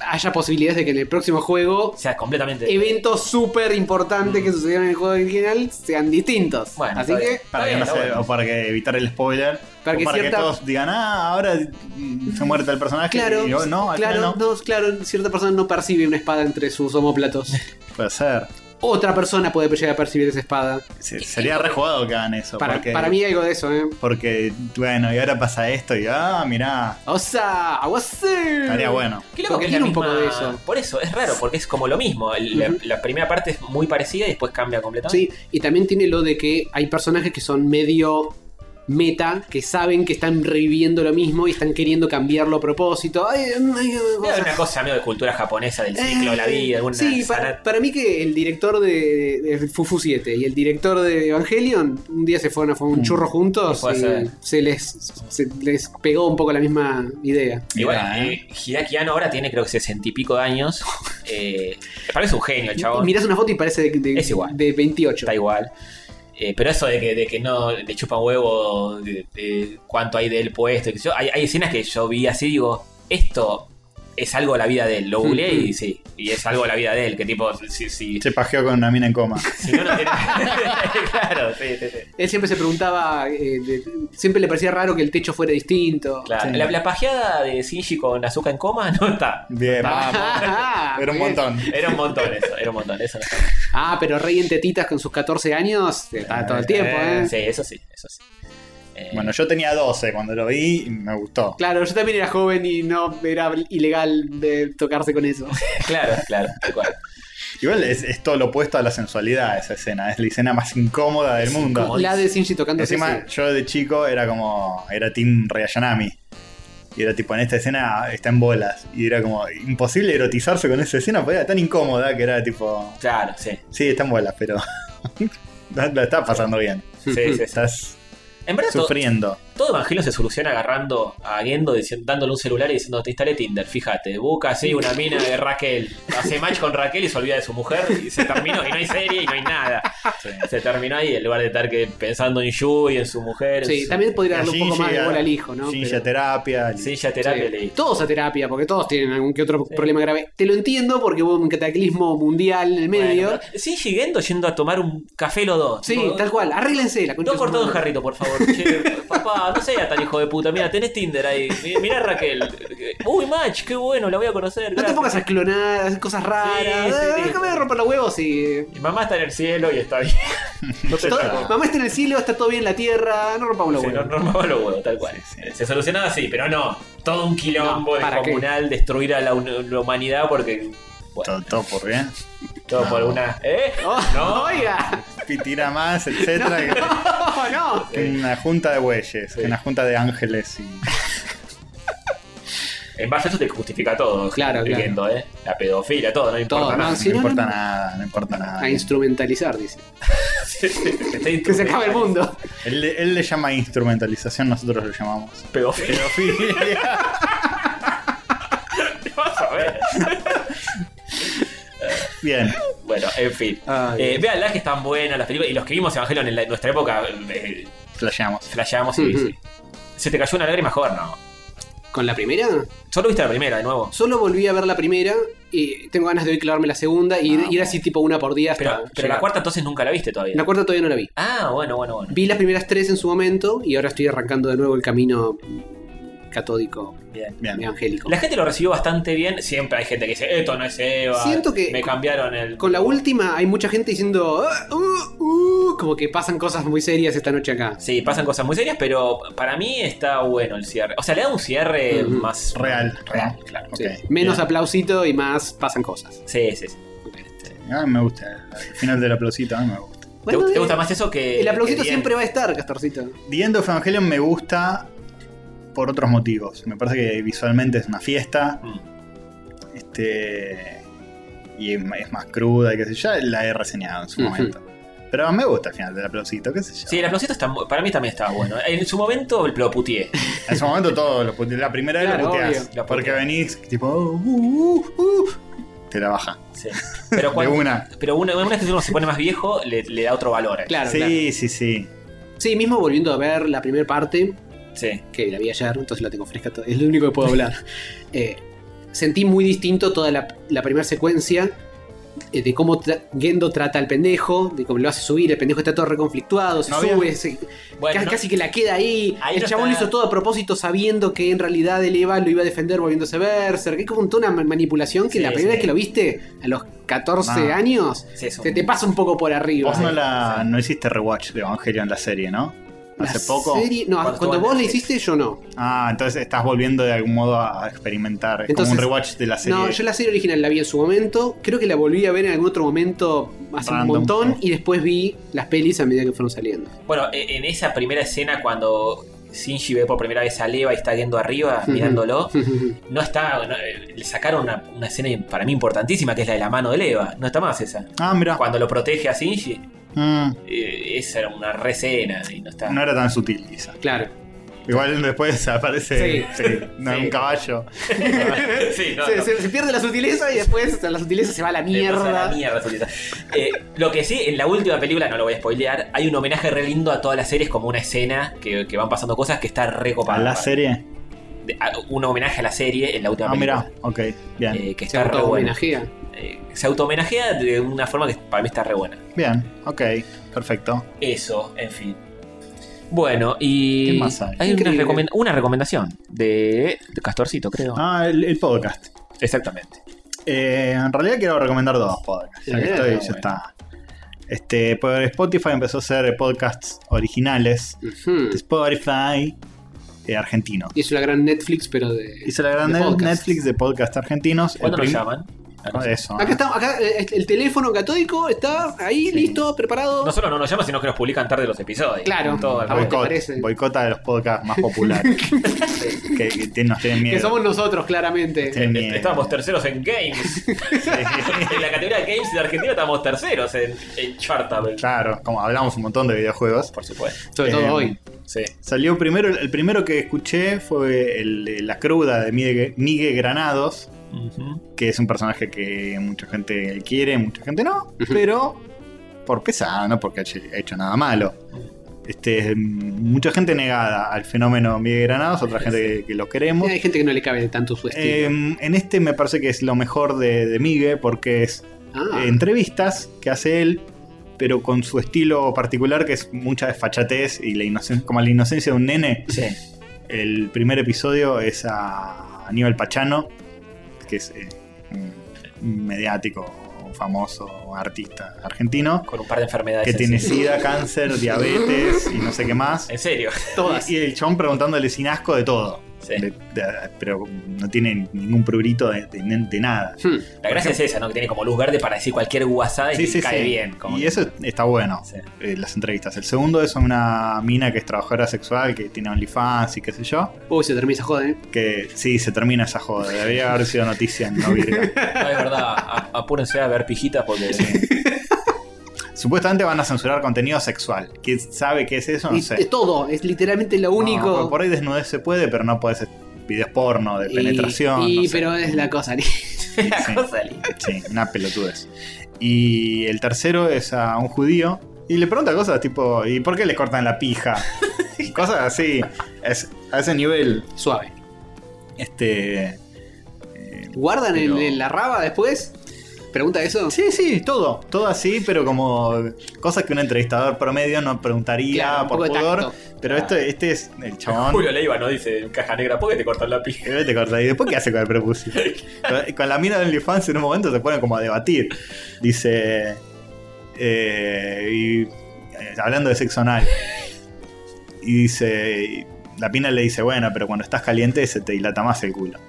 S2: haya posibilidades de que en el próximo juego
S4: O sea, completamente...
S2: eventos súper importantes que sucedieron en el juego original sean distintos.
S4: Bueno,
S2: Así
S4: está
S2: que
S4: bien.
S3: para que
S4: Está
S3: no
S4: bien,
S3: se-
S4: está
S3: o para que evitar el spoiler.
S2: para
S3: o
S2: que
S3: para
S2: cierta
S3: que todos digan, ah, ahora mm, se muere el personaje.
S2: claro,
S3: y yo, no, al
S2: claro,
S3: final no.
S2: no, claro, cierta persona no percibe una espada entre sus homóplatos.
S3: Puede ser.
S2: Otra persona puede llegar a percibir esa espada.
S3: Se- sería rejugado que hagan eso.
S2: Para,
S3: porque,
S2: para mí algo de eso, ¿eh?
S3: Porque, bueno, y ahora pasa esto y, ah, mirá,
S2: O sea, algo así. Mm.
S3: estaría bueno.
S4: Qué loco que es la
S2: Tiene un
S4: misma-
S2: poco de eso.
S4: Por eso, es raro, porque es como lo mismo. El- la-
S2: Ujú.
S4: la, primera parte es muy parecida y después cambia completamente.
S2: Sí, y también tiene lo de que hay personajes que son medio meta, que saben que están reviviendo lo mismo y están queriendo cambiarlo a propósito. Ay, ay, ay,
S4: Debe haber
S2: cosas.
S4: una cosa medio de cultura japonesa, del ciclo de la vida, alguna
S2: Sí,
S4: sana-
S2: para, para mí que el director de, de Fufu 7 y el director de Evangelion un día se fueron a fumar un
S3: Mm.
S2: churro juntos
S4: Puede
S2: y
S4: ser.
S2: se les, se les pegó un poco la misma idea.
S4: Y bueno,
S3: Mirá,
S4: eh, Hideaki Anno ahora tiene creo que sesenta y pico de años. Eh, para mí es un genio el
S2: Y
S4: chabón.
S2: Mirás una foto y parece de, de-
S4: Es igual.
S2: de 28.
S4: Está igual. Eh, pero eso de que, de que no le chupan huevo de, de cuánto hay de él puesto. y qué sé yo, hay, hay escenas que yo vi así digo, esto es algo de la vida de él. Lo googleé y sí, y es algo de la vida de él. Que tipo, si, si,
S3: Se pajeó con una mina en coma.
S4: si no, no tiene... claro, sí, sí, sí.
S2: Él siempre se preguntaba, eh, de- siempre le parecía raro que el techo fuera distinto.
S4: Claro.
S3: Sí.
S4: La, la pajeada de Shinji con Azuka en coma no está.
S3: Bien, era un
S2: Ah, Bien.
S3: montón.
S4: Era un montón eso, era un montón. Eso no está.
S2: Ah, pero rey en tetitas con sus 14 años, está todo el tiempo, ¿eh?
S4: Sí, eso sí, eso sí. Eh,
S3: Bueno, yo tenía 12 cuando lo vi y me gustó.
S2: Claro, yo también era joven y no era ilegal de tocarse con eso.
S4: claro, claro, tal cual.
S3: Igual es, es todo lo opuesto a la sensualidad esa escena. Es la escena más incómoda del mundo.
S2: La de Shinji tocando
S3: Encima, yo de chico era como. Era Team Rayanami. Y era tipo, en esta escena está en bolas. Y era como imposible erotizarse con esa escena, porque era tan incómoda que era tipo.
S4: Claro, sí.
S3: Sí, está en bolas, pero. la, la estás pasando bien.
S4: sí, sí, sí.
S3: Estás
S4: En verdad, to-
S3: sufriendo.
S4: Todo Evangelio se soluciona agarrando a Gendo, diciendo, dándole un celular y diciendo, te instalé Tinder, fíjate, busca así una mina de Raquel, hace match con Raquel y se olvida de su mujer y se terminó, y no hay serie y no hay nada. Se, se terminó ahí en lugar de estar que pensando en Yu y en su mujer.
S2: Sí,
S4: su-
S2: también podría darle un poco
S3: Shinji,
S2: más de
S3: a-
S2: bola al hijo, ¿no?
S3: Shinji
S2: Pero-
S3: a terapia. el-
S4: Sí, ya terapia
S2: Sí.
S4: le-
S2: Todos a terapia, porque todos tienen algún que otro problema grave. Te lo entiendo porque hubo un cataclismo mundial en el medio.
S4: Bueno, pero- sí, Gendo yendo a tomar un café los dos.
S2: sí,
S4: Tipo,
S2: tal cual, arréglense la concha.
S4: No
S2: de su
S4: cortado el
S2: madre.
S4: jarrito, por favor. Che, papá, no seas tan hijo de puta. Mira, tenés Tinder ahí. Mi- Mirá a Raquel. Uy, match, qué bueno, la voy a conocer.
S2: No te
S4: gracias.
S2: pongas a clonar, a hacer cosas raras.
S4: Sí, sí,
S2: Ah,
S4: sí.
S2: Déjame de romper los huevos y.
S4: Mi mamá está en el cielo y está bien. No te
S2: Todo-
S4: está-
S2: Mamá está en el cielo, está todo bien en la tierra, no rompamos los
S4: Se
S2: huevos.
S4: nos normaba los huevos, tal cual.
S3: Sí, sí.
S4: Se solucionaba así, pero no. Todo un quilombo
S2: No, ¿para qué?
S4: descomunal, destruir a la, un- la humanidad porque. Bueno,
S3: Todo, todo por bien.
S4: todo
S3: No.
S4: por una. ¿Eh?
S2: Oh,
S4: No.
S2: Oiga,
S3: Pitira más, etcétera.
S2: no, no.
S3: que- que Una junta de bueyes, que una junta de ángeles y.
S4: En base a eso te justifica todo.
S2: Claro, claro.
S4: Viendo, ¿eh? La pedofilia, todo, no importa
S2: Todo,
S4: nada.
S2: no, Ah, si
S3: no
S2: no,
S3: importa
S2: no,
S3: nada, no importa nada.
S2: A instrumentalizar, dice.
S4: que
S2: Que se acabe el mundo.
S3: Él, le- él le llama instrumentalización, nosotros lo llamamos.
S4: Pedofilia. Vas a ver.
S3: Bien.
S4: Bueno, en fin.
S2: Ay.
S4: Eh, vean las que están buenas las películas. Y los que vimos Evangelion en, la- en nuestra época, eh,
S3: Flasheamos.
S4: flasheamos y
S2: Ujú.
S4: sí. ¿Se te cayó una lágrima? Joder, no.
S2: ¿Con la primera?
S4: Solo viste la primera, de nuevo.
S2: Solo volví a ver la primera y tengo ganas de hoy clavarme la segunda y ir, ir así tipo una por día hasta.
S4: Ah, Pero, pero la
S2: llegar.
S4: cuarta entonces nunca la viste todavía.
S2: La cuarta todavía no la vi.
S4: Ah, bueno, bueno, bueno.
S2: Vi las primeras tres en su momento y ahora estoy arrancando de nuevo el camino catódico
S4: Bien.
S3: Bien.
S2: evangélico.
S4: La gente lo recibió bastante bien. Siempre hay gente que dice, esto no es Eva.
S2: Siento que
S4: Me
S2: con-
S4: cambiaron el...
S2: Con la última hay mucha gente diciendo "Ah, uh, uh", como que pasan cosas muy serias esta noche acá.
S4: Sí, pasan cosas muy serias, pero para mí está bueno el cierre. O sea, le da un cierre
S2: Ujú.
S4: más...
S3: Real.
S4: Real, claro.
S2: Sí.
S3: Ok,
S2: Menos
S3: bien.
S2: aplausito y más pasan cosas.
S4: Sí, sí, sí.
S3: Ah, me gusta. El final del aplausito, a mí me gusta.
S4: ¿Te
S2: Bueno,
S4: gu- ¿Te,
S2: eh,
S4: gusta más eso que...
S2: El aplausito
S4: que bien?
S2: siempre va a estar, Castorcito.
S3: The End of Evangelion me gusta por otros motivos. Me parece que visualmente es una fiesta.
S2: Mm.
S3: Este. Y es ma- es más cruda y qué sé yo. Ya la he reseñado en su
S2: Ujú.
S3: momento. Pero me gusta el final del aplausito, qué sé yo.
S4: Sí, el aplausito está, mu- para mí también estaba bueno. En su momento lo putié.
S3: En su momento todo lo puteás. La primera vez
S2: Claro,
S3: lo puteás.
S4: obvio.
S3: Porque venís tipo. "Oh, uh, uh, uh", te la baja.
S4: Sí. Pero,
S3: De
S4: cuando,
S3: una.
S4: pero una, una vez que uno se pone más viejo, le, le da otro valor. a eso.
S2: Claro,
S3: sí,
S2: claro.
S3: sí, sí.
S2: Sí, mismo volviendo a ver la primera parte,
S4: Sí.
S2: que la vi ayer, entonces la tengo fresca, to- es lo único que puedo hablar. Eh, sentí muy distinto toda la, la primera secuencia eh, de cómo tra- Gendo trata al pendejo, de cómo lo hace subir, el pendejo está todo reconflictuado, se
S3: No había-
S2: sube, se-
S4: Bueno,
S2: casi,
S4: no-
S2: casi que la queda ahí.
S4: Ahí
S2: el
S4: no
S2: chabón
S4: está-
S2: hizo todo a propósito sabiendo que en realidad el Eva lo iba a defender volviéndose Berserk. Es como toda una ma- manipulación que
S4: Sí,
S2: la primera
S4: sí.
S2: vez que lo viste, a los 14
S3: Ah.
S2: años,
S4: sí, es un-
S2: se te pasa un poco por arriba.
S3: Vos no, la, no hiciste rewatch de Evangelion la serie, ¿no?
S2: La
S3: Hace poco.
S2: serie- No,
S4: Cuando estuvo
S2: cuando,
S4: en
S2: vos la
S4: Netflix.
S2: hiciste, yo no.
S3: Ah, entonces estás volviendo de algún modo a experimentar. Es
S2: Entonces-
S3: como un rewatch de la serie.
S2: No, yo la serie original la vi en su momento. Creo que la volví a ver en algún otro momento hace
S3: Random.
S2: un montón. Y después vi las pelis a medida que fueron saliendo.
S4: Bueno, e- en esa primera escena cuando Shinji ve por primera vez a Leva y está yendo arriba,
S3: Ah,
S2: Ujú.
S4: mirándolo, no está. no- eh, le sacaron una, una escena para mí importantísima que es la de la mano de Leva. No está más esa.
S3: Ah, mira.
S4: Cuando lo protege a Shinji,
S3: Mm,
S4: eh, esa era una rescena y no está.
S3: no era tan sutil, quizá.
S2: claro.
S3: Igual después
S2: Sí.
S3: aparece sí, no,
S4: Sí.
S3: un caballo.
S4: sí, no,
S2: se,
S4: no.
S2: se- se pierde la sutileza y después la sutileza se va a la
S4: Le pasa
S2: mierda.
S4: la mierda, Solita. Eh, lo que sí, en la última película, no lo voy a spoilear, hay un homenaje re lindo a todas las series, como una escena que, que van pasando cosas que está re
S3: ¿A
S4: copada.
S3: la serie?
S4: De- a- Un homenaje a la serie en la última
S3: Ah, mira.
S4: película.
S3: Ok, bien.
S4: eh, que
S2: Se
S4: está re buena.
S2: auto-homenajea.
S4: Eh, se auto-homenajea de una forma que para mí está re buena.
S3: Bien, ok. Perfecto.
S4: Eso, en fin. Bueno, y.
S3: ¿Qué más hay?
S4: una,
S2: Increíble.
S4: recomen- una recomendación de, de Castorcito, creo.
S3: Ah, el, el podcast.
S4: Exactamente.
S3: Eh, en realidad quiero recomendar dos podcasts. Ya que
S2: Eh,
S3: estoy, ya
S2: bueno.
S3: está. Este, por Spotify empezó a hacer podcasts originales.
S2: Ujú.
S3: de Spotify eh, argentino.
S2: Y es una gran Netflix, pero de.
S3: Hizo la gran
S2: de podcast.
S3: Netflix de podcast argentinos.
S4: ¿Cuándo
S3: El
S4: nos
S3: prim-
S4: llaman?
S3: Ah, Eso.
S2: Acá estamos, acá eh, el teléfono catódico está ahí, listo, preparado.
S4: No solo no nos llaman, sino que nos publican tarde los episodios.
S2: Claro.
S4: Todo al
S2: A vos
S4: revés.
S2: te
S3: Boicot,
S2: parece.
S3: boicota de los podcasts más populares. que que te- nos tienen miedo.
S2: que somos este, nosotros, claramente.
S3: Sí. Mierda.
S4: Estábamos terceros en Games. en la categoría de Games de Argentina estábamos terceros en, en Chartable.
S3: Claro, como hablamos un montón de videojuegos.
S4: Por supuesto.
S2: Sobre
S3: Eh,
S2: todo hoy. Sí.
S3: Salió primero, el primero que escuché fue el de La Cruda de Migue, Migue Granados, que es un personaje que mucha gente quiere, mucha gente no, pero por pesado, no porque haya hecho nada malo. Este, mucha gente negada al fenómeno Migue Granados, otra gente que, que lo queremos.
S2: Hay gente que no le cabe tanto su estilo.
S3: Eh, en este me parece que es lo mejor de, de Migue porque es
S2: ah,
S3: eh, entrevistas que hace él, pero con su estilo particular que es mucha desfachatez y la inocen- como la inocencia de un nene.
S4: Sí.
S3: El primer episodio es a Aníbal Pachano, que es eh, un mediático, un famoso artista argentino,
S4: Con un par de enfermedades.
S3: que tiene
S4: encima.
S3: sida, cáncer, diabetes y no sé qué más.
S4: En serio.
S2: todas.
S3: Y el chabón preguntándole sin asco de todo.
S4: Sí.
S3: De- de- pero no tiene ningún prurito de- de- de nada.
S2: Hmm.
S4: La gracia es esa, ¿no? Que tiene como luz verde para decir cualquier guasada y
S3: Sí,
S4: te
S3: sí,
S4: cae
S3: sí.
S4: bien. como
S3: y
S4: que-
S3: eso está bueno,
S4: Sí.
S3: eh, las entrevistas. El segundo es una mina que es trabajadora sexual, que tiene OnlyFans y qué sé yo.
S2: Uy, se termina esa joda, ¿eh?
S3: Que sí, se termina esa joda. Debería haber sido noticia en no virga.
S4: No, es verdad. a- apúrense a ver pijitas porque.
S3: Supuestamente van a censurar contenido sexual. ¿Quién sabe qué es eso? No
S2: Y
S3: sé.
S2: Es todo, es literalmente lo
S3: No,
S2: único.
S3: por ahí desnudez se puede, pero no puedes videos porno de
S2: Y-
S3: penetración.
S2: Y,
S3: no sé.
S2: pero es la cosa, ¿no?
S3: Sí,
S4: La cosa linda.
S3: sí, una pelotudez. Y el tercero es a un judío. Y le pregunta cosas tipo, ¿y por qué le cortan la pija? Y cosas así. Es, a ese nivel.
S2: suave.
S3: Este. eh,
S2: ¿Guardan el-
S3: Pero-
S2: el- la raba después? ¿Pregunta eso?
S3: sí, sí, todo. Todo así, pero como cosas que un entrevistador promedio no preguntaría
S2: Claro, un
S3: por
S2: poco de
S3: pudor.
S2: tacto.
S3: Pero este, este es el chabón.
S4: Julio Leiva, ¿no? Dice caja negra, ¿por qué te cortan la pija?
S3: Eh, te corta. ¿Y después qué hace con el prepucio? Con- con la mina de OnlyFans en un momento se ponen como a debatir. Dice. eh, y, eh, hablando de sexo anal. Y dice. y la mina le dice, bueno, pero cuando estás caliente se te dilata más el culo.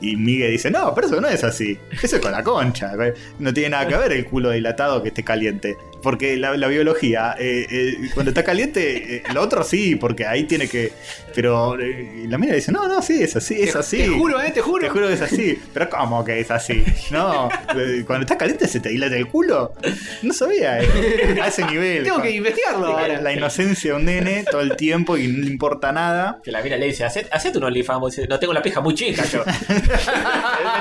S3: Y Miguel dice, no, pero eso no es así. Eso es con la concha. No tiene nada que ver el culo dilatado que esté caliente. Porque la, la biología, eh, eh, cuando está caliente, eh, lo otro sí, porque ahí tiene que... Pero eh, y la mina dice, no, no, sí, es así, es
S2: Te-
S3: así.
S2: Te juro, ¿eh? Te juro.
S3: Te juro que es así. Pero ¿cómo que es así? No, eh, cuando está caliente se te dilata el culo. No sabía. eh, A ese nivel.
S2: Tengo que investigarlo ahora.
S3: La inocencia de un nene todo el tiempo y no le importa nada.
S4: Que la mira le dice, hacete hacete un OnlyFans. vos Dice, no tengo la pija muy chica yo.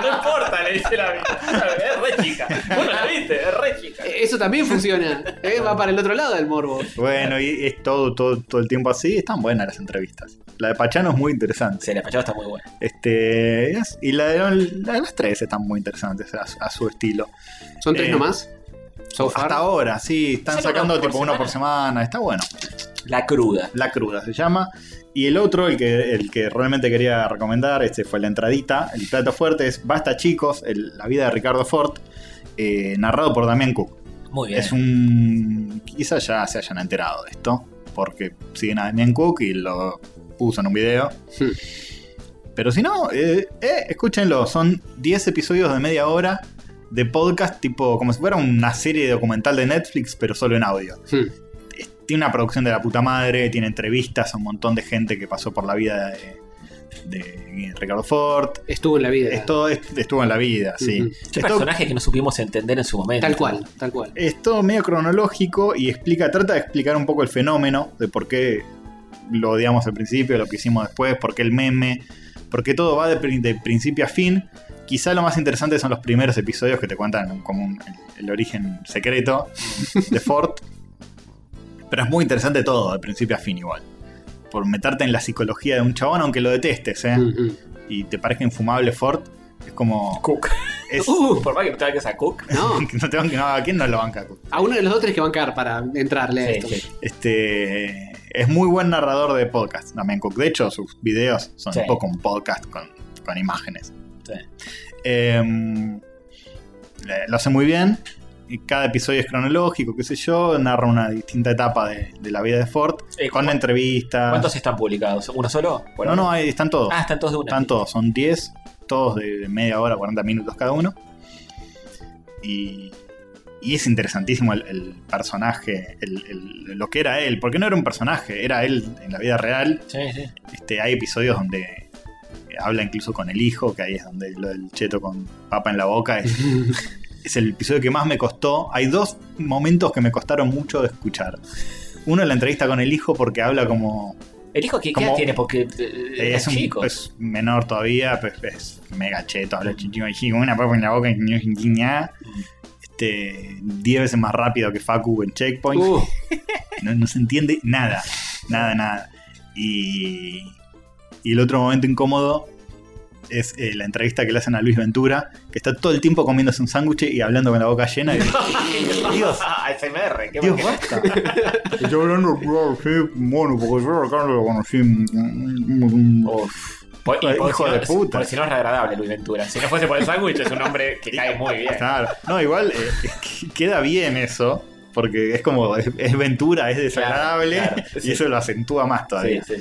S4: no importa, le dice la mina. Es re chica. Bueno, la viste, es re chica.
S2: Eh, Eso también funciona. ¿eh? Va para el otro lado del morbo.
S3: Bueno, y es todo, todo, todo el tiempo así. Están buenas las entrevistas. La de Pachano es muy interesante.
S4: Sí, la pachada está muy buena.
S3: Este, es- y la de, la de las tres están muy interesantes a, su- a su estilo.
S2: ¿Son tres
S3: Eh,
S2: nomás? So far.
S3: Hasta ahora, sí, están
S4: Sacan
S3: sacando
S4: uno por
S3: tipo uno por semana. Está bueno.
S4: La cruda.
S3: La cruda se llama. Y el otro, el que, el que realmente quería recomendar, este fue la entradita. El plato fuerte es Basta chicos, el- la vida de Ricardo Ford, eh, narrado por Damián Cook.
S4: Muy bien.
S3: Es un. Quizás ya se hayan enterado de esto, porque siguen a Damián Cook y lo puso en un video.
S2: Sí.
S3: Pero si no, eh, eh, escúchenlo, son 10 episodios de media hora de podcast, tipo como si fuera una serie documental de Netflix, pero solo en audio.
S2: Hmm.
S3: Tiene una producción de la puta madre, tiene entrevistas a un montón de gente que pasó por la vida de, de Ricardo Ford.
S2: Estuvo en la vida.
S3: Es todo- est- estuvo en la vida, sí.
S2: Ujú.
S4: Qué
S3: Es todo-
S4: personaje que no supimos entender en su momento.
S2: Eh, Tal cual, tal cual.
S3: es todo medio cronológico y explica, trata de explicar un poco el fenómeno de por qué lo odiamos al principio, lo que hicimos después, por qué el meme, porque todo va de, pri- de principio a fin. Quizá lo más interesante son los primeros episodios que te cuentan como un- el, el origen secreto de Ford. Pero es muy interesante todo, de principio a fin igual. Por meterte en la psicología de un chabón, aunque lo detestes, ¿eh?
S2: Mm, mm.
S3: Y te parezca infumable Ford, es como... uh.
S4: Cook.
S3: es-
S4: Uh, por más que no te hagas a Cook.
S2: No,
S3: no te van, no, ¿a quién no lo banca?
S2: a uno de los dos tenés que bancar para entrarle a
S4: Sí,
S2: esto.
S4: sí.
S3: Este es muy buen narrador de podcast, Damián Cook. De hecho, sus videos son
S4: Sí.
S3: un poco un podcast con, con imágenes.
S4: Sí.
S3: Em, eh, lo hace muy bien. Y Cada episodio es cronológico, qué sé yo. Narra una distinta etapa de, de la vida de Ford.
S4: Eh,
S3: con
S4: ¿cu-
S3: entrevistas.
S4: ¿Cuántos están publicados? ¿Uno solo? Bueno,
S3: no, no, ahí están todos.
S4: Ah, están todos de una.
S3: Están todos, son 10, todos de de media hora, 40 minutos cada uno. Y, y es interesantísimo el, el personaje, el- el- lo que era él, porque no era un personaje, era él en la vida real.
S4: Sí, sí.
S3: Este, hay episodios donde eh, habla incluso con el hijo, que ahí es donde lo del cheto con papa en la boca es, es el episodio que más me costó. Hay dos momentos que me costaron mucho de escuchar. uno en la entrevista con el hijo porque habla como.
S4: ¿El hijo qué, qué
S3: Como-
S4: edad tiene? Porque eh,
S3: eh,
S4: es
S3: es, un,
S4: chico.
S3: es menor todavía, pues es mega cheto, habla chichino y una papa en la boca, y ño, ñiña. este, 10 veces más rápido que Facu en Checkpoint.
S2: Uh,
S3: No, no se entiende nada, nada, nada. Y, y el otro momento incómodo es eh, la entrevista que le hacen a Luis Ventura, que está todo el tiempo comiéndose un sándwich y hablando con la boca llena. Y, Dios,
S4: Ah, ASMR, qué
S3: Dios,
S4: bueno.
S3: basta. Estoy hablando, claro, sí, mono, porque yo acá lo conocí.
S4: Uf. Po- y
S3: Hijo
S4: por si no-
S3: de puta.
S4: Por si no es agradable, Luis Ventura. Si no fuese por el sándwich, es un hombre que cae muy bien.
S3: Claro. No, igual eh, qu- queda bien eso, porque es como, es, es Ventura, es desagradable,
S4: Claro, claro,
S3: y
S4: sí.
S3: eso lo acentúa más
S4: Sí,
S3: todavía.
S4: sí.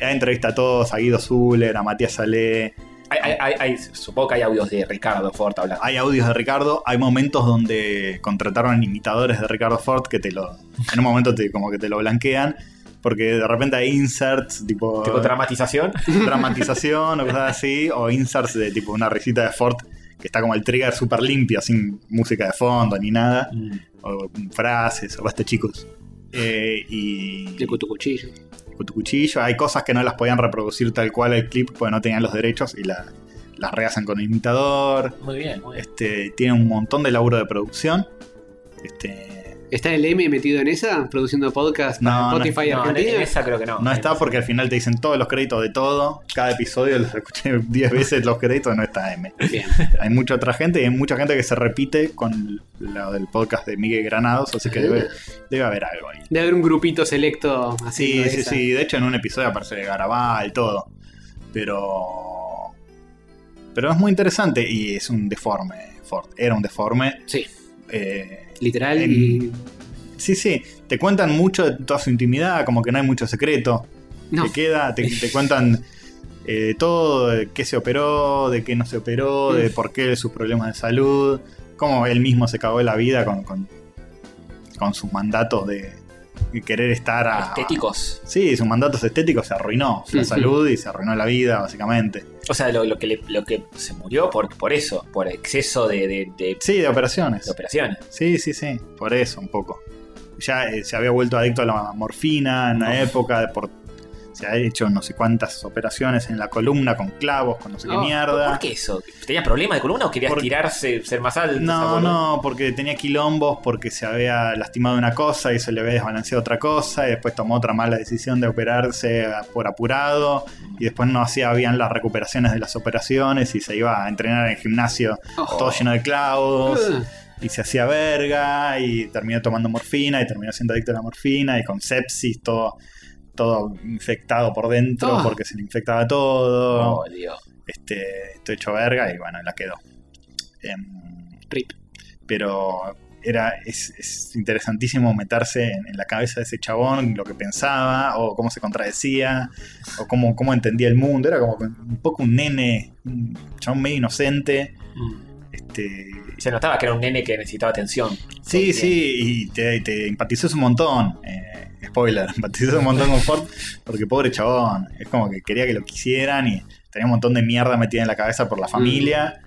S3: Ha entrevista a todos, a Guido Zuller, a Matías Salé,
S4: Hay- hay- hay- hay- supongo que hay audios de Ricardo Ford hablando.
S3: hay audios de Ricardo, hay momentos donde contrataron imitadores de Ricardo Ford que te lo, en un momento te, como que te lo blanquean, porque de repente hay inserts tipo,
S4: Tipo dramatización.
S3: dramatización o cosas así, o inserts de tipo una risita de Ford que está como el trigger súper limpio, sin música de fondo ni nada. o frases, o basta chicos. Eh, y
S2: de cutucuchillo.
S3: con tu cuchillo, hay cosas que no las podían reproducir tal cual el clip porque no tenían los derechos y la- las rehacen con imitador.
S4: Muy bien, muy bien.
S3: Este, tiene un montón de laburo de producción. Este,
S2: ¿Está el M metido en esa? Produciendo podcast
S3: No,
S2: para
S3: no,
S2: Spotify
S4: No, en,
S2: Argentina.
S4: en esa creo que no.
S3: no está porque al final te dicen todos los créditos de todo. Cada episodio los escuché 10 veces los créditos, no está M.
S2: Bien.
S3: Hay mucha otra gente y hay mucha gente que se repite con lo del podcast de Miguel Granados, así que debe, debe haber algo ahí.
S2: Debe haber un grupito selecto así.
S3: Sí, sí, sí. De hecho, en un episodio aparece Garabal, todo. Pero. Pero es muy interesante y es un deforme, Ford. Era un deforme.
S2: Sí.
S3: Eh,
S2: Literal
S3: En-
S2: y.
S3: sí, sí. Te cuentan mucho de toda su intimidad, como que no hay mucho secreto.
S2: No.
S3: Te queda, te, te cuentan eh, todo, de qué se operó, de qué no se operó, de por qué sus problemas de salud. Cómo él mismo se cagó la vida con, con, con sus mandatos de de querer estar a,
S4: Estéticos.
S3: Sí, sus mandatos estéticos se arruinó la
S2: Ujú.
S3: salud y se arruinó la vida, básicamente.
S4: O sea, lo, lo que, le- lo que se murió por, por eso, por exceso de, de- de-
S3: Sí, de
S4: de
S3: operaciones.
S4: operaciones.
S3: Sí, sí, sí, por eso un poco. Ya eh, se había vuelto adicto a la morfina en la época, de por- se ha hecho no sé cuántas operaciones en la columna con clavos, con no sé qué
S2: No,
S3: mierda.
S4: ¿Por qué eso? ¿Tenía problemas de columna o querías
S3: Porque-
S4: tirarse, ser más alto? esa
S3: No,
S4: boluda?
S3: no, porque tenía quilombos, porque se había lastimado una cosa y se le había desbalanceado otra cosa, y después tomó otra mala decisión de operarse a- por apurado, y después no hacía bien las recuperaciones de las operaciones y se iba a entrenar en el gimnasio
S2: Oh.
S3: todo lleno de clavos,
S2: Ah,
S3: y se hacía verga, y terminó tomando morfina, y terminó siendo adicto a la morfina, y con sepsis, todo, todo infectado por dentro,
S2: Ah.
S3: porque se le infectaba todo
S4: Oh, Dios.
S3: este, estoy hecho verga y bueno, la quedó. Em,
S2: Rip.
S3: Pero era, es, es interesantísimo meterse en, en la cabeza de ese chabón, lo que pensaba, o cómo se contradecía, o cómo, cómo entendía el mundo. Era como que un poco un nene, un chabón medio inocente.
S4: Mm.
S3: Este,
S4: Se notaba que era un nene que necesitaba atención.
S3: sí,
S4: Todo
S3: sí, y te, te empatizas un montón. eh, spoiler, empatizas un montón con Ford, porque pobre chabón, es como que quería que lo quisieran y tenía un montón de mierda metida en la cabeza por la familia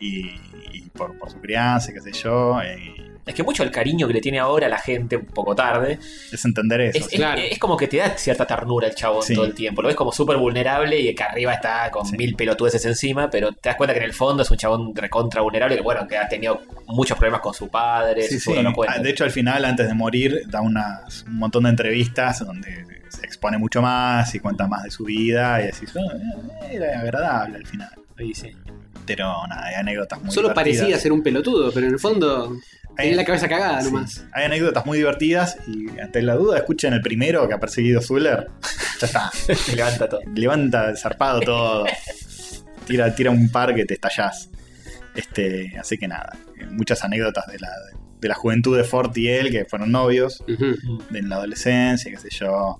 S3: y, y por, por su crianza, qué sé yo. eh,
S4: Es que mucho el cariño que le tiene ahora la gente, un poco tarde,
S3: es entender eso.
S4: es,
S3: sí.
S4: es-
S2: claro.
S4: es como que te da cierta ternura el chabón
S3: Sí.
S4: todo el tiempo. Lo ves como súper vulnerable y que arriba está con
S3: Sí.
S4: mil pelotudeces encima, pero te das cuenta que en el fondo es un chabón recontra vulnerable que, bueno, que ha tenido muchos problemas con su padre, su
S3: Sí, sí.
S4: seguro no cuenta.
S3: Ah, De hecho, al final, antes de morir, da unas- un montón de entrevistas donde se expone mucho más y cuenta más de su vida y así. eh, Era agradable al final.
S4: Sí, sí.
S3: Pero nada, hay anécdotas muy
S2: Solo
S3: divertidas.
S2: parecía ser un pelotudo, pero en el fondo.
S3: Hay-
S2: Tenía la cabeza cagada
S3: Sí.
S2: nomás.
S3: Hay anécdotas muy divertidas y ante la duda escuchen el primero que ha perseguido Zuller. Ya está.
S4: Se levanta todo.
S3: Levanta el zarpado todo. Tira, tira un par que te estallás. Este, así que nada. Muchas anécdotas de la, de la juventud de Fort y él, que fueron novios
S2: Ujú.
S3: en la adolescencia, qué sé yo.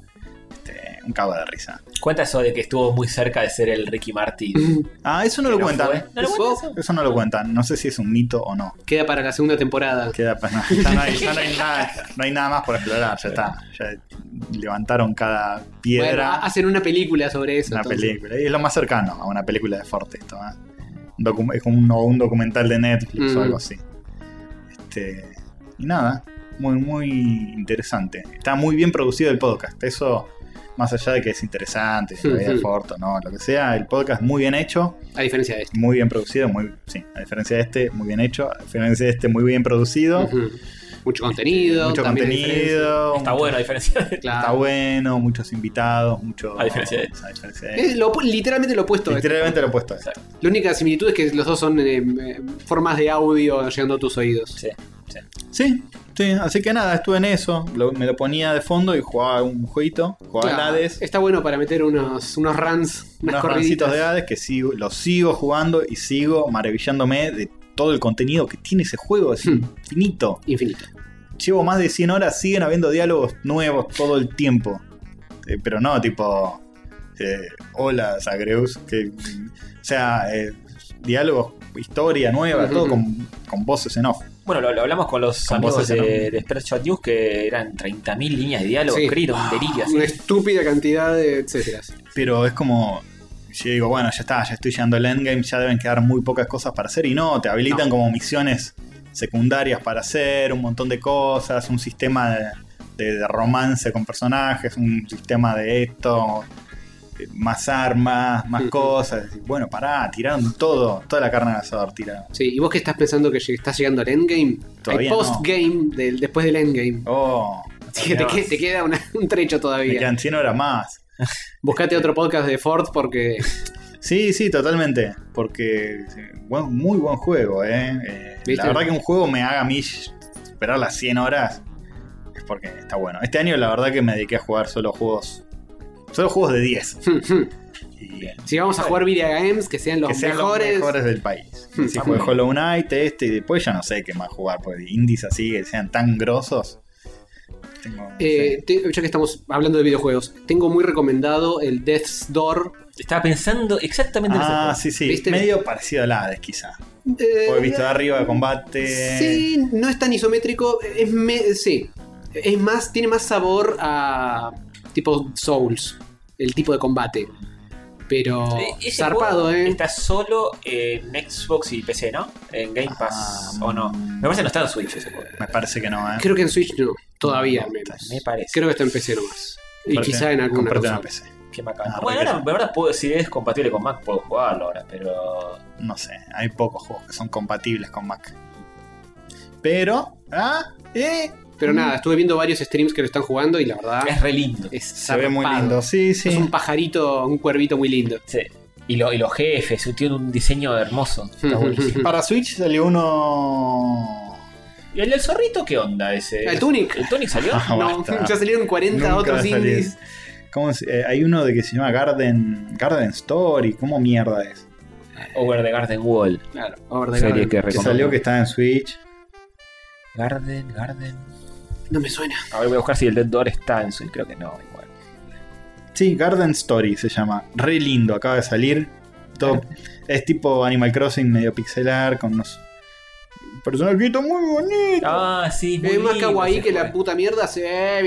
S3: Este, un cabo de risa.
S4: Cuenta eso de que estuvo muy cerca de ser el Ricky Martin.
S3: Ah, eso no lo
S4: No
S3: cuentan.
S4: fue. ¿No lo
S3: Eso-
S2: cuentan
S3: Eso no lo cuentan. No sé si es un mito o no.
S2: Queda para la segunda temporada.
S3: Queda, ya no hay, ya no hay nada, no hay nada más por explorar, ya está. Ya levantaron cada
S2: Bueno,
S3: piedra.
S2: ha- hacen una película sobre eso.
S3: una
S2: entonces.
S3: película. Y es lo más cercano a una película de Forte esto, ¿eh? Un docu- es como un, o un documental de Netflix
S2: Mm.
S3: o algo así. Este, y nada. Muy, muy interesante. Está muy bien producido el podcast. Eso, más allá de que es interesante,
S2: Sí,
S3: la vida
S2: sí.
S3: corta, no, lo que sea, el podcast muy bien hecho,
S2: A diferencia de este.
S3: muy bien producido, muy, sí, a diferencia de este, muy bien hecho, a diferencia de este, muy bien producido,
S2: Ujú. Mucho contenido.
S3: mucho
S2: también hay diferencia.
S3: contenido,
S4: Está
S3: mucho-
S4: bueno, a diferencia de.
S2: Claro.
S3: está bueno, muchos invitados, mucho,
S4: A diferencia de este.
S3: a diferencia de
S2: Es
S3: este.
S2: lo opu- literalmente lo opuesto. a esto.
S3: Literalmente lo opuesto. a esto.
S2: La única similitud es que los dos son eh, eh, formas de audio llegando a tus oídos.
S4: Sí.
S3: Sí, sí, así que nada, estuve en eso, lo- me lo ponía de fondo y jugaba un jueguito, jugaba al
S2: Claro,
S3: Hades.
S2: Está bueno para meter unos, unos runs, unas
S3: unos
S2: corriditas.
S3: rancitos de Hades que sigo, los sigo jugando y sigo maravillándome de todo el contenido que tiene ese juego, es
S2: Hmm.
S3: infinito.
S2: Infinito.
S3: Llevo más de 100 horas, siguen habiendo diálogos nuevos todo el tiempo. Eh, pero no, tipo, eh, hola Zagreus, que, o sea, eh, diálogos, historia nueva,
S2: Ujú.
S3: todo con, con voces en off.
S4: Bueno, lo, lo hablamos con los
S3: Con
S4: amigos
S3: voces
S4: de,
S3: enormes.
S4: de Spreadshot News que eran 30.000 líneas de diálogo,
S2: Sí.
S4: escrito,
S3: Ah.
S4: tonterías.
S2: Una estúpida cantidad de etcétera.
S3: Pero es como. Yo digo, bueno, ya está, ya estoy llegando al endgame, ya deben quedar muy pocas cosas para hacer. Y no, te habilitan
S2: No.
S3: como misiones secundarias para hacer, un montón de cosas, un sistema de, de- de romance con personajes, un sistema de esto, eh, más armas, más
S2: Ujú.
S3: cosas. Y bueno, pará, tiraron todo, toda la carne al asador tiraron.
S2: Sí, y vos que estás pensando que lleg- estás llegando al endgame,
S3: Todavía
S2: hay
S3: no.
S2: postgame del, después del endgame.
S3: Oh,
S2: Así que te, que- te queda una- un trecho
S3: me
S2: todavía.
S3: quedan 100 horas más.
S2: Buscate otro podcast de Ford porque
S3: Sí, sí, totalmente. Porque sí, buen- muy buen juego, ¿eh? Eh,
S2: ¿Viste?
S3: La verdad que un juego me haga a mí esperar las 100 horas es porque está bueno. Este año la verdad que me dediqué a jugar solo juegos. Solo juegos de 10. Y
S2: si vamos a jugar video games, que sean los
S3: que sean
S2: mejores.
S3: los mejores del país.
S2: Hmm.
S3: Si jugué Hollow Knight, este y después ya no sé qué más jugar. Porque indies así que sean tan grosos. Tengo, no
S2: Eh,
S3: sé.
S2: te- ya que estamos hablando de videojuegos, tengo muy recomendado el Death's Door.
S4: Estaba pensando exactamente en
S3: Ah,
S4: ese
S3: sí, sí.
S2: ¿Viste?
S3: Medio parecido a Hades, quizá.
S2: Eh,
S3: O he visto de arriba de combate.
S2: Sí, no es tan isométrico. Es me- sí. Es más, tiene más sabor a tipo Souls, el tipo de combate. Pero
S4: juego. E- ese
S2: zarpado,
S4: juego
S2: ¿eh?
S4: Está solo en Xbox y PC, ¿no? En Game Pass,
S3: Ah,
S4: ¿o
S2: mm.
S4: no? Me parece que no está en Switch ese juego.
S3: Me parece que no, ¿eh?
S2: Creo que en Switch no, todavía al menos.
S4: Me parece.
S2: Creo que está en PC nomás. Y
S3: Comprate-
S2: quizá en alguna
S3: comprate
S2: cosa.
S3: una PC.
S4: Qué macabro.
S3: Ah,
S4: bueno,
S3: porque-
S4: ahora, la verdad, puedo- si es compatible con Mac, puedo jugarlo ahora, pero.
S3: No sé, hay pocos juegos que son compatibles con Mac. Pero, ah, eh,
S2: Pero nada, estuve viendo varios streams que lo están jugando y la verdad
S4: Es re lindo.
S2: Ah. es
S3: se ve muy
S2: zarpado.
S3: lindo. Sí, sí.
S2: Es un pajarito, un cuervito muy lindo.
S4: Sí. Y, lo- y los jefes, tiene un diseño hermoso. Está buenísimo.
S3: Para Switch salió uno.
S4: ¿Y el del zorrito qué onda ese?
S2: El Tunic.
S4: ¿El Tunic salió?
S3: Ah,
S2: No,
S3: basta.
S2: ya salieron 40
S3: Nunca va a
S2: otros
S3: salir.
S2: indies.
S3: ¿Cómo se- eh, hay uno de que se llama Garden Garden Story. ¿Cómo mierda es?
S4: Over the Garden Wall.
S2: Claro, Over the
S4: Serie
S2: Garden.
S4: que
S3: Que
S4: recomiendo.
S3: salió que está en Switch.
S4: Garden, Garden.
S2: No me suena.
S4: A ver, voy a buscar si el Dead Door está en Switch. Creo que no, igual.
S3: Sí, Garden Story se llama. Re lindo, acaba de salir. Todo- es tipo Animal Crossing, medio pixelar, con unos personajitos muy bonitos.
S4: Ah, sí. muy
S2: Es más
S4: lindo
S2: kawaii
S4: ese
S2: que la
S4: juego.
S2: puta mierda se ve,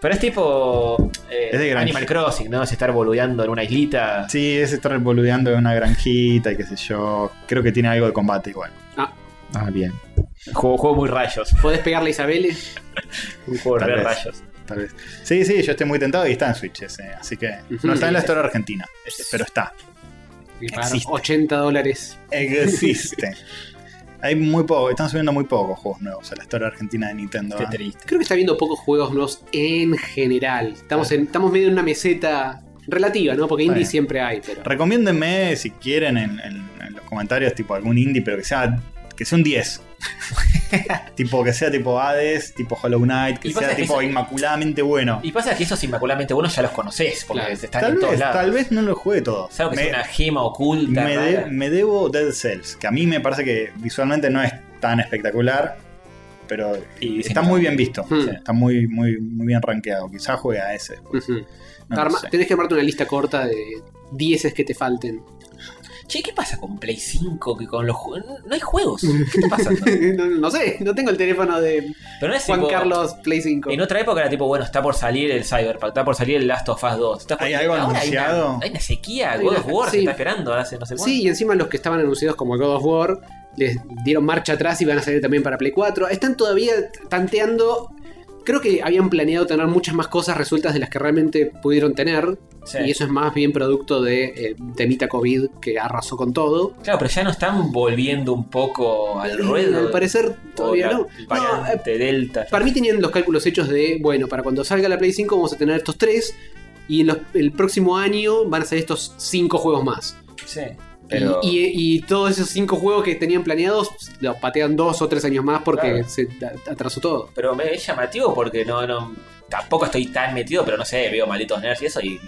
S4: Pero es tipo. eh,
S3: Es de granja.
S4: Animal Crossing, ¿no? Es estar boludeando en una islita.
S3: Sí, es estar boludeando en una granjita y qué sé yo. Creo que tiene algo de combate igual.
S4: Ah, bien. Juego, juego muy rayos.
S2: Podés pegarle a Isabel.
S4: Un juego
S3: Tal
S4: de
S3: vez.
S4: rayos.
S3: Tal vez. Sí, sí, yo estoy muy tentado y está en Switch ese. Así que no está en la historia argentina. Pero está.
S2: Y pagar
S3: Existe.
S2: 80 dólares.
S3: Existe. Hay muy poco, están subiendo muy pocos juegos nuevos a la historia argentina de Nintendo.
S4: Qué
S3: ¿eh?
S4: triste.
S2: Creo que está viendo pocos juegos nuevos en general. Estamos, en, estamos medio en una meseta relativa, ¿no? Porque indie
S3: Bueno.
S2: siempre hay, pero.
S3: Recomiéndenme si quieren en, en- en los comentarios tipo algún indie, pero que sea que sea un 10. tipo que sea tipo Hades, tipo Hollow Knight, que
S4: Y pasa
S3: sea
S4: que
S3: tipo
S4: eso-
S3: inmaculadamente bueno.
S4: Y pasa que esos inmaculadamente buenos ya los conoces, porque
S2: Claro.
S4: están
S3: Tal
S4: en todos
S3: vez,
S4: lados.
S3: tal vez no lo juegue todo.
S4: Salvo que
S3: Me-
S4: sea una gema oculta.
S3: Me, de-
S4: rara.
S3: me debo Dead Cells, que a mí me parece que visualmente no es tan espectacular, pero
S4: Y dicen
S3: está
S4: que
S3: muy
S4: está
S3: bien visto.
S2: Hmm.
S3: Sí, Está muy, muy, muy bien rankeado. Quizás juegue a ese. después,
S2: Ujú.
S3: no lo
S2: Arma-
S3: sé.
S2: Tenés que armarte una lista corta de 10 que te falten.
S4: Che, ¿qué pasa con Play 5? Que con los ju- No hay juegos. ¿Qué está pasando?
S2: no, no sé, no tengo el teléfono de
S4: Pero no es
S2: Juan
S4: tipo-
S2: Carlos Play 5.
S4: En otra época era tipo, bueno, está por salir el Cyberpunk, está por salir el Last of Us 2. Está por-
S3: ¿Hay algo
S4: ahora hay una-
S3: anunciado?
S4: Hay una sequía,
S2: Hay
S4: God
S2: una-
S4: of War
S2: sí.
S4: se está esperando hace no sé cuánto.
S2: Sí, y encima los que estaban anunciados como God of War les dieron marcha atrás y van a salir también para Play 4. Están todavía tanteando. Creo que habían planeado tener muchas más cosas resueltas de las que realmente pudieron tener.
S4: Sí.
S2: Y eso es más bien producto de eh, temita COVID que arrasó con todo.
S4: Claro, pero ya no están volviendo un poco al ruedo.
S2: Al parecer todavía no.
S4: El
S2: No, eh,
S4: variante Delta.
S2: para mí tenían los cálculos hechos de, bueno, para cuando salga la Play 5 vamos a tener estos tres. Y en los- el próximo año van a salir estos cinco juegos más.
S4: Sí. Pero,
S2: Y, y- y todos esos cinco juegos que tenían planeados los patean dos o tres años más porque
S4: Claro.
S2: se a- atrasó todo.
S4: pero me es llamativo porque no, no. Tampoco estoy tan metido, pero no sé, veo malditos nerds y eso y.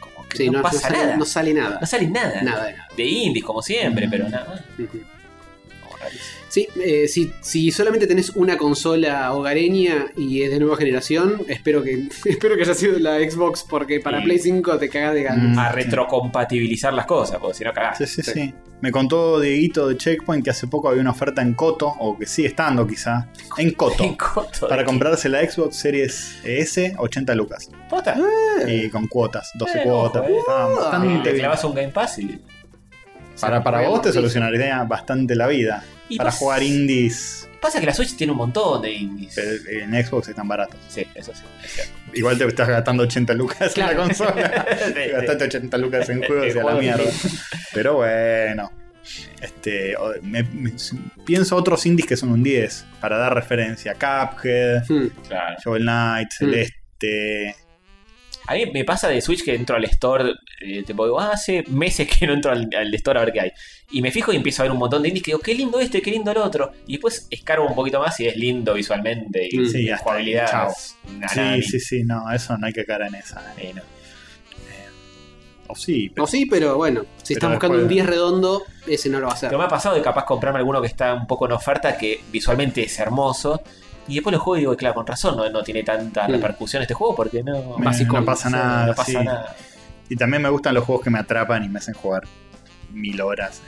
S4: Como que
S2: Sí,
S4: no,
S2: no,
S4: pasa
S2: no sale,
S4: nada.
S2: no
S4: No,
S2: sale nada.
S4: sale nada.
S2: Nada de nada.
S4: De indies, como siempre, pero nada más.
S2: Ujú.
S4: Como rarísimo.
S2: Sí, eh, si, si solamente tenés una consola hogareña y es de nueva generación, espero que espero que haya sido la Xbox porque para
S4: Mm.
S2: Play 5 te cagas de ganas.
S3: Mm.
S4: A retrocompatibilizar las cosas, porque si no cagás.
S3: Sí, sí, sí, Me contó Dieguito de Checkpoint que hace poco había una oferta en Coto, o que sigue estando quizá, en Coto,
S4: En coto.
S3: para comprarse la Xbox Series S, 80 lucas.
S4: Puta.
S3: Y con cuotas, 12
S4: Eh,
S3: cuotas.
S4: ojo, eh.
S3: Ah,
S4: Y
S3: bastante
S4: le
S3: bien.
S4: clavas un Game Pass y.
S3: Para, para vos te solucionaría bastante la vida.
S4: Y
S3: Para
S4: pas-
S3: jugar indies,
S4: Pasa que la Switch tiene un montón de indies.
S3: pero en Xbox están baratos.
S4: Sí, eso sí. es cierto.
S3: Igual te estás gastando 80 lucas en
S2: Claro.
S3: la consola.
S4: Sí, sí.
S3: Gastaste 80 lucas en juegos y a la
S4: Juegos,
S3: mierda. Pero bueno. Este, o- me- me- pienso otros indies que son un 10 para dar referencia. Cuphead,
S2: Mm.
S4: Claro.
S3: Shovel Knight,
S4: Mm.
S3: Celeste.
S4: A mí me pasa de Switch que entro al store, eh, tipo, digo, ah, hace meses que no entro al, al store a ver qué hay. Y me fijo y empiezo a ver un montón de indies que digo, qué lindo este, qué lindo el otro. Y después escarbo un poquito más y es lindo visualmente y
S2: Mm.
S3: Sí,
S4: la
S3: hasta
S4: jugabilidad.
S3: ahí, chao.
S4: es una nada,
S3: Sí, sí, sí, no, eso no hay que caer en esa.
S4: eh, no.
S3: O sí, pero
S2: No, sí, pero bueno, si
S3: Pero
S2: estás buscando
S3: después-
S2: un 10 redondo, ese no lo va a hacer.
S4: Pero me ha pasado de capaz comprarme alguno que está un poco en oferta, que visualmente es hermoso. Y después lo juego y digo, claro, con razón, no, no tiene tanta
S2: Mm.
S4: repercusión este juego porque no,
S3: me-
S2: básico,
S3: no pasa
S4: sí,
S3: nada.
S4: no pasa
S3: sí.
S4: nada.
S3: Y también me gustan los juegos que me atrapan y me hacen jugar mil horas.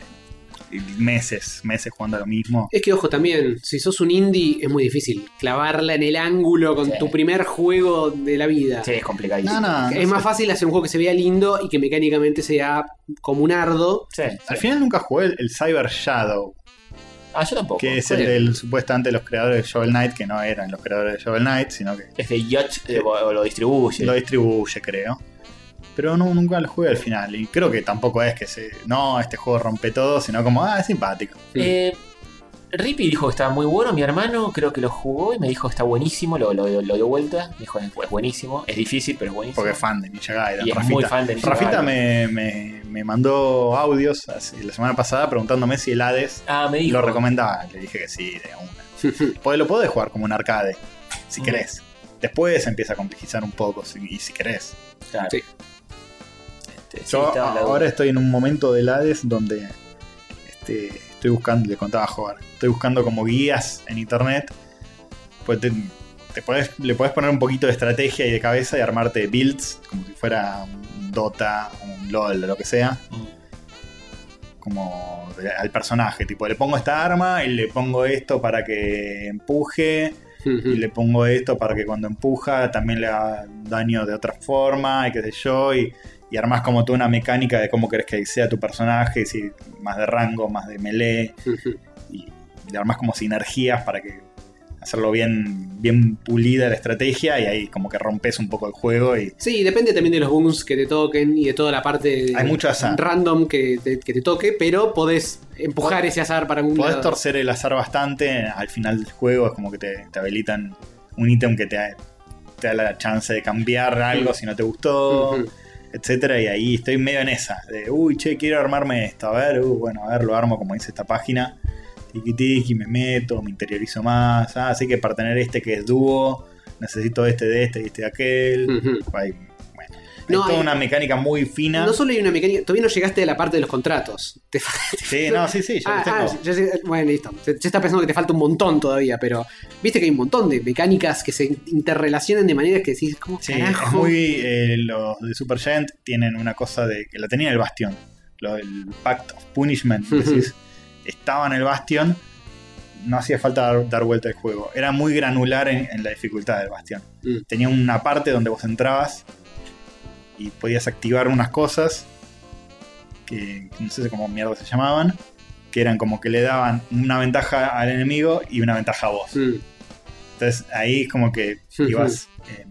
S3: eh, Meses, meses jugando a lo mismo.
S2: Es que ojo también, si sos un indie es muy difícil clavarla en el ángulo con
S4: Sí.
S2: tu primer juego de la vida.
S4: Sí, es complicadísimo.
S3: No, no,
S2: Es más fácil hacer un juego que se vea lindo y que mecánicamente sea como un ardo.
S4: Sí,
S3: Al
S4: sí.
S3: final nunca jugué el, el Cyber Shadow,
S4: Ah, yo tampoco.
S3: que es el
S2: Oye.
S3: del supuestamente los creadores de Shovel Knight, que no eran los creadores de Shovel Knight, sino que
S4: Es de Yacht, eh, o- o lo distribuye.
S3: lo distribuye, creo. Pero no, nunca lo jugué al final. Y creo que tampoco es que se. No, este juego rompe todo, sino como, ah, es simpático.
S4: Eh, Rippy dijo que estaba muy bueno. Mi hermano creo que lo jugó y me dijo que está buenísimo. Lo, lo, lo dio vuelta. Me dijo, es es buenísimo. Es difícil, pero es buenísimo.
S3: Porque es fan de Ninja Gaiden.
S4: y es muy fan de Ninja
S3: Rafita
S4: Gaiden.
S3: me, me- me mandó audios así, la semana pasada preguntándome si el Hades
S4: Ah, me dijo.
S3: lo recomendaba. Le dije que sí, de una.
S2: Ujú.
S3: Pues lo podés jugar como un arcade, si
S4: Mm.
S3: querés. Después empieza a complejizar un poco, si- y si querés.
S4: Claro.
S2: Sí.
S4: Este, sí,
S3: Yo
S4: estaba en la duda.
S3: ahora estoy en un momento del Hades donde este, estoy buscando, le contaba a Jobar, estoy buscando como guías en internet. Pues te, te podés- le podés poner un poquito de estrategia y de cabeza y armarte builds, como si fuera un Dota, un LOL, o lo que sea,
S4: Mm.
S3: como de- al personaje. Tipo, le pongo esta arma y le pongo esto para que empuje,
S2: Mm.
S3: y le pongo esto para que cuando empuja también le haga daño de otra forma y qué sé yo, y, y armás como tú una mecánica de cómo querés que sea tu personaje, si más de rango, más de melee,
S2: Ujú.
S3: y, y le armás como sinergias para que hacerlo bien, bien pulida la estrategia y ahí como que rompes un poco el juego y
S2: Sí, depende también de los boons que te toquen y de toda la parte
S3: hay mucho azar.
S2: random que te, que te toque, pero podés empujar ese azar para algún
S3: Podés
S2: lado.
S3: torcer el azar bastante al final del juego, es como que te, te habilitan un ítem que te, da- te da la chance de cambiar algo si no te gustó.
S2: Ujú.
S3: etcétera, y ahí estoy medio en esa, de uy, che, quiero armarme esto, a ver, uh, bueno, a ver, lo armo como dice esta página, tiki tiki, me meto, me interiorizo más, ah, así que para tener este que es dúo, necesito este de este y este de aquel,
S2: Ujú.
S3: Hay- bueno, hay
S2: Mm. No,
S3: toda
S2: hay-
S3: una mecánica muy fina.
S2: No solo hay una mecánica, todavía no llegaste a la parte de los contratos. Te fa-
S3: sí, no, sí, sí, yo
S2: Ah,
S3: lo tengo.
S2: ah, ya sé- bueno, listo. Se, se está pensando que te falta un montón todavía, pero viste que hay un montón de mecánicas que se interrelacionan de maneras que decís, ¿cómo
S3: Sí,
S2: carajo?
S3: es muy. eh, los de Supergiant tienen una cosa de. que la tenía el Bastión. Lo, el Pact of Punishment.
S2: Ujú.
S3: Decís, estaba en el Bastión. No hacía falta dar, dar vuelta al juego. Era muy granular en, en la dificultad del Bastión.
S2: Mm.
S3: Tenía una parte donde vos entrabas y podías activar unas cosas. Que no sé cómo mierda se llamaban. que eran como que le daban una ventaja al enemigo y una ventaja a vos.
S2: Mm,
S3: Entonces ahí es como que
S2: Ujú.
S3: ibas. eh,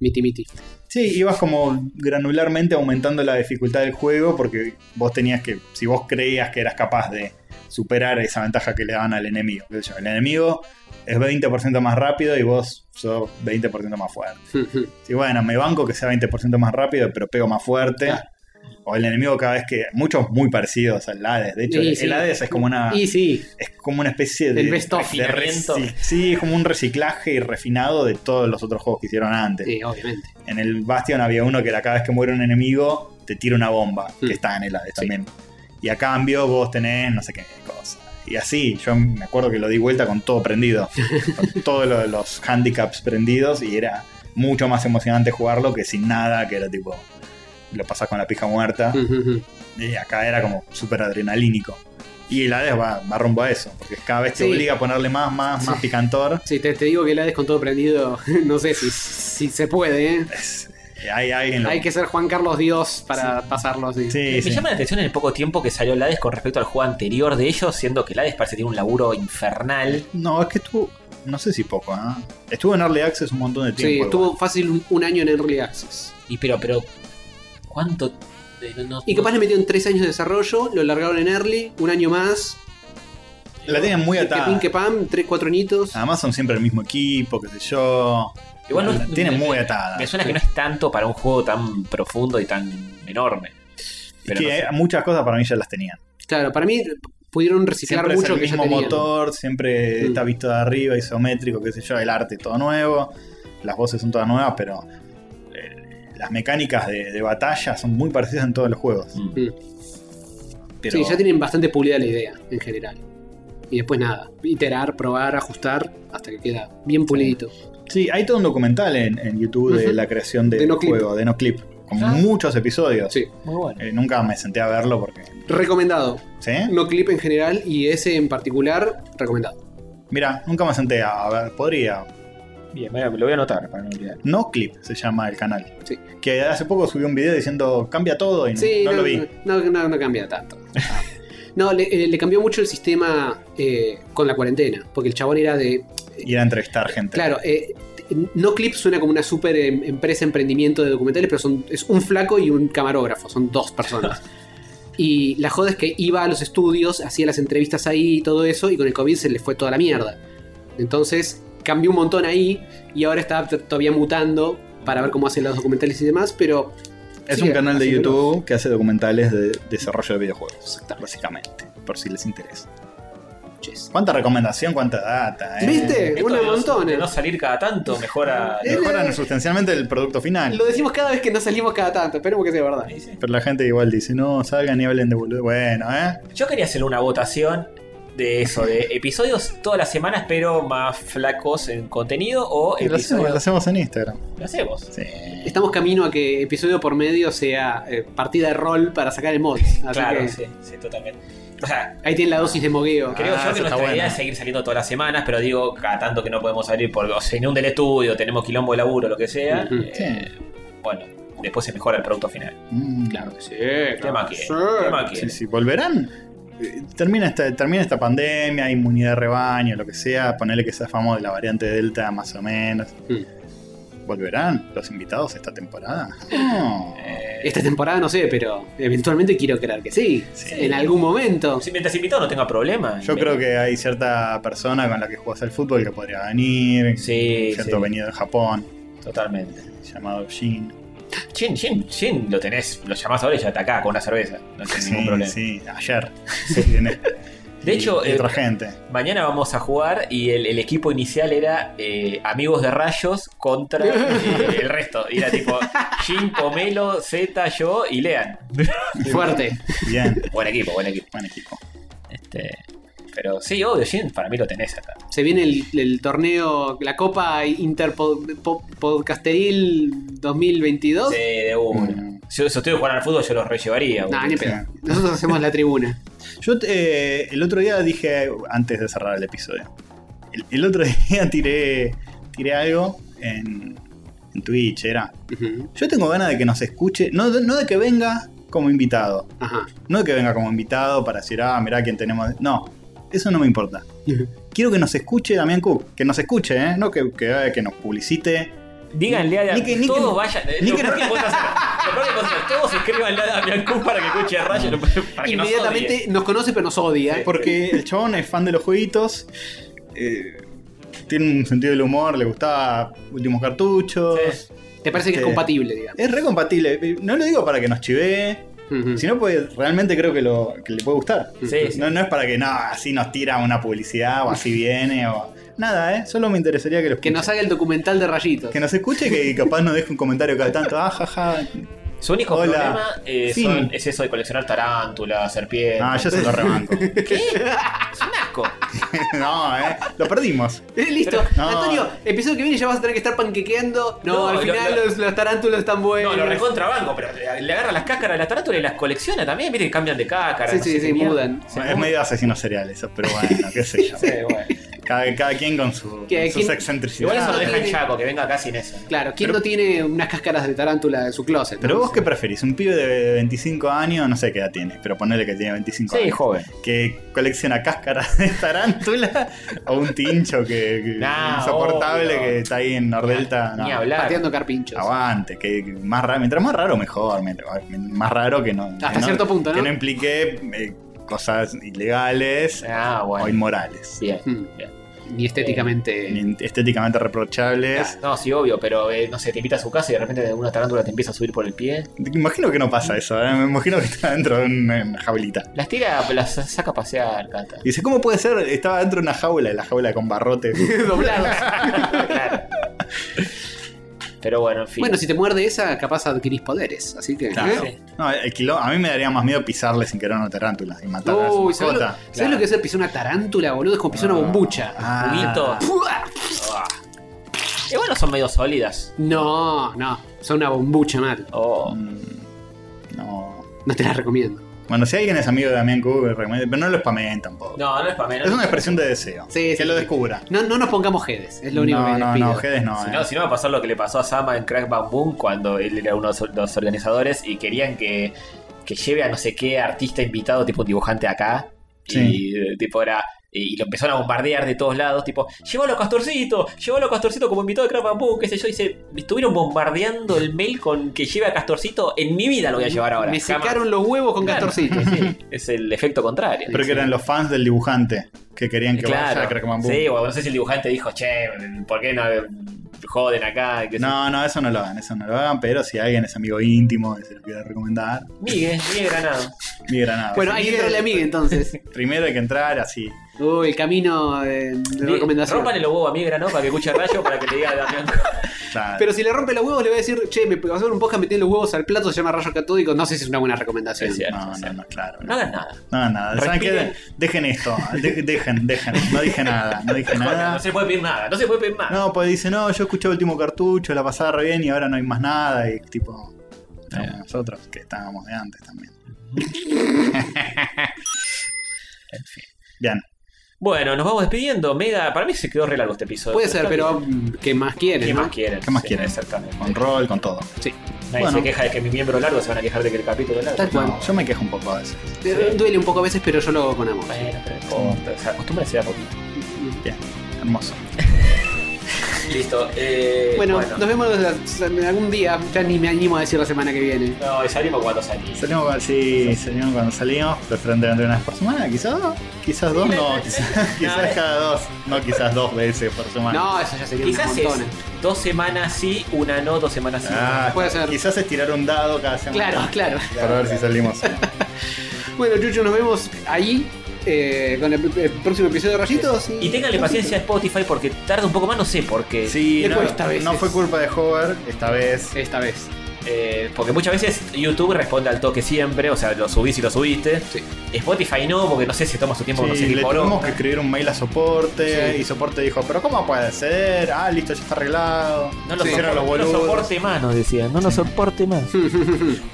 S2: miti miti.
S3: sí, ibas como granularmente aumentando la dificultad del juego porque vos tenías que. Si vos creías que eras capaz de superar esa ventaja que le daban al enemigo. qué sé yo, El enemigo es 20% más rápido y vos sos 20% más fuerte.
S2: Mm, mm.
S3: Sí, bueno, me banco que sea 20% más rápido, pero pego más fuerte.
S2: Claro.
S3: O el enemigo cada vez que. Muchos muy parecidos al Hades. De hecho,
S2: Y
S3: el,
S2: sí.
S3: el Hades es como una.
S2: Y sí,
S3: Es como una especie de.
S2: El best of.
S3: de reci- sí, es como un reciclaje y refinado de todos los otros juegos que hicieron antes.
S2: sí, obviamente.
S3: En el Bastion había uno que era cada vez que muere un enemigo, te tira una bomba,
S2: Mm.
S3: que está en el Hades también. Y a cambio vos tenés no sé qué cosa. Y así, yo me acuerdo que lo di vuelta con todo prendido. con todos lo- los handicaps prendidos. Y era mucho más emocionante jugarlo que sin nada, que era tipo. Lo pasás con la pija muerta.
S2: Mm, mm, mm.
S3: Y acá era como súper adrenalínico. Y el Hades va, va rumbo a eso, porque cada vez te
S2: Sí.
S3: obliga a ponerle más, más, más picantor.
S2: Sí, te, te digo que la des con todo prendido, no sé si, si se puede, ¿eh?
S3: Es- hay alguien lo-
S2: Hay que ser Juan Carlos Dios para pasarlo así.
S3: Sí,
S4: me
S3: sí.
S4: llama la atención el poco tiempo que salió Hades con respecto al juego anterior de ellos, siendo que Hades parece que tiene un laburo infernal.
S3: No, es que estuvo. No sé si poco, ¿ah? Estuvo en Early Access un montón de
S2: Sí,
S3: tiempo. igual.
S2: estuvo fácil un, un año en Early Access.
S4: Y pero, pero, ¿cuánto? eh, no- no-
S2: Y capaz le metieron tres años de desarrollo, lo largaron en Early, un año más.
S3: La tienen muy
S2: Que pin
S3: atada. Ah.
S2: que pam, tres, cuatro añitos.
S3: Además son siempre el mismo equipo, qué sé yo.
S4: Igual no-
S3: la tienen
S4: me-
S3: muy atada.
S4: Me suena que no es tanto para un juego tan profundo y tan enorme. Pero
S3: que
S4: no sé.
S3: muchas cosas para mí ya las tenían.
S2: Claro, para mí pudieron reciclar
S3: Siempre
S2: mucho
S3: es el
S2: que ya
S3: mismo
S2: tenían.
S3: motor, siempre
S2: Mm.
S3: está visto de arriba, isométrico, qué sé yo, el arte todo nuevo, las voces son todas nuevas, pero eh, las mecánicas de, de batalla son muy parecidas en todos los juegos.
S4: Mm.
S3: Pero
S2: Sí, ya tienen bastante pulida la idea en general. Y después nada, iterar, probar, ajustar, hasta que queda bien pulidito.
S3: sí, hay todo un documental en, en YouTube de
S2: Ujú.
S3: la creación del
S2: De No Clip.
S3: juego, de No Clip, con
S4: Ah.
S3: muchos episodios.
S2: Sí.
S4: Muy bueno.
S3: Eh, nunca me senté a verlo porque...
S2: Recomendado.
S3: ¿Sí?
S2: No clip en general y ese en particular, recomendado.
S3: Mira, nunca me senté a, a ver, podría.
S4: Bien, lo voy a anotar para no olvidar.
S3: No Clip se llama el canal.
S2: Sí.
S3: Que hace poco subió un video diciendo cambia todo y no-
S2: Sí,
S3: no, lo vi.
S2: No, no- no cambia tanto. No, le, eh, le cambió mucho el sistema eh, con la cuarentena, porque el chabón era de...
S3: Y era entrevistar gente.
S2: Claro, eh, no clip suena como una super em- empresa, emprendimiento de documentales, pero son, es un flaco y un camarógrafo, son dos personas. Y la joda es que iba a los estudios, hacía las entrevistas ahí y todo eso, y con el COVID se le fue toda la mierda. Entonces cambió un montón ahí y ahora está t- todavía mutando para ver cómo hacen los documentales y demás, pero...
S3: Es
S2: sí,
S3: un canal de
S2: así que no.
S3: YouTube que hace documentales de desarrollo de videojuegos,
S2: Exactamente.
S3: básicamente, por si les interesa.
S2: Yes.
S3: Cuánta recomendación, cuánta data. ¿eh?
S2: ¿Viste?
S4: Esto
S2: Una
S4: de no-
S2: montón.
S4: de no salir cada tanto mejora.
S2: Eh,
S3: Mejoran sustancialmente el producto final.
S2: Lo decimos cada vez que no salimos cada tanto, esperemos que sea verdad.
S3: Pero la gente igual dice, no, salgan y hablen de boludo. Bueno, ¿eh?
S4: Yo quería hacer una votación de eso, de episodios todas las semanas, pero más flacos en contenido o
S3: Y lo hacemos, lo
S4: episodios.
S3: hacemos en Instagram.
S4: Lo hacemos.
S3: Sí.
S2: Estamos camino a que episodio por medio sea eh, partida de rol para sacar el mod. Así
S4: claro,
S2: que
S4: sí, sí, totalmente. O sea,
S2: ahí tienen la dosis de mogueo.
S4: Creo yo
S3: Ah, eso
S4: que
S3: está
S4: nuestra
S3: bueno.
S4: idea es seguir saliendo todas las semanas, pero digo, cada tanto que no podemos salir por o se inunda el estudio, tenemos quilombo de laburo, lo que sea.
S2: Ujú.
S4: eh, Bueno, después se mejora el producto final.
S3: Mm.
S2: que sí.
S4: Tema que, tema que-
S3: Ah, Sí, sí, volverán. Eh, Termina esta, termina esta pandemia, inmunidad de rebaño, lo que sea, ponele que zafamos de la variante Delta más o menos.
S4: Hmm.
S3: ¿Volverán los invitados esta temporada? No.
S4: Eh,
S2: Esta temporada no sé, pero eventualmente quiero creer que sí.
S3: Sí.
S2: En algún momento.
S4: Si mientras invitado no tenga problema.
S3: Yo creo que hay cierta persona con la que juegas al fútbol que podría venir.
S4: Sí,
S3: cierto
S4: sí,
S3: venido de Japón,
S4: totalmente.
S3: llamado Jin.
S4: Chin, Chin, Chin, lo tenés, lo llamás ahora y ya está acá con una cerveza. No tenés
S3: Sí,
S4: ningún problema.
S3: sí, ayer. Viene.
S4: De hecho,
S3: Y
S4: eh,
S3: otra gente.
S4: Mañana vamos a jugar y el, el equipo inicial era eh, Amigos de Rayos contra eh, el resto. Y era tipo Jim, Pomelo, Z, yo y Lean.
S2: Fuerte.
S3: Bien,
S4: Buen equipo, buen equipo.
S3: buen equipo.
S4: Este, pero sí, obvio, Jim, para mí lo tenés acá.
S2: Se viene el, el torneo, la Copa Interpodcasteril 2022.
S4: Sí, de uno.
S3: Mm.
S4: Si yo- si ustedes jugaran al fútbol, yo los rellevaría. boludo.
S2: Nah, ni pedo. Nosotros hacemos la tribuna.
S3: Yo eh, el otro día dije, antes de cerrar el episodio, el, el otro día tiré, tiré algo en, en Twitch, era.
S2: Ujú.
S3: Yo tengo ganas de que nos escuche, no, no de que venga, como invitado.
S2: Ajá.
S3: No que venga como invitado para decir, ah, mirá quién tenemos. No, eso no me importa. Quiero que nos escuche Damián Cook. Que nos escuche, ¿eh? No que, que, que nos publicite.
S4: Díganle a
S3: Ni que- ni
S4: Damián
S3: que-
S4: todos vayan. eh,
S3: ni
S4: Lo
S3: que-
S4: peor que podés hacer- lo peor que podés hacer, todos escríbanle a Damián Cook para que escuche a Rayo. Para que nos odie.
S2: Inmediatamente nos, conoce pero nos odia.
S3: Porque el chabón es fan de los jueguitos. eh, tiene un sentido del humor, le gustaba últimos cartuchos.
S4: Sí.
S2: Te parece que es
S3: Sí.
S2: compatible, digamos.
S3: Es re compatible. Eh, No lo digo para que nos chivee.
S2: Ujú.
S3: Si no, pues realmente creo que, lo, que le puede gustar.
S4: Sí, sí.
S3: No, no es para que no, así nos tira una publicidad o así viene o. Nada, ¿eh? Solo me interesaría que lo
S2: Que nos
S3: escuche.
S2: haga el documental de rayitos.
S3: Que nos escuche y que capaz nos deje un comentario cada tanto. Ah, jaja.
S4: Su único
S3: Hola.
S4: problema eh,
S3: Sí.
S4: son- es eso de coleccionar tarántulas, serpientes.
S2: Ah.
S3: No, yo se lo rebanco.
S4: Es un asco.
S3: no, ¿eh? Lo perdimos.
S2: Eh, Listo,
S3: Pero- no.
S2: Antonio, episodio que viene ya vas a tener que estar panquequeando. No,
S4: No,
S2: al
S4: lo-
S2: final
S4: lo-
S2: los, los tarántulos están buenos.
S4: No, lo recontrabanco, pero le le agarra las cáscaras de las tarántulas y las colecciona también. Viste que cambian de cáscara.
S2: Sí,
S4: no
S2: sí,
S4: sé
S2: sí,
S4: qué mierda.
S2: mudan.
S4: Se
S3: Bueno, es
S4: mudan.
S3: medio asesino serial eso, pero bueno, qué sé yo.
S2: Sí, bueno.
S3: Cada, cada quien con su-
S2: Que-
S3: sus
S2: ¿quién-
S4: Igual eso
S2: Ah,
S4: lo deja
S3: excentricidades.
S4: en
S2: tiene-
S4: Chaco, que venga acá sin eso.
S2: Claro, ¿quién no tiene unas cáscaras de tarántula en su closet?
S3: Pero
S2: no?
S3: vos qué preferís, un pibe de 25 años, no sé qué edad tiene, pero ponele que tiene 25 años.
S4: joven.
S3: que colecciona cáscaras de tarántula o un tincho que, que
S4: Nah,
S3: insoportable
S4: Ah, obvio.
S3: que está ahí en Nordelta.
S4: Ni
S3: no.
S4: hablar.
S2: Pateando carpinchos.
S3: Aguante, que que más raro, mientras más raro mejor, mientras- más raro que no.
S2: Hasta
S3: que
S2: cierto punto, ¿no?
S3: Que no implique eh, cosas ilegales
S4: Ah,
S3: o
S4: bueno.
S3: inmorales.
S4: Bien.
S2: Hmm. Ni estéticamente.
S3: Eh, ni Estéticamente reprochables.
S4: Ah, No, sí, obvio, pero eh, no sé, te invita a su casa y de repente una tarántula te empieza a subir por el pie.
S3: Imagino que no pasa eso, ¿eh? me imagino que está dentro de una jaulita.
S4: Las tira, las saca a pasear, canta.
S3: Dice, ¿cómo puede ser? Estaba dentro de una jaula, la jaula con barrote.
S2: doblados.
S4: Claro. Pero bueno, en fin.
S2: Bueno, si te muerde esa, capaz adquirís poderes. Así que.
S3: Claro.
S2: ¿eh?
S3: No, el quilombo- a mí me daría más miedo pisarle sin querer una tarántula y matar a su
S2: Uy, ¿sabés lo,
S3: mascota.
S2: sabés lo que es pisar una tarántula, boludo? Es como pisar una bombucha.
S3: Ah.
S4: Juguito.
S2: ¡Pua!
S4: Ah. Igual no son medio sólidas.
S2: No, no. Son una bombucha mal.
S4: Oh.
S3: Mm, No.
S2: No te la recomiendo.
S3: Bueno, si alguien es amigo de Damián Cook, recomiendo- pero no lo spameen tampoco.
S4: No, no es para menos.
S3: Es una expresión de deseo.
S2: Sí,
S3: que
S2: sí,
S3: lo
S2: sí.
S3: descubra.
S2: No, no nos pongamos jedes. Es lo único
S3: no,
S2: que les
S3: no,
S2: pido.
S3: no, Jedes no.
S4: Si
S3: eh.
S4: no, si no va a pasar lo que le pasó a Sama en Crack Bang Boom cuando él era uno de los- los organizadores y querían que, que lleve a no sé qué artista invitado, tipo un dibujante acá.
S3: Sí.
S4: Y eh, tipo era. Y lo empezaron a bombardear de todos lados, tipo, llegó a los Castorcito, llegó a los Castorcito como invitado de Crack Bang Boom, qué sé yo, y se me estuvieron bombardeando el mail con que lleve a Castorcito, en mi vida lo voy a llevar ahora.
S2: Me
S4: jamás".
S2: secaron los huevos con
S4: Claro.
S2: castorcito.
S4: Sí, es el efecto contrario.
S3: Pero que eran los fans del dibujante que querían que vaya a
S4: claro.
S3: Crackman Boom.
S4: Sí, o no sé si el dibujante dijo, che, ¿por qué no joden acá? Que
S3: No, no, eso no lo hagan, eso no lo hagan, pero si alguien es amigo íntimo y se lo quiere recomendar,
S4: Miguel, Miguel Granado.
S3: mi granada.
S2: Bueno, ahí entra la amiga entonces.
S3: Primero hay que entrar así.
S2: Uy, el camino eh, de
S4: Di-
S2: recomendación.
S4: Rómpale los huevos a Miguel Granado para que escuche rayo para que le diga a Damián.
S3: claro.
S2: Pero si le rompe los huevos, le voy a decir, che, me vas a hacer un podcast, meté los huevos al plato, se llama rayo catódico. No sé si es una buena recomendación.
S4: Sí, sí.
S3: no, no, no, claro.
S4: No hagas nada.
S3: No, nada. ¿Saben
S4: Respiren.
S3: qué? Dejen esto. de- dejen, dejen. No dije nada. No dije
S4: No
S3: nada.
S4: se puede pedir nada, no se puede pedir nada.
S3: No, pues dice, no, yo escuché el último cartucho, la pasaba re bien y ahora no hay más nada. Y tipo, estamos nosotros, que estábamos de antes también. En fin. Bien.
S4: Bueno, nos vamos despidiendo. Mega, para mí se quedó re largo este episodio.
S2: Puede ser, pero mm, ¿qué más quieren?
S4: ¿Qué
S2: no?
S4: más quieren?
S3: ¿Qué más
S4: Sí,
S3: quieren?
S4: Exactamente.
S3: Con rol, con todo.
S4: Nadie
S3: Bueno.
S4: se queja de que mi miembro largo se van a quejar de que el capítulo es largo.
S2: Tal cual.
S3: No, yo me quejo un poco de eso.
S2: Eh, Duele un poco a veces, pero yo lo hago con amor.
S4: Bueno, pero no importa. O sea, acostúmbrense a poquito.
S3: Hermoso.
S4: Listo. eh,
S2: Bueno, nos vemos la- algún día. Ya ni me animo a decir la semana que viene.
S4: No, y salimos cuando salimos.
S3: Salimos cuando, sí, salimos cuando salimos, preferentemente una vez por semana, quizás dos. Quizás dos, no, quizás, quizás cada dos. No, quizás dos veces por semana.
S2: No, eso ya sería un
S4: Quizás es
S2: montón.
S3: eh.
S4: dos semanas sí, una no, dos semanas sí.
S3: Ah,
S2: Puede ser.
S3: Quizás estirar un dado cada semana.
S2: Claro, claro.
S3: Para ver si salimos.
S2: Bueno, Chucho, nos vemos ahí eh, con el, el próximo episodio de Rayitos.
S4: Y ténganle paciencia a Spotify porque tarda un poco más, no sé por qué.
S3: Sí,
S2: Le
S3: no,
S2: cuesta a veces.
S3: no fue culpa de Hover esta vez.
S2: Esta vez.
S4: Eh, porque muchas veces YouTube responde al toque siempre, o sea, lo subís y lo subiste.
S2: Sí.
S4: Spotify no, porque no sé si toma su tiempo, no sé
S3: Sí,
S4: qué
S3: le
S4: poronga.
S3: tuvimos que escribir un mail a soporte
S2: Sí.
S3: y soporte dijo, pero ¿cómo puede ser? Ah, listo, ya está arreglado.
S4: No lo soporte,
S3: hicieron los
S4: no
S3: boludos.
S4: lo soporte más, nos decían. No nos soporte más.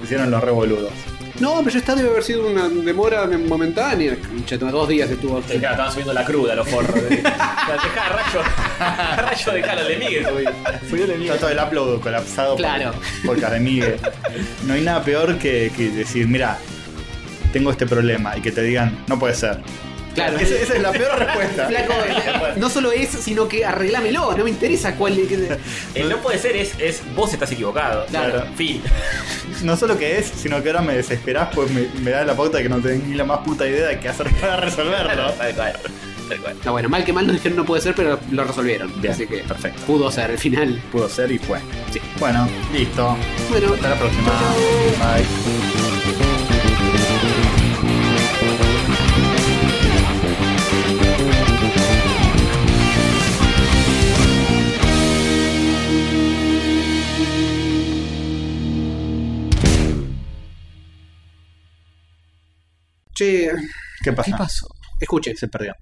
S3: Hicieron los revoludos.
S2: No, pero ya está, debe haber sido una demora momentánea. Concha, toma, dos días estuvo.
S4: Sí, claro, estaban subiendo la cruda los forros. De... Dejá, rayo, rayo, dejalo al de Miguel.
S3: Fui el Está todo el upload colapsado
S2: Claro.
S3: por podcast de Miguel. No hay nada peor que, que decir, mira, tengo este problema y que te digan, no puede ser.
S2: Claro.
S3: Esa, esa es la peor respuesta.
S2: Flaco, eh, no solo es, sino que arreglámelo. No me interesa cuál. qué-
S4: El no puede ser es, es vos estás equivocado.
S2: Claro.
S4: Fin.
S3: No solo que es, sino que ahora me desesperás, pues me, me da la pauta de que no tengo ni la más puta idea de qué hacer para resolverlo.
S4: Tal cual. Tal cual.
S2: No, bueno, mal que mal nos dijeron no puede ser, pero lo resolvieron.
S3: Bien,
S2: Así que
S3: perfecto.
S2: pudo ser al final.
S3: Pudo ser y fue.
S2: Sí.
S3: Bueno, listo.
S2: Bueno,
S3: Hasta la próxima.
S2: chau, chau.
S3: Bye.
S2: Che,
S3: ¿Qué pasa?
S2: pasó? Escuchen,
S3: Se perdió.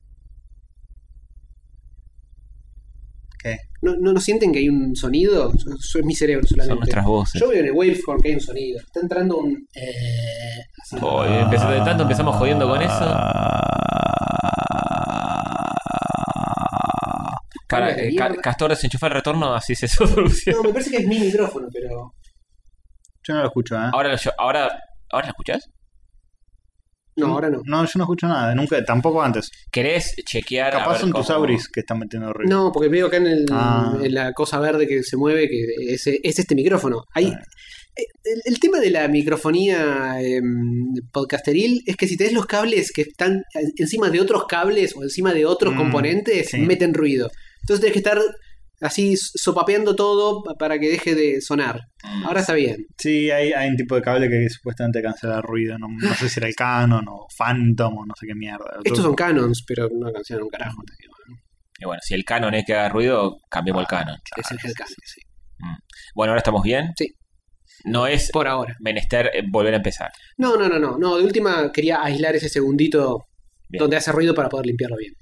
S3: ¿Qué?
S2: ¿no, no, no sienten que hay un sonido? Eso- eso es mi cerebro solamente.
S1: Son nuestras voces.
S2: Yo veo en el waveform que hay un sonido. Está entrando un. eh, así.
S4: Oh, y empezó- de tanto empezamos jodiendo con
S2: Ah.
S4: eso. Para,
S2: de
S4: eh,
S2: mierda.
S4: Ca- Castor desenchufa el retorno, así se soluciona.
S2: No, me parece que es mi micrófono, pero.
S3: Yo no lo escucho, ¿eh?
S4: Ahora, lo yo- ahora, ¿ahora lo escuchás?
S2: No, ahora no.
S3: No, yo no escucho nada, nunca, tampoco antes.
S4: ¿Querés chequear? a
S3: Capaz
S4: ver
S3: son
S4: cómo-
S3: tus auris que están metiendo ruido.
S2: No, porque veo acá en, el-
S3: Ah.
S2: en la cosa verde que se mueve que es, es este micrófono. Ahí, eh, el, el tema de la microfonía eh, podcasteril es que si tenés los cables que están en- encima de otros cables o encima de otros
S3: Mm,
S2: componentes,
S3: sí.
S2: meten ruido. Entonces tenés que estar así sopapeando todo pa- para que deje de sonar. Ahora está bien.
S3: Sí, hay, hay un tipo de cable que supuestamente cancela ruido. No, no sé si era el Canon o Phantom o no sé qué mierda.
S2: Estos son canons, pero no cancionan un carajo. te digo.
S4: Y bueno, si el canon es que haga ruido, cambiemos el canon.
S2: Es el Hellcat, sí.
S4: Bueno, ahora estamos bien.
S2: Sí.
S4: No es
S2: Por ahora.
S4: menester eh, volver a empezar.
S2: No, no, no, no. No, de última quería aislar ese segundito
S4: Bien.
S2: donde hace ruido para poder limpiarlo bien.